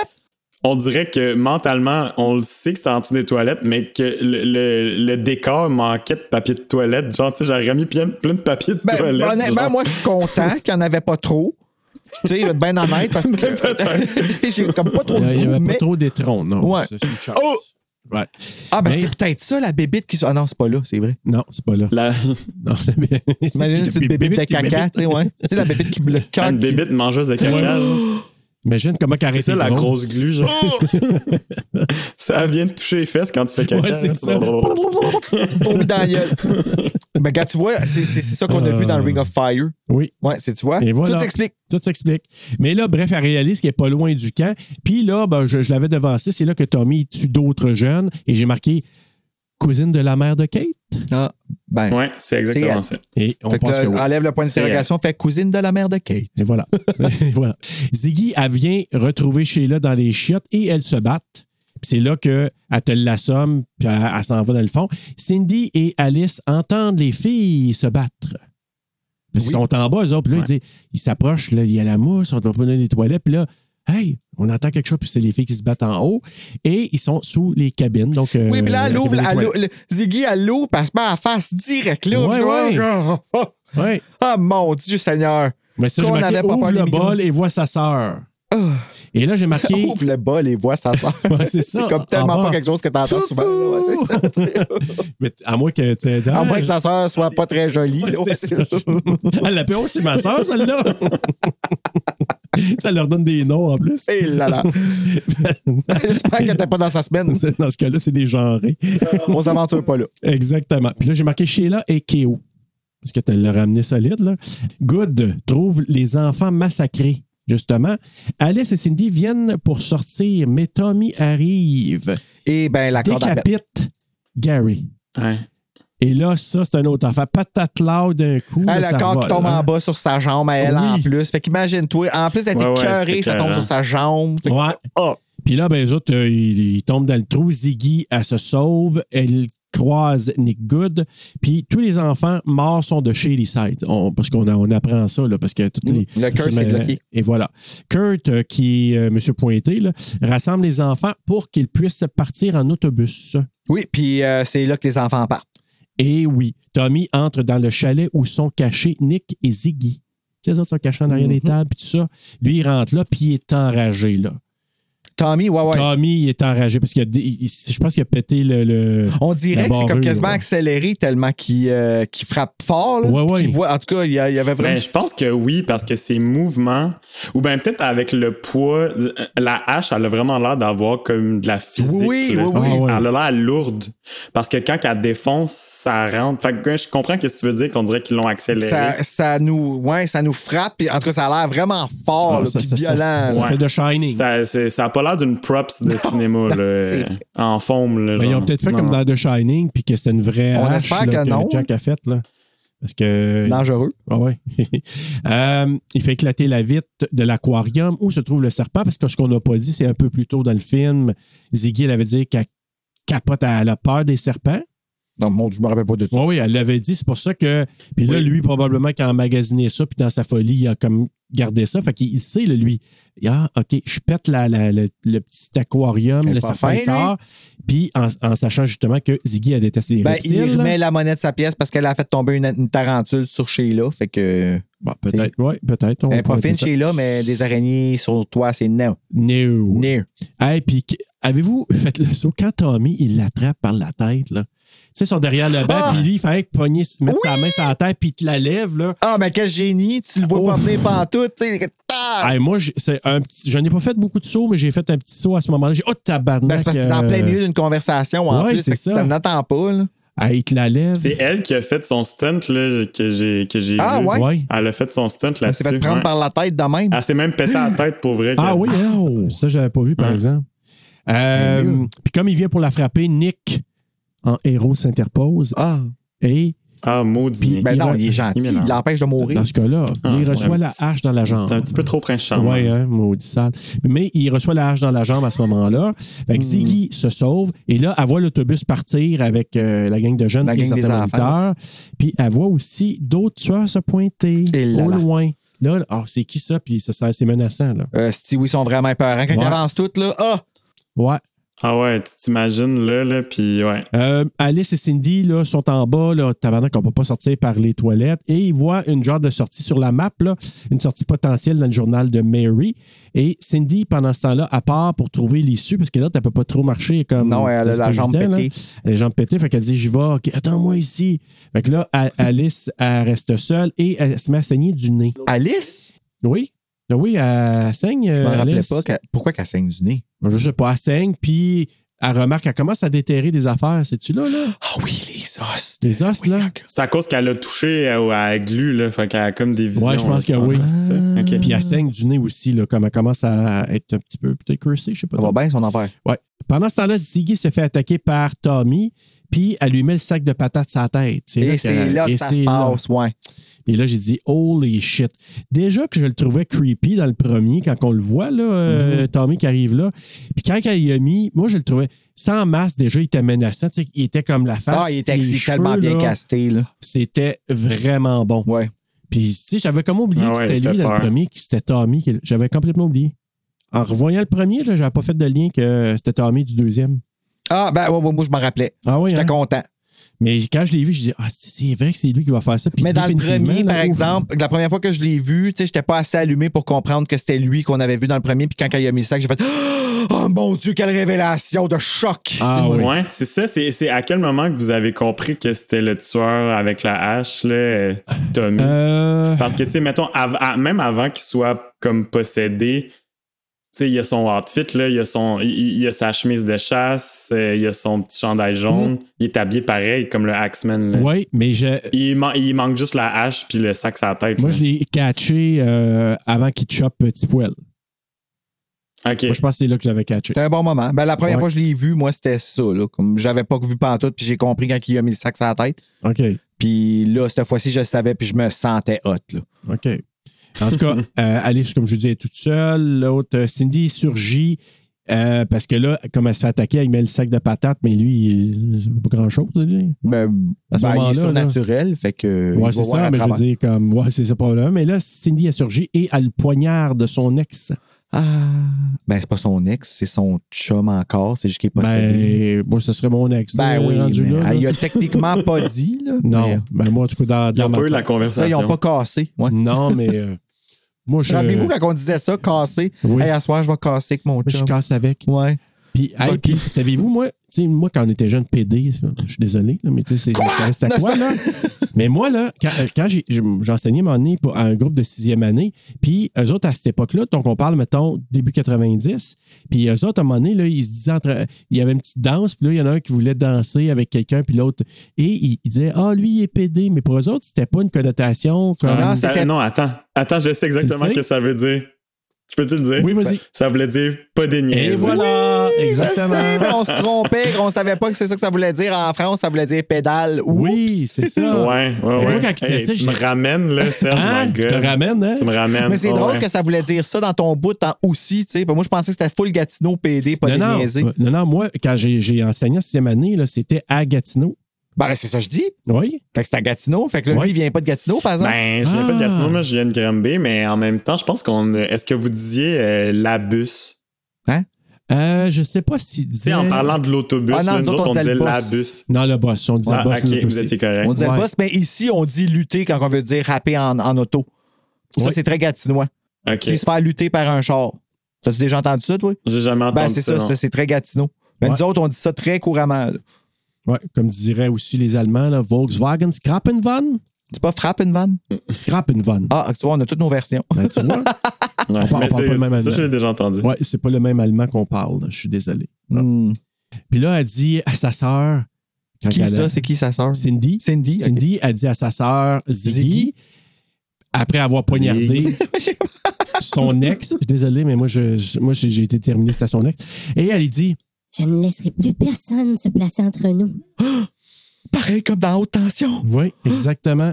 [SPEAKER 9] On dirait que mentalement, on le sait que c'est en dessous des toilettes, mais que le, le- le décor manquait de papier de toilette. Genre, tu sais, j'aurais mis plein, plein de papier de
[SPEAKER 4] Ben,
[SPEAKER 9] toilette.
[SPEAKER 4] honnêtement,
[SPEAKER 9] genre.
[SPEAKER 4] moi, je suis content qu'il n'y en avait pas trop. Tu sais, je vais être bien honnête, parce que j'ai comme pas trop
[SPEAKER 2] Il y
[SPEAKER 4] de
[SPEAKER 2] avait
[SPEAKER 4] goût,
[SPEAKER 2] pas
[SPEAKER 4] mais-
[SPEAKER 2] trop d'étrons, non.
[SPEAKER 4] Ouais.
[SPEAKER 2] C'est une chance.
[SPEAKER 4] Oh!
[SPEAKER 2] Ouais.
[SPEAKER 4] Ah, ben,
[SPEAKER 2] Mais-
[SPEAKER 4] c'est peut-être ça, la bébite qui... se- Ah non, c'est pas là, c'est vrai.
[SPEAKER 2] Non, c'est pas là.
[SPEAKER 9] La-
[SPEAKER 2] Non, mais-
[SPEAKER 4] Imagine, c'est une bébite de
[SPEAKER 2] c'est une
[SPEAKER 4] caca,
[SPEAKER 2] bébite.
[SPEAKER 4] tu sais, ouais. Tu sais, la bébite qui le cœur
[SPEAKER 9] une
[SPEAKER 4] qui-
[SPEAKER 9] bébite mangeuse de caca.
[SPEAKER 2] Ouais.
[SPEAKER 9] genre.
[SPEAKER 2] Imagine comment elle
[SPEAKER 9] C'est ça, la grosse glu, genre. ça vient de toucher les fesses quand tu fais caca. hein.
[SPEAKER 2] Ouais, c'est
[SPEAKER 9] là.
[SPEAKER 2] ça.
[SPEAKER 4] Oh, dans la gueule. Ben, gars, tu vois, c'est c'est- c'est ça qu'on a vu dans Ring of Fire.
[SPEAKER 2] Oui.
[SPEAKER 4] Ouais, c'est tu vois.
[SPEAKER 2] Euh. Et voilà.
[SPEAKER 4] Tout s'explique.
[SPEAKER 2] Tout s'explique. Mais là, bref, elle réalise qu'elle est pas loin du camp. Puis là, ben, je, je l'avais devancé, c'est là que Tommy il tue d'autres jeunes et j'ai marqué cousine de la mère de Kate.
[SPEAKER 4] Ah, ben.
[SPEAKER 9] Ouais, c'est exactement
[SPEAKER 4] C'est-
[SPEAKER 9] ça.
[SPEAKER 2] Et on
[SPEAKER 4] Fait que
[SPEAKER 2] pense
[SPEAKER 4] là,
[SPEAKER 2] que oui.
[SPEAKER 4] enlève le point d'interrogation, fait cousine de la mère de Kate.
[SPEAKER 2] Et voilà. Et voilà. Ziggy, elle vient retrouver Sheila dans les chiottes et elles se battent. Puis C'est là qu'elle te l'assomme, puis elle, elle s'en va dans le fond. Cindy et Alice entendent les filles se battre. Parce qu'ils
[SPEAKER 4] Oui.
[SPEAKER 2] sont en bas, eux autres. Puis là, ils disent- ils s'approchent, là, il y a la mousse, on doit prendre des toilettes. Puis là, hey, on entend quelque chose, puis c'est les filles qui se battent en haut. Et ils sont sous les cabines. Donc, euh,
[SPEAKER 4] Oui, puis là, elle
[SPEAKER 2] la
[SPEAKER 4] ouvre,
[SPEAKER 2] cabine des
[SPEAKER 4] elle
[SPEAKER 2] toilettes.
[SPEAKER 4] ouvre- le- Ziggy, elle l'ouvre, passe pas à la face direct, là.
[SPEAKER 2] Ouais,
[SPEAKER 4] Puis,
[SPEAKER 2] ouais.
[SPEAKER 4] oh, oh,
[SPEAKER 2] Ouais.
[SPEAKER 4] oh, mon Dieu, Seigneur.
[SPEAKER 2] Mais ça, j'ai
[SPEAKER 4] Qu'on
[SPEAKER 2] marqué
[SPEAKER 4] avait pas
[SPEAKER 2] ouvre
[SPEAKER 4] peur des
[SPEAKER 2] le
[SPEAKER 4] migrants.
[SPEAKER 2] bol et voit sa sœur. Et là, j'ai marqué.
[SPEAKER 4] Ouvre le bol et vois sa sœur.
[SPEAKER 2] Ouais, c'est ça. Ah,
[SPEAKER 4] C'est comme
[SPEAKER 2] En
[SPEAKER 4] tellement
[SPEAKER 2] bas.
[SPEAKER 4] pas quelque chose que t'entends souvent. là. Ouais, c'est ça, tu sais.
[SPEAKER 2] Mais t- à moins que tu aies ah,
[SPEAKER 4] À moins que sa sœur soit pas très jolie. là. Ouais, c'est ça.
[SPEAKER 2] Elle l'appelle aussi Ah, ma soeur, celle-là. ça leur donne des noms en plus.
[SPEAKER 4] Hé Eh là là. J'espère qu'elle n'était pas dans sa semaine.
[SPEAKER 2] C'est- Dans ce cas-là, c'est des genrés.
[SPEAKER 4] On s'aventure pas là.
[SPEAKER 2] Exactement. Puis là, j'ai marqué Sheila et Keo. Parce que tu l'as ramené solide, là. Good trouve les enfants massacrés, justement. Alice et Cindy viennent pour sortir, mais Tommy arrive.
[SPEAKER 4] Et ben la corde à pète.
[SPEAKER 2] Décapite Gary.
[SPEAKER 9] Ouais.
[SPEAKER 2] Et là, ça, c'est un autre affaire. Patate là d'un coup.
[SPEAKER 4] Ah,
[SPEAKER 2] là,
[SPEAKER 4] le
[SPEAKER 2] ça
[SPEAKER 4] corps qui
[SPEAKER 2] revole,
[SPEAKER 4] tombe
[SPEAKER 2] hein.
[SPEAKER 4] en bas sur sa jambe à elle en
[SPEAKER 2] Oui.
[SPEAKER 4] plus. Fait qu'imagine-toi, en plus d'être
[SPEAKER 9] Ouais, ouais,
[SPEAKER 4] écœurée,
[SPEAKER 9] c'était
[SPEAKER 4] ça tombe
[SPEAKER 9] écœurant.
[SPEAKER 4] sur sa jambe. Fait que-
[SPEAKER 2] Ouais.
[SPEAKER 4] Ah.
[SPEAKER 2] Puis là, ben, eux autres, euh, ils, ils tombent dans le trou. Ziggy, elle se sauve. Elle croise Nick Good. Puis tous les enfants morts sont de Shady Side. On- parce qu'on a- on apprend ça, là, parce que toutes les.
[SPEAKER 4] Mm. Le
[SPEAKER 2] tous
[SPEAKER 4] curse
[SPEAKER 2] ces-
[SPEAKER 4] est bloqué.
[SPEAKER 2] Et voilà. Kurt, euh, qui est euh, Monsieur Pointé, là, rassemble les enfants pour qu'ils puissent partir en autobus.
[SPEAKER 4] Oui, puis euh, c'est là que les enfants partent.
[SPEAKER 2] Et oui, Tommy entre dans le chalet où sont cachés Nick et Ziggy. Tu sais, les autres sont cachés en arrière
[SPEAKER 4] Mm-hmm.
[SPEAKER 2] des tables, puis tout ça. Lui, il rentre là, puis il est enragé, là.
[SPEAKER 4] Tommy, ouais, ouais.
[SPEAKER 2] Tommy, il est enragé parce que je pense qu'il a pété le. le-
[SPEAKER 4] On dirait
[SPEAKER 2] la
[SPEAKER 4] que c'est comme
[SPEAKER 2] barrure,
[SPEAKER 4] quasiment
[SPEAKER 2] ouais.
[SPEAKER 4] accéléré tellement qu'il euh, qu'il frappe fort. Là,
[SPEAKER 2] Ouais,
[SPEAKER 4] puis
[SPEAKER 2] ouais.
[SPEAKER 4] qu'il voit- en tout cas, il y, a- il y avait vraiment.
[SPEAKER 9] Ben, je pense que oui, parce que ses mouvements, ou bien peut-être avec le poids, la hache, elle a vraiment l'air d'avoir comme de la physique.
[SPEAKER 4] Oui,
[SPEAKER 9] là.
[SPEAKER 4] oui,
[SPEAKER 2] oui. Ah ouais.
[SPEAKER 9] Elle a l'air lourde. Parce que quand elle défonce, ça rentre. Fait que je comprends que ce que tu veux dire qu'on dirait qu'ils l'ont Ben, accéléré.
[SPEAKER 4] ça, ça nous, ouais, ça nous frappe. Puis en tout cas, ça a l'air vraiment fort,
[SPEAKER 2] Ah,
[SPEAKER 4] là,
[SPEAKER 2] ça-
[SPEAKER 4] puis
[SPEAKER 2] ça- ça-
[SPEAKER 4] Oh, violent.
[SPEAKER 2] ça
[SPEAKER 4] là.
[SPEAKER 2] fait de Shining.
[SPEAKER 9] Ça, c'est- ça a pas l'air d'une props de cinéma, là,
[SPEAKER 4] c'est-
[SPEAKER 9] en forme. Là,
[SPEAKER 2] Ben, ils ont
[SPEAKER 9] genre.
[SPEAKER 2] peut-être fait
[SPEAKER 9] Non,
[SPEAKER 2] comme
[SPEAKER 9] non.
[SPEAKER 2] dans The Shining, puis que c'était une vraie
[SPEAKER 4] On
[SPEAKER 2] hache
[SPEAKER 4] espère
[SPEAKER 2] là,
[SPEAKER 4] que
[SPEAKER 2] que
[SPEAKER 4] non.
[SPEAKER 2] Jack a faite, là. Parce que.
[SPEAKER 4] Dangereux.
[SPEAKER 2] Ah ouais. Euh, il fait éclater la vitre de l'aquarium où se trouve le serpent, parce que ce qu'on n'a pas dit, c'est un peu plus tôt dans le film. Ziggy, elle avait dit qu'elle capote, elle a peur des serpents.
[SPEAKER 4] Non, mon Dieu, je me rappelle pas de ça.
[SPEAKER 2] Oui, oui, elle l'avait dit. C'est pour ça que. Puis là, lui, probablement qu'il a emmagasiné ça, puis dans sa folie, il a comme gardé ça. Fait qu'il il sait, là, lui. Ah, OK, je pète la, la- le, le petit aquarium,
[SPEAKER 4] Elle
[SPEAKER 2] le
[SPEAKER 4] est pas
[SPEAKER 2] serpent
[SPEAKER 4] fin,
[SPEAKER 2] sort. Puis en, en sachant justement que Ziggy a détesté les
[SPEAKER 4] Ben, il
[SPEAKER 2] reptiles.
[SPEAKER 4] remet la monnaie de sa pièce parce qu'elle a fait tomber une, une tarentule sur Sheila. Fait que.
[SPEAKER 2] Bon, Bah, peut-être, oui, peut-être. on
[SPEAKER 4] Elle est pas
[SPEAKER 2] pourrait
[SPEAKER 4] fine
[SPEAKER 2] dire ça.
[SPEAKER 4] Sheila, mais des araignées sur toi, c'est non.
[SPEAKER 2] No.
[SPEAKER 4] Non.
[SPEAKER 2] Hey, puis qu- avez-vous fait le saut quand Tommy, il l'attrape par la tête, là? Tu sais, ils sont derrière le banc,
[SPEAKER 4] Ah!
[SPEAKER 2] puis lui, il fallait pogner, mettre sa main sur la tête, puis il te la lève, là.
[SPEAKER 4] Ah, mais quel génie! Tu le vois
[SPEAKER 2] Oh.
[SPEAKER 4] pas venir pantoute, tu sais. Ah!
[SPEAKER 2] Hey, moi, j'ai- c'est un petit- j'en ai pas fait beaucoup de sauts, mais j'ai fait un petit saut à ce moment-là. J'ai oh tabarnak.
[SPEAKER 4] Ben, c'est parce que c'est en
[SPEAKER 2] euh,
[SPEAKER 4] plein milieu d'une conversation en
[SPEAKER 2] ouais,
[SPEAKER 4] plus.
[SPEAKER 2] c'est
[SPEAKER 4] Fait que tu
[SPEAKER 2] ça.
[SPEAKER 4] t'en attends pas, là.
[SPEAKER 2] Elle te la lève.
[SPEAKER 9] C'est elle qui a fait son stunt là, que j'ai que j'ai
[SPEAKER 4] Ah,
[SPEAKER 9] vu.
[SPEAKER 4] ouais? Ouais.
[SPEAKER 9] Elle a fait son stunt
[SPEAKER 4] Elle
[SPEAKER 9] là-dessus.
[SPEAKER 4] s'est fait prendre
[SPEAKER 9] ouais.
[SPEAKER 4] par la tête de même.
[SPEAKER 9] Elle s'est même pété la tête pour vrai.
[SPEAKER 2] Ah
[SPEAKER 9] qu'elle-
[SPEAKER 2] oui, oh, ça, j'avais pas vu, par
[SPEAKER 9] Ouais.
[SPEAKER 2] exemple. Euh, Puis comme il vient pour la frapper, Nick, en héros, s'interpose.
[SPEAKER 4] Ah.
[SPEAKER 2] Et.
[SPEAKER 9] Ah, maudit. Nick.
[SPEAKER 4] Ben non, il est gentil.
[SPEAKER 9] m'énerve.
[SPEAKER 4] Il l'empêche de mourir.
[SPEAKER 2] Dans ce cas-là,
[SPEAKER 9] Ah,
[SPEAKER 2] il
[SPEAKER 9] c'est
[SPEAKER 2] reçoit
[SPEAKER 9] un
[SPEAKER 2] la
[SPEAKER 9] petit-
[SPEAKER 2] hache dans la jambe.
[SPEAKER 9] C'est un petit peu trop prince charmant.
[SPEAKER 2] Ouais, hein, maudit sale. Mais il reçoit la hache dans la jambe à ce moment-là. Fait que
[SPEAKER 4] Hmm.
[SPEAKER 2] Ziggy se sauve et là, elle voit l'autobus partir avec euh, la gang de jeunes
[SPEAKER 4] La
[SPEAKER 2] et
[SPEAKER 4] gang des
[SPEAKER 2] certains moniteurs. Puis elle voit aussi d'autres tueurs se pointer
[SPEAKER 4] Et là
[SPEAKER 2] au
[SPEAKER 4] là.
[SPEAKER 2] loin. Là, là, ah, c'est qui ça? Puis ça, ça- c'est menaçant, là.
[SPEAKER 4] Euh, si oui, ils sont vraiment peurants. Quand
[SPEAKER 2] Ouais.
[SPEAKER 4] ils avancent toutes, là, ah!
[SPEAKER 2] Ouais.
[SPEAKER 9] Ah ouais, tu t'imagines là, là, puis ouais.
[SPEAKER 2] Euh, Alice et Cindy là, sont en bas, là, tabarnak, on ne peut pas sortir par les toilettes. Et ils voient une genre de sortie sur la map, là, une sortie potentielle dans le journal de Mary. Et Cindy, pendant ce temps-là, à part pour trouver l'issue, parce que là, elle ne peut pas trop marcher. Comme,
[SPEAKER 4] Non, elle a
[SPEAKER 2] Ah, c'est
[SPEAKER 4] la
[SPEAKER 2] pas
[SPEAKER 4] jambe
[SPEAKER 2] là.
[SPEAKER 4] pétée.
[SPEAKER 2] Elle a les jambes pétées, fait qu'elle dit J'y vais, Ok, attends-moi ici. Fait que là, A- Alice, elle reste seule et elle se met à saigner du nez.
[SPEAKER 4] Alice?
[SPEAKER 2] Oui, oui, elle saigne.
[SPEAKER 4] Je me
[SPEAKER 2] euh,
[SPEAKER 4] rappelais
[SPEAKER 2] Alice.
[SPEAKER 4] pas qu'elle- pourquoi qu'elle saigne du nez.
[SPEAKER 2] Je sais pas, elle saigne, puis elle remarque, elle commence à déterrer des affaires. C'est-tu là, là?
[SPEAKER 4] Ah oui, les os.
[SPEAKER 2] Des os, là?
[SPEAKER 9] C'est à cause qu'elle a touché à, à la glu, là. Fait qu'elle a comme des visions.
[SPEAKER 2] Ouais, je pense
[SPEAKER 9] là,
[SPEAKER 2] que
[SPEAKER 9] tu
[SPEAKER 2] oui. Ah.
[SPEAKER 9] vois, c'est ça. Ok.
[SPEAKER 2] Puis elle saigne du nez aussi, là, comme elle commence à être un petit peu peut-être cursée, je sais pas.
[SPEAKER 4] Ça va bien, son enfer.
[SPEAKER 2] Ouais. Pendant ce temps-là, Ziggy se fait attaquer par Tommy, puis elle lui met le sac de patates sur la tête.
[SPEAKER 4] Et c'est là que
[SPEAKER 2] et
[SPEAKER 4] ça
[SPEAKER 2] c'est
[SPEAKER 4] se
[SPEAKER 2] là.
[SPEAKER 4] passe, ouais.
[SPEAKER 2] Et là, j'ai dit, holy shit. Déjà que je le trouvais creepy dans le premier, quand on le voit, là,
[SPEAKER 4] Mm-hmm.
[SPEAKER 2] euh, Tommy qui arrive là. Puis quand il a mis, moi, je le trouvais sans masse, déjà, il était menaçant. Tu sais, il était comme la face.
[SPEAKER 4] Ah, il était
[SPEAKER 2] ses
[SPEAKER 4] il est
[SPEAKER 2] cheveux,
[SPEAKER 4] tellement bien
[SPEAKER 2] là,
[SPEAKER 4] casté, là.
[SPEAKER 2] C'était vraiment bon.
[SPEAKER 4] Ouais.
[SPEAKER 2] Puis, tu sais, j'avais comme oublié
[SPEAKER 9] Ah
[SPEAKER 2] que
[SPEAKER 9] ouais,
[SPEAKER 2] c'était
[SPEAKER 9] il
[SPEAKER 2] lui
[SPEAKER 9] fait
[SPEAKER 2] dans le
[SPEAKER 9] peur.
[SPEAKER 2] premier, que c'était Tommy. qui- J'avais complètement oublié. En revoyant le premier, là, j'avais pas fait de lien que c'était Tommy du deuxième.
[SPEAKER 4] Ah, ben, ouais, ouais, moi, je m'en rappelais.
[SPEAKER 2] Ah oui,
[SPEAKER 4] J'étais
[SPEAKER 2] hein?
[SPEAKER 4] content.
[SPEAKER 2] Mais quand je l'ai vu, je dis, ah, c'est- c'est vrai que c'est lui qui va faire ça. Puis
[SPEAKER 4] Mais dans le
[SPEAKER 2] définitivement,
[SPEAKER 4] premier,
[SPEAKER 2] là,
[SPEAKER 4] par
[SPEAKER 2] ouf.
[SPEAKER 4] exemple, la première fois que je l'ai vu, tu sais, j'étais pas assez allumé pour comprendre que c'était lui qu'on avait vu dans le premier. Puis quand il a mis ça, j'ai fait Oh mon Dieu, quelle révélation de choc!
[SPEAKER 2] Ah oui.
[SPEAKER 9] Ouais, c'est ça. C'est c'est à quel moment que vous avez compris que c'était le tueur avec la hache, là, euh, Tommy?
[SPEAKER 2] Euh,
[SPEAKER 9] Parce que, tu sais, mettons, av- à- même avant qu'il soit comme possédé, tu sais, il y a son outfit, là, il y a, son, il- il, il a sa chemise de chasse, euh, il y a son petit chandail
[SPEAKER 2] Mm.
[SPEAKER 9] jaune, il est habillé pareil comme le Axeman. là.
[SPEAKER 2] ouais, mais je-
[SPEAKER 9] Il, man- il manque juste la hache puis le sac sur la tête.
[SPEAKER 2] moi,
[SPEAKER 9] là.
[SPEAKER 2] je l'ai catché euh, avant qu'il choppe Petit Poil.
[SPEAKER 9] Ok.
[SPEAKER 2] Moi, je pense que c'est là que j'avais catché.
[SPEAKER 4] C'était un bon moment. Ben, la première
[SPEAKER 2] Ouais.
[SPEAKER 4] fois que je l'ai vu, moi, c'était ça. Là. Comme j'avais pas vu pantoute, puis j'ai compris quand il a mis le sac sur la tête.
[SPEAKER 2] OK.
[SPEAKER 4] Puis là, cette fois-ci, je le savais, puis je me sentais hot. Là.
[SPEAKER 2] OK. En tout cas, euh, Alice, comme je vous disais, est toute seule. L'autre, euh, Cindy surgit euh, parce que là, comme elle se fait attaquer, elle met le sac de patates, mais lui, il il fait pas grand-chose. lui.
[SPEAKER 4] Mais
[SPEAKER 2] À ce
[SPEAKER 4] ben, il
[SPEAKER 2] moment-là,
[SPEAKER 4] est
[SPEAKER 2] là.
[SPEAKER 4] surnaturel, fait que. il va
[SPEAKER 2] Ouais, c'est
[SPEAKER 4] voir
[SPEAKER 2] ça,
[SPEAKER 4] à
[SPEAKER 2] mais je veux
[SPEAKER 4] travers.
[SPEAKER 2] dire, comme, ouais, c'est ça, problème. Mais là, Cindy a surgi et elle poignarde son ex.
[SPEAKER 4] Ah, ben, c'est pas son ex, c'est son chum encore, Bah, c'est juste qu'il est possédé.
[SPEAKER 2] Ben, moi, ce serait mon ex.
[SPEAKER 4] Ben,
[SPEAKER 2] là,
[SPEAKER 4] oui,
[SPEAKER 2] rendu
[SPEAKER 4] mais
[SPEAKER 2] là, là.
[SPEAKER 4] elle, il a techniquement pas dit. Là, mais
[SPEAKER 2] Non, ben, moi, tu peux dans,
[SPEAKER 9] Ils
[SPEAKER 2] dans
[SPEAKER 9] ont
[SPEAKER 2] ma
[SPEAKER 9] pas eu la
[SPEAKER 2] tête.
[SPEAKER 9] conversation.
[SPEAKER 4] ça, ils ont pas cassé. Ouais.
[SPEAKER 2] Non, mais euh, moi, je.
[SPEAKER 4] Rappelez-vous quand on disait ça, casser.
[SPEAKER 2] Oui.
[SPEAKER 4] Hey, à soir, je vais casser avec mon
[SPEAKER 2] Moi, je
[SPEAKER 4] chum.
[SPEAKER 2] casse avec.
[SPEAKER 4] Ouais.
[SPEAKER 2] Puis, hey,
[SPEAKER 4] Ok.
[SPEAKER 2] puis, savez-vous, moi, tu sais, moi, quand on était jeune PD, je suis désolé, là, mais tu sais, c'est- ça reste à
[SPEAKER 4] Non,
[SPEAKER 2] quoi,
[SPEAKER 4] c'est
[SPEAKER 2] là? Mais moi, là, quand, euh, quand j'ai- j'ai- j'enseignais mon année pour, à un groupe de sixième année, puis eux autres, à cette époque-là, donc on parle, mettons, début 90, puis eux autres, à un moment donné, là, ils se disaient entre. Il y avait une petite danse, puis là, il y en a un qui voulait danser avec quelqu'un, puis l'autre. Et ils il disaient, ah, lui, il est PD. Mais pour eux autres, c'était pas une connotation comme.
[SPEAKER 4] Non,
[SPEAKER 9] Ça-
[SPEAKER 4] Ah, c'était-
[SPEAKER 9] Ben, non, attends. Attends, je sais exactement
[SPEAKER 2] sais?
[SPEAKER 9] ce que ça veut dire. Je peux-tu le dire?
[SPEAKER 2] oui, vas-y.
[SPEAKER 9] Ça voulait dire pas dénier.
[SPEAKER 2] Et voilà, exactement.
[SPEAKER 4] Ben,
[SPEAKER 2] Hein?
[SPEAKER 4] Je sais, mais on se trompait, on savait pas que c'est ça que ça voulait dire en France, ça voulait dire pédale.
[SPEAKER 2] Oui,
[SPEAKER 4] Oups.
[SPEAKER 2] c'est ça.
[SPEAKER 9] Ouais, ouais,
[SPEAKER 2] C'est
[SPEAKER 9] ouais.
[SPEAKER 2] moi quand il
[SPEAKER 9] Hey,
[SPEAKER 2] s'assied,
[SPEAKER 9] tu me
[SPEAKER 2] j'ai-
[SPEAKER 9] ramènes, là, Serge.
[SPEAKER 2] Hein?
[SPEAKER 9] my
[SPEAKER 2] Je te
[SPEAKER 9] God.
[SPEAKER 2] ramène, hein?
[SPEAKER 9] Tu me ramènes.
[SPEAKER 4] Mais Oh c'est
[SPEAKER 9] Oh,
[SPEAKER 4] drôle
[SPEAKER 9] ouais.
[SPEAKER 4] que ça voulait dire ça dans ton bout en aussi, tu sais. Moi, je pensais que c'était full Gatineau PD, pas
[SPEAKER 2] non, euh,
[SPEAKER 4] déniaisé.
[SPEAKER 2] non, non, non, moi, quand j'ai, j'ai enseigné en sixième année, là, c'était à Gatineau.
[SPEAKER 4] Ben, c'est ça que je dis.
[SPEAKER 2] Oui.
[SPEAKER 4] Fait que c'est à Gatineau. Fait que là,
[SPEAKER 2] Ouais.
[SPEAKER 4] lui, il vient pas de Gatineau, par exemple.
[SPEAKER 9] Ben, je viens pas
[SPEAKER 2] Ah.
[SPEAKER 9] de Gatineau, moi, je viens de Granby, mais en même temps, je pense qu'on. Est-ce que vous disiez euh, la bus?
[SPEAKER 2] Euh, je sais pas si.
[SPEAKER 9] Tu sais, en parlant de l'autobus,
[SPEAKER 4] Ah non,
[SPEAKER 9] là,
[SPEAKER 4] nous
[SPEAKER 9] nous autres, on disait la bus.
[SPEAKER 2] Non, le boss. On disait
[SPEAKER 9] Ah,
[SPEAKER 2] boss.
[SPEAKER 9] ok,
[SPEAKER 2] nous
[SPEAKER 9] vous
[SPEAKER 2] aussi.
[SPEAKER 9] étiez correct.
[SPEAKER 4] on disait
[SPEAKER 2] ouais.
[SPEAKER 4] le boss, mais ici, on dit lutter quand on veut dire rapper en, en auto. Ça,
[SPEAKER 2] Ouais.
[SPEAKER 4] c'est très gatinois.
[SPEAKER 9] Ok.
[SPEAKER 4] C'est se faire lutter par un char. T'as-tu déjà entendu ça, toi?
[SPEAKER 9] J'ai jamais entendu
[SPEAKER 4] Ben, c'est ça,
[SPEAKER 9] non.
[SPEAKER 4] ça, c'est très Gatineau. Mais
[SPEAKER 2] Ouais.
[SPEAKER 4] nous autres, on dit ça très couramment. là.
[SPEAKER 2] Ouais, comme diraient aussi les Allemands, là, Volkswagen, Scrappenwagen.
[SPEAKER 4] C'est pas frappe une vanne?
[SPEAKER 2] Scrappenwagen.
[SPEAKER 4] Ah, tu vois, on a toutes nos versions.
[SPEAKER 2] Ben, tu vois?
[SPEAKER 9] Ouais,
[SPEAKER 2] on parle-
[SPEAKER 9] mais
[SPEAKER 2] on parle
[SPEAKER 9] c'est-
[SPEAKER 2] pas le même
[SPEAKER 9] Ça, je
[SPEAKER 2] allemand.
[SPEAKER 9] l'ai déjà entendu.
[SPEAKER 2] Ouais, c'est Ah. pas le même allemand qu'on parle. là, Je suis désolé.
[SPEAKER 4] Hmm.
[SPEAKER 2] Puis là, elle dit à sa sœur Quand
[SPEAKER 4] Qui
[SPEAKER 2] elle a-
[SPEAKER 4] ça? C'est qui sa sœur?
[SPEAKER 2] Cindy.
[SPEAKER 4] Cindy. ok.
[SPEAKER 2] Cindy a dit à sa sœur Ziggy,
[SPEAKER 4] Ziggy.
[SPEAKER 2] après avoir poignardé son ex. Désolé, mais moi, je, je- moi j'ai j'ai été terministe à son ex. Et elle lui dit
[SPEAKER 12] Je ne laisserai plus personne se placer entre nous.
[SPEAKER 4] Pareil comme dans Haute Tension.
[SPEAKER 2] Oui, exactement.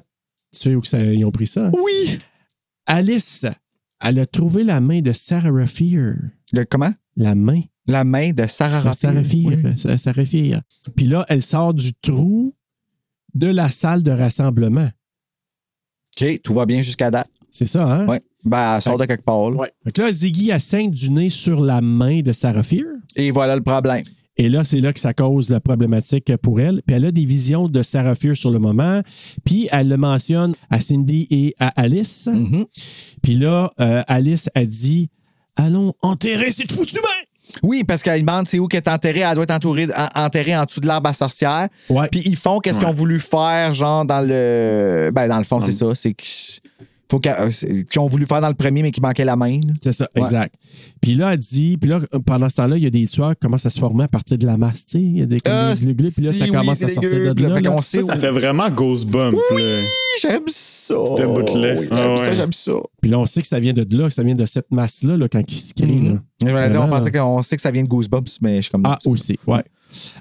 [SPEAKER 2] Tu sais où que ça- ils ont pris ça? hein?
[SPEAKER 4] Oui!
[SPEAKER 2] Alice, elle a trouvé la main de Sarah Fear.
[SPEAKER 4] Le, comment?
[SPEAKER 2] La main
[SPEAKER 4] La main de Sarah
[SPEAKER 2] de Sarah
[SPEAKER 4] Raphaël.
[SPEAKER 2] Fear. Sa- Sarah Fear. Puis là, elle sort du trou de la salle de rassemblement.
[SPEAKER 4] OK, tout va bien jusqu'à date.
[SPEAKER 2] C'est ça, hein?
[SPEAKER 4] Ouais. Ben, elle sort de quelque part. là.
[SPEAKER 2] Fait que là, Ziggy a cinq du nez sur la main de Sarah Fear.
[SPEAKER 4] Et voilà le problème.
[SPEAKER 2] Et là, c'est là que ça cause la problématique pour elle. Puis elle a des visions de Sarah Fear sur le moment. Puis elle le mentionne à Cindy et à Alice.
[SPEAKER 4] Mhm.
[SPEAKER 2] Puis là, euh, Alice a dit Allons enterrer cette foutue main!
[SPEAKER 4] Oui, parce qu'elle demande c'est où qu'elle est enterrée. Elle doit être entourée, de- en- enterrée en dessous de l'arbre à sorcière.
[SPEAKER 2] Ouais.
[SPEAKER 4] Puis ils font qu'est-ce qu'ils ont voulu faire, genre dans le. Ben, dans le fond, c'est ça. C'est que- faut qu'a- euh, c'est- qu'ils ont voulu faire dans le premier, mais qui manquait la main. là.
[SPEAKER 2] C'est ça,
[SPEAKER 4] Ouais.
[SPEAKER 2] exact. Puis là, elle dit, puis là, pendant ce temps-là, il y a des tueurs qui commencent à se former à partir de la masse, tu sais. Il y a des, comme
[SPEAKER 4] Ah,
[SPEAKER 2] des glu-glu, puis là,
[SPEAKER 4] si,
[SPEAKER 2] ça
[SPEAKER 4] oui,
[SPEAKER 2] commence à
[SPEAKER 4] des
[SPEAKER 2] sortir de
[SPEAKER 4] glu-glu,
[SPEAKER 2] là.
[SPEAKER 4] fait
[SPEAKER 2] là.
[SPEAKER 4] qu'on
[SPEAKER 9] Ça,
[SPEAKER 4] sait
[SPEAKER 9] ça
[SPEAKER 4] où-
[SPEAKER 9] fait vraiment Goosebump. là.
[SPEAKER 4] J'aime ça.
[SPEAKER 9] Ce bout-là.
[SPEAKER 4] Oui, J'aime
[SPEAKER 9] Ah
[SPEAKER 4] ça,
[SPEAKER 9] ouais.
[SPEAKER 4] j'aime ça.
[SPEAKER 2] Puis là, on sait que ça vient de là, que ça vient de cette masse-là, là, quand ils se créent, là.
[SPEAKER 4] Je me l'ai dit, on
[SPEAKER 2] Vraiment,
[SPEAKER 4] pensait
[SPEAKER 2] là.
[SPEAKER 4] qu'on sait que ça vient de Goosebumps, mais je suis comme.
[SPEAKER 2] Ah, aussi, ouais.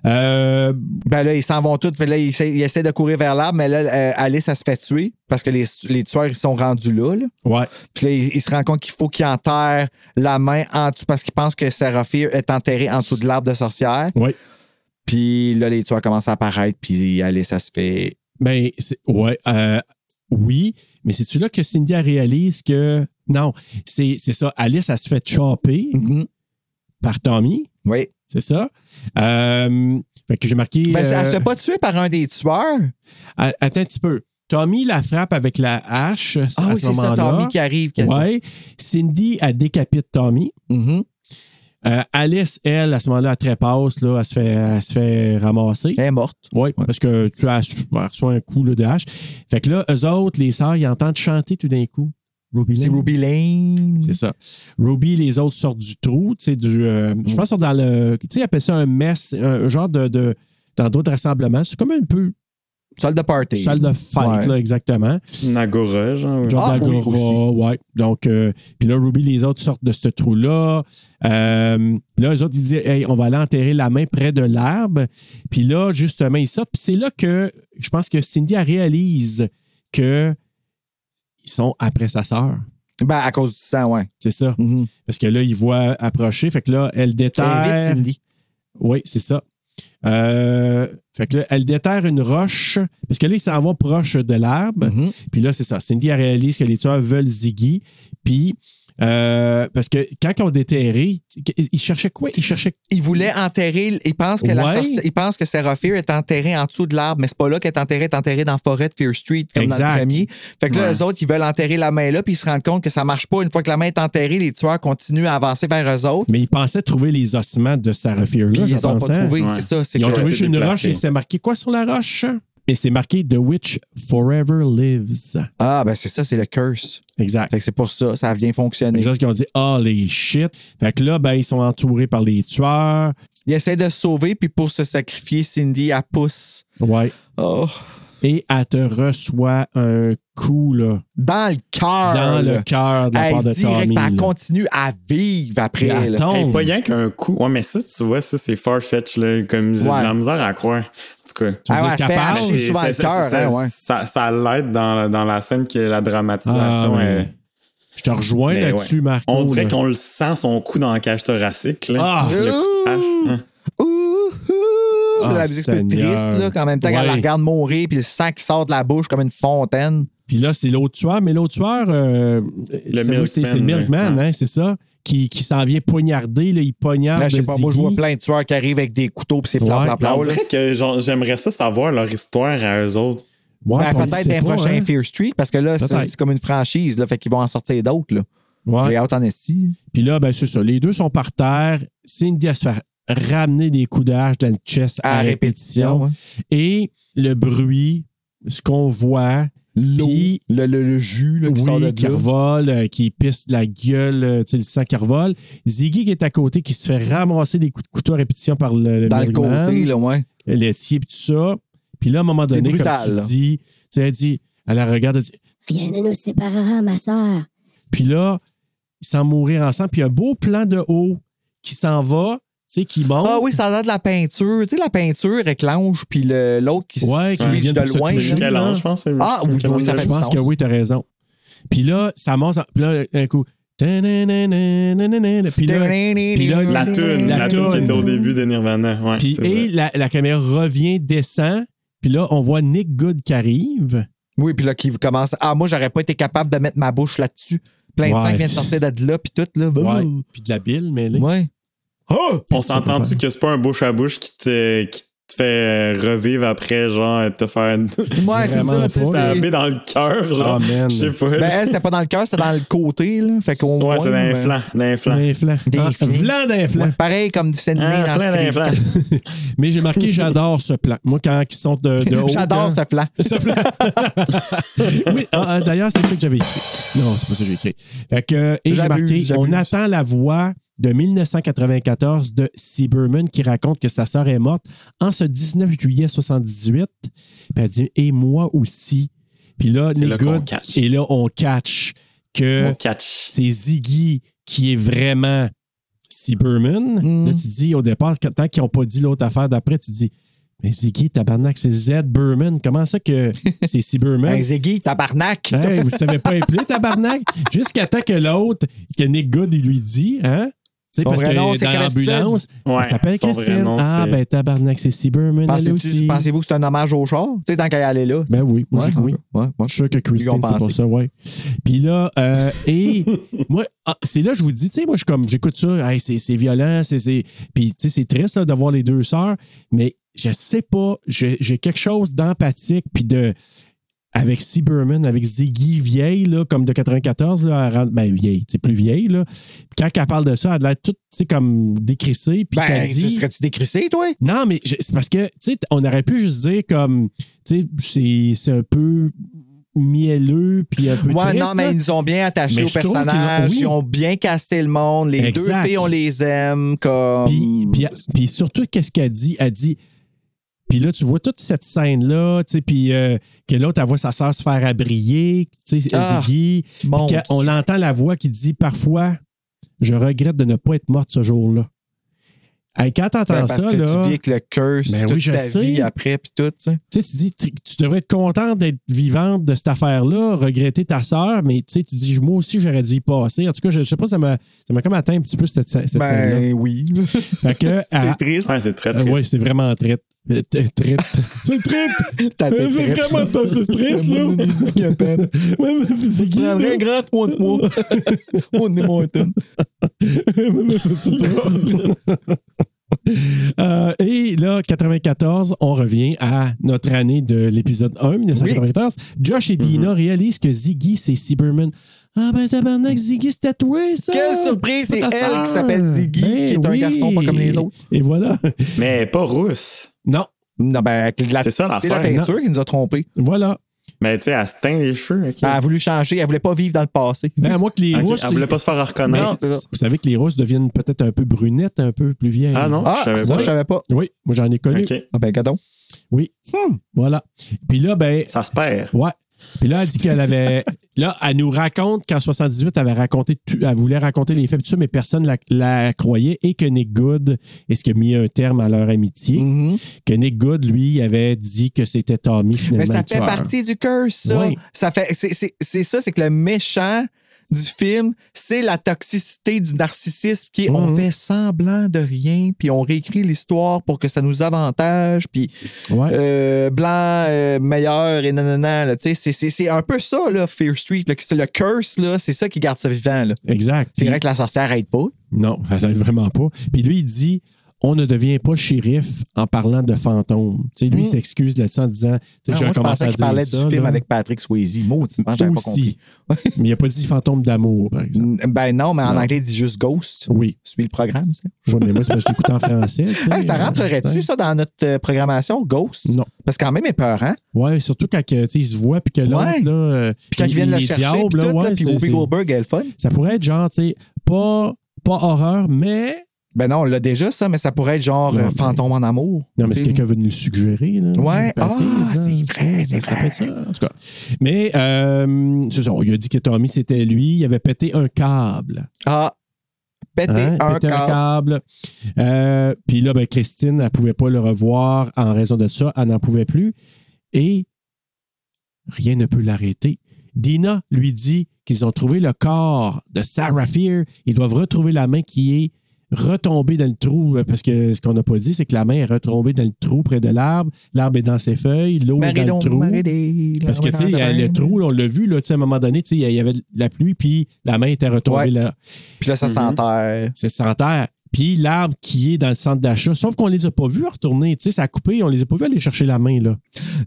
[SPEAKER 2] Euh,
[SPEAKER 4] Ben là, ils s'en vont tous. Fait que Là, ils, essaient, ils essaient de courir vers l'arbre, mais là, euh, Alice, elle se fait tuer parce que les, les tueurs, ils sont rendus là. là.
[SPEAKER 2] ouais.
[SPEAKER 4] Puis là, il, il se rend compte qu'il faut qu'il enterre la main en dessous parce qu'il pense que Seraphir est enterrée en dessous de l'arbre de sorcière.
[SPEAKER 2] Ouais.
[SPEAKER 4] Puis là, les tueurs commencent à apparaître, puis Alice, ça se fait.
[SPEAKER 2] Ben, c'est- ouais, euh, oui, mais c'est-tu là que Cindy elle réalise que. Non, c'est c'est ça. Alice, elle se fait chopper
[SPEAKER 4] Mhm.
[SPEAKER 2] par Tommy,
[SPEAKER 4] Oui.
[SPEAKER 2] c'est ça. Euh, fait que j'ai marqué.
[SPEAKER 4] Ben,
[SPEAKER 2] euh,
[SPEAKER 4] Elle se fait pas tuer par un des tueurs.
[SPEAKER 2] a- Attends un petit peu. Tommy la frappe avec la hache à
[SPEAKER 4] Ah oui,
[SPEAKER 2] ce
[SPEAKER 4] c'est
[SPEAKER 2] moment-là.
[SPEAKER 4] ça, Tommy qui arrive. qui-
[SPEAKER 2] Ouais. Cindy, elle décapite Tommy.
[SPEAKER 4] Mhm.
[SPEAKER 2] Euh, Alice, elle, à ce moment-là, elle trépasse, là, elle se fait, elle se fait ramasser.
[SPEAKER 4] Elle est morte.
[SPEAKER 2] Oui, parce que tu as elle reçoit un coup là, de hache. Fait que là, eux autres, les sœurs, ils entendent chanter tout d'un coup. Ruby
[SPEAKER 4] C'est
[SPEAKER 2] Lane.
[SPEAKER 4] Ruby Lane.
[SPEAKER 2] C'est ça. Ruby, les autres sortent du trou, tu sais, du. euh,
[SPEAKER 4] Mm.
[SPEAKER 2] je pense qu'ils sont dans le. Tu sais, ils appellent ça un mess, un, un genre de. de dans d'autres rassemblements. C'est comme un peu
[SPEAKER 4] Salle de party.
[SPEAKER 2] salle de fête,
[SPEAKER 4] Ouais.
[SPEAKER 2] là, exactement.
[SPEAKER 9] Nagora, genre. ouais.
[SPEAKER 2] Genre
[SPEAKER 4] Ah, oui,
[SPEAKER 2] d'agora, ouais. Donc, euh, puis là, Ruby, les autres sortent de ce trou-là. Euh, là, les autres, ils disent, hey, on va aller enterrer la main près de l'arbre. Puis là, justement, ils sortent. Puis c'est là que je pense que Cindy, elle réalise que ils sont après sa sœur.
[SPEAKER 4] Ben, à cause du sang, ouais.
[SPEAKER 2] C'est ça.
[SPEAKER 4] Mhm.
[SPEAKER 2] Parce que là, ils voient approcher. Fait que là, elle
[SPEAKER 4] Elle est
[SPEAKER 2] déterre.
[SPEAKER 4] vite, Cindy.
[SPEAKER 2] Oui, c'est ça. Euh, fait que là, elle déterre une roche. Parce que là, ils s'en vont proche de l'arbre.
[SPEAKER 4] Mhm.
[SPEAKER 2] Puis là, c'est ça. Cindy elle réalise que les tueurs veulent Ziggy. Puis, euh, parce que quand ils ont déterré, ils cherchaient quoi? Ils cherchaient.
[SPEAKER 4] Il voulait enterrer. Il pense que la
[SPEAKER 2] Ouais.
[SPEAKER 4] sorci- il pense que Sarah Fear est enterrée en dessous de l'arbre, mais c'est pas là qu'elle est enterrée, elle est enterrée dans la forêt de Fear Street, comme dans
[SPEAKER 2] Exact.
[SPEAKER 4] le premier. Fait que là, eux autres, ils veulent enterrer la main là, puis ils se rendent compte que ça marche pas. Une fois que la main est enterrée, les tueurs continuent à avancer vers eux autres.
[SPEAKER 2] Mais ils pensaient trouver les ossements de Sarah Fear.
[SPEAKER 4] Puis
[SPEAKER 2] Là,
[SPEAKER 4] ils
[SPEAKER 2] j'en
[SPEAKER 4] les ont
[SPEAKER 2] pensais.
[SPEAKER 4] pas trouvés.
[SPEAKER 9] Ouais.
[SPEAKER 4] C'est ça. C'est
[SPEAKER 2] Ils ont
[SPEAKER 4] que-
[SPEAKER 2] trouvé
[SPEAKER 9] été
[SPEAKER 2] sur une
[SPEAKER 9] déplacés.
[SPEAKER 2] roche et c'était marqué quoi sur la roche? Et c'est marqué The Witch Forever Lives.
[SPEAKER 4] Ah, ben c'est ça, c'est le curse.
[SPEAKER 2] Exact.
[SPEAKER 4] Fait que c'est pour ça, ça vient fonctionner.
[SPEAKER 2] Les autres qui ont dit Oh les shit. Fait que là, ben, ils sont entourés par les tueurs.
[SPEAKER 4] Il essaie de se sauver, puis pour se sacrifier, Cindy, elle pousse.
[SPEAKER 2] Ouais.
[SPEAKER 4] Oh.
[SPEAKER 2] Et elle te reçoit un coup là,
[SPEAKER 4] Dans le cœur.
[SPEAKER 2] dans
[SPEAKER 4] Ah, là.
[SPEAKER 2] le cœur de la part
[SPEAKER 4] Elle
[SPEAKER 2] de
[SPEAKER 4] direct,
[SPEAKER 2] Tommy.
[SPEAKER 4] elle
[SPEAKER 2] là.
[SPEAKER 4] continue à vivre après.
[SPEAKER 2] Puis elle
[SPEAKER 4] là.
[SPEAKER 2] tombe.
[SPEAKER 9] Hey, pas rien qu'un coup. Ouais, mais ça, tu vois, ça, c'est far-fetch, là. Comme j'ai
[SPEAKER 4] Ouais.
[SPEAKER 9] de la misère à croire. En
[SPEAKER 2] Tu
[SPEAKER 9] tout cas.
[SPEAKER 2] veux
[SPEAKER 4] Ah ouais,
[SPEAKER 2] dire
[SPEAKER 4] elle se fait
[SPEAKER 2] capable?
[SPEAKER 4] arracher souvent
[SPEAKER 9] C'est-
[SPEAKER 4] le
[SPEAKER 9] c'est-
[SPEAKER 4] cœur.
[SPEAKER 9] c'est-
[SPEAKER 4] hein, ouais.
[SPEAKER 9] Ça, ça l'aide dans, la- dans la scène que la
[SPEAKER 2] Ah,
[SPEAKER 9] dramatisation
[SPEAKER 2] ouais.
[SPEAKER 9] est.
[SPEAKER 2] Je te rejoins
[SPEAKER 9] Mais
[SPEAKER 2] là-dessus,
[SPEAKER 9] ouais.
[SPEAKER 2] Marco.
[SPEAKER 9] On dirait
[SPEAKER 2] là.
[SPEAKER 9] qu'on le sent son coup dans la cage thoracique. Là.
[SPEAKER 2] Ah!
[SPEAKER 9] Le coup de hache. Hein.
[SPEAKER 4] Ouh, ouh.
[SPEAKER 2] Ah,
[SPEAKER 4] la musique c'est triste,
[SPEAKER 2] Seigneur.
[SPEAKER 4] là, quand en même temps qu'elle
[SPEAKER 2] Ouais.
[SPEAKER 4] la regarde mourir, puis le sang qui sort de la bouche comme une fontaine.
[SPEAKER 2] Puis là, c'est l'autre tueur, mais l'autre tueur, euh, ça
[SPEAKER 9] Milkman,
[SPEAKER 2] vous- c'est c'est le Milkman,
[SPEAKER 9] ouais.
[SPEAKER 2] hein, c'est ça, qui, qui s'en vient poignarder, là, il poignarde.
[SPEAKER 4] Là, je sais pas, moi, je
[SPEAKER 2] Ah, Ziggy.
[SPEAKER 4] vois plein de tueurs qui arrivent avec des couteaux, puis c'est plan,
[SPEAKER 2] Ouais.
[SPEAKER 4] plan,
[SPEAKER 9] Mais
[SPEAKER 4] plan.
[SPEAKER 9] on
[SPEAKER 4] là.
[SPEAKER 9] dirait que genre, j'aimerais ça savoir leur histoire à eux autres.
[SPEAKER 2] Ouais,
[SPEAKER 4] Ben,
[SPEAKER 2] puis on le
[SPEAKER 4] peut-être
[SPEAKER 2] sait
[SPEAKER 4] d'un
[SPEAKER 2] pas,
[SPEAKER 4] prochain
[SPEAKER 2] hein.
[SPEAKER 4] Fear Street, parce que là, c'est
[SPEAKER 2] Peut-être.
[SPEAKER 4] c'est comme une franchise, là, fait qu'ils vont en sortir d'autres. là.
[SPEAKER 2] Ouais.
[SPEAKER 4] J'ai hâte en esti.
[SPEAKER 2] Puis là, ben, c'est ça. Les deux sont par terre. Cindy, elle se fait ramener des coups de hache dans le chest à,
[SPEAKER 4] À hein.
[SPEAKER 2] répétition.
[SPEAKER 4] répétition. ouais.
[SPEAKER 2] Et le bruit, ce qu'on voit,
[SPEAKER 4] l'eau,
[SPEAKER 2] Puis-
[SPEAKER 4] le, le- le jus là, qui
[SPEAKER 2] oui,
[SPEAKER 4] sort de là.
[SPEAKER 2] qui revole, euh, qui pisse de la gueule, euh, tu sais, le sang qui revole. Ziggy qui est à côté, qui se fait ramasser des coups de couteau à répétition par le,
[SPEAKER 4] Dans le
[SPEAKER 2] middleman,
[SPEAKER 4] côté, là, ouais.
[SPEAKER 2] le laitier, puis tout ça. Puis là, à un moment
[SPEAKER 4] C'est
[SPEAKER 2] donné,
[SPEAKER 4] brutal,
[SPEAKER 2] comme
[SPEAKER 4] là.
[SPEAKER 2] tu dis, tu sais, elle dit, elle la regarde, elle dit,
[SPEAKER 12] Rien ne nous séparera, ma sœur.
[SPEAKER 2] Puis là, ils s'en mourir ensemble. Puis un beau plan de haut qui s'en va, tu sais, qui monte.
[SPEAKER 4] Ah oui, ça a l'air de la peinture. Tu sais, la peinture éclanche, puis le- l'autre qui
[SPEAKER 2] Ouais,
[SPEAKER 4] se
[SPEAKER 2] qui
[SPEAKER 4] suit
[SPEAKER 2] vient
[SPEAKER 4] de
[SPEAKER 2] pour se
[SPEAKER 4] loin.
[SPEAKER 2] toucher,
[SPEAKER 4] là.
[SPEAKER 9] Michel-Ange,
[SPEAKER 2] là.
[SPEAKER 9] je pense. c'est-
[SPEAKER 4] Ah,
[SPEAKER 9] c'est
[SPEAKER 4] oui, oui, ça
[SPEAKER 9] Michel-Ange.
[SPEAKER 4] fait
[SPEAKER 2] Je
[SPEAKER 4] du
[SPEAKER 2] pense
[SPEAKER 4] sens.
[SPEAKER 2] que oui, t'as raison. Puis là, ça monte. en- Puis là, un coup. ta-na-na-na-na-na-na. Puis là, puis là,
[SPEAKER 9] La tune,
[SPEAKER 2] La
[SPEAKER 9] la, tune qui
[SPEAKER 2] toune.
[SPEAKER 9] était au début de Nirvana. Ouais,
[SPEAKER 2] puis,
[SPEAKER 9] c'est
[SPEAKER 2] et
[SPEAKER 9] vrai.
[SPEAKER 2] la, la caméra revient, descend. Puis là, on voit Nick Good qui arrive.
[SPEAKER 4] Oui, puis là, qui commence. Ah, moi, j'aurais pas été capable de mettre ma bouche là-dessus. Plein de
[SPEAKER 2] Ouais.
[SPEAKER 4] sang qui vient de sortir de là, puis tout, là.
[SPEAKER 2] Ouais.
[SPEAKER 4] Boum.
[SPEAKER 2] Puis de la bile, mais là.
[SPEAKER 4] Ouais.
[SPEAKER 9] Oh! On
[SPEAKER 2] Ça peut
[SPEAKER 9] s'entend-tu
[SPEAKER 2] faire.
[SPEAKER 9] que c'est pas un bouche à bouche qui te, qui te fait euh, revivre après, genre, euh, te faire.
[SPEAKER 4] Ouais, c'est
[SPEAKER 2] Vraiment
[SPEAKER 4] ça. tu sais,
[SPEAKER 2] pas,
[SPEAKER 9] Ça
[SPEAKER 4] c'est-
[SPEAKER 9] habille dans le cœur, genre.
[SPEAKER 2] Ah, man.
[SPEAKER 9] Je sais pas.
[SPEAKER 4] Ben, elle, c'était pas dans le cœur, c'était dans le côté, là. Fait qu'on.
[SPEAKER 9] ouais, c'est d'un flanc. D'un flanc.
[SPEAKER 2] D'un flanc.
[SPEAKER 4] Des
[SPEAKER 2] Ah,
[SPEAKER 4] flancs.
[SPEAKER 2] Vlan d'un flanc.
[SPEAKER 4] pareil comme Sandy
[SPEAKER 9] Un
[SPEAKER 4] dans
[SPEAKER 9] flanc, d'un
[SPEAKER 4] Scream.
[SPEAKER 9] flanc.
[SPEAKER 2] Mais j'ai marqué, j'adore ce plan. Moi, quand ils sont de, de haut. hein.
[SPEAKER 4] J'adore ce plan.
[SPEAKER 2] Ce flan- oui, ah, ah, d'ailleurs, c'est ça que j'avais écrit. Non, c'est pas ça que j'ai écrit. Fait que, euh, et j'ai
[SPEAKER 4] J'abuse,
[SPEAKER 2] marqué,
[SPEAKER 4] j'abuse.
[SPEAKER 2] on attend la voix de 1994 de Sieberman qui raconte que sa sœur est morte en ce 19 juillet 78. Puis elle dit, et moi aussi. Puis là,
[SPEAKER 9] C'est
[SPEAKER 2] Nick
[SPEAKER 9] là qu'on
[SPEAKER 2] Good-
[SPEAKER 9] catch.
[SPEAKER 2] et là, on catch que
[SPEAKER 9] On catch.
[SPEAKER 2] c'est Ziggy qui est vraiment Sieberman.
[SPEAKER 4] Mm.
[SPEAKER 2] Là, tu dis au départ, quand- tant qu'ils n'ont pas dit l'autre affaire d'après, tu dis Mais Ziggy, tabarnak, c'est Z Berman. Comment ça que c'est Sieberman?
[SPEAKER 4] Hey, Ziggy, tabarnak.
[SPEAKER 2] Hey, vous savez pas épeler, tabarnak? Jusqu'à temps que l'autre, que Nick Good, il lui dit, hein? Tu sais,
[SPEAKER 4] Son
[SPEAKER 2] parce
[SPEAKER 4] vrai
[SPEAKER 2] que
[SPEAKER 4] nom, c'est
[SPEAKER 2] dans
[SPEAKER 4] Christine.
[SPEAKER 2] l'ambulance,
[SPEAKER 9] Ouais,
[SPEAKER 2] elle s'appelle
[SPEAKER 9] son vrai
[SPEAKER 2] Christine.
[SPEAKER 9] nom,
[SPEAKER 2] ah,
[SPEAKER 9] c'est-
[SPEAKER 2] ben, tabarnak, c'est Sieberman, elle
[SPEAKER 4] Pensez-tu-
[SPEAKER 2] aussi.
[SPEAKER 4] Pensez-vous que c'est un hommage au char? Tu sais, tant qu'elle est là.
[SPEAKER 2] Ben oui, moi, je dis oui.
[SPEAKER 4] Ouais, ouais.
[SPEAKER 2] Je suis sûr que
[SPEAKER 4] Ils
[SPEAKER 2] Christine,
[SPEAKER 4] ont
[SPEAKER 2] c'est pour
[SPEAKER 4] pensé.
[SPEAKER 2] ça, ouais. Puis là, euh, et moi, ah, c'est là que je vous dis, tu sais, moi, je suis comme, j'écoute ça, Hey, c'est c'est violent, c'est. c'est- Puis, tu sais, c'est triste là, de voir les deux sœurs, mais je sais pas, j'ai j'ai quelque chose d'empathique, puis de. Avec Sieberman, avec Ziggy vieille, là, comme de 94, là, elle rend- ben vieille, c'est plus vieille. Là. Puis Quand elle parle de ça, elle a l'air toute tu sais, comme décrissée. Puis
[SPEAKER 4] Ben,
[SPEAKER 2] qu'elle
[SPEAKER 4] tu-
[SPEAKER 2] dit,
[SPEAKER 4] serais-tu décrissé, toi?
[SPEAKER 2] non, mais je- c'est parce que, tu sais, on aurait pu juste dire comme, tu sais, c'est- c'est un peu mielleux, puis un peu
[SPEAKER 4] Ouais,
[SPEAKER 2] triste.
[SPEAKER 4] non, mais
[SPEAKER 2] là.
[SPEAKER 4] ils nous ont bien attachés
[SPEAKER 2] Mais
[SPEAKER 4] au
[SPEAKER 2] je trouve qu'ils l'ont-
[SPEAKER 4] personnage.
[SPEAKER 2] oui.
[SPEAKER 4] Ils ont bien casté le monde. Les
[SPEAKER 2] Exact.
[SPEAKER 4] deux filles, on les aime. Comme...
[SPEAKER 2] Puis, puis- puis surtout, qu'est-ce qu'elle dit? Elle dit... Puis là, tu vois toute cette scène-là, tu sais, puis euh, que l'autre, elle voit sa sœur se faire abrier, tu sais,
[SPEAKER 4] Ah,
[SPEAKER 2] Ziggy. Puis
[SPEAKER 4] mon
[SPEAKER 2] qu'elle- on
[SPEAKER 4] Dieu.
[SPEAKER 2] l'entend la voix qui dit parfois, je regrette de ne pas être morte ce jour-là. Hey, quand
[SPEAKER 4] Ben,
[SPEAKER 2] t'entends
[SPEAKER 4] parce
[SPEAKER 2] ça,
[SPEAKER 4] que
[SPEAKER 2] là,
[SPEAKER 4] tu vis avec le curse
[SPEAKER 2] Ben
[SPEAKER 4] toute
[SPEAKER 2] oui, je
[SPEAKER 4] ta
[SPEAKER 2] sais.
[SPEAKER 4] vie après, puis tout, tu sais.
[SPEAKER 2] Tu sais, tu dis, tu tu devrais être content d'être vivante de cette affaire-là, regretter ta sœur, mais tu sais, tu dis, moi aussi, j'aurais dû y passer. En tout cas, je, je sais pas, ça m'a, ça m'a comme atteint un petit peu cette, cette scène-là.
[SPEAKER 4] Ben oui.
[SPEAKER 2] Fait que,
[SPEAKER 4] C'est triste.
[SPEAKER 9] Ouais, c'est très
[SPEAKER 2] ah,
[SPEAKER 9] triste.
[SPEAKER 2] ouais, c'est vraiment traite. Euh, t- euh, traite. C'est traite.
[SPEAKER 4] T'as
[SPEAKER 2] Euh, C'est vraiment t- triste, là. Ouais, mais c'est qui, là?
[SPEAKER 4] Rien grave, moi, moi. On est mon étonne.
[SPEAKER 2] Euh, et là, 94, on revient à notre année de l'épisode 1, 1994. Josh et
[SPEAKER 4] Mm-hmm.
[SPEAKER 2] Dina réalisent que Ziggy, c'est Sieberman. Ah ben tabarnak, Ziggy, c'est tatoué, ça!
[SPEAKER 4] Quelle surprise,
[SPEAKER 2] C'est pas
[SPEAKER 4] c'est
[SPEAKER 2] ta
[SPEAKER 4] elle
[SPEAKER 2] sœur. Ben
[SPEAKER 4] qui s'appelle Ziggy, qui est un garçon, pas comme les autres.
[SPEAKER 2] Et voilà.
[SPEAKER 9] Mais pas rousse.
[SPEAKER 2] Non,
[SPEAKER 4] Non, ben, avec la-
[SPEAKER 9] C'est ça,
[SPEAKER 4] c'est la
[SPEAKER 9] l'affaire.
[SPEAKER 4] teinture qui nous a trompés.
[SPEAKER 2] voilà.
[SPEAKER 9] Mais tu sais, elle se teint les cheveux. ok.
[SPEAKER 4] Elle a voulu changer. Elle voulait pas vivre dans le passé.
[SPEAKER 2] Ben, à moi que les
[SPEAKER 9] Ok,
[SPEAKER 2] Russes...
[SPEAKER 9] elle voulait pas se faire
[SPEAKER 2] Mais
[SPEAKER 9] reconnaître.
[SPEAKER 4] c'est ça.
[SPEAKER 2] Vous savez que les Russes deviennent peut-être un peu brunettes, un peu plus vieilles.
[SPEAKER 9] Ah non,
[SPEAKER 4] Ah,
[SPEAKER 9] je savais
[SPEAKER 4] ça,
[SPEAKER 9] pas.
[SPEAKER 4] je savais pas.
[SPEAKER 2] Oui, moi j'en ai connu.
[SPEAKER 9] Ok,
[SPEAKER 4] Ah ben, gadon.
[SPEAKER 2] Voilà. Puis là, ben,
[SPEAKER 9] ça se perd.
[SPEAKER 2] Ouais. Puis là, elle dit qu'elle avait. Là, elle nous raconte qu'en 78, elle avait raconté tout- elle voulait raconter les faits, tout ça, mais personne la, la croyait et que Nick Good est-ce qui a mis un terme à leur amitié.
[SPEAKER 4] Mhm.
[SPEAKER 2] Que Nick Good, lui, avait dit que c'était Tommy finalement.
[SPEAKER 4] Mais ça
[SPEAKER 2] le
[SPEAKER 4] fait
[SPEAKER 2] tueur.
[SPEAKER 4] partie du curse, ça.
[SPEAKER 2] Oui.
[SPEAKER 4] ça fait, c'est, c'est- c'est ça, c'est que le méchant du film, c'est la toxicité du narcissisme qui est on
[SPEAKER 2] Mhm.
[SPEAKER 4] fait semblant de rien, puis on réécrit l'histoire pour que ça nous avantage, puis
[SPEAKER 2] Ouais.
[SPEAKER 4] euh, blanc, euh, meilleur, et nanana. Là, tu sais, c'est, c'est, c'est un peu ça, là, Fear Street. Là, qui- c'est le curse, là, c'est ça qui garde ça vivant. Là.
[SPEAKER 2] Exact.
[SPEAKER 4] C'est vrai que la sorcière aide pas.
[SPEAKER 2] Non, elle n'aide vraiment pas. Puis lui, il dit on ne devient pas shérif en parlant de fantômes. Tu sais, lui,
[SPEAKER 4] Mm.
[SPEAKER 2] il s'excuse là-dessus en disant, tu sais,
[SPEAKER 4] Non,
[SPEAKER 2] j'ai
[SPEAKER 4] Ah, moi, je
[SPEAKER 2] commencé
[SPEAKER 4] pensais
[SPEAKER 2] à
[SPEAKER 4] qu'il
[SPEAKER 2] dire
[SPEAKER 4] parlait
[SPEAKER 2] ça,
[SPEAKER 4] du film
[SPEAKER 2] là.
[SPEAKER 4] avec Patrick Swayze. Maudit, j'avais pas compris.
[SPEAKER 2] Aussi. mais il n'a pas dit fantôme d'amour, par exemple.
[SPEAKER 4] Ben non, mais en
[SPEAKER 2] Non.
[SPEAKER 4] anglais, il dit juste Ghost.
[SPEAKER 2] Oui.
[SPEAKER 4] Suis le programme, ça.
[SPEAKER 2] Ouais, mais moi, c'est parce que je l'écoute en français. tu sais,
[SPEAKER 4] Hey, ça
[SPEAKER 2] euh,
[SPEAKER 4] rentrerait-tu, ça, dans notre euh, programmation, Ghost?
[SPEAKER 2] Non.
[SPEAKER 4] Parce que quand même, épeurant.
[SPEAKER 2] Ouais, surtout quand que, tu sais, ils se voient puis que l'autre,
[SPEAKER 4] Ouais.
[SPEAKER 2] là. euh,
[SPEAKER 4] Puis quand ils viennent
[SPEAKER 2] il
[SPEAKER 4] le
[SPEAKER 2] est
[SPEAKER 4] chercher,
[SPEAKER 2] diable,
[SPEAKER 4] puis
[SPEAKER 2] là,
[SPEAKER 4] tout, là,
[SPEAKER 2] ouais,
[SPEAKER 4] puis
[SPEAKER 2] c'est-
[SPEAKER 4] Whoopi
[SPEAKER 2] c'est-
[SPEAKER 4] Goldberg, elle est fun.
[SPEAKER 2] Ça pourrait être genre, tu sais, pas, pas horreur, mais.
[SPEAKER 4] Ben non, on l'a déjà, ça, mais ça pourrait être genre
[SPEAKER 2] Non,
[SPEAKER 4] euh,
[SPEAKER 2] mais-
[SPEAKER 4] fantôme en amour.
[SPEAKER 2] Non, mais
[SPEAKER 4] Tu
[SPEAKER 2] c'est
[SPEAKER 4] sais.
[SPEAKER 2] quelqu'un venu le suggérer. Là,
[SPEAKER 4] Ouais.
[SPEAKER 2] Patty,
[SPEAKER 4] Ah,
[SPEAKER 2] ça.
[SPEAKER 4] c'est vrai, c'est
[SPEAKER 2] Ça peut être ça, en tout cas. Mais, euh, c'est ça, il a dit que Tommy, c'était lui. Il avait pété un câble.
[SPEAKER 4] Ah, péter
[SPEAKER 2] Hein?
[SPEAKER 4] un
[SPEAKER 2] Pété
[SPEAKER 4] câble.
[SPEAKER 2] Euh, Puis là, ben, Christine, elle ne pouvait pas le revoir en raison de ça. Elle n'en pouvait plus. Et rien ne peut l'arrêter. Dina lui dit qu'ils ont trouvé le corps de Sarah Fear. Ils doivent retrouver la main qui est retombée dans le trou. euh, Parce que ce qu'on n'a pas dit, c'est que la main est retombée dans le trou près de l'arbre. L'arbre est dans ses feuilles. L'eau est dans le
[SPEAKER 4] Marie-Don,
[SPEAKER 2] trou.
[SPEAKER 4] Marie-Dé,
[SPEAKER 2] Parce que,
[SPEAKER 4] la-
[SPEAKER 2] tu sais, euh, le trou, là, on l'a vu, là, tu sais, à un moment donné, tu sais, il y avait de la pluie, puis la main était retombée
[SPEAKER 4] Ouais.
[SPEAKER 2] là.
[SPEAKER 4] Puis là,
[SPEAKER 2] Mhm.
[SPEAKER 4] ça s'enterre.
[SPEAKER 2] C'est sans terre. Puis l'arbre qui est dans le centre d'achat, sauf qu'on les a pas vus retourner. Tu sais, ça a coupé, on les a pas vus aller chercher la main, là.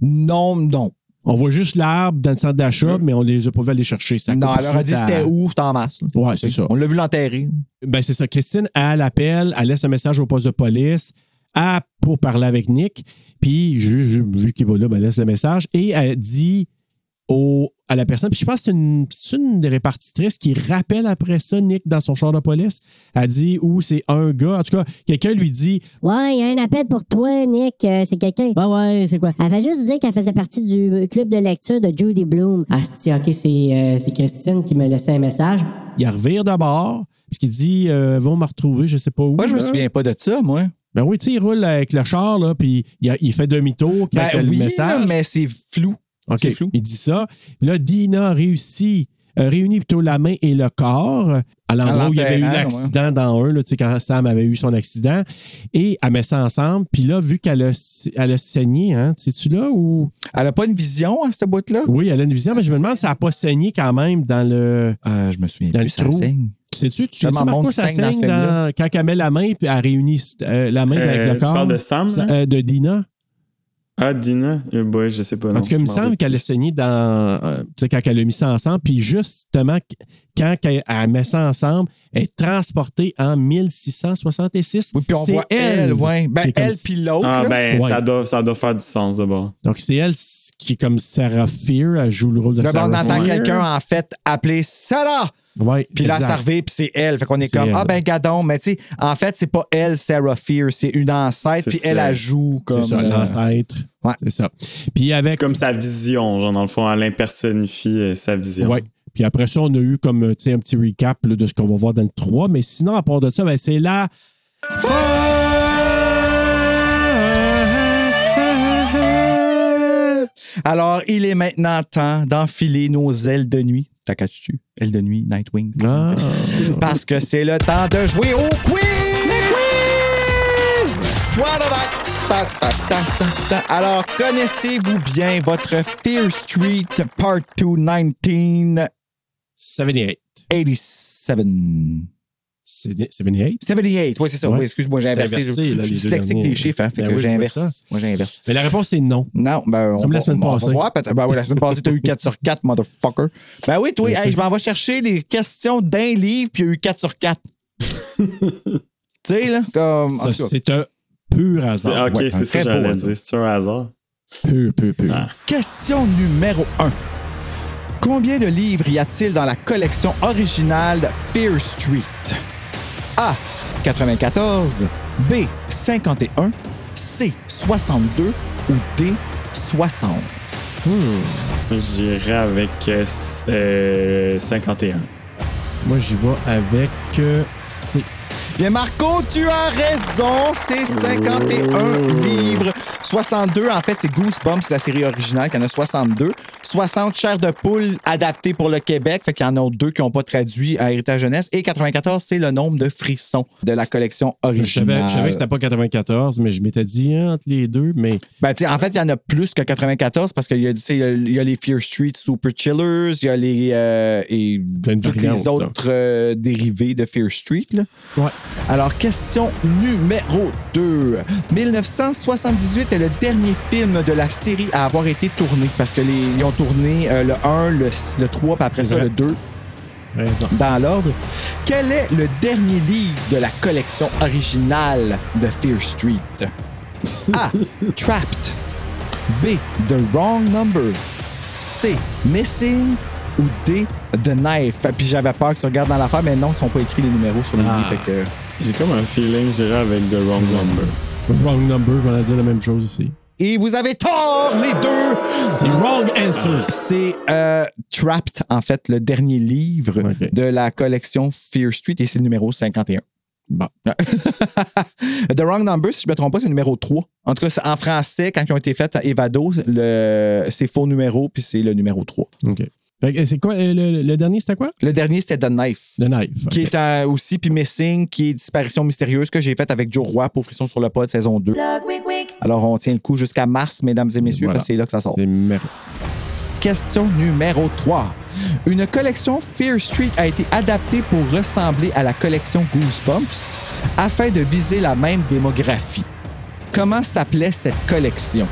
[SPEAKER 4] Non, non.
[SPEAKER 2] On voit juste l'arbre dans le centre d'achat, mais on les a pas vus aller chercher. Ça
[SPEAKER 4] Non,
[SPEAKER 2] coupe
[SPEAKER 4] elle leur a
[SPEAKER 2] suite
[SPEAKER 4] dit
[SPEAKER 2] à-
[SPEAKER 4] c'était où, c'était en masse. là.
[SPEAKER 2] Ouais, c'est ça.
[SPEAKER 4] On l'a vu l'enterrer.
[SPEAKER 2] Ben, c'est ça. Christine, elle appelle, elle laisse un message au poste de police à, pour parler avec Nick. Puis, ju- ju- vu qu'il va là, ben, elle laisse le message et elle dit au, à la personne. Puis, je pense que c'est une, c'est une des répartitrices qui rappelle après ça Nick dans son char de police. Elle dit où c'est un gars. En tout cas, quelqu'un lui dit
[SPEAKER 12] Ouais, il y a un appel pour toi, Nick. Euh, c'est quelqu'un.
[SPEAKER 11] Ouais, Bah ouais, c'est quoi?
[SPEAKER 12] Elle va juste dire qu'elle faisait partie du club de lecture de Judy Bloom.
[SPEAKER 11] Ah, si, ok, c'est euh, c'est Christine qui me laissait un message.
[SPEAKER 2] il revire d'abord. Parce qu'il dit euh, vont me retrouver, je sais pas où.
[SPEAKER 4] Moi, je me
[SPEAKER 2] là.
[SPEAKER 4] souviens pas de ça, moi.
[SPEAKER 2] Ben oui, tu sais, il roule avec le char, là, puis il, a- il fait demi-tour quand
[SPEAKER 4] Ben
[SPEAKER 2] elle a le
[SPEAKER 4] oui, là,
[SPEAKER 2] message.
[SPEAKER 4] mais c'est flou.
[SPEAKER 2] OK.
[SPEAKER 4] C'est flou.
[SPEAKER 2] Il dit ça. Là, Dina réussit, euh, réunit plutôt la main et le corps euh, à l'endroit où il y avait eu
[SPEAKER 4] l'enterrant,
[SPEAKER 2] l'accident dans un, là, tu sais, quand Sam avait eu son accident. Et elle met ça ensemble. Puis là, vu qu'elle a, elle a saigné, hein, sais-tu là ou.
[SPEAKER 4] Elle a pas une vision hein, à ce bout-là?
[SPEAKER 2] Oui, elle a une vision, mais je me demande si elle n'a pas saigné quand même dans le.
[SPEAKER 4] Euh, je me souviens
[SPEAKER 2] Dans
[SPEAKER 4] plus,
[SPEAKER 2] le
[SPEAKER 4] ça
[SPEAKER 2] trou.
[SPEAKER 4] saigne.
[SPEAKER 2] Tu sais-tu, tu sais
[SPEAKER 4] Tellement de monde
[SPEAKER 2] Marco,
[SPEAKER 4] qui
[SPEAKER 2] ça
[SPEAKER 4] saigne dans ce
[SPEAKER 2] saigne
[SPEAKER 4] film-là.
[SPEAKER 2] dans- quand elle met la main, puis elle réunit euh, la main
[SPEAKER 9] Euh,
[SPEAKER 2] avec le
[SPEAKER 9] tu
[SPEAKER 2] corps.
[SPEAKER 9] parles de Sam,
[SPEAKER 2] Ça-
[SPEAKER 9] là?
[SPEAKER 2] euh, de Dina.
[SPEAKER 9] Ah, Dina? Euh, boy, je sais pas. non,
[SPEAKER 2] Parce que
[SPEAKER 9] je
[SPEAKER 2] il me
[SPEAKER 9] m'en
[SPEAKER 2] semble
[SPEAKER 9] rappelle.
[SPEAKER 2] qu'elle a saigné dans. euh, Tu sais, quand elle a mis ça ensemble. Puis justement, qu- quand elle, elle met ça ensemble, elle est transportée en 1666.
[SPEAKER 4] Oui, puis on
[SPEAKER 2] C'est
[SPEAKER 4] voit elle, ouais. Ben,
[SPEAKER 2] qui est comme
[SPEAKER 4] elle puis l'autre.
[SPEAKER 9] Ah,
[SPEAKER 4] là.
[SPEAKER 9] ben,
[SPEAKER 2] Ouais.
[SPEAKER 9] ça, doit, ça doit faire du sens d'abord.
[SPEAKER 2] Donc, c'est elle s- qui est comme Sarah Fear. Elle joue le rôle de
[SPEAKER 4] Là, ben,
[SPEAKER 2] Sarah
[SPEAKER 4] on entend
[SPEAKER 2] Fear.
[SPEAKER 4] quelqu'un, en fait, appeler Sarah.
[SPEAKER 2] Ouais,
[SPEAKER 4] Puis là,
[SPEAKER 2] exact.
[SPEAKER 4] ça revient, puis c'est elle. Fait qu'on est
[SPEAKER 2] C'est
[SPEAKER 4] comme,
[SPEAKER 2] elle.
[SPEAKER 4] ah ben, gadon. Mais tu sais, en fait, c'est pas elle, Sarah Fear. C'est une ancêtre,
[SPEAKER 9] C'est
[SPEAKER 4] puis
[SPEAKER 9] ça.
[SPEAKER 4] elle, elle joue comme.
[SPEAKER 2] C'est ça,
[SPEAKER 4] euh,
[SPEAKER 2] l'ancêtre.
[SPEAKER 4] ouais.
[SPEAKER 2] C'est ça. Puis
[SPEAKER 9] C'est
[SPEAKER 2] avec.
[SPEAKER 9] comme sa vision, genre, dans le fond, elle impersonnifie euh, sa vision.
[SPEAKER 2] Ouais. Puis après ça, on a eu comme tu sais, un petit recap là, de ce qu'on va voir dans le 3. Mais sinon, à part de ça, ben, c'est là.
[SPEAKER 4] Alors, il est maintenant temps d'enfiler nos ailes de nuit. T'as tu Ailes de nuit, Nightwing.
[SPEAKER 2] Ah.
[SPEAKER 4] Parce que c'est le temps de jouer au quiz! Ta, ta, ta, ta, ta. Alors, connaissez-vous bien votre Fear Street Part 2 1987?
[SPEAKER 2] Ça venait. 78.
[SPEAKER 4] 78, oui, c'est ça.
[SPEAKER 2] Ouais.
[SPEAKER 4] Oui, excuse-moi, j'ai inversé.
[SPEAKER 2] T'as inversé,
[SPEAKER 4] Ben, je
[SPEAKER 2] là,
[SPEAKER 4] je suis
[SPEAKER 2] les deux
[SPEAKER 4] dyslexique
[SPEAKER 2] derniers.
[SPEAKER 4] des chiffres, hein, fait
[SPEAKER 2] Ben
[SPEAKER 4] que
[SPEAKER 2] oui, je vois ça.
[SPEAKER 4] j'inverse. Moi, j'inverse.
[SPEAKER 2] Mais la réponse est non.
[SPEAKER 4] Non, ben, on
[SPEAKER 2] Comme la
[SPEAKER 4] va-
[SPEAKER 2] semaine
[SPEAKER 4] on va
[SPEAKER 2] passée.
[SPEAKER 4] voir, peut-être. Ben oui, la semaine passée, t'as eu 4 sur 4, motherfucker. Ben oui, toi,
[SPEAKER 2] Je
[SPEAKER 4] hey,
[SPEAKER 2] sais.
[SPEAKER 4] je m'en vais chercher les questions d'un livre, puis il y a eu 4 sur 4. tu sais, là, comme. en
[SPEAKER 2] Ça,
[SPEAKER 4] tout cas.
[SPEAKER 2] c'est un pur
[SPEAKER 9] C'est-
[SPEAKER 2] hasard.
[SPEAKER 9] ok,
[SPEAKER 4] ouais, un
[SPEAKER 9] c'est ça
[SPEAKER 4] très
[SPEAKER 9] que
[SPEAKER 4] beau
[SPEAKER 9] j'allais
[SPEAKER 4] hasard.
[SPEAKER 9] dire. C'est un hasard.
[SPEAKER 2] Pur, pur, pur.
[SPEAKER 9] Ah.
[SPEAKER 4] Question numéro 1. Combien de livres y a-t-il dans la collection originale Fear Street? A. 94. B. 51. C. 62. Ou D. 60.
[SPEAKER 9] J'irai avec euh, euh, 51.
[SPEAKER 2] Moi, j'y vais avec euh, C. Oh.
[SPEAKER 4] Bien, Marco, tu as raison. C'est 51 livres, 62, en fait, c'est Goosebumps, la série originale, qui en a 62. 60 chairs de poule adaptées pour le Québec, fait qu'il y en a deux qui n'ont pas traduit à Héritage Jeunesse. Et 94, c'est le nombre de frissons de la collection
[SPEAKER 2] Je savais,
[SPEAKER 4] originale.
[SPEAKER 2] je savais que c'était pas 94, mais je m'étais dit hein, entre les deux, mais
[SPEAKER 4] Ben, tu sais, en fait, il y en a plus que 94 parce qu'il y, a, tu sais, il y a- il y a les Fear Street Super Chillers, il y a les, euh, et
[SPEAKER 2] de
[SPEAKER 4] toutes les
[SPEAKER 2] variantes, là.
[SPEAKER 4] autres euh, dérivés de Fear Street. là. Alors, question numéro 2. 1978 est le dernier film de la série à avoir été tourné parce que les- ils ont tourné euh, le 1, le, le 3, puis après
[SPEAKER 2] C'est
[SPEAKER 4] ça,
[SPEAKER 2] vrai.
[SPEAKER 4] le 2
[SPEAKER 2] raison.
[SPEAKER 4] dans l'ordre. Quel est le dernier livre de la collection originale de Fear Street? A. Trapped. B. The Wrong Number. C. Missing. Ou D. The Knife. Puis j'avais peur que tu regardes dans l'affaire, mais non, ils sont pas écrits les numéros sur le livre.
[SPEAKER 2] Ah.
[SPEAKER 4] fait que-
[SPEAKER 9] J'ai comme un feeling, j'irai avec The Wrong Number.
[SPEAKER 2] Wrong number, on va dire la même chose ici.
[SPEAKER 4] Et vous avez tort, les deux!
[SPEAKER 2] C'est wrong answer.
[SPEAKER 4] C'est euh, Trapped, en fait, le dernier livre
[SPEAKER 2] Ok.
[SPEAKER 4] de la collection Fear Street et c'est le numéro 51.
[SPEAKER 2] Bon.
[SPEAKER 4] The Wrong Number, si je ne me trompe pas, c'est le numéro 3. En tout cas, c'est en français, quand ils ont été faits à Evado, le- c'est faux numéro, puis c'est le numéro 3.
[SPEAKER 2] OK. Fait que, c'est quoi euh, le, le dernier c'était quoi
[SPEAKER 4] Le dernier, c'était The Knife,
[SPEAKER 2] Le knife.
[SPEAKER 4] qui
[SPEAKER 2] OK.
[SPEAKER 4] est euh, aussi, puis Missing, qui est Disparition mystérieuse, que j'ai faite avec Joe Roy pour Frisson sur le pod saison 2. Alors, on tient le coup jusqu'à mars, mesdames et messieurs,
[SPEAKER 2] Voilà.
[SPEAKER 4] parce que c'est là que ça sort.
[SPEAKER 2] C'est numéro-
[SPEAKER 4] Question numéro 3. Une collection Fear Street a été adaptée pour ressembler à la collection Goosebumps afin de viser la même démographie. Comment s'appelait cette collection?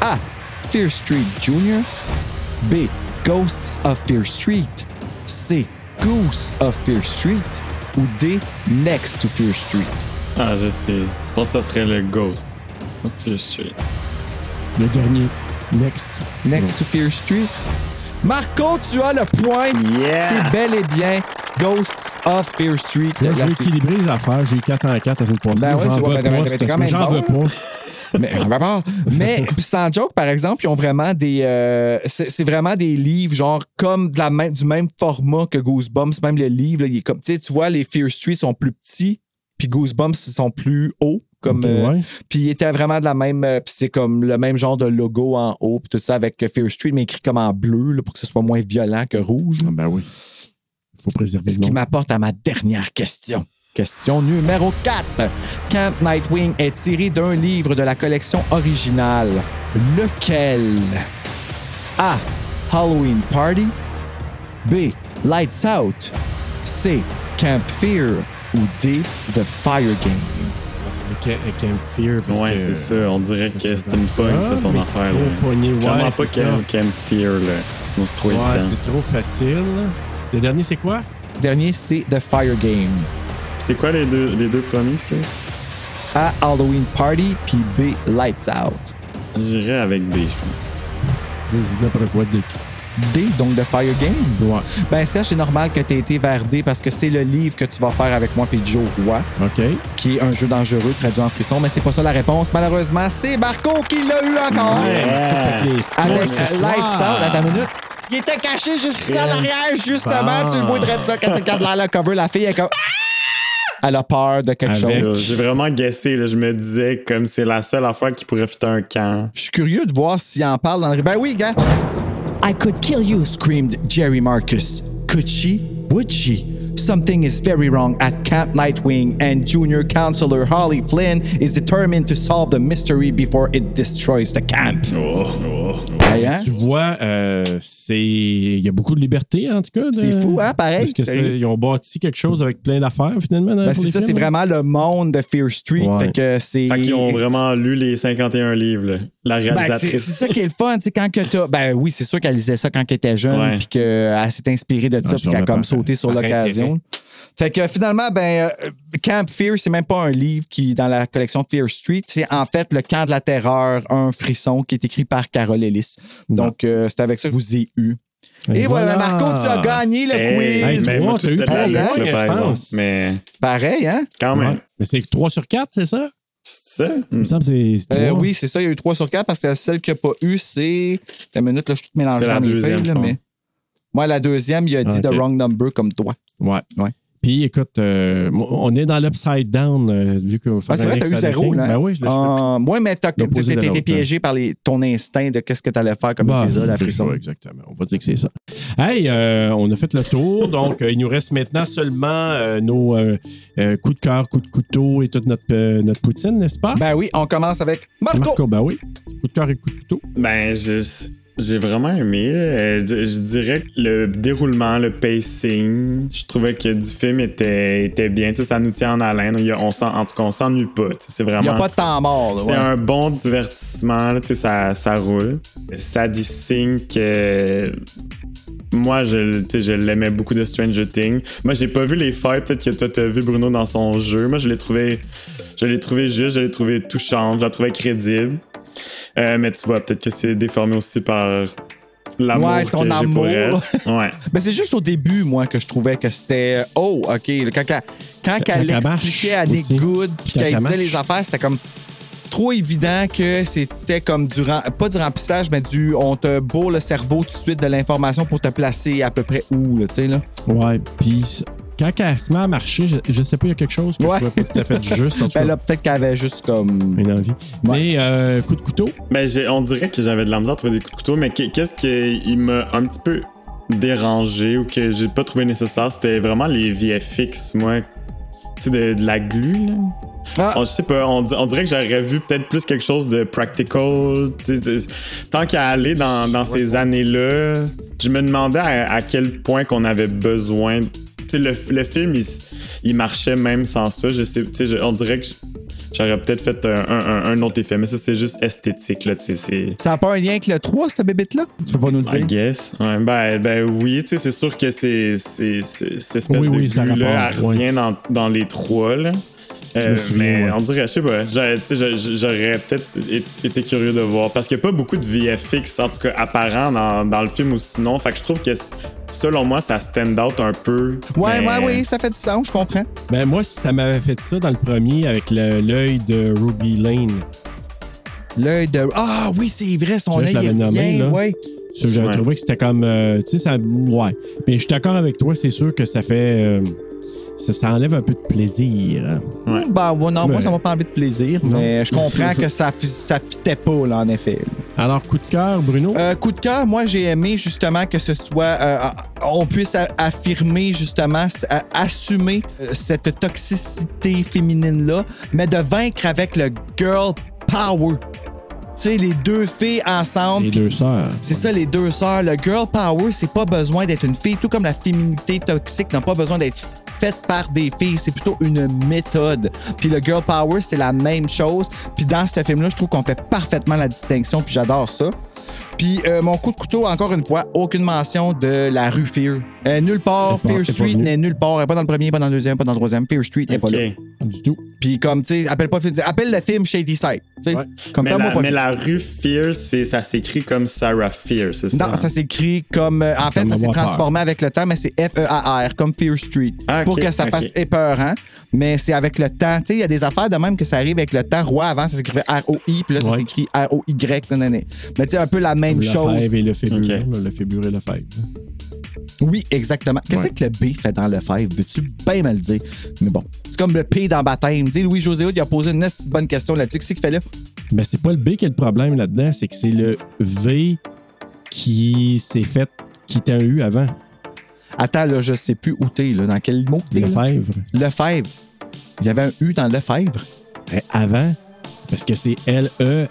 [SPEAKER 4] A. Fear Street Jr. B. Ghosts of Fear Street. C. Goose of Fear Street. Ou D. Next to Fear Street.
[SPEAKER 9] Ah, je sais. Je pense que ça serait le Ghost. Oh, je sais.
[SPEAKER 2] le dernier. Next.
[SPEAKER 4] Next to Fear Street. Marco, tu as le point.
[SPEAKER 9] Yeah!
[SPEAKER 4] C'est bel et bien Ghosts of Fear Street.
[SPEAKER 2] Là, Ah. je
[SPEAKER 4] La
[SPEAKER 2] vais
[SPEAKER 4] série.
[SPEAKER 2] équilibrer les affaires. J'ai eu 4 en 4 à cette passée.
[SPEAKER 4] Ben ouais,
[SPEAKER 2] J'en
[SPEAKER 4] tu vois,
[SPEAKER 2] veux
[SPEAKER 4] ben, ben,
[SPEAKER 2] pas.
[SPEAKER 4] ben,
[SPEAKER 2] c'est
[SPEAKER 4] t'es quand
[SPEAKER 2] parce que
[SPEAKER 4] même
[SPEAKER 2] J'en
[SPEAKER 4] bon.
[SPEAKER 2] veux pas.
[SPEAKER 4] Mais, mais sans joke, par exemple, ils ont vraiment des. euh, c'est c'est vraiment des livres, genre, comme de la main- du même format que Goosebumps. Même le livre, là, il est comme. Tu sais, tu vois, les Fear Street sont plus petits, puis Goosebumps ils sont plus hauts. Comme,
[SPEAKER 2] Ok,
[SPEAKER 4] euh,
[SPEAKER 2] ouais.
[SPEAKER 4] Puis il était vraiment de la même. euh, Puis c'est comme le même genre de logo en haut, puis tout ça avec euh, Fear Street, mais écrit comme en bleu, là, pour que ce soit moins violent que rouge.
[SPEAKER 2] Ah, Ben oui. Faut préserver
[SPEAKER 4] Ce
[SPEAKER 2] le
[SPEAKER 4] qui
[SPEAKER 2] nom.
[SPEAKER 4] m'apporte à ma dernière question. Question numéro 4. Camp Nightwing est tiré d'un livre de la collection originale. Lequel? A. Halloween Party. B. Lights Out. C. Camp Fear. Ou D. The Fire Game.
[SPEAKER 2] C'est le Ca- le Camp Fear. Parce
[SPEAKER 9] Ouais,
[SPEAKER 2] que...
[SPEAKER 9] c'est ça. On dirait que c'est une pogne,
[SPEAKER 2] Ah,
[SPEAKER 9] ça, ton
[SPEAKER 2] mais c'est
[SPEAKER 9] affaire.
[SPEAKER 2] trop
[SPEAKER 9] là.
[SPEAKER 2] pogné, ouais,
[SPEAKER 9] Clairement
[SPEAKER 2] c'est
[SPEAKER 9] pas
[SPEAKER 2] ça.
[SPEAKER 9] Camp, Camp Fear, là. Sinon, c'est trop
[SPEAKER 2] Ouais,
[SPEAKER 9] évident.
[SPEAKER 2] c'est trop facile. Le dernier, c'est quoi?
[SPEAKER 4] Dernier, c'est The Fire Game.
[SPEAKER 9] Puis C'est quoi les deux, les deux premiers, ce que
[SPEAKER 4] A. Halloween Party. Puis B. Lights Out.
[SPEAKER 9] J'irais avec B, je pense.
[SPEAKER 2] N'importe quoi. Dick.
[SPEAKER 4] D. Donc The Fire Game.
[SPEAKER 2] Ouais.
[SPEAKER 4] Ben, Serge, c'est normal que tu aies été vers D parce que c'est le livre que tu vas faire avec moi puis Joe Roy.
[SPEAKER 2] OK.
[SPEAKER 4] qui est un jeu dangereux traduit en frisson, mais c'est pas ça la réponse. Malheureusement, c'est Marco qui l'a eu encore.
[SPEAKER 2] Toutes les scores
[SPEAKER 4] Euh, Avec
[SPEAKER 2] ce
[SPEAKER 4] Lights Out,
[SPEAKER 2] soir.
[SPEAKER 4] attends une minute. Il était caché juste ici en arrière, justement.
[SPEAKER 2] Bon.
[SPEAKER 4] Tu le vois direct là, quand tu regardes dans le cover, la fille est comme. Ah! Elle a peur de quelque
[SPEAKER 2] Avec-
[SPEAKER 4] chose.
[SPEAKER 9] Là, J'ai vraiment guessé, là. Je me disais comme c'est la seule affaire qui pourrait fitter un camp.
[SPEAKER 4] Je suis curieux de voir s'il en parle dans le. Ben oui, gars. I could kill you, screamed Jerry Marcus. Could she? Would she? Something is very wrong at Camp Nightwing, and junior counselor Holly Flynn is determined to solve the mystery before it destroys the camp. Hey, hein?
[SPEAKER 2] Oh. Tu vois, euh, c'est il y a beaucoup de liberté, en tout cas. de-
[SPEAKER 4] C'est fou, hein, pareil.
[SPEAKER 2] Parce que
[SPEAKER 4] Sérieux.
[SPEAKER 2] c'est- ils ont bâti quelque chose avec plein d'affaires, finalement. dans-
[SPEAKER 4] Ben,
[SPEAKER 2] pour
[SPEAKER 4] c'est
[SPEAKER 2] les
[SPEAKER 4] ça, c'est
[SPEAKER 2] films, hein.
[SPEAKER 4] vraiment le monde de Fear Street.
[SPEAKER 2] Ouais.
[SPEAKER 4] Fait que c'est.
[SPEAKER 9] Fait qu'ils ont vraiment lu les 51 livres, là. La
[SPEAKER 4] Ben, c'est c'est
[SPEAKER 9] réalisatrice.
[SPEAKER 4] ça qui est le fun, tu sais, quand que t'as. Ben oui, c'est sûr qu'elle lisait ça quand elle était jeune,
[SPEAKER 9] Ouais.
[SPEAKER 4] puis qu'elle s'est inspirée de ça, puis qu'elle a
[SPEAKER 2] sûrement,
[SPEAKER 4] comme
[SPEAKER 2] par-
[SPEAKER 4] sauté sur
[SPEAKER 2] par
[SPEAKER 4] l'occasion.
[SPEAKER 2] intérêt.
[SPEAKER 4] Fait que finalement, ben, euh, Camp Fear, c'est même pas un livre qui est dans la collection Fear Street. C'est en fait le camp de la terreur, un frisson, qui est écrit par Carole Ellis. Donc, euh, c'est avec ça que vous y eu. Et, voilà. Marco, tu as gagné le
[SPEAKER 9] Eh, Hey, ben
[SPEAKER 4] quiz.
[SPEAKER 9] mais moi,
[SPEAKER 2] Wow,
[SPEAKER 9] tout
[SPEAKER 2] ben, t'as eu
[SPEAKER 9] c'était de la
[SPEAKER 4] trois
[SPEAKER 9] luck,
[SPEAKER 2] points,
[SPEAKER 9] là, par
[SPEAKER 2] je
[SPEAKER 9] exemple.
[SPEAKER 2] pense.
[SPEAKER 9] Mais
[SPEAKER 4] Pareil, hein?
[SPEAKER 9] quand même.
[SPEAKER 2] Ouais. Mais c'est 3 sur 4, c'est ça?
[SPEAKER 9] C'est ça?
[SPEAKER 2] Il me semble que c'est- c'est
[SPEAKER 4] Euh,
[SPEAKER 2] trois.
[SPEAKER 4] oui, c'est ça, il y a eu 3 sur 4 parce que celle qu'il n'y a pas eu, c'est. La minute, là, je suis tout mélangé
[SPEAKER 9] C'est la
[SPEAKER 4] dans mes
[SPEAKER 9] deuxième,
[SPEAKER 4] feuilles, là,
[SPEAKER 9] je
[SPEAKER 4] mais. Moi, la deuxième, il a
[SPEAKER 2] Ah,
[SPEAKER 4] dit
[SPEAKER 2] ok.
[SPEAKER 4] the wrong number comme toi.
[SPEAKER 2] Ouais.
[SPEAKER 4] Ouais.
[SPEAKER 2] Puis écoute, euh, on est dans l'upside down, euh, vu que
[SPEAKER 4] Ah, c'est vrai, t'as eu zéro, là.
[SPEAKER 2] Ben oui, je l'ai
[SPEAKER 4] Ah, ouais, mais t'as
[SPEAKER 2] L'opposé de
[SPEAKER 4] t'as été
[SPEAKER 2] l'autre. hein.
[SPEAKER 4] piégé par les- ton instinct de qu'est-ce que t'allais faire comme
[SPEAKER 2] Bah,
[SPEAKER 4] épisode à
[SPEAKER 2] c'est
[SPEAKER 4] frisson.
[SPEAKER 2] ça, exactement. On va dire que c'est ça. Hey, euh, on a fait le tour, donc euh, il nous reste maintenant seulement euh, nos euh, euh, coups de cœur, coups de couteau et toute notre, euh, notre poutine, n'est-ce pas?
[SPEAKER 4] Ben oui, on commence avec Marco.
[SPEAKER 2] Marco, ben oui. Coup de cœur et coup de couteau.
[SPEAKER 9] Ben, je- j'ai vraiment aimé. Euh, Je, je dirais que le déroulement, le pacing, je trouvais que du film était, était bien. Tu sais, ça nous tient en haleine. Il y a- on s'en- en tout cas, on s'ennuie pas. Tu sais, C'est vraiment.
[SPEAKER 4] Il n'y a pas de temps mort. là,
[SPEAKER 9] C'est
[SPEAKER 4] ouais.
[SPEAKER 9] un bon divertissement, là, tu sais, ça, ça roule. Sadie Sink, euh, moi, je, le- tu sais, je l'aimais beaucoup de Stranger Things. Moi, j'ai pas vu les failles, peut-être que toi, t'as vu Bruno dans son jeu. Moi, je l'ai trouvé, je l'ai trouvé juste, je l'ai trouvé touchante, je la trouvais crédible. Euh, mais tu vois, peut-être que c'est déformé aussi par l'amour
[SPEAKER 4] Ouais,
[SPEAKER 9] que
[SPEAKER 4] ton
[SPEAKER 9] j'ai
[SPEAKER 4] amour.
[SPEAKER 9] pour elle. Ouais.
[SPEAKER 4] Ben, c'est juste au début, moi, que je trouvais que c'était. Oh, OK. là, Quand, quand, quand,
[SPEAKER 2] Quand elle
[SPEAKER 4] elle expliquait à
[SPEAKER 2] marche
[SPEAKER 4] Nick
[SPEAKER 2] aussi.
[SPEAKER 4] Good, puis
[SPEAKER 2] Puis quand
[SPEAKER 4] qu'elle
[SPEAKER 2] elle
[SPEAKER 4] disait
[SPEAKER 2] marche.
[SPEAKER 4] les affaires, c'était comme trop évident que c'était comme du ram- pas du remplissage, mais du on te bourre le cerveau tout de suite de l'information pour te placer à peu près où, là, tu sais, là.
[SPEAKER 2] Ouais, puis quand elle se met à marcher, je, je sais pas, il y a quelque chose que
[SPEAKER 4] Ouais.
[SPEAKER 2] je trouvais pas tout à fait juste. En tout
[SPEAKER 4] Ben
[SPEAKER 2] cas,
[SPEAKER 4] là, peut-être qu'elle avait juste comme.
[SPEAKER 2] une envie. Mais euh, coup de couteau,
[SPEAKER 9] Ben, j'ai- on dirait que j'avais de la misère à trouver des coups de couteau, mais que- qu'est-ce qui m'a un petit peu dérangé ou que j'ai pas trouvé nécessaire, c'était vraiment les VFX, moi. Tu sais, de, de la glu, là.
[SPEAKER 4] Ah.
[SPEAKER 9] On, je sais pas, on, di- on dirait que j'aurais vu peut-être plus quelque chose de practical. tu sais, tu- Tant qu'à aller dans, dans ces années-là, je me demandais à, à quel point qu'on avait besoin. Tu sais, le, le film, il, s- il marchait même sans ça. Je sais, tu sais, je- on dirait que j- j'aurais peut-être fait un, un- un- un autre effet, mais ça, c'est juste esthétique, là, tu sais, c'est...
[SPEAKER 4] Ça n'a pas un lien avec le 3, cette bébête-là? Tu peux pas nous le
[SPEAKER 9] I
[SPEAKER 4] dire.
[SPEAKER 9] guess. Ouais, ben, ben oui, tu sais, c'est sûr que c'est, c'est, c'est- cette espèce
[SPEAKER 2] Oui,
[SPEAKER 9] de
[SPEAKER 2] oui, ça
[SPEAKER 9] là elle
[SPEAKER 2] rapporte, ouais.
[SPEAKER 9] revient dans, dans les trois, là. Euh,
[SPEAKER 2] Je me souviens,
[SPEAKER 9] mais
[SPEAKER 2] ouais.
[SPEAKER 9] on dirait, je sais pas, j'aurais, tu sais, j'a- j'aurais peut-être é- été curieux de voir. Parce qu'il n'y a pas beaucoup de VFX, en tout cas apparent dans, dans le film ou sinon. Fait que je trouve que, c- selon moi, ça stand out un peu. Ben,
[SPEAKER 4] Ouais,
[SPEAKER 9] mais-
[SPEAKER 4] ouais, oui, ça fait du sens, je comprends.
[SPEAKER 2] ben moi, ça m'avait fait ça dans le premier avec le- l'œil de Ruby Lane.
[SPEAKER 4] L'œil de. Ah oui, c'est vrai,
[SPEAKER 2] Tu
[SPEAKER 4] son
[SPEAKER 2] vois,
[SPEAKER 4] œil.
[SPEAKER 2] je l'avais
[SPEAKER 4] est
[SPEAKER 2] nommé,
[SPEAKER 4] bien,
[SPEAKER 2] là.
[SPEAKER 4] ouais.
[SPEAKER 2] Ça, J'avais
[SPEAKER 9] Ouais.
[SPEAKER 2] trouvé que c'était comme. euh, tu sais, ça. Ouais. Mais je suis d'accord avec toi, c'est sûr que ça fait. euh, ça, ça enlève un peu de plaisir. hein.
[SPEAKER 9] Ouais.
[SPEAKER 4] Ben, ouais, non, moi,
[SPEAKER 2] Mais-
[SPEAKER 4] ça m'a pas envie de plaisir,
[SPEAKER 2] Non.
[SPEAKER 4] mais je comprends que ça, fi- ça fitait pas, là, en effet.
[SPEAKER 2] Alors, coup de cœur, Bruno.
[SPEAKER 4] Euh, coup de cœur, moi, j'ai aimé, justement, que ce soit. euh, on puisse a- affirmer, justement, s- a- assumer euh, cette toxicité féminine-là, mais de vaincre avec le girl power. Tu sais, les deux filles ensemble,
[SPEAKER 2] les deux sœurs.
[SPEAKER 4] c'est ça, les deux sœurs. Le girl power, c'est pas besoin d'être une fille, tout comme la féminité toxique n'a pas besoin d'être faite par des filles. C'est plutôt une méthode. Puis le girl power, c'est la même chose. Puis dans ce film-là, je trouve qu'on fait parfaitement la distinction, puis j'adore ça. Puis euh, mon coup de couteau, encore une fois, aucune mention de la rue Fear. Euh, nulle part,
[SPEAKER 2] Elle est pas-
[SPEAKER 4] Fear
[SPEAKER 2] elle est pas
[SPEAKER 4] Street
[SPEAKER 2] venue.
[SPEAKER 4] n'est nulle part. Elle est pas dans le premier, pas dans le deuxième, pas dans le troisième. Fear Street n'est pas
[SPEAKER 9] Ok.
[SPEAKER 4] là.
[SPEAKER 2] Du tout.
[SPEAKER 4] Puis comme, tu sais, appelle, pas le film- appelle le film Shady Side. tu sais.
[SPEAKER 2] Ouais.
[SPEAKER 4] Comme
[SPEAKER 9] Mais,
[SPEAKER 4] ça, moi,
[SPEAKER 9] la,
[SPEAKER 4] pas
[SPEAKER 9] mais
[SPEAKER 4] le-
[SPEAKER 9] la rue Fear, c'est, ça s'écrit comme Sarah Fear, c'est ça?
[SPEAKER 4] Non, ça s'écrit comme. euh, en fait,
[SPEAKER 2] Comme
[SPEAKER 4] ça s'est
[SPEAKER 2] avoir
[SPEAKER 4] transformé avec le temps, mais c'est F-E-A-R, comme Fear Street.
[SPEAKER 9] Ah, ok,
[SPEAKER 4] pour que ça
[SPEAKER 9] ok.
[SPEAKER 4] fasse épeurant. Mais c'est avec le temps. Tu sais, il y a des affaires de même que ça arrive avec le temps. Roi, avant, ça s'écrivait R-O-I, puis là, ça
[SPEAKER 2] Ouais.
[SPEAKER 4] s'écrit R-O-Y. non, non, non. Mais tu sais, un peu la même
[SPEAKER 2] Le
[SPEAKER 4] chose.
[SPEAKER 2] fève et le fébure.
[SPEAKER 9] Ok.
[SPEAKER 2] là, Le fébure et le fève.
[SPEAKER 4] Oui, exactement. Qu'est-ce
[SPEAKER 9] Ouais.
[SPEAKER 4] que le B fait dans le fève? Veux-tu bien me le dire? Mais bon, c'est comme le P dans baptême. Dis, Louis-José Hood, il a posé une petite bonne question là-dessus. Qu'est-ce qu'il fait là?
[SPEAKER 2] Mais Ben, c'est pas le B qui est le problème là-dedans, c'est que c'est le V qui s'est fait, qui était un U avant.
[SPEAKER 4] Attends, là, je sais plus où t'es, là. Dans quel mot t'es?
[SPEAKER 2] Le
[SPEAKER 4] là?
[SPEAKER 2] fèvre.
[SPEAKER 4] Lefebvre. Il y avait un U dans Lefebvre.
[SPEAKER 2] Euh, avant, parce que c'est E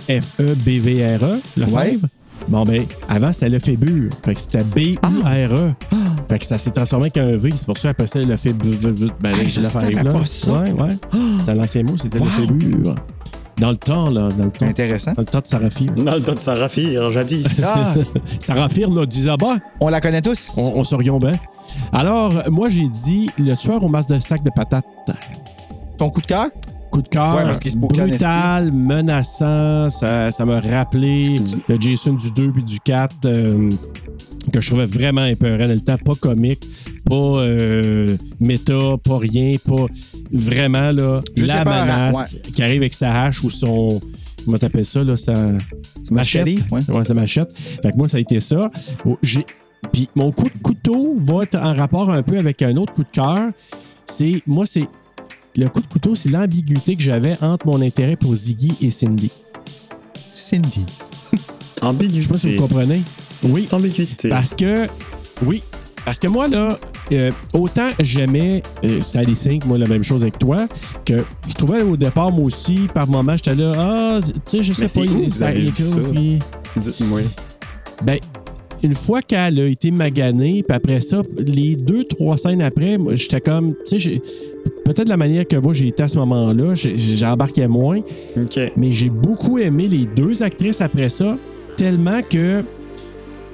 [SPEAKER 2] L-E-F-E-B-V-R-E, E, le
[SPEAKER 4] Ouais.
[SPEAKER 2] fèvre. Bon, ben, avant, c'était le fébure. E. Fait que c'était B-U-R-E. E.
[SPEAKER 4] Ah!
[SPEAKER 2] Fait que ça s'est transformé avec un V. C'est pour ça qu'après ça, le fébure. Ben,
[SPEAKER 4] Hey, je
[SPEAKER 2] le
[SPEAKER 4] savais
[SPEAKER 2] fèvre, là.
[SPEAKER 4] pas ça. Ah!
[SPEAKER 2] Ouais, ouais. C'était l'ancien mot, c'était
[SPEAKER 4] Wow.
[SPEAKER 2] le E fébure. Dans le temps, là. Dans le temps.
[SPEAKER 4] Intéressant.
[SPEAKER 2] Dans le temps de Sarafir.
[SPEAKER 9] Dans le temps de Sarah Fear, jadis.
[SPEAKER 4] Ah,
[SPEAKER 2] Sarafir, là, disait, ah, bah,
[SPEAKER 4] on la connaît tous.
[SPEAKER 2] on, on se rions bien. Alors, moi, j'ai dit le tueur au masque de sac de patates.
[SPEAKER 4] Ton coup de cœur?
[SPEAKER 2] Coup de cœur,
[SPEAKER 4] Ouais, parce qu'il se boucle en
[SPEAKER 2] brutal, menaçant, ça ça m'a rappelé le Jason du 2 puis du 4, euh, que je trouvais vraiment épeurant. dans Le temps pas comique, pas euh, méta, pas rien, pas vraiment là,
[SPEAKER 4] Juste
[SPEAKER 2] la
[SPEAKER 4] épeurant,
[SPEAKER 2] menace qui arrive avec sa hache ou son. Comment t'appelles ça, là? Sa, machette.
[SPEAKER 4] machete, ouais.
[SPEAKER 2] Ouais, sa machette. Fait que moi, ça a été ça. Oh, j'ai- Puis mon coup de couteau va être en rapport un peu avec un autre coup de cœur. c'est. Moi, c'est. Le coup de couteau, c'est l'ambiguïté que j'avais entre mon intérêt pour Ziggy et Cindy.
[SPEAKER 4] Cindy.
[SPEAKER 9] Ambiguïté.
[SPEAKER 2] Je sais pas si vous comprenez. Oui.
[SPEAKER 9] Ambiguïté.
[SPEAKER 2] Parce que. Oui. Parce que moi, là, euh, autant j'aimais euh, Sally Sink, moi, la même chose avec toi, que je trouvais au départ, moi aussi, par moment, j'étais là, ah, tu sais, je sais
[SPEAKER 9] Mais
[SPEAKER 2] pas,
[SPEAKER 9] c'est où
[SPEAKER 2] il
[SPEAKER 9] vous avez vu
[SPEAKER 2] écrit
[SPEAKER 9] ça?
[SPEAKER 2] aussi.
[SPEAKER 9] Dites-moi.
[SPEAKER 2] Ben, une fois qu'elle a été maganée, puis après ça, les deux, trois scènes après, moi, j'étais comme, tu sais, j'ai- peut-être la manière que moi j'ai été à ce moment-là, j'ai- j'embarquais moins,
[SPEAKER 9] OK.
[SPEAKER 2] mais j'ai beaucoup aimé les deux actrices après ça, tellement que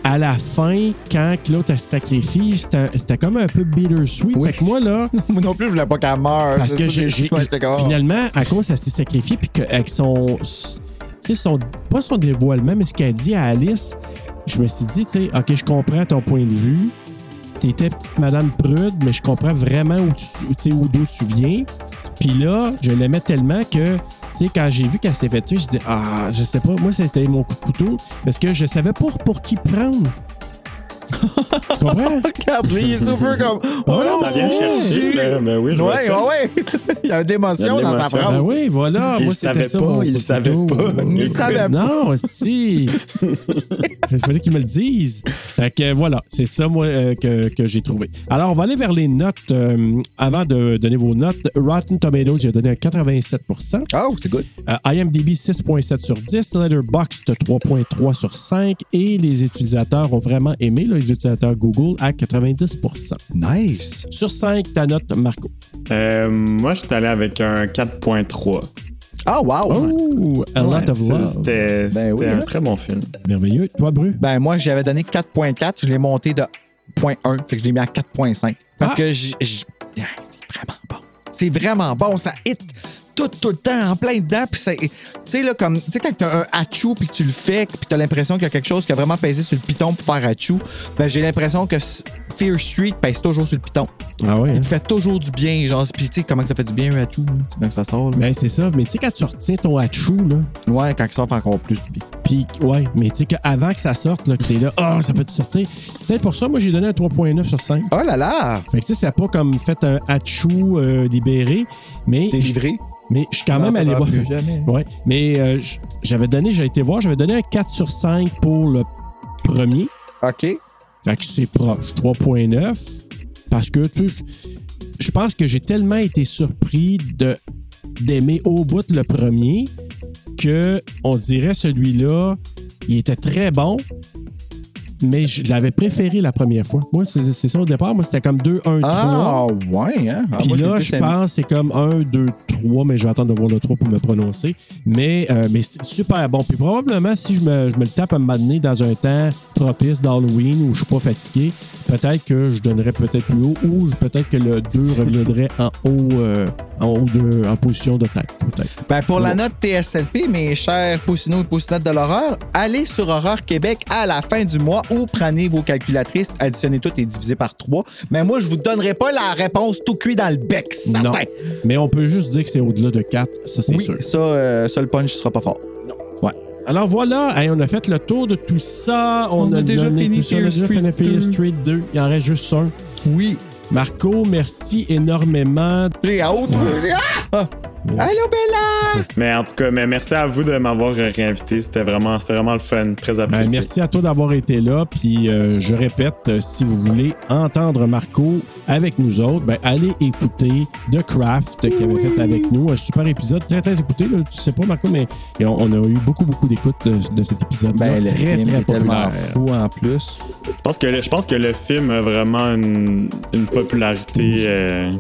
[SPEAKER 2] à la fin, quand que l'autre elle se sacrifie, c'était c'était comme un peu bittersweet. Fait que moi, là,
[SPEAKER 4] Moi non plus, je voulais pas qu'elle
[SPEAKER 9] Ah,
[SPEAKER 4] meure.
[SPEAKER 2] parce
[SPEAKER 4] C'est
[SPEAKER 2] que
[SPEAKER 4] ça,
[SPEAKER 2] j'ai. j'ai-
[SPEAKER 4] moi, j'étais comme, oh.
[SPEAKER 2] Finalement, à cause, elle s'est sacrifiée, puis qu'avec son. Tu sais, son. Pas son dévoilement, mais ce qu'elle dit à Alice, je me suis dit, tu sais, OK, je comprends ton point de vue. T'étais petite Madame Prude, mais je comprends vraiment où tu, tu sais, où- d'où tu viens. Puis là, je l'aimais tellement que, tu sais, quand j'ai vu qu'elle s'est fait tuer, je dis, ah, je sais pas, moi, c'était mon coup de couteau, parce que je savais pas pour qui prendre. tu comprends?
[SPEAKER 4] Oh, Regarde, lui, il est super comme. Oh non,
[SPEAKER 9] Ça vient
[SPEAKER 4] c'est
[SPEAKER 9] chercher,
[SPEAKER 4] lui.
[SPEAKER 9] là. Ben oui, je vois
[SPEAKER 4] Ouais,
[SPEAKER 9] ça.
[SPEAKER 4] ouais, ouais. Il y a des émotions
[SPEAKER 9] Il y a de
[SPEAKER 4] dans sa
[SPEAKER 9] l'émotion.
[SPEAKER 4] phrase.
[SPEAKER 2] Ben oui, voilà,
[SPEAKER 4] Ah,
[SPEAKER 9] Il
[SPEAKER 2] moi,
[SPEAKER 9] le
[SPEAKER 2] c'était
[SPEAKER 9] savait
[SPEAKER 2] ça.
[SPEAKER 9] pas,
[SPEAKER 2] mon
[SPEAKER 9] il
[SPEAKER 2] coup
[SPEAKER 9] le
[SPEAKER 2] de
[SPEAKER 9] savait
[SPEAKER 2] couteau.
[SPEAKER 9] pas.
[SPEAKER 4] Il le savait pas.
[SPEAKER 2] Non, si. Il fallait qu'ils me le disent. Fait que euh, voilà, c'est ça, moi, euh, que, que j'ai trouvé. Alors, on va aller vers les notes. euh, avant de donner vos notes, Rotten Tomatoes, j'ai donné un 87
[SPEAKER 4] Oh, c'est good.
[SPEAKER 2] euh, IMDb 6.7 sur 10, Letterboxd 3.3 sur 5 et les utilisateurs ont vraiment aimé, là, les utilisateurs Google, à 90
[SPEAKER 4] Nice.
[SPEAKER 2] Sur 5, ta note, Marco.
[SPEAKER 9] Euh, moi, j'étais allé avec un 4.3.
[SPEAKER 4] Ah, wow.
[SPEAKER 2] Oh, a lot
[SPEAKER 4] Ah,
[SPEAKER 9] Ouais,
[SPEAKER 2] of
[SPEAKER 9] c'est-
[SPEAKER 2] love.
[SPEAKER 9] C'était c'était
[SPEAKER 4] oui,
[SPEAKER 9] un
[SPEAKER 4] hein.
[SPEAKER 9] très bon film.
[SPEAKER 2] Merveilleux. Toi, Bru?
[SPEAKER 4] Ben, moi, j'avais donné 4.4, je l'ai monté de 0.1, fait que je l'ai mis à 4.5. Parce
[SPEAKER 2] Ah.
[SPEAKER 4] que j'- j'- Ah, c'est vraiment bon. C'est vraiment bon, ça hit tout, tout le temps, en plein dedans. Puis ça- tu sais, là, comme, tu sais, quand t'as un hachou puis que tu le fais, puis t'as l'impression qu'il y a quelque chose qui a vraiment pesé sur le piton pour faire hachou, ben, j'ai l'impression que s- Fear Street pèse toujours sur le piton.
[SPEAKER 2] Ah ouais. hein?
[SPEAKER 4] Il te fait toujours du bien, genre, puis tu sais, comment que ça fait du bien un hachou, hein? comment que ça sort, là.
[SPEAKER 2] Ben, c'est ça. Mais tu sais, quand tu retiens ton hachou, là,
[SPEAKER 4] Ouais, quand ça fait encore plus du bien.
[SPEAKER 2] puis ouais, mais tu sais, qu'avant que ça sorte, là, que t'es là, oh, ça peut-tu sortir? C'est peut-être pour ça, moi, j'ai donné un 3.9 sur 5.
[SPEAKER 4] Oh là là!
[SPEAKER 2] Fait que tu sais, ça a pas comme fait un hachou euh, libéré, mais.
[SPEAKER 4] T'es livré?
[SPEAKER 2] Mais je suis quand Ah, même
[SPEAKER 4] Non,
[SPEAKER 2] allé
[SPEAKER 4] t'en
[SPEAKER 2] voir.
[SPEAKER 4] Ah, plus jamais.
[SPEAKER 2] Ouais, mais euh, j- j'avais donné, j'ai été voir, j'avais donné un 4 sur 5 pour le premier.
[SPEAKER 4] OK.
[SPEAKER 2] Fait que c'est proche, 3.9. Parce que, tu sais, je- je pense que j'ai tellement été surpris de d'aimer au bout le premier que on dirait celui-là, il était très bon, mais je l'avais préféré la première fois. Moi, c'est c'est ça au départ. Moi, c'était comme 2, 1, 3.
[SPEAKER 4] Ah, ouais, hein? Ah,
[SPEAKER 2] Puis
[SPEAKER 4] moi, j'ai
[SPEAKER 2] là,
[SPEAKER 4] plus
[SPEAKER 2] je
[SPEAKER 4] aimé.
[SPEAKER 2] pense c'est comme 1, 2, 3, mais je vais attendre de voir le 3 pour me prononcer. Mais, euh, mais c'est super bon. Puis probablement, si je me, je me le tape à m'amener dans un temps propice d'Halloween où je suis pas fatigué, peut-être que je donnerais peut-être plus haut ou je- peut-être que le 2 reviendrait en haut, euh, en, haut de, en position de tête, peut-être.
[SPEAKER 4] Ben, pour la note TSLP, mes chers poussinots et poussinottes de l'horreur, allez sur Horreur Québec à la fin du mois ou prenez vos calculatrices, additionnez tout et divisez par 3. Mais moi, je vous donnerai pas la réponse tout cuit dans le bec, certain.
[SPEAKER 2] Non. Mais on peut juste dire que c'est au-delà de 4, ça c'est
[SPEAKER 4] oui,
[SPEAKER 2] sûr.
[SPEAKER 4] ça, euh, ça, le punch sera pas fort.
[SPEAKER 2] Alors voilà, hey, on a fait le tour de tout ça. On,
[SPEAKER 4] On a déjà
[SPEAKER 2] donné
[SPEAKER 4] fini
[SPEAKER 2] tout ça. On a
[SPEAKER 4] Fear
[SPEAKER 2] déjà fini
[SPEAKER 4] Street
[SPEAKER 2] Fear
[SPEAKER 4] 2.
[SPEAKER 2] Street 2. Il en reste juste un.
[SPEAKER 4] Oui.
[SPEAKER 2] Marco, merci énormément.
[SPEAKER 4] J'ai hâte. J'ai- Ah! Ah! Allô, Bella!
[SPEAKER 9] Mais en tout cas, mais merci à vous de m'avoir euh, réinvité. C'était vraiment, c'était vraiment le fun. Très
[SPEAKER 2] Ben,
[SPEAKER 9] apprécié.
[SPEAKER 2] merci à toi d'avoir été là. Puis euh, je répète, euh, si vous voulez entendre Marco avec nous autres, ben, allez écouter The Craft qu'il avait fait avec nous. Un super épisode, très très écouté. là. Tu sais pas, Marco, mais et on, on a eu beaucoup beaucoup d'écoutes de, de cet épisode.
[SPEAKER 4] Ben, le
[SPEAKER 2] très
[SPEAKER 4] film
[SPEAKER 2] très
[SPEAKER 4] est tellement
[SPEAKER 2] populaire.
[SPEAKER 4] fou en plus.
[SPEAKER 9] Je pense que le, je pense que le film a vraiment une, une popularité euh,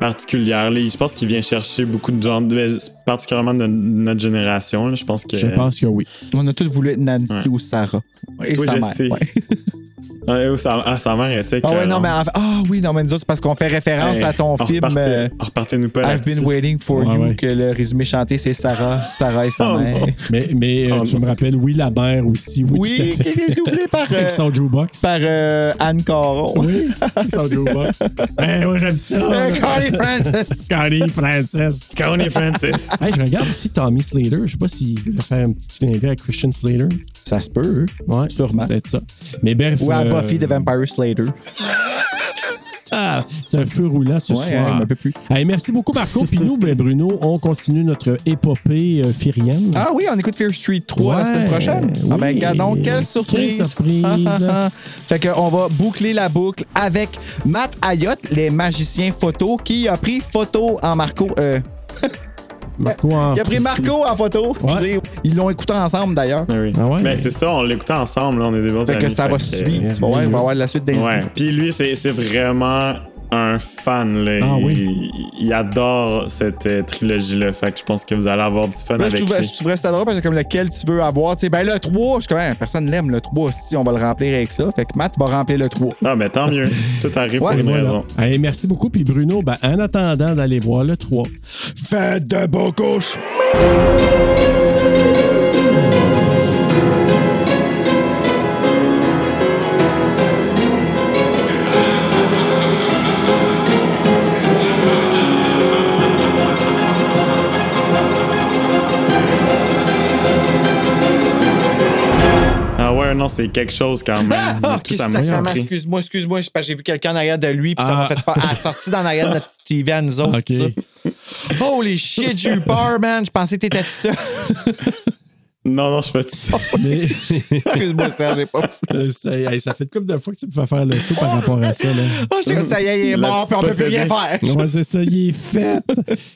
[SPEAKER 9] particulière. là. Je pense qu'il vient chercher beaucoup de gens, ben, particulièrement de notre génération. là. Je pense que.
[SPEAKER 2] Je pense que oui.
[SPEAKER 4] On a tous voulu être Nancy ou Sarah. Et
[SPEAKER 9] Oui,
[SPEAKER 4] sa
[SPEAKER 9] je
[SPEAKER 4] mère,
[SPEAKER 9] sais.
[SPEAKER 4] ouais.
[SPEAKER 9] Ah, oh, sa, ah, sa mère était.
[SPEAKER 4] Ah ouais, non, mais en- ah oui, non, mais nous autres, c'est parce qu'on fait référence à ton film. euh,
[SPEAKER 9] Repartez-nous pas
[SPEAKER 4] I've
[SPEAKER 9] là-dessus.
[SPEAKER 4] been waiting for
[SPEAKER 2] Ouais,
[SPEAKER 4] you,
[SPEAKER 2] ouais.
[SPEAKER 4] que le résumé chanté, c'est Sarah, Sarah et sa
[SPEAKER 9] Oh,
[SPEAKER 4] mère.
[SPEAKER 9] non.
[SPEAKER 2] Mais, mais euh,
[SPEAKER 9] Oh,
[SPEAKER 2] tu
[SPEAKER 9] non.
[SPEAKER 2] me rappelles, oui, la mère aussi. Oui,
[SPEAKER 4] Oui,
[SPEAKER 2] tout à fait.
[SPEAKER 4] qui est doublée par, euh,
[SPEAKER 2] Avec son jukebox.
[SPEAKER 4] Par euh, Anne Caron.
[SPEAKER 2] Oui, son jukebox. Ben, moi, j'aime ça.
[SPEAKER 4] Euh, Connie Francis.
[SPEAKER 2] Scotty Francis.
[SPEAKER 9] Connie Francis. Ah
[SPEAKER 2] Hey, je regarde ici Tommy Slater. Je sais pas s'il veut faire un petit clin d'œil à Christian Slater.
[SPEAKER 4] Ça se peut. hein.
[SPEAKER 2] Ouais,
[SPEAKER 4] Sûrement.
[SPEAKER 2] Peut-être ça. Mais bref.
[SPEAKER 4] Ou à
[SPEAKER 2] euh,
[SPEAKER 4] Buffy the Vampire Slater.
[SPEAKER 2] ah, C'est un feu roulant ce
[SPEAKER 4] Ouais, hein,
[SPEAKER 2] soir.
[SPEAKER 4] je m'en peux plus.
[SPEAKER 2] Hey, merci beaucoup, Marco. Puis nous, ben, Bruno, on continue notre épopée euh, firienne.
[SPEAKER 4] Ah oui, on écoute Fear Street 3 la
[SPEAKER 2] Ouais,
[SPEAKER 4] semaine prochaine. Ah ben,
[SPEAKER 2] oui.
[SPEAKER 4] regarde donc,
[SPEAKER 2] Quelle
[SPEAKER 4] quelle surprise!
[SPEAKER 2] surprise.
[SPEAKER 4] fait qu'on va boucler la boucle avec Matt Ayotte, les magiciens photo, qui a pris photo en Marco. euh,
[SPEAKER 2] Marco en-
[SPEAKER 4] il a pris Marco en photo, excusez. Ils l'ont écouté ensemble d'ailleurs.
[SPEAKER 9] Ah oui.
[SPEAKER 2] Ah ouais?
[SPEAKER 9] Mais c'est ça, on l'écoutait ensemble, là, on est des bons
[SPEAKER 4] Fait que
[SPEAKER 9] amis,
[SPEAKER 4] ça va suivre. Tu vas voir, il va y avoir la suite des
[SPEAKER 9] euh, Ouais. Puis lui, c'est c'est vraiment un fan. Là.
[SPEAKER 2] Ah
[SPEAKER 9] il,
[SPEAKER 2] oui.
[SPEAKER 9] il adore cette euh, trilogie-là. Fait que je pense que vous allez avoir du fun
[SPEAKER 4] Là, je
[SPEAKER 9] avec
[SPEAKER 4] trouverais,
[SPEAKER 9] lui.
[SPEAKER 4] je trouverais ça drôle parce que comme lequel tu veux avoir, tu sais, ben le 3, je suis comme, hein, personne l'aime le 3, si on va le remplir avec ça. Fait que Matt va remplir le 3.
[SPEAKER 9] Ah, mais tant mieux. Tout arrive
[SPEAKER 4] Ouais,
[SPEAKER 9] pour une
[SPEAKER 2] Voilà.
[SPEAKER 9] raison.
[SPEAKER 2] Hey, merci beaucoup. Puis Bruno, ben, en attendant d'aller voir le 3.
[SPEAKER 4] Faites de beaux couches!
[SPEAKER 9] Ah ouais, non, c'est quelque chose quand même.
[SPEAKER 4] Ah, ah,
[SPEAKER 9] Tout
[SPEAKER 4] Christ,
[SPEAKER 9] ça m'a
[SPEAKER 4] sacrément,
[SPEAKER 9] surpris.
[SPEAKER 4] excuse-moi, excuse-moi, c'est parce que j'ai vu quelqu'un en arrière de lui, puis ça m'a
[SPEAKER 2] Ah.
[SPEAKER 4] fait peur. Elle a sorti dans l'arrière de notre petite TV à nous autres.
[SPEAKER 2] OK.
[SPEAKER 4] tout ça. Holy shit, j'ai eu peur, man. Je pensais que t'étais tout seul.
[SPEAKER 9] Non, non, je fais ça.
[SPEAKER 2] Mais-
[SPEAKER 4] Excuse-moi, Serge, j'ai pas.
[SPEAKER 2] Euh, ça, hey, ça fait une couple de fois que tu me fais faire le saut par rapport à ça. Là.
[SPEAKER 4] Oh, j'étais comme ça, y est, il est
[SPEAKER 9] La
[SPEAKER 4] mort,
[SPEAKER 9] petite
[SPEAKER 4] puis on peut plus
[SPEAKER 9] possédée.
[SPEAKER 4] rien faire.
[SPEAKER 2] Ouais, c'est ça, il est fait.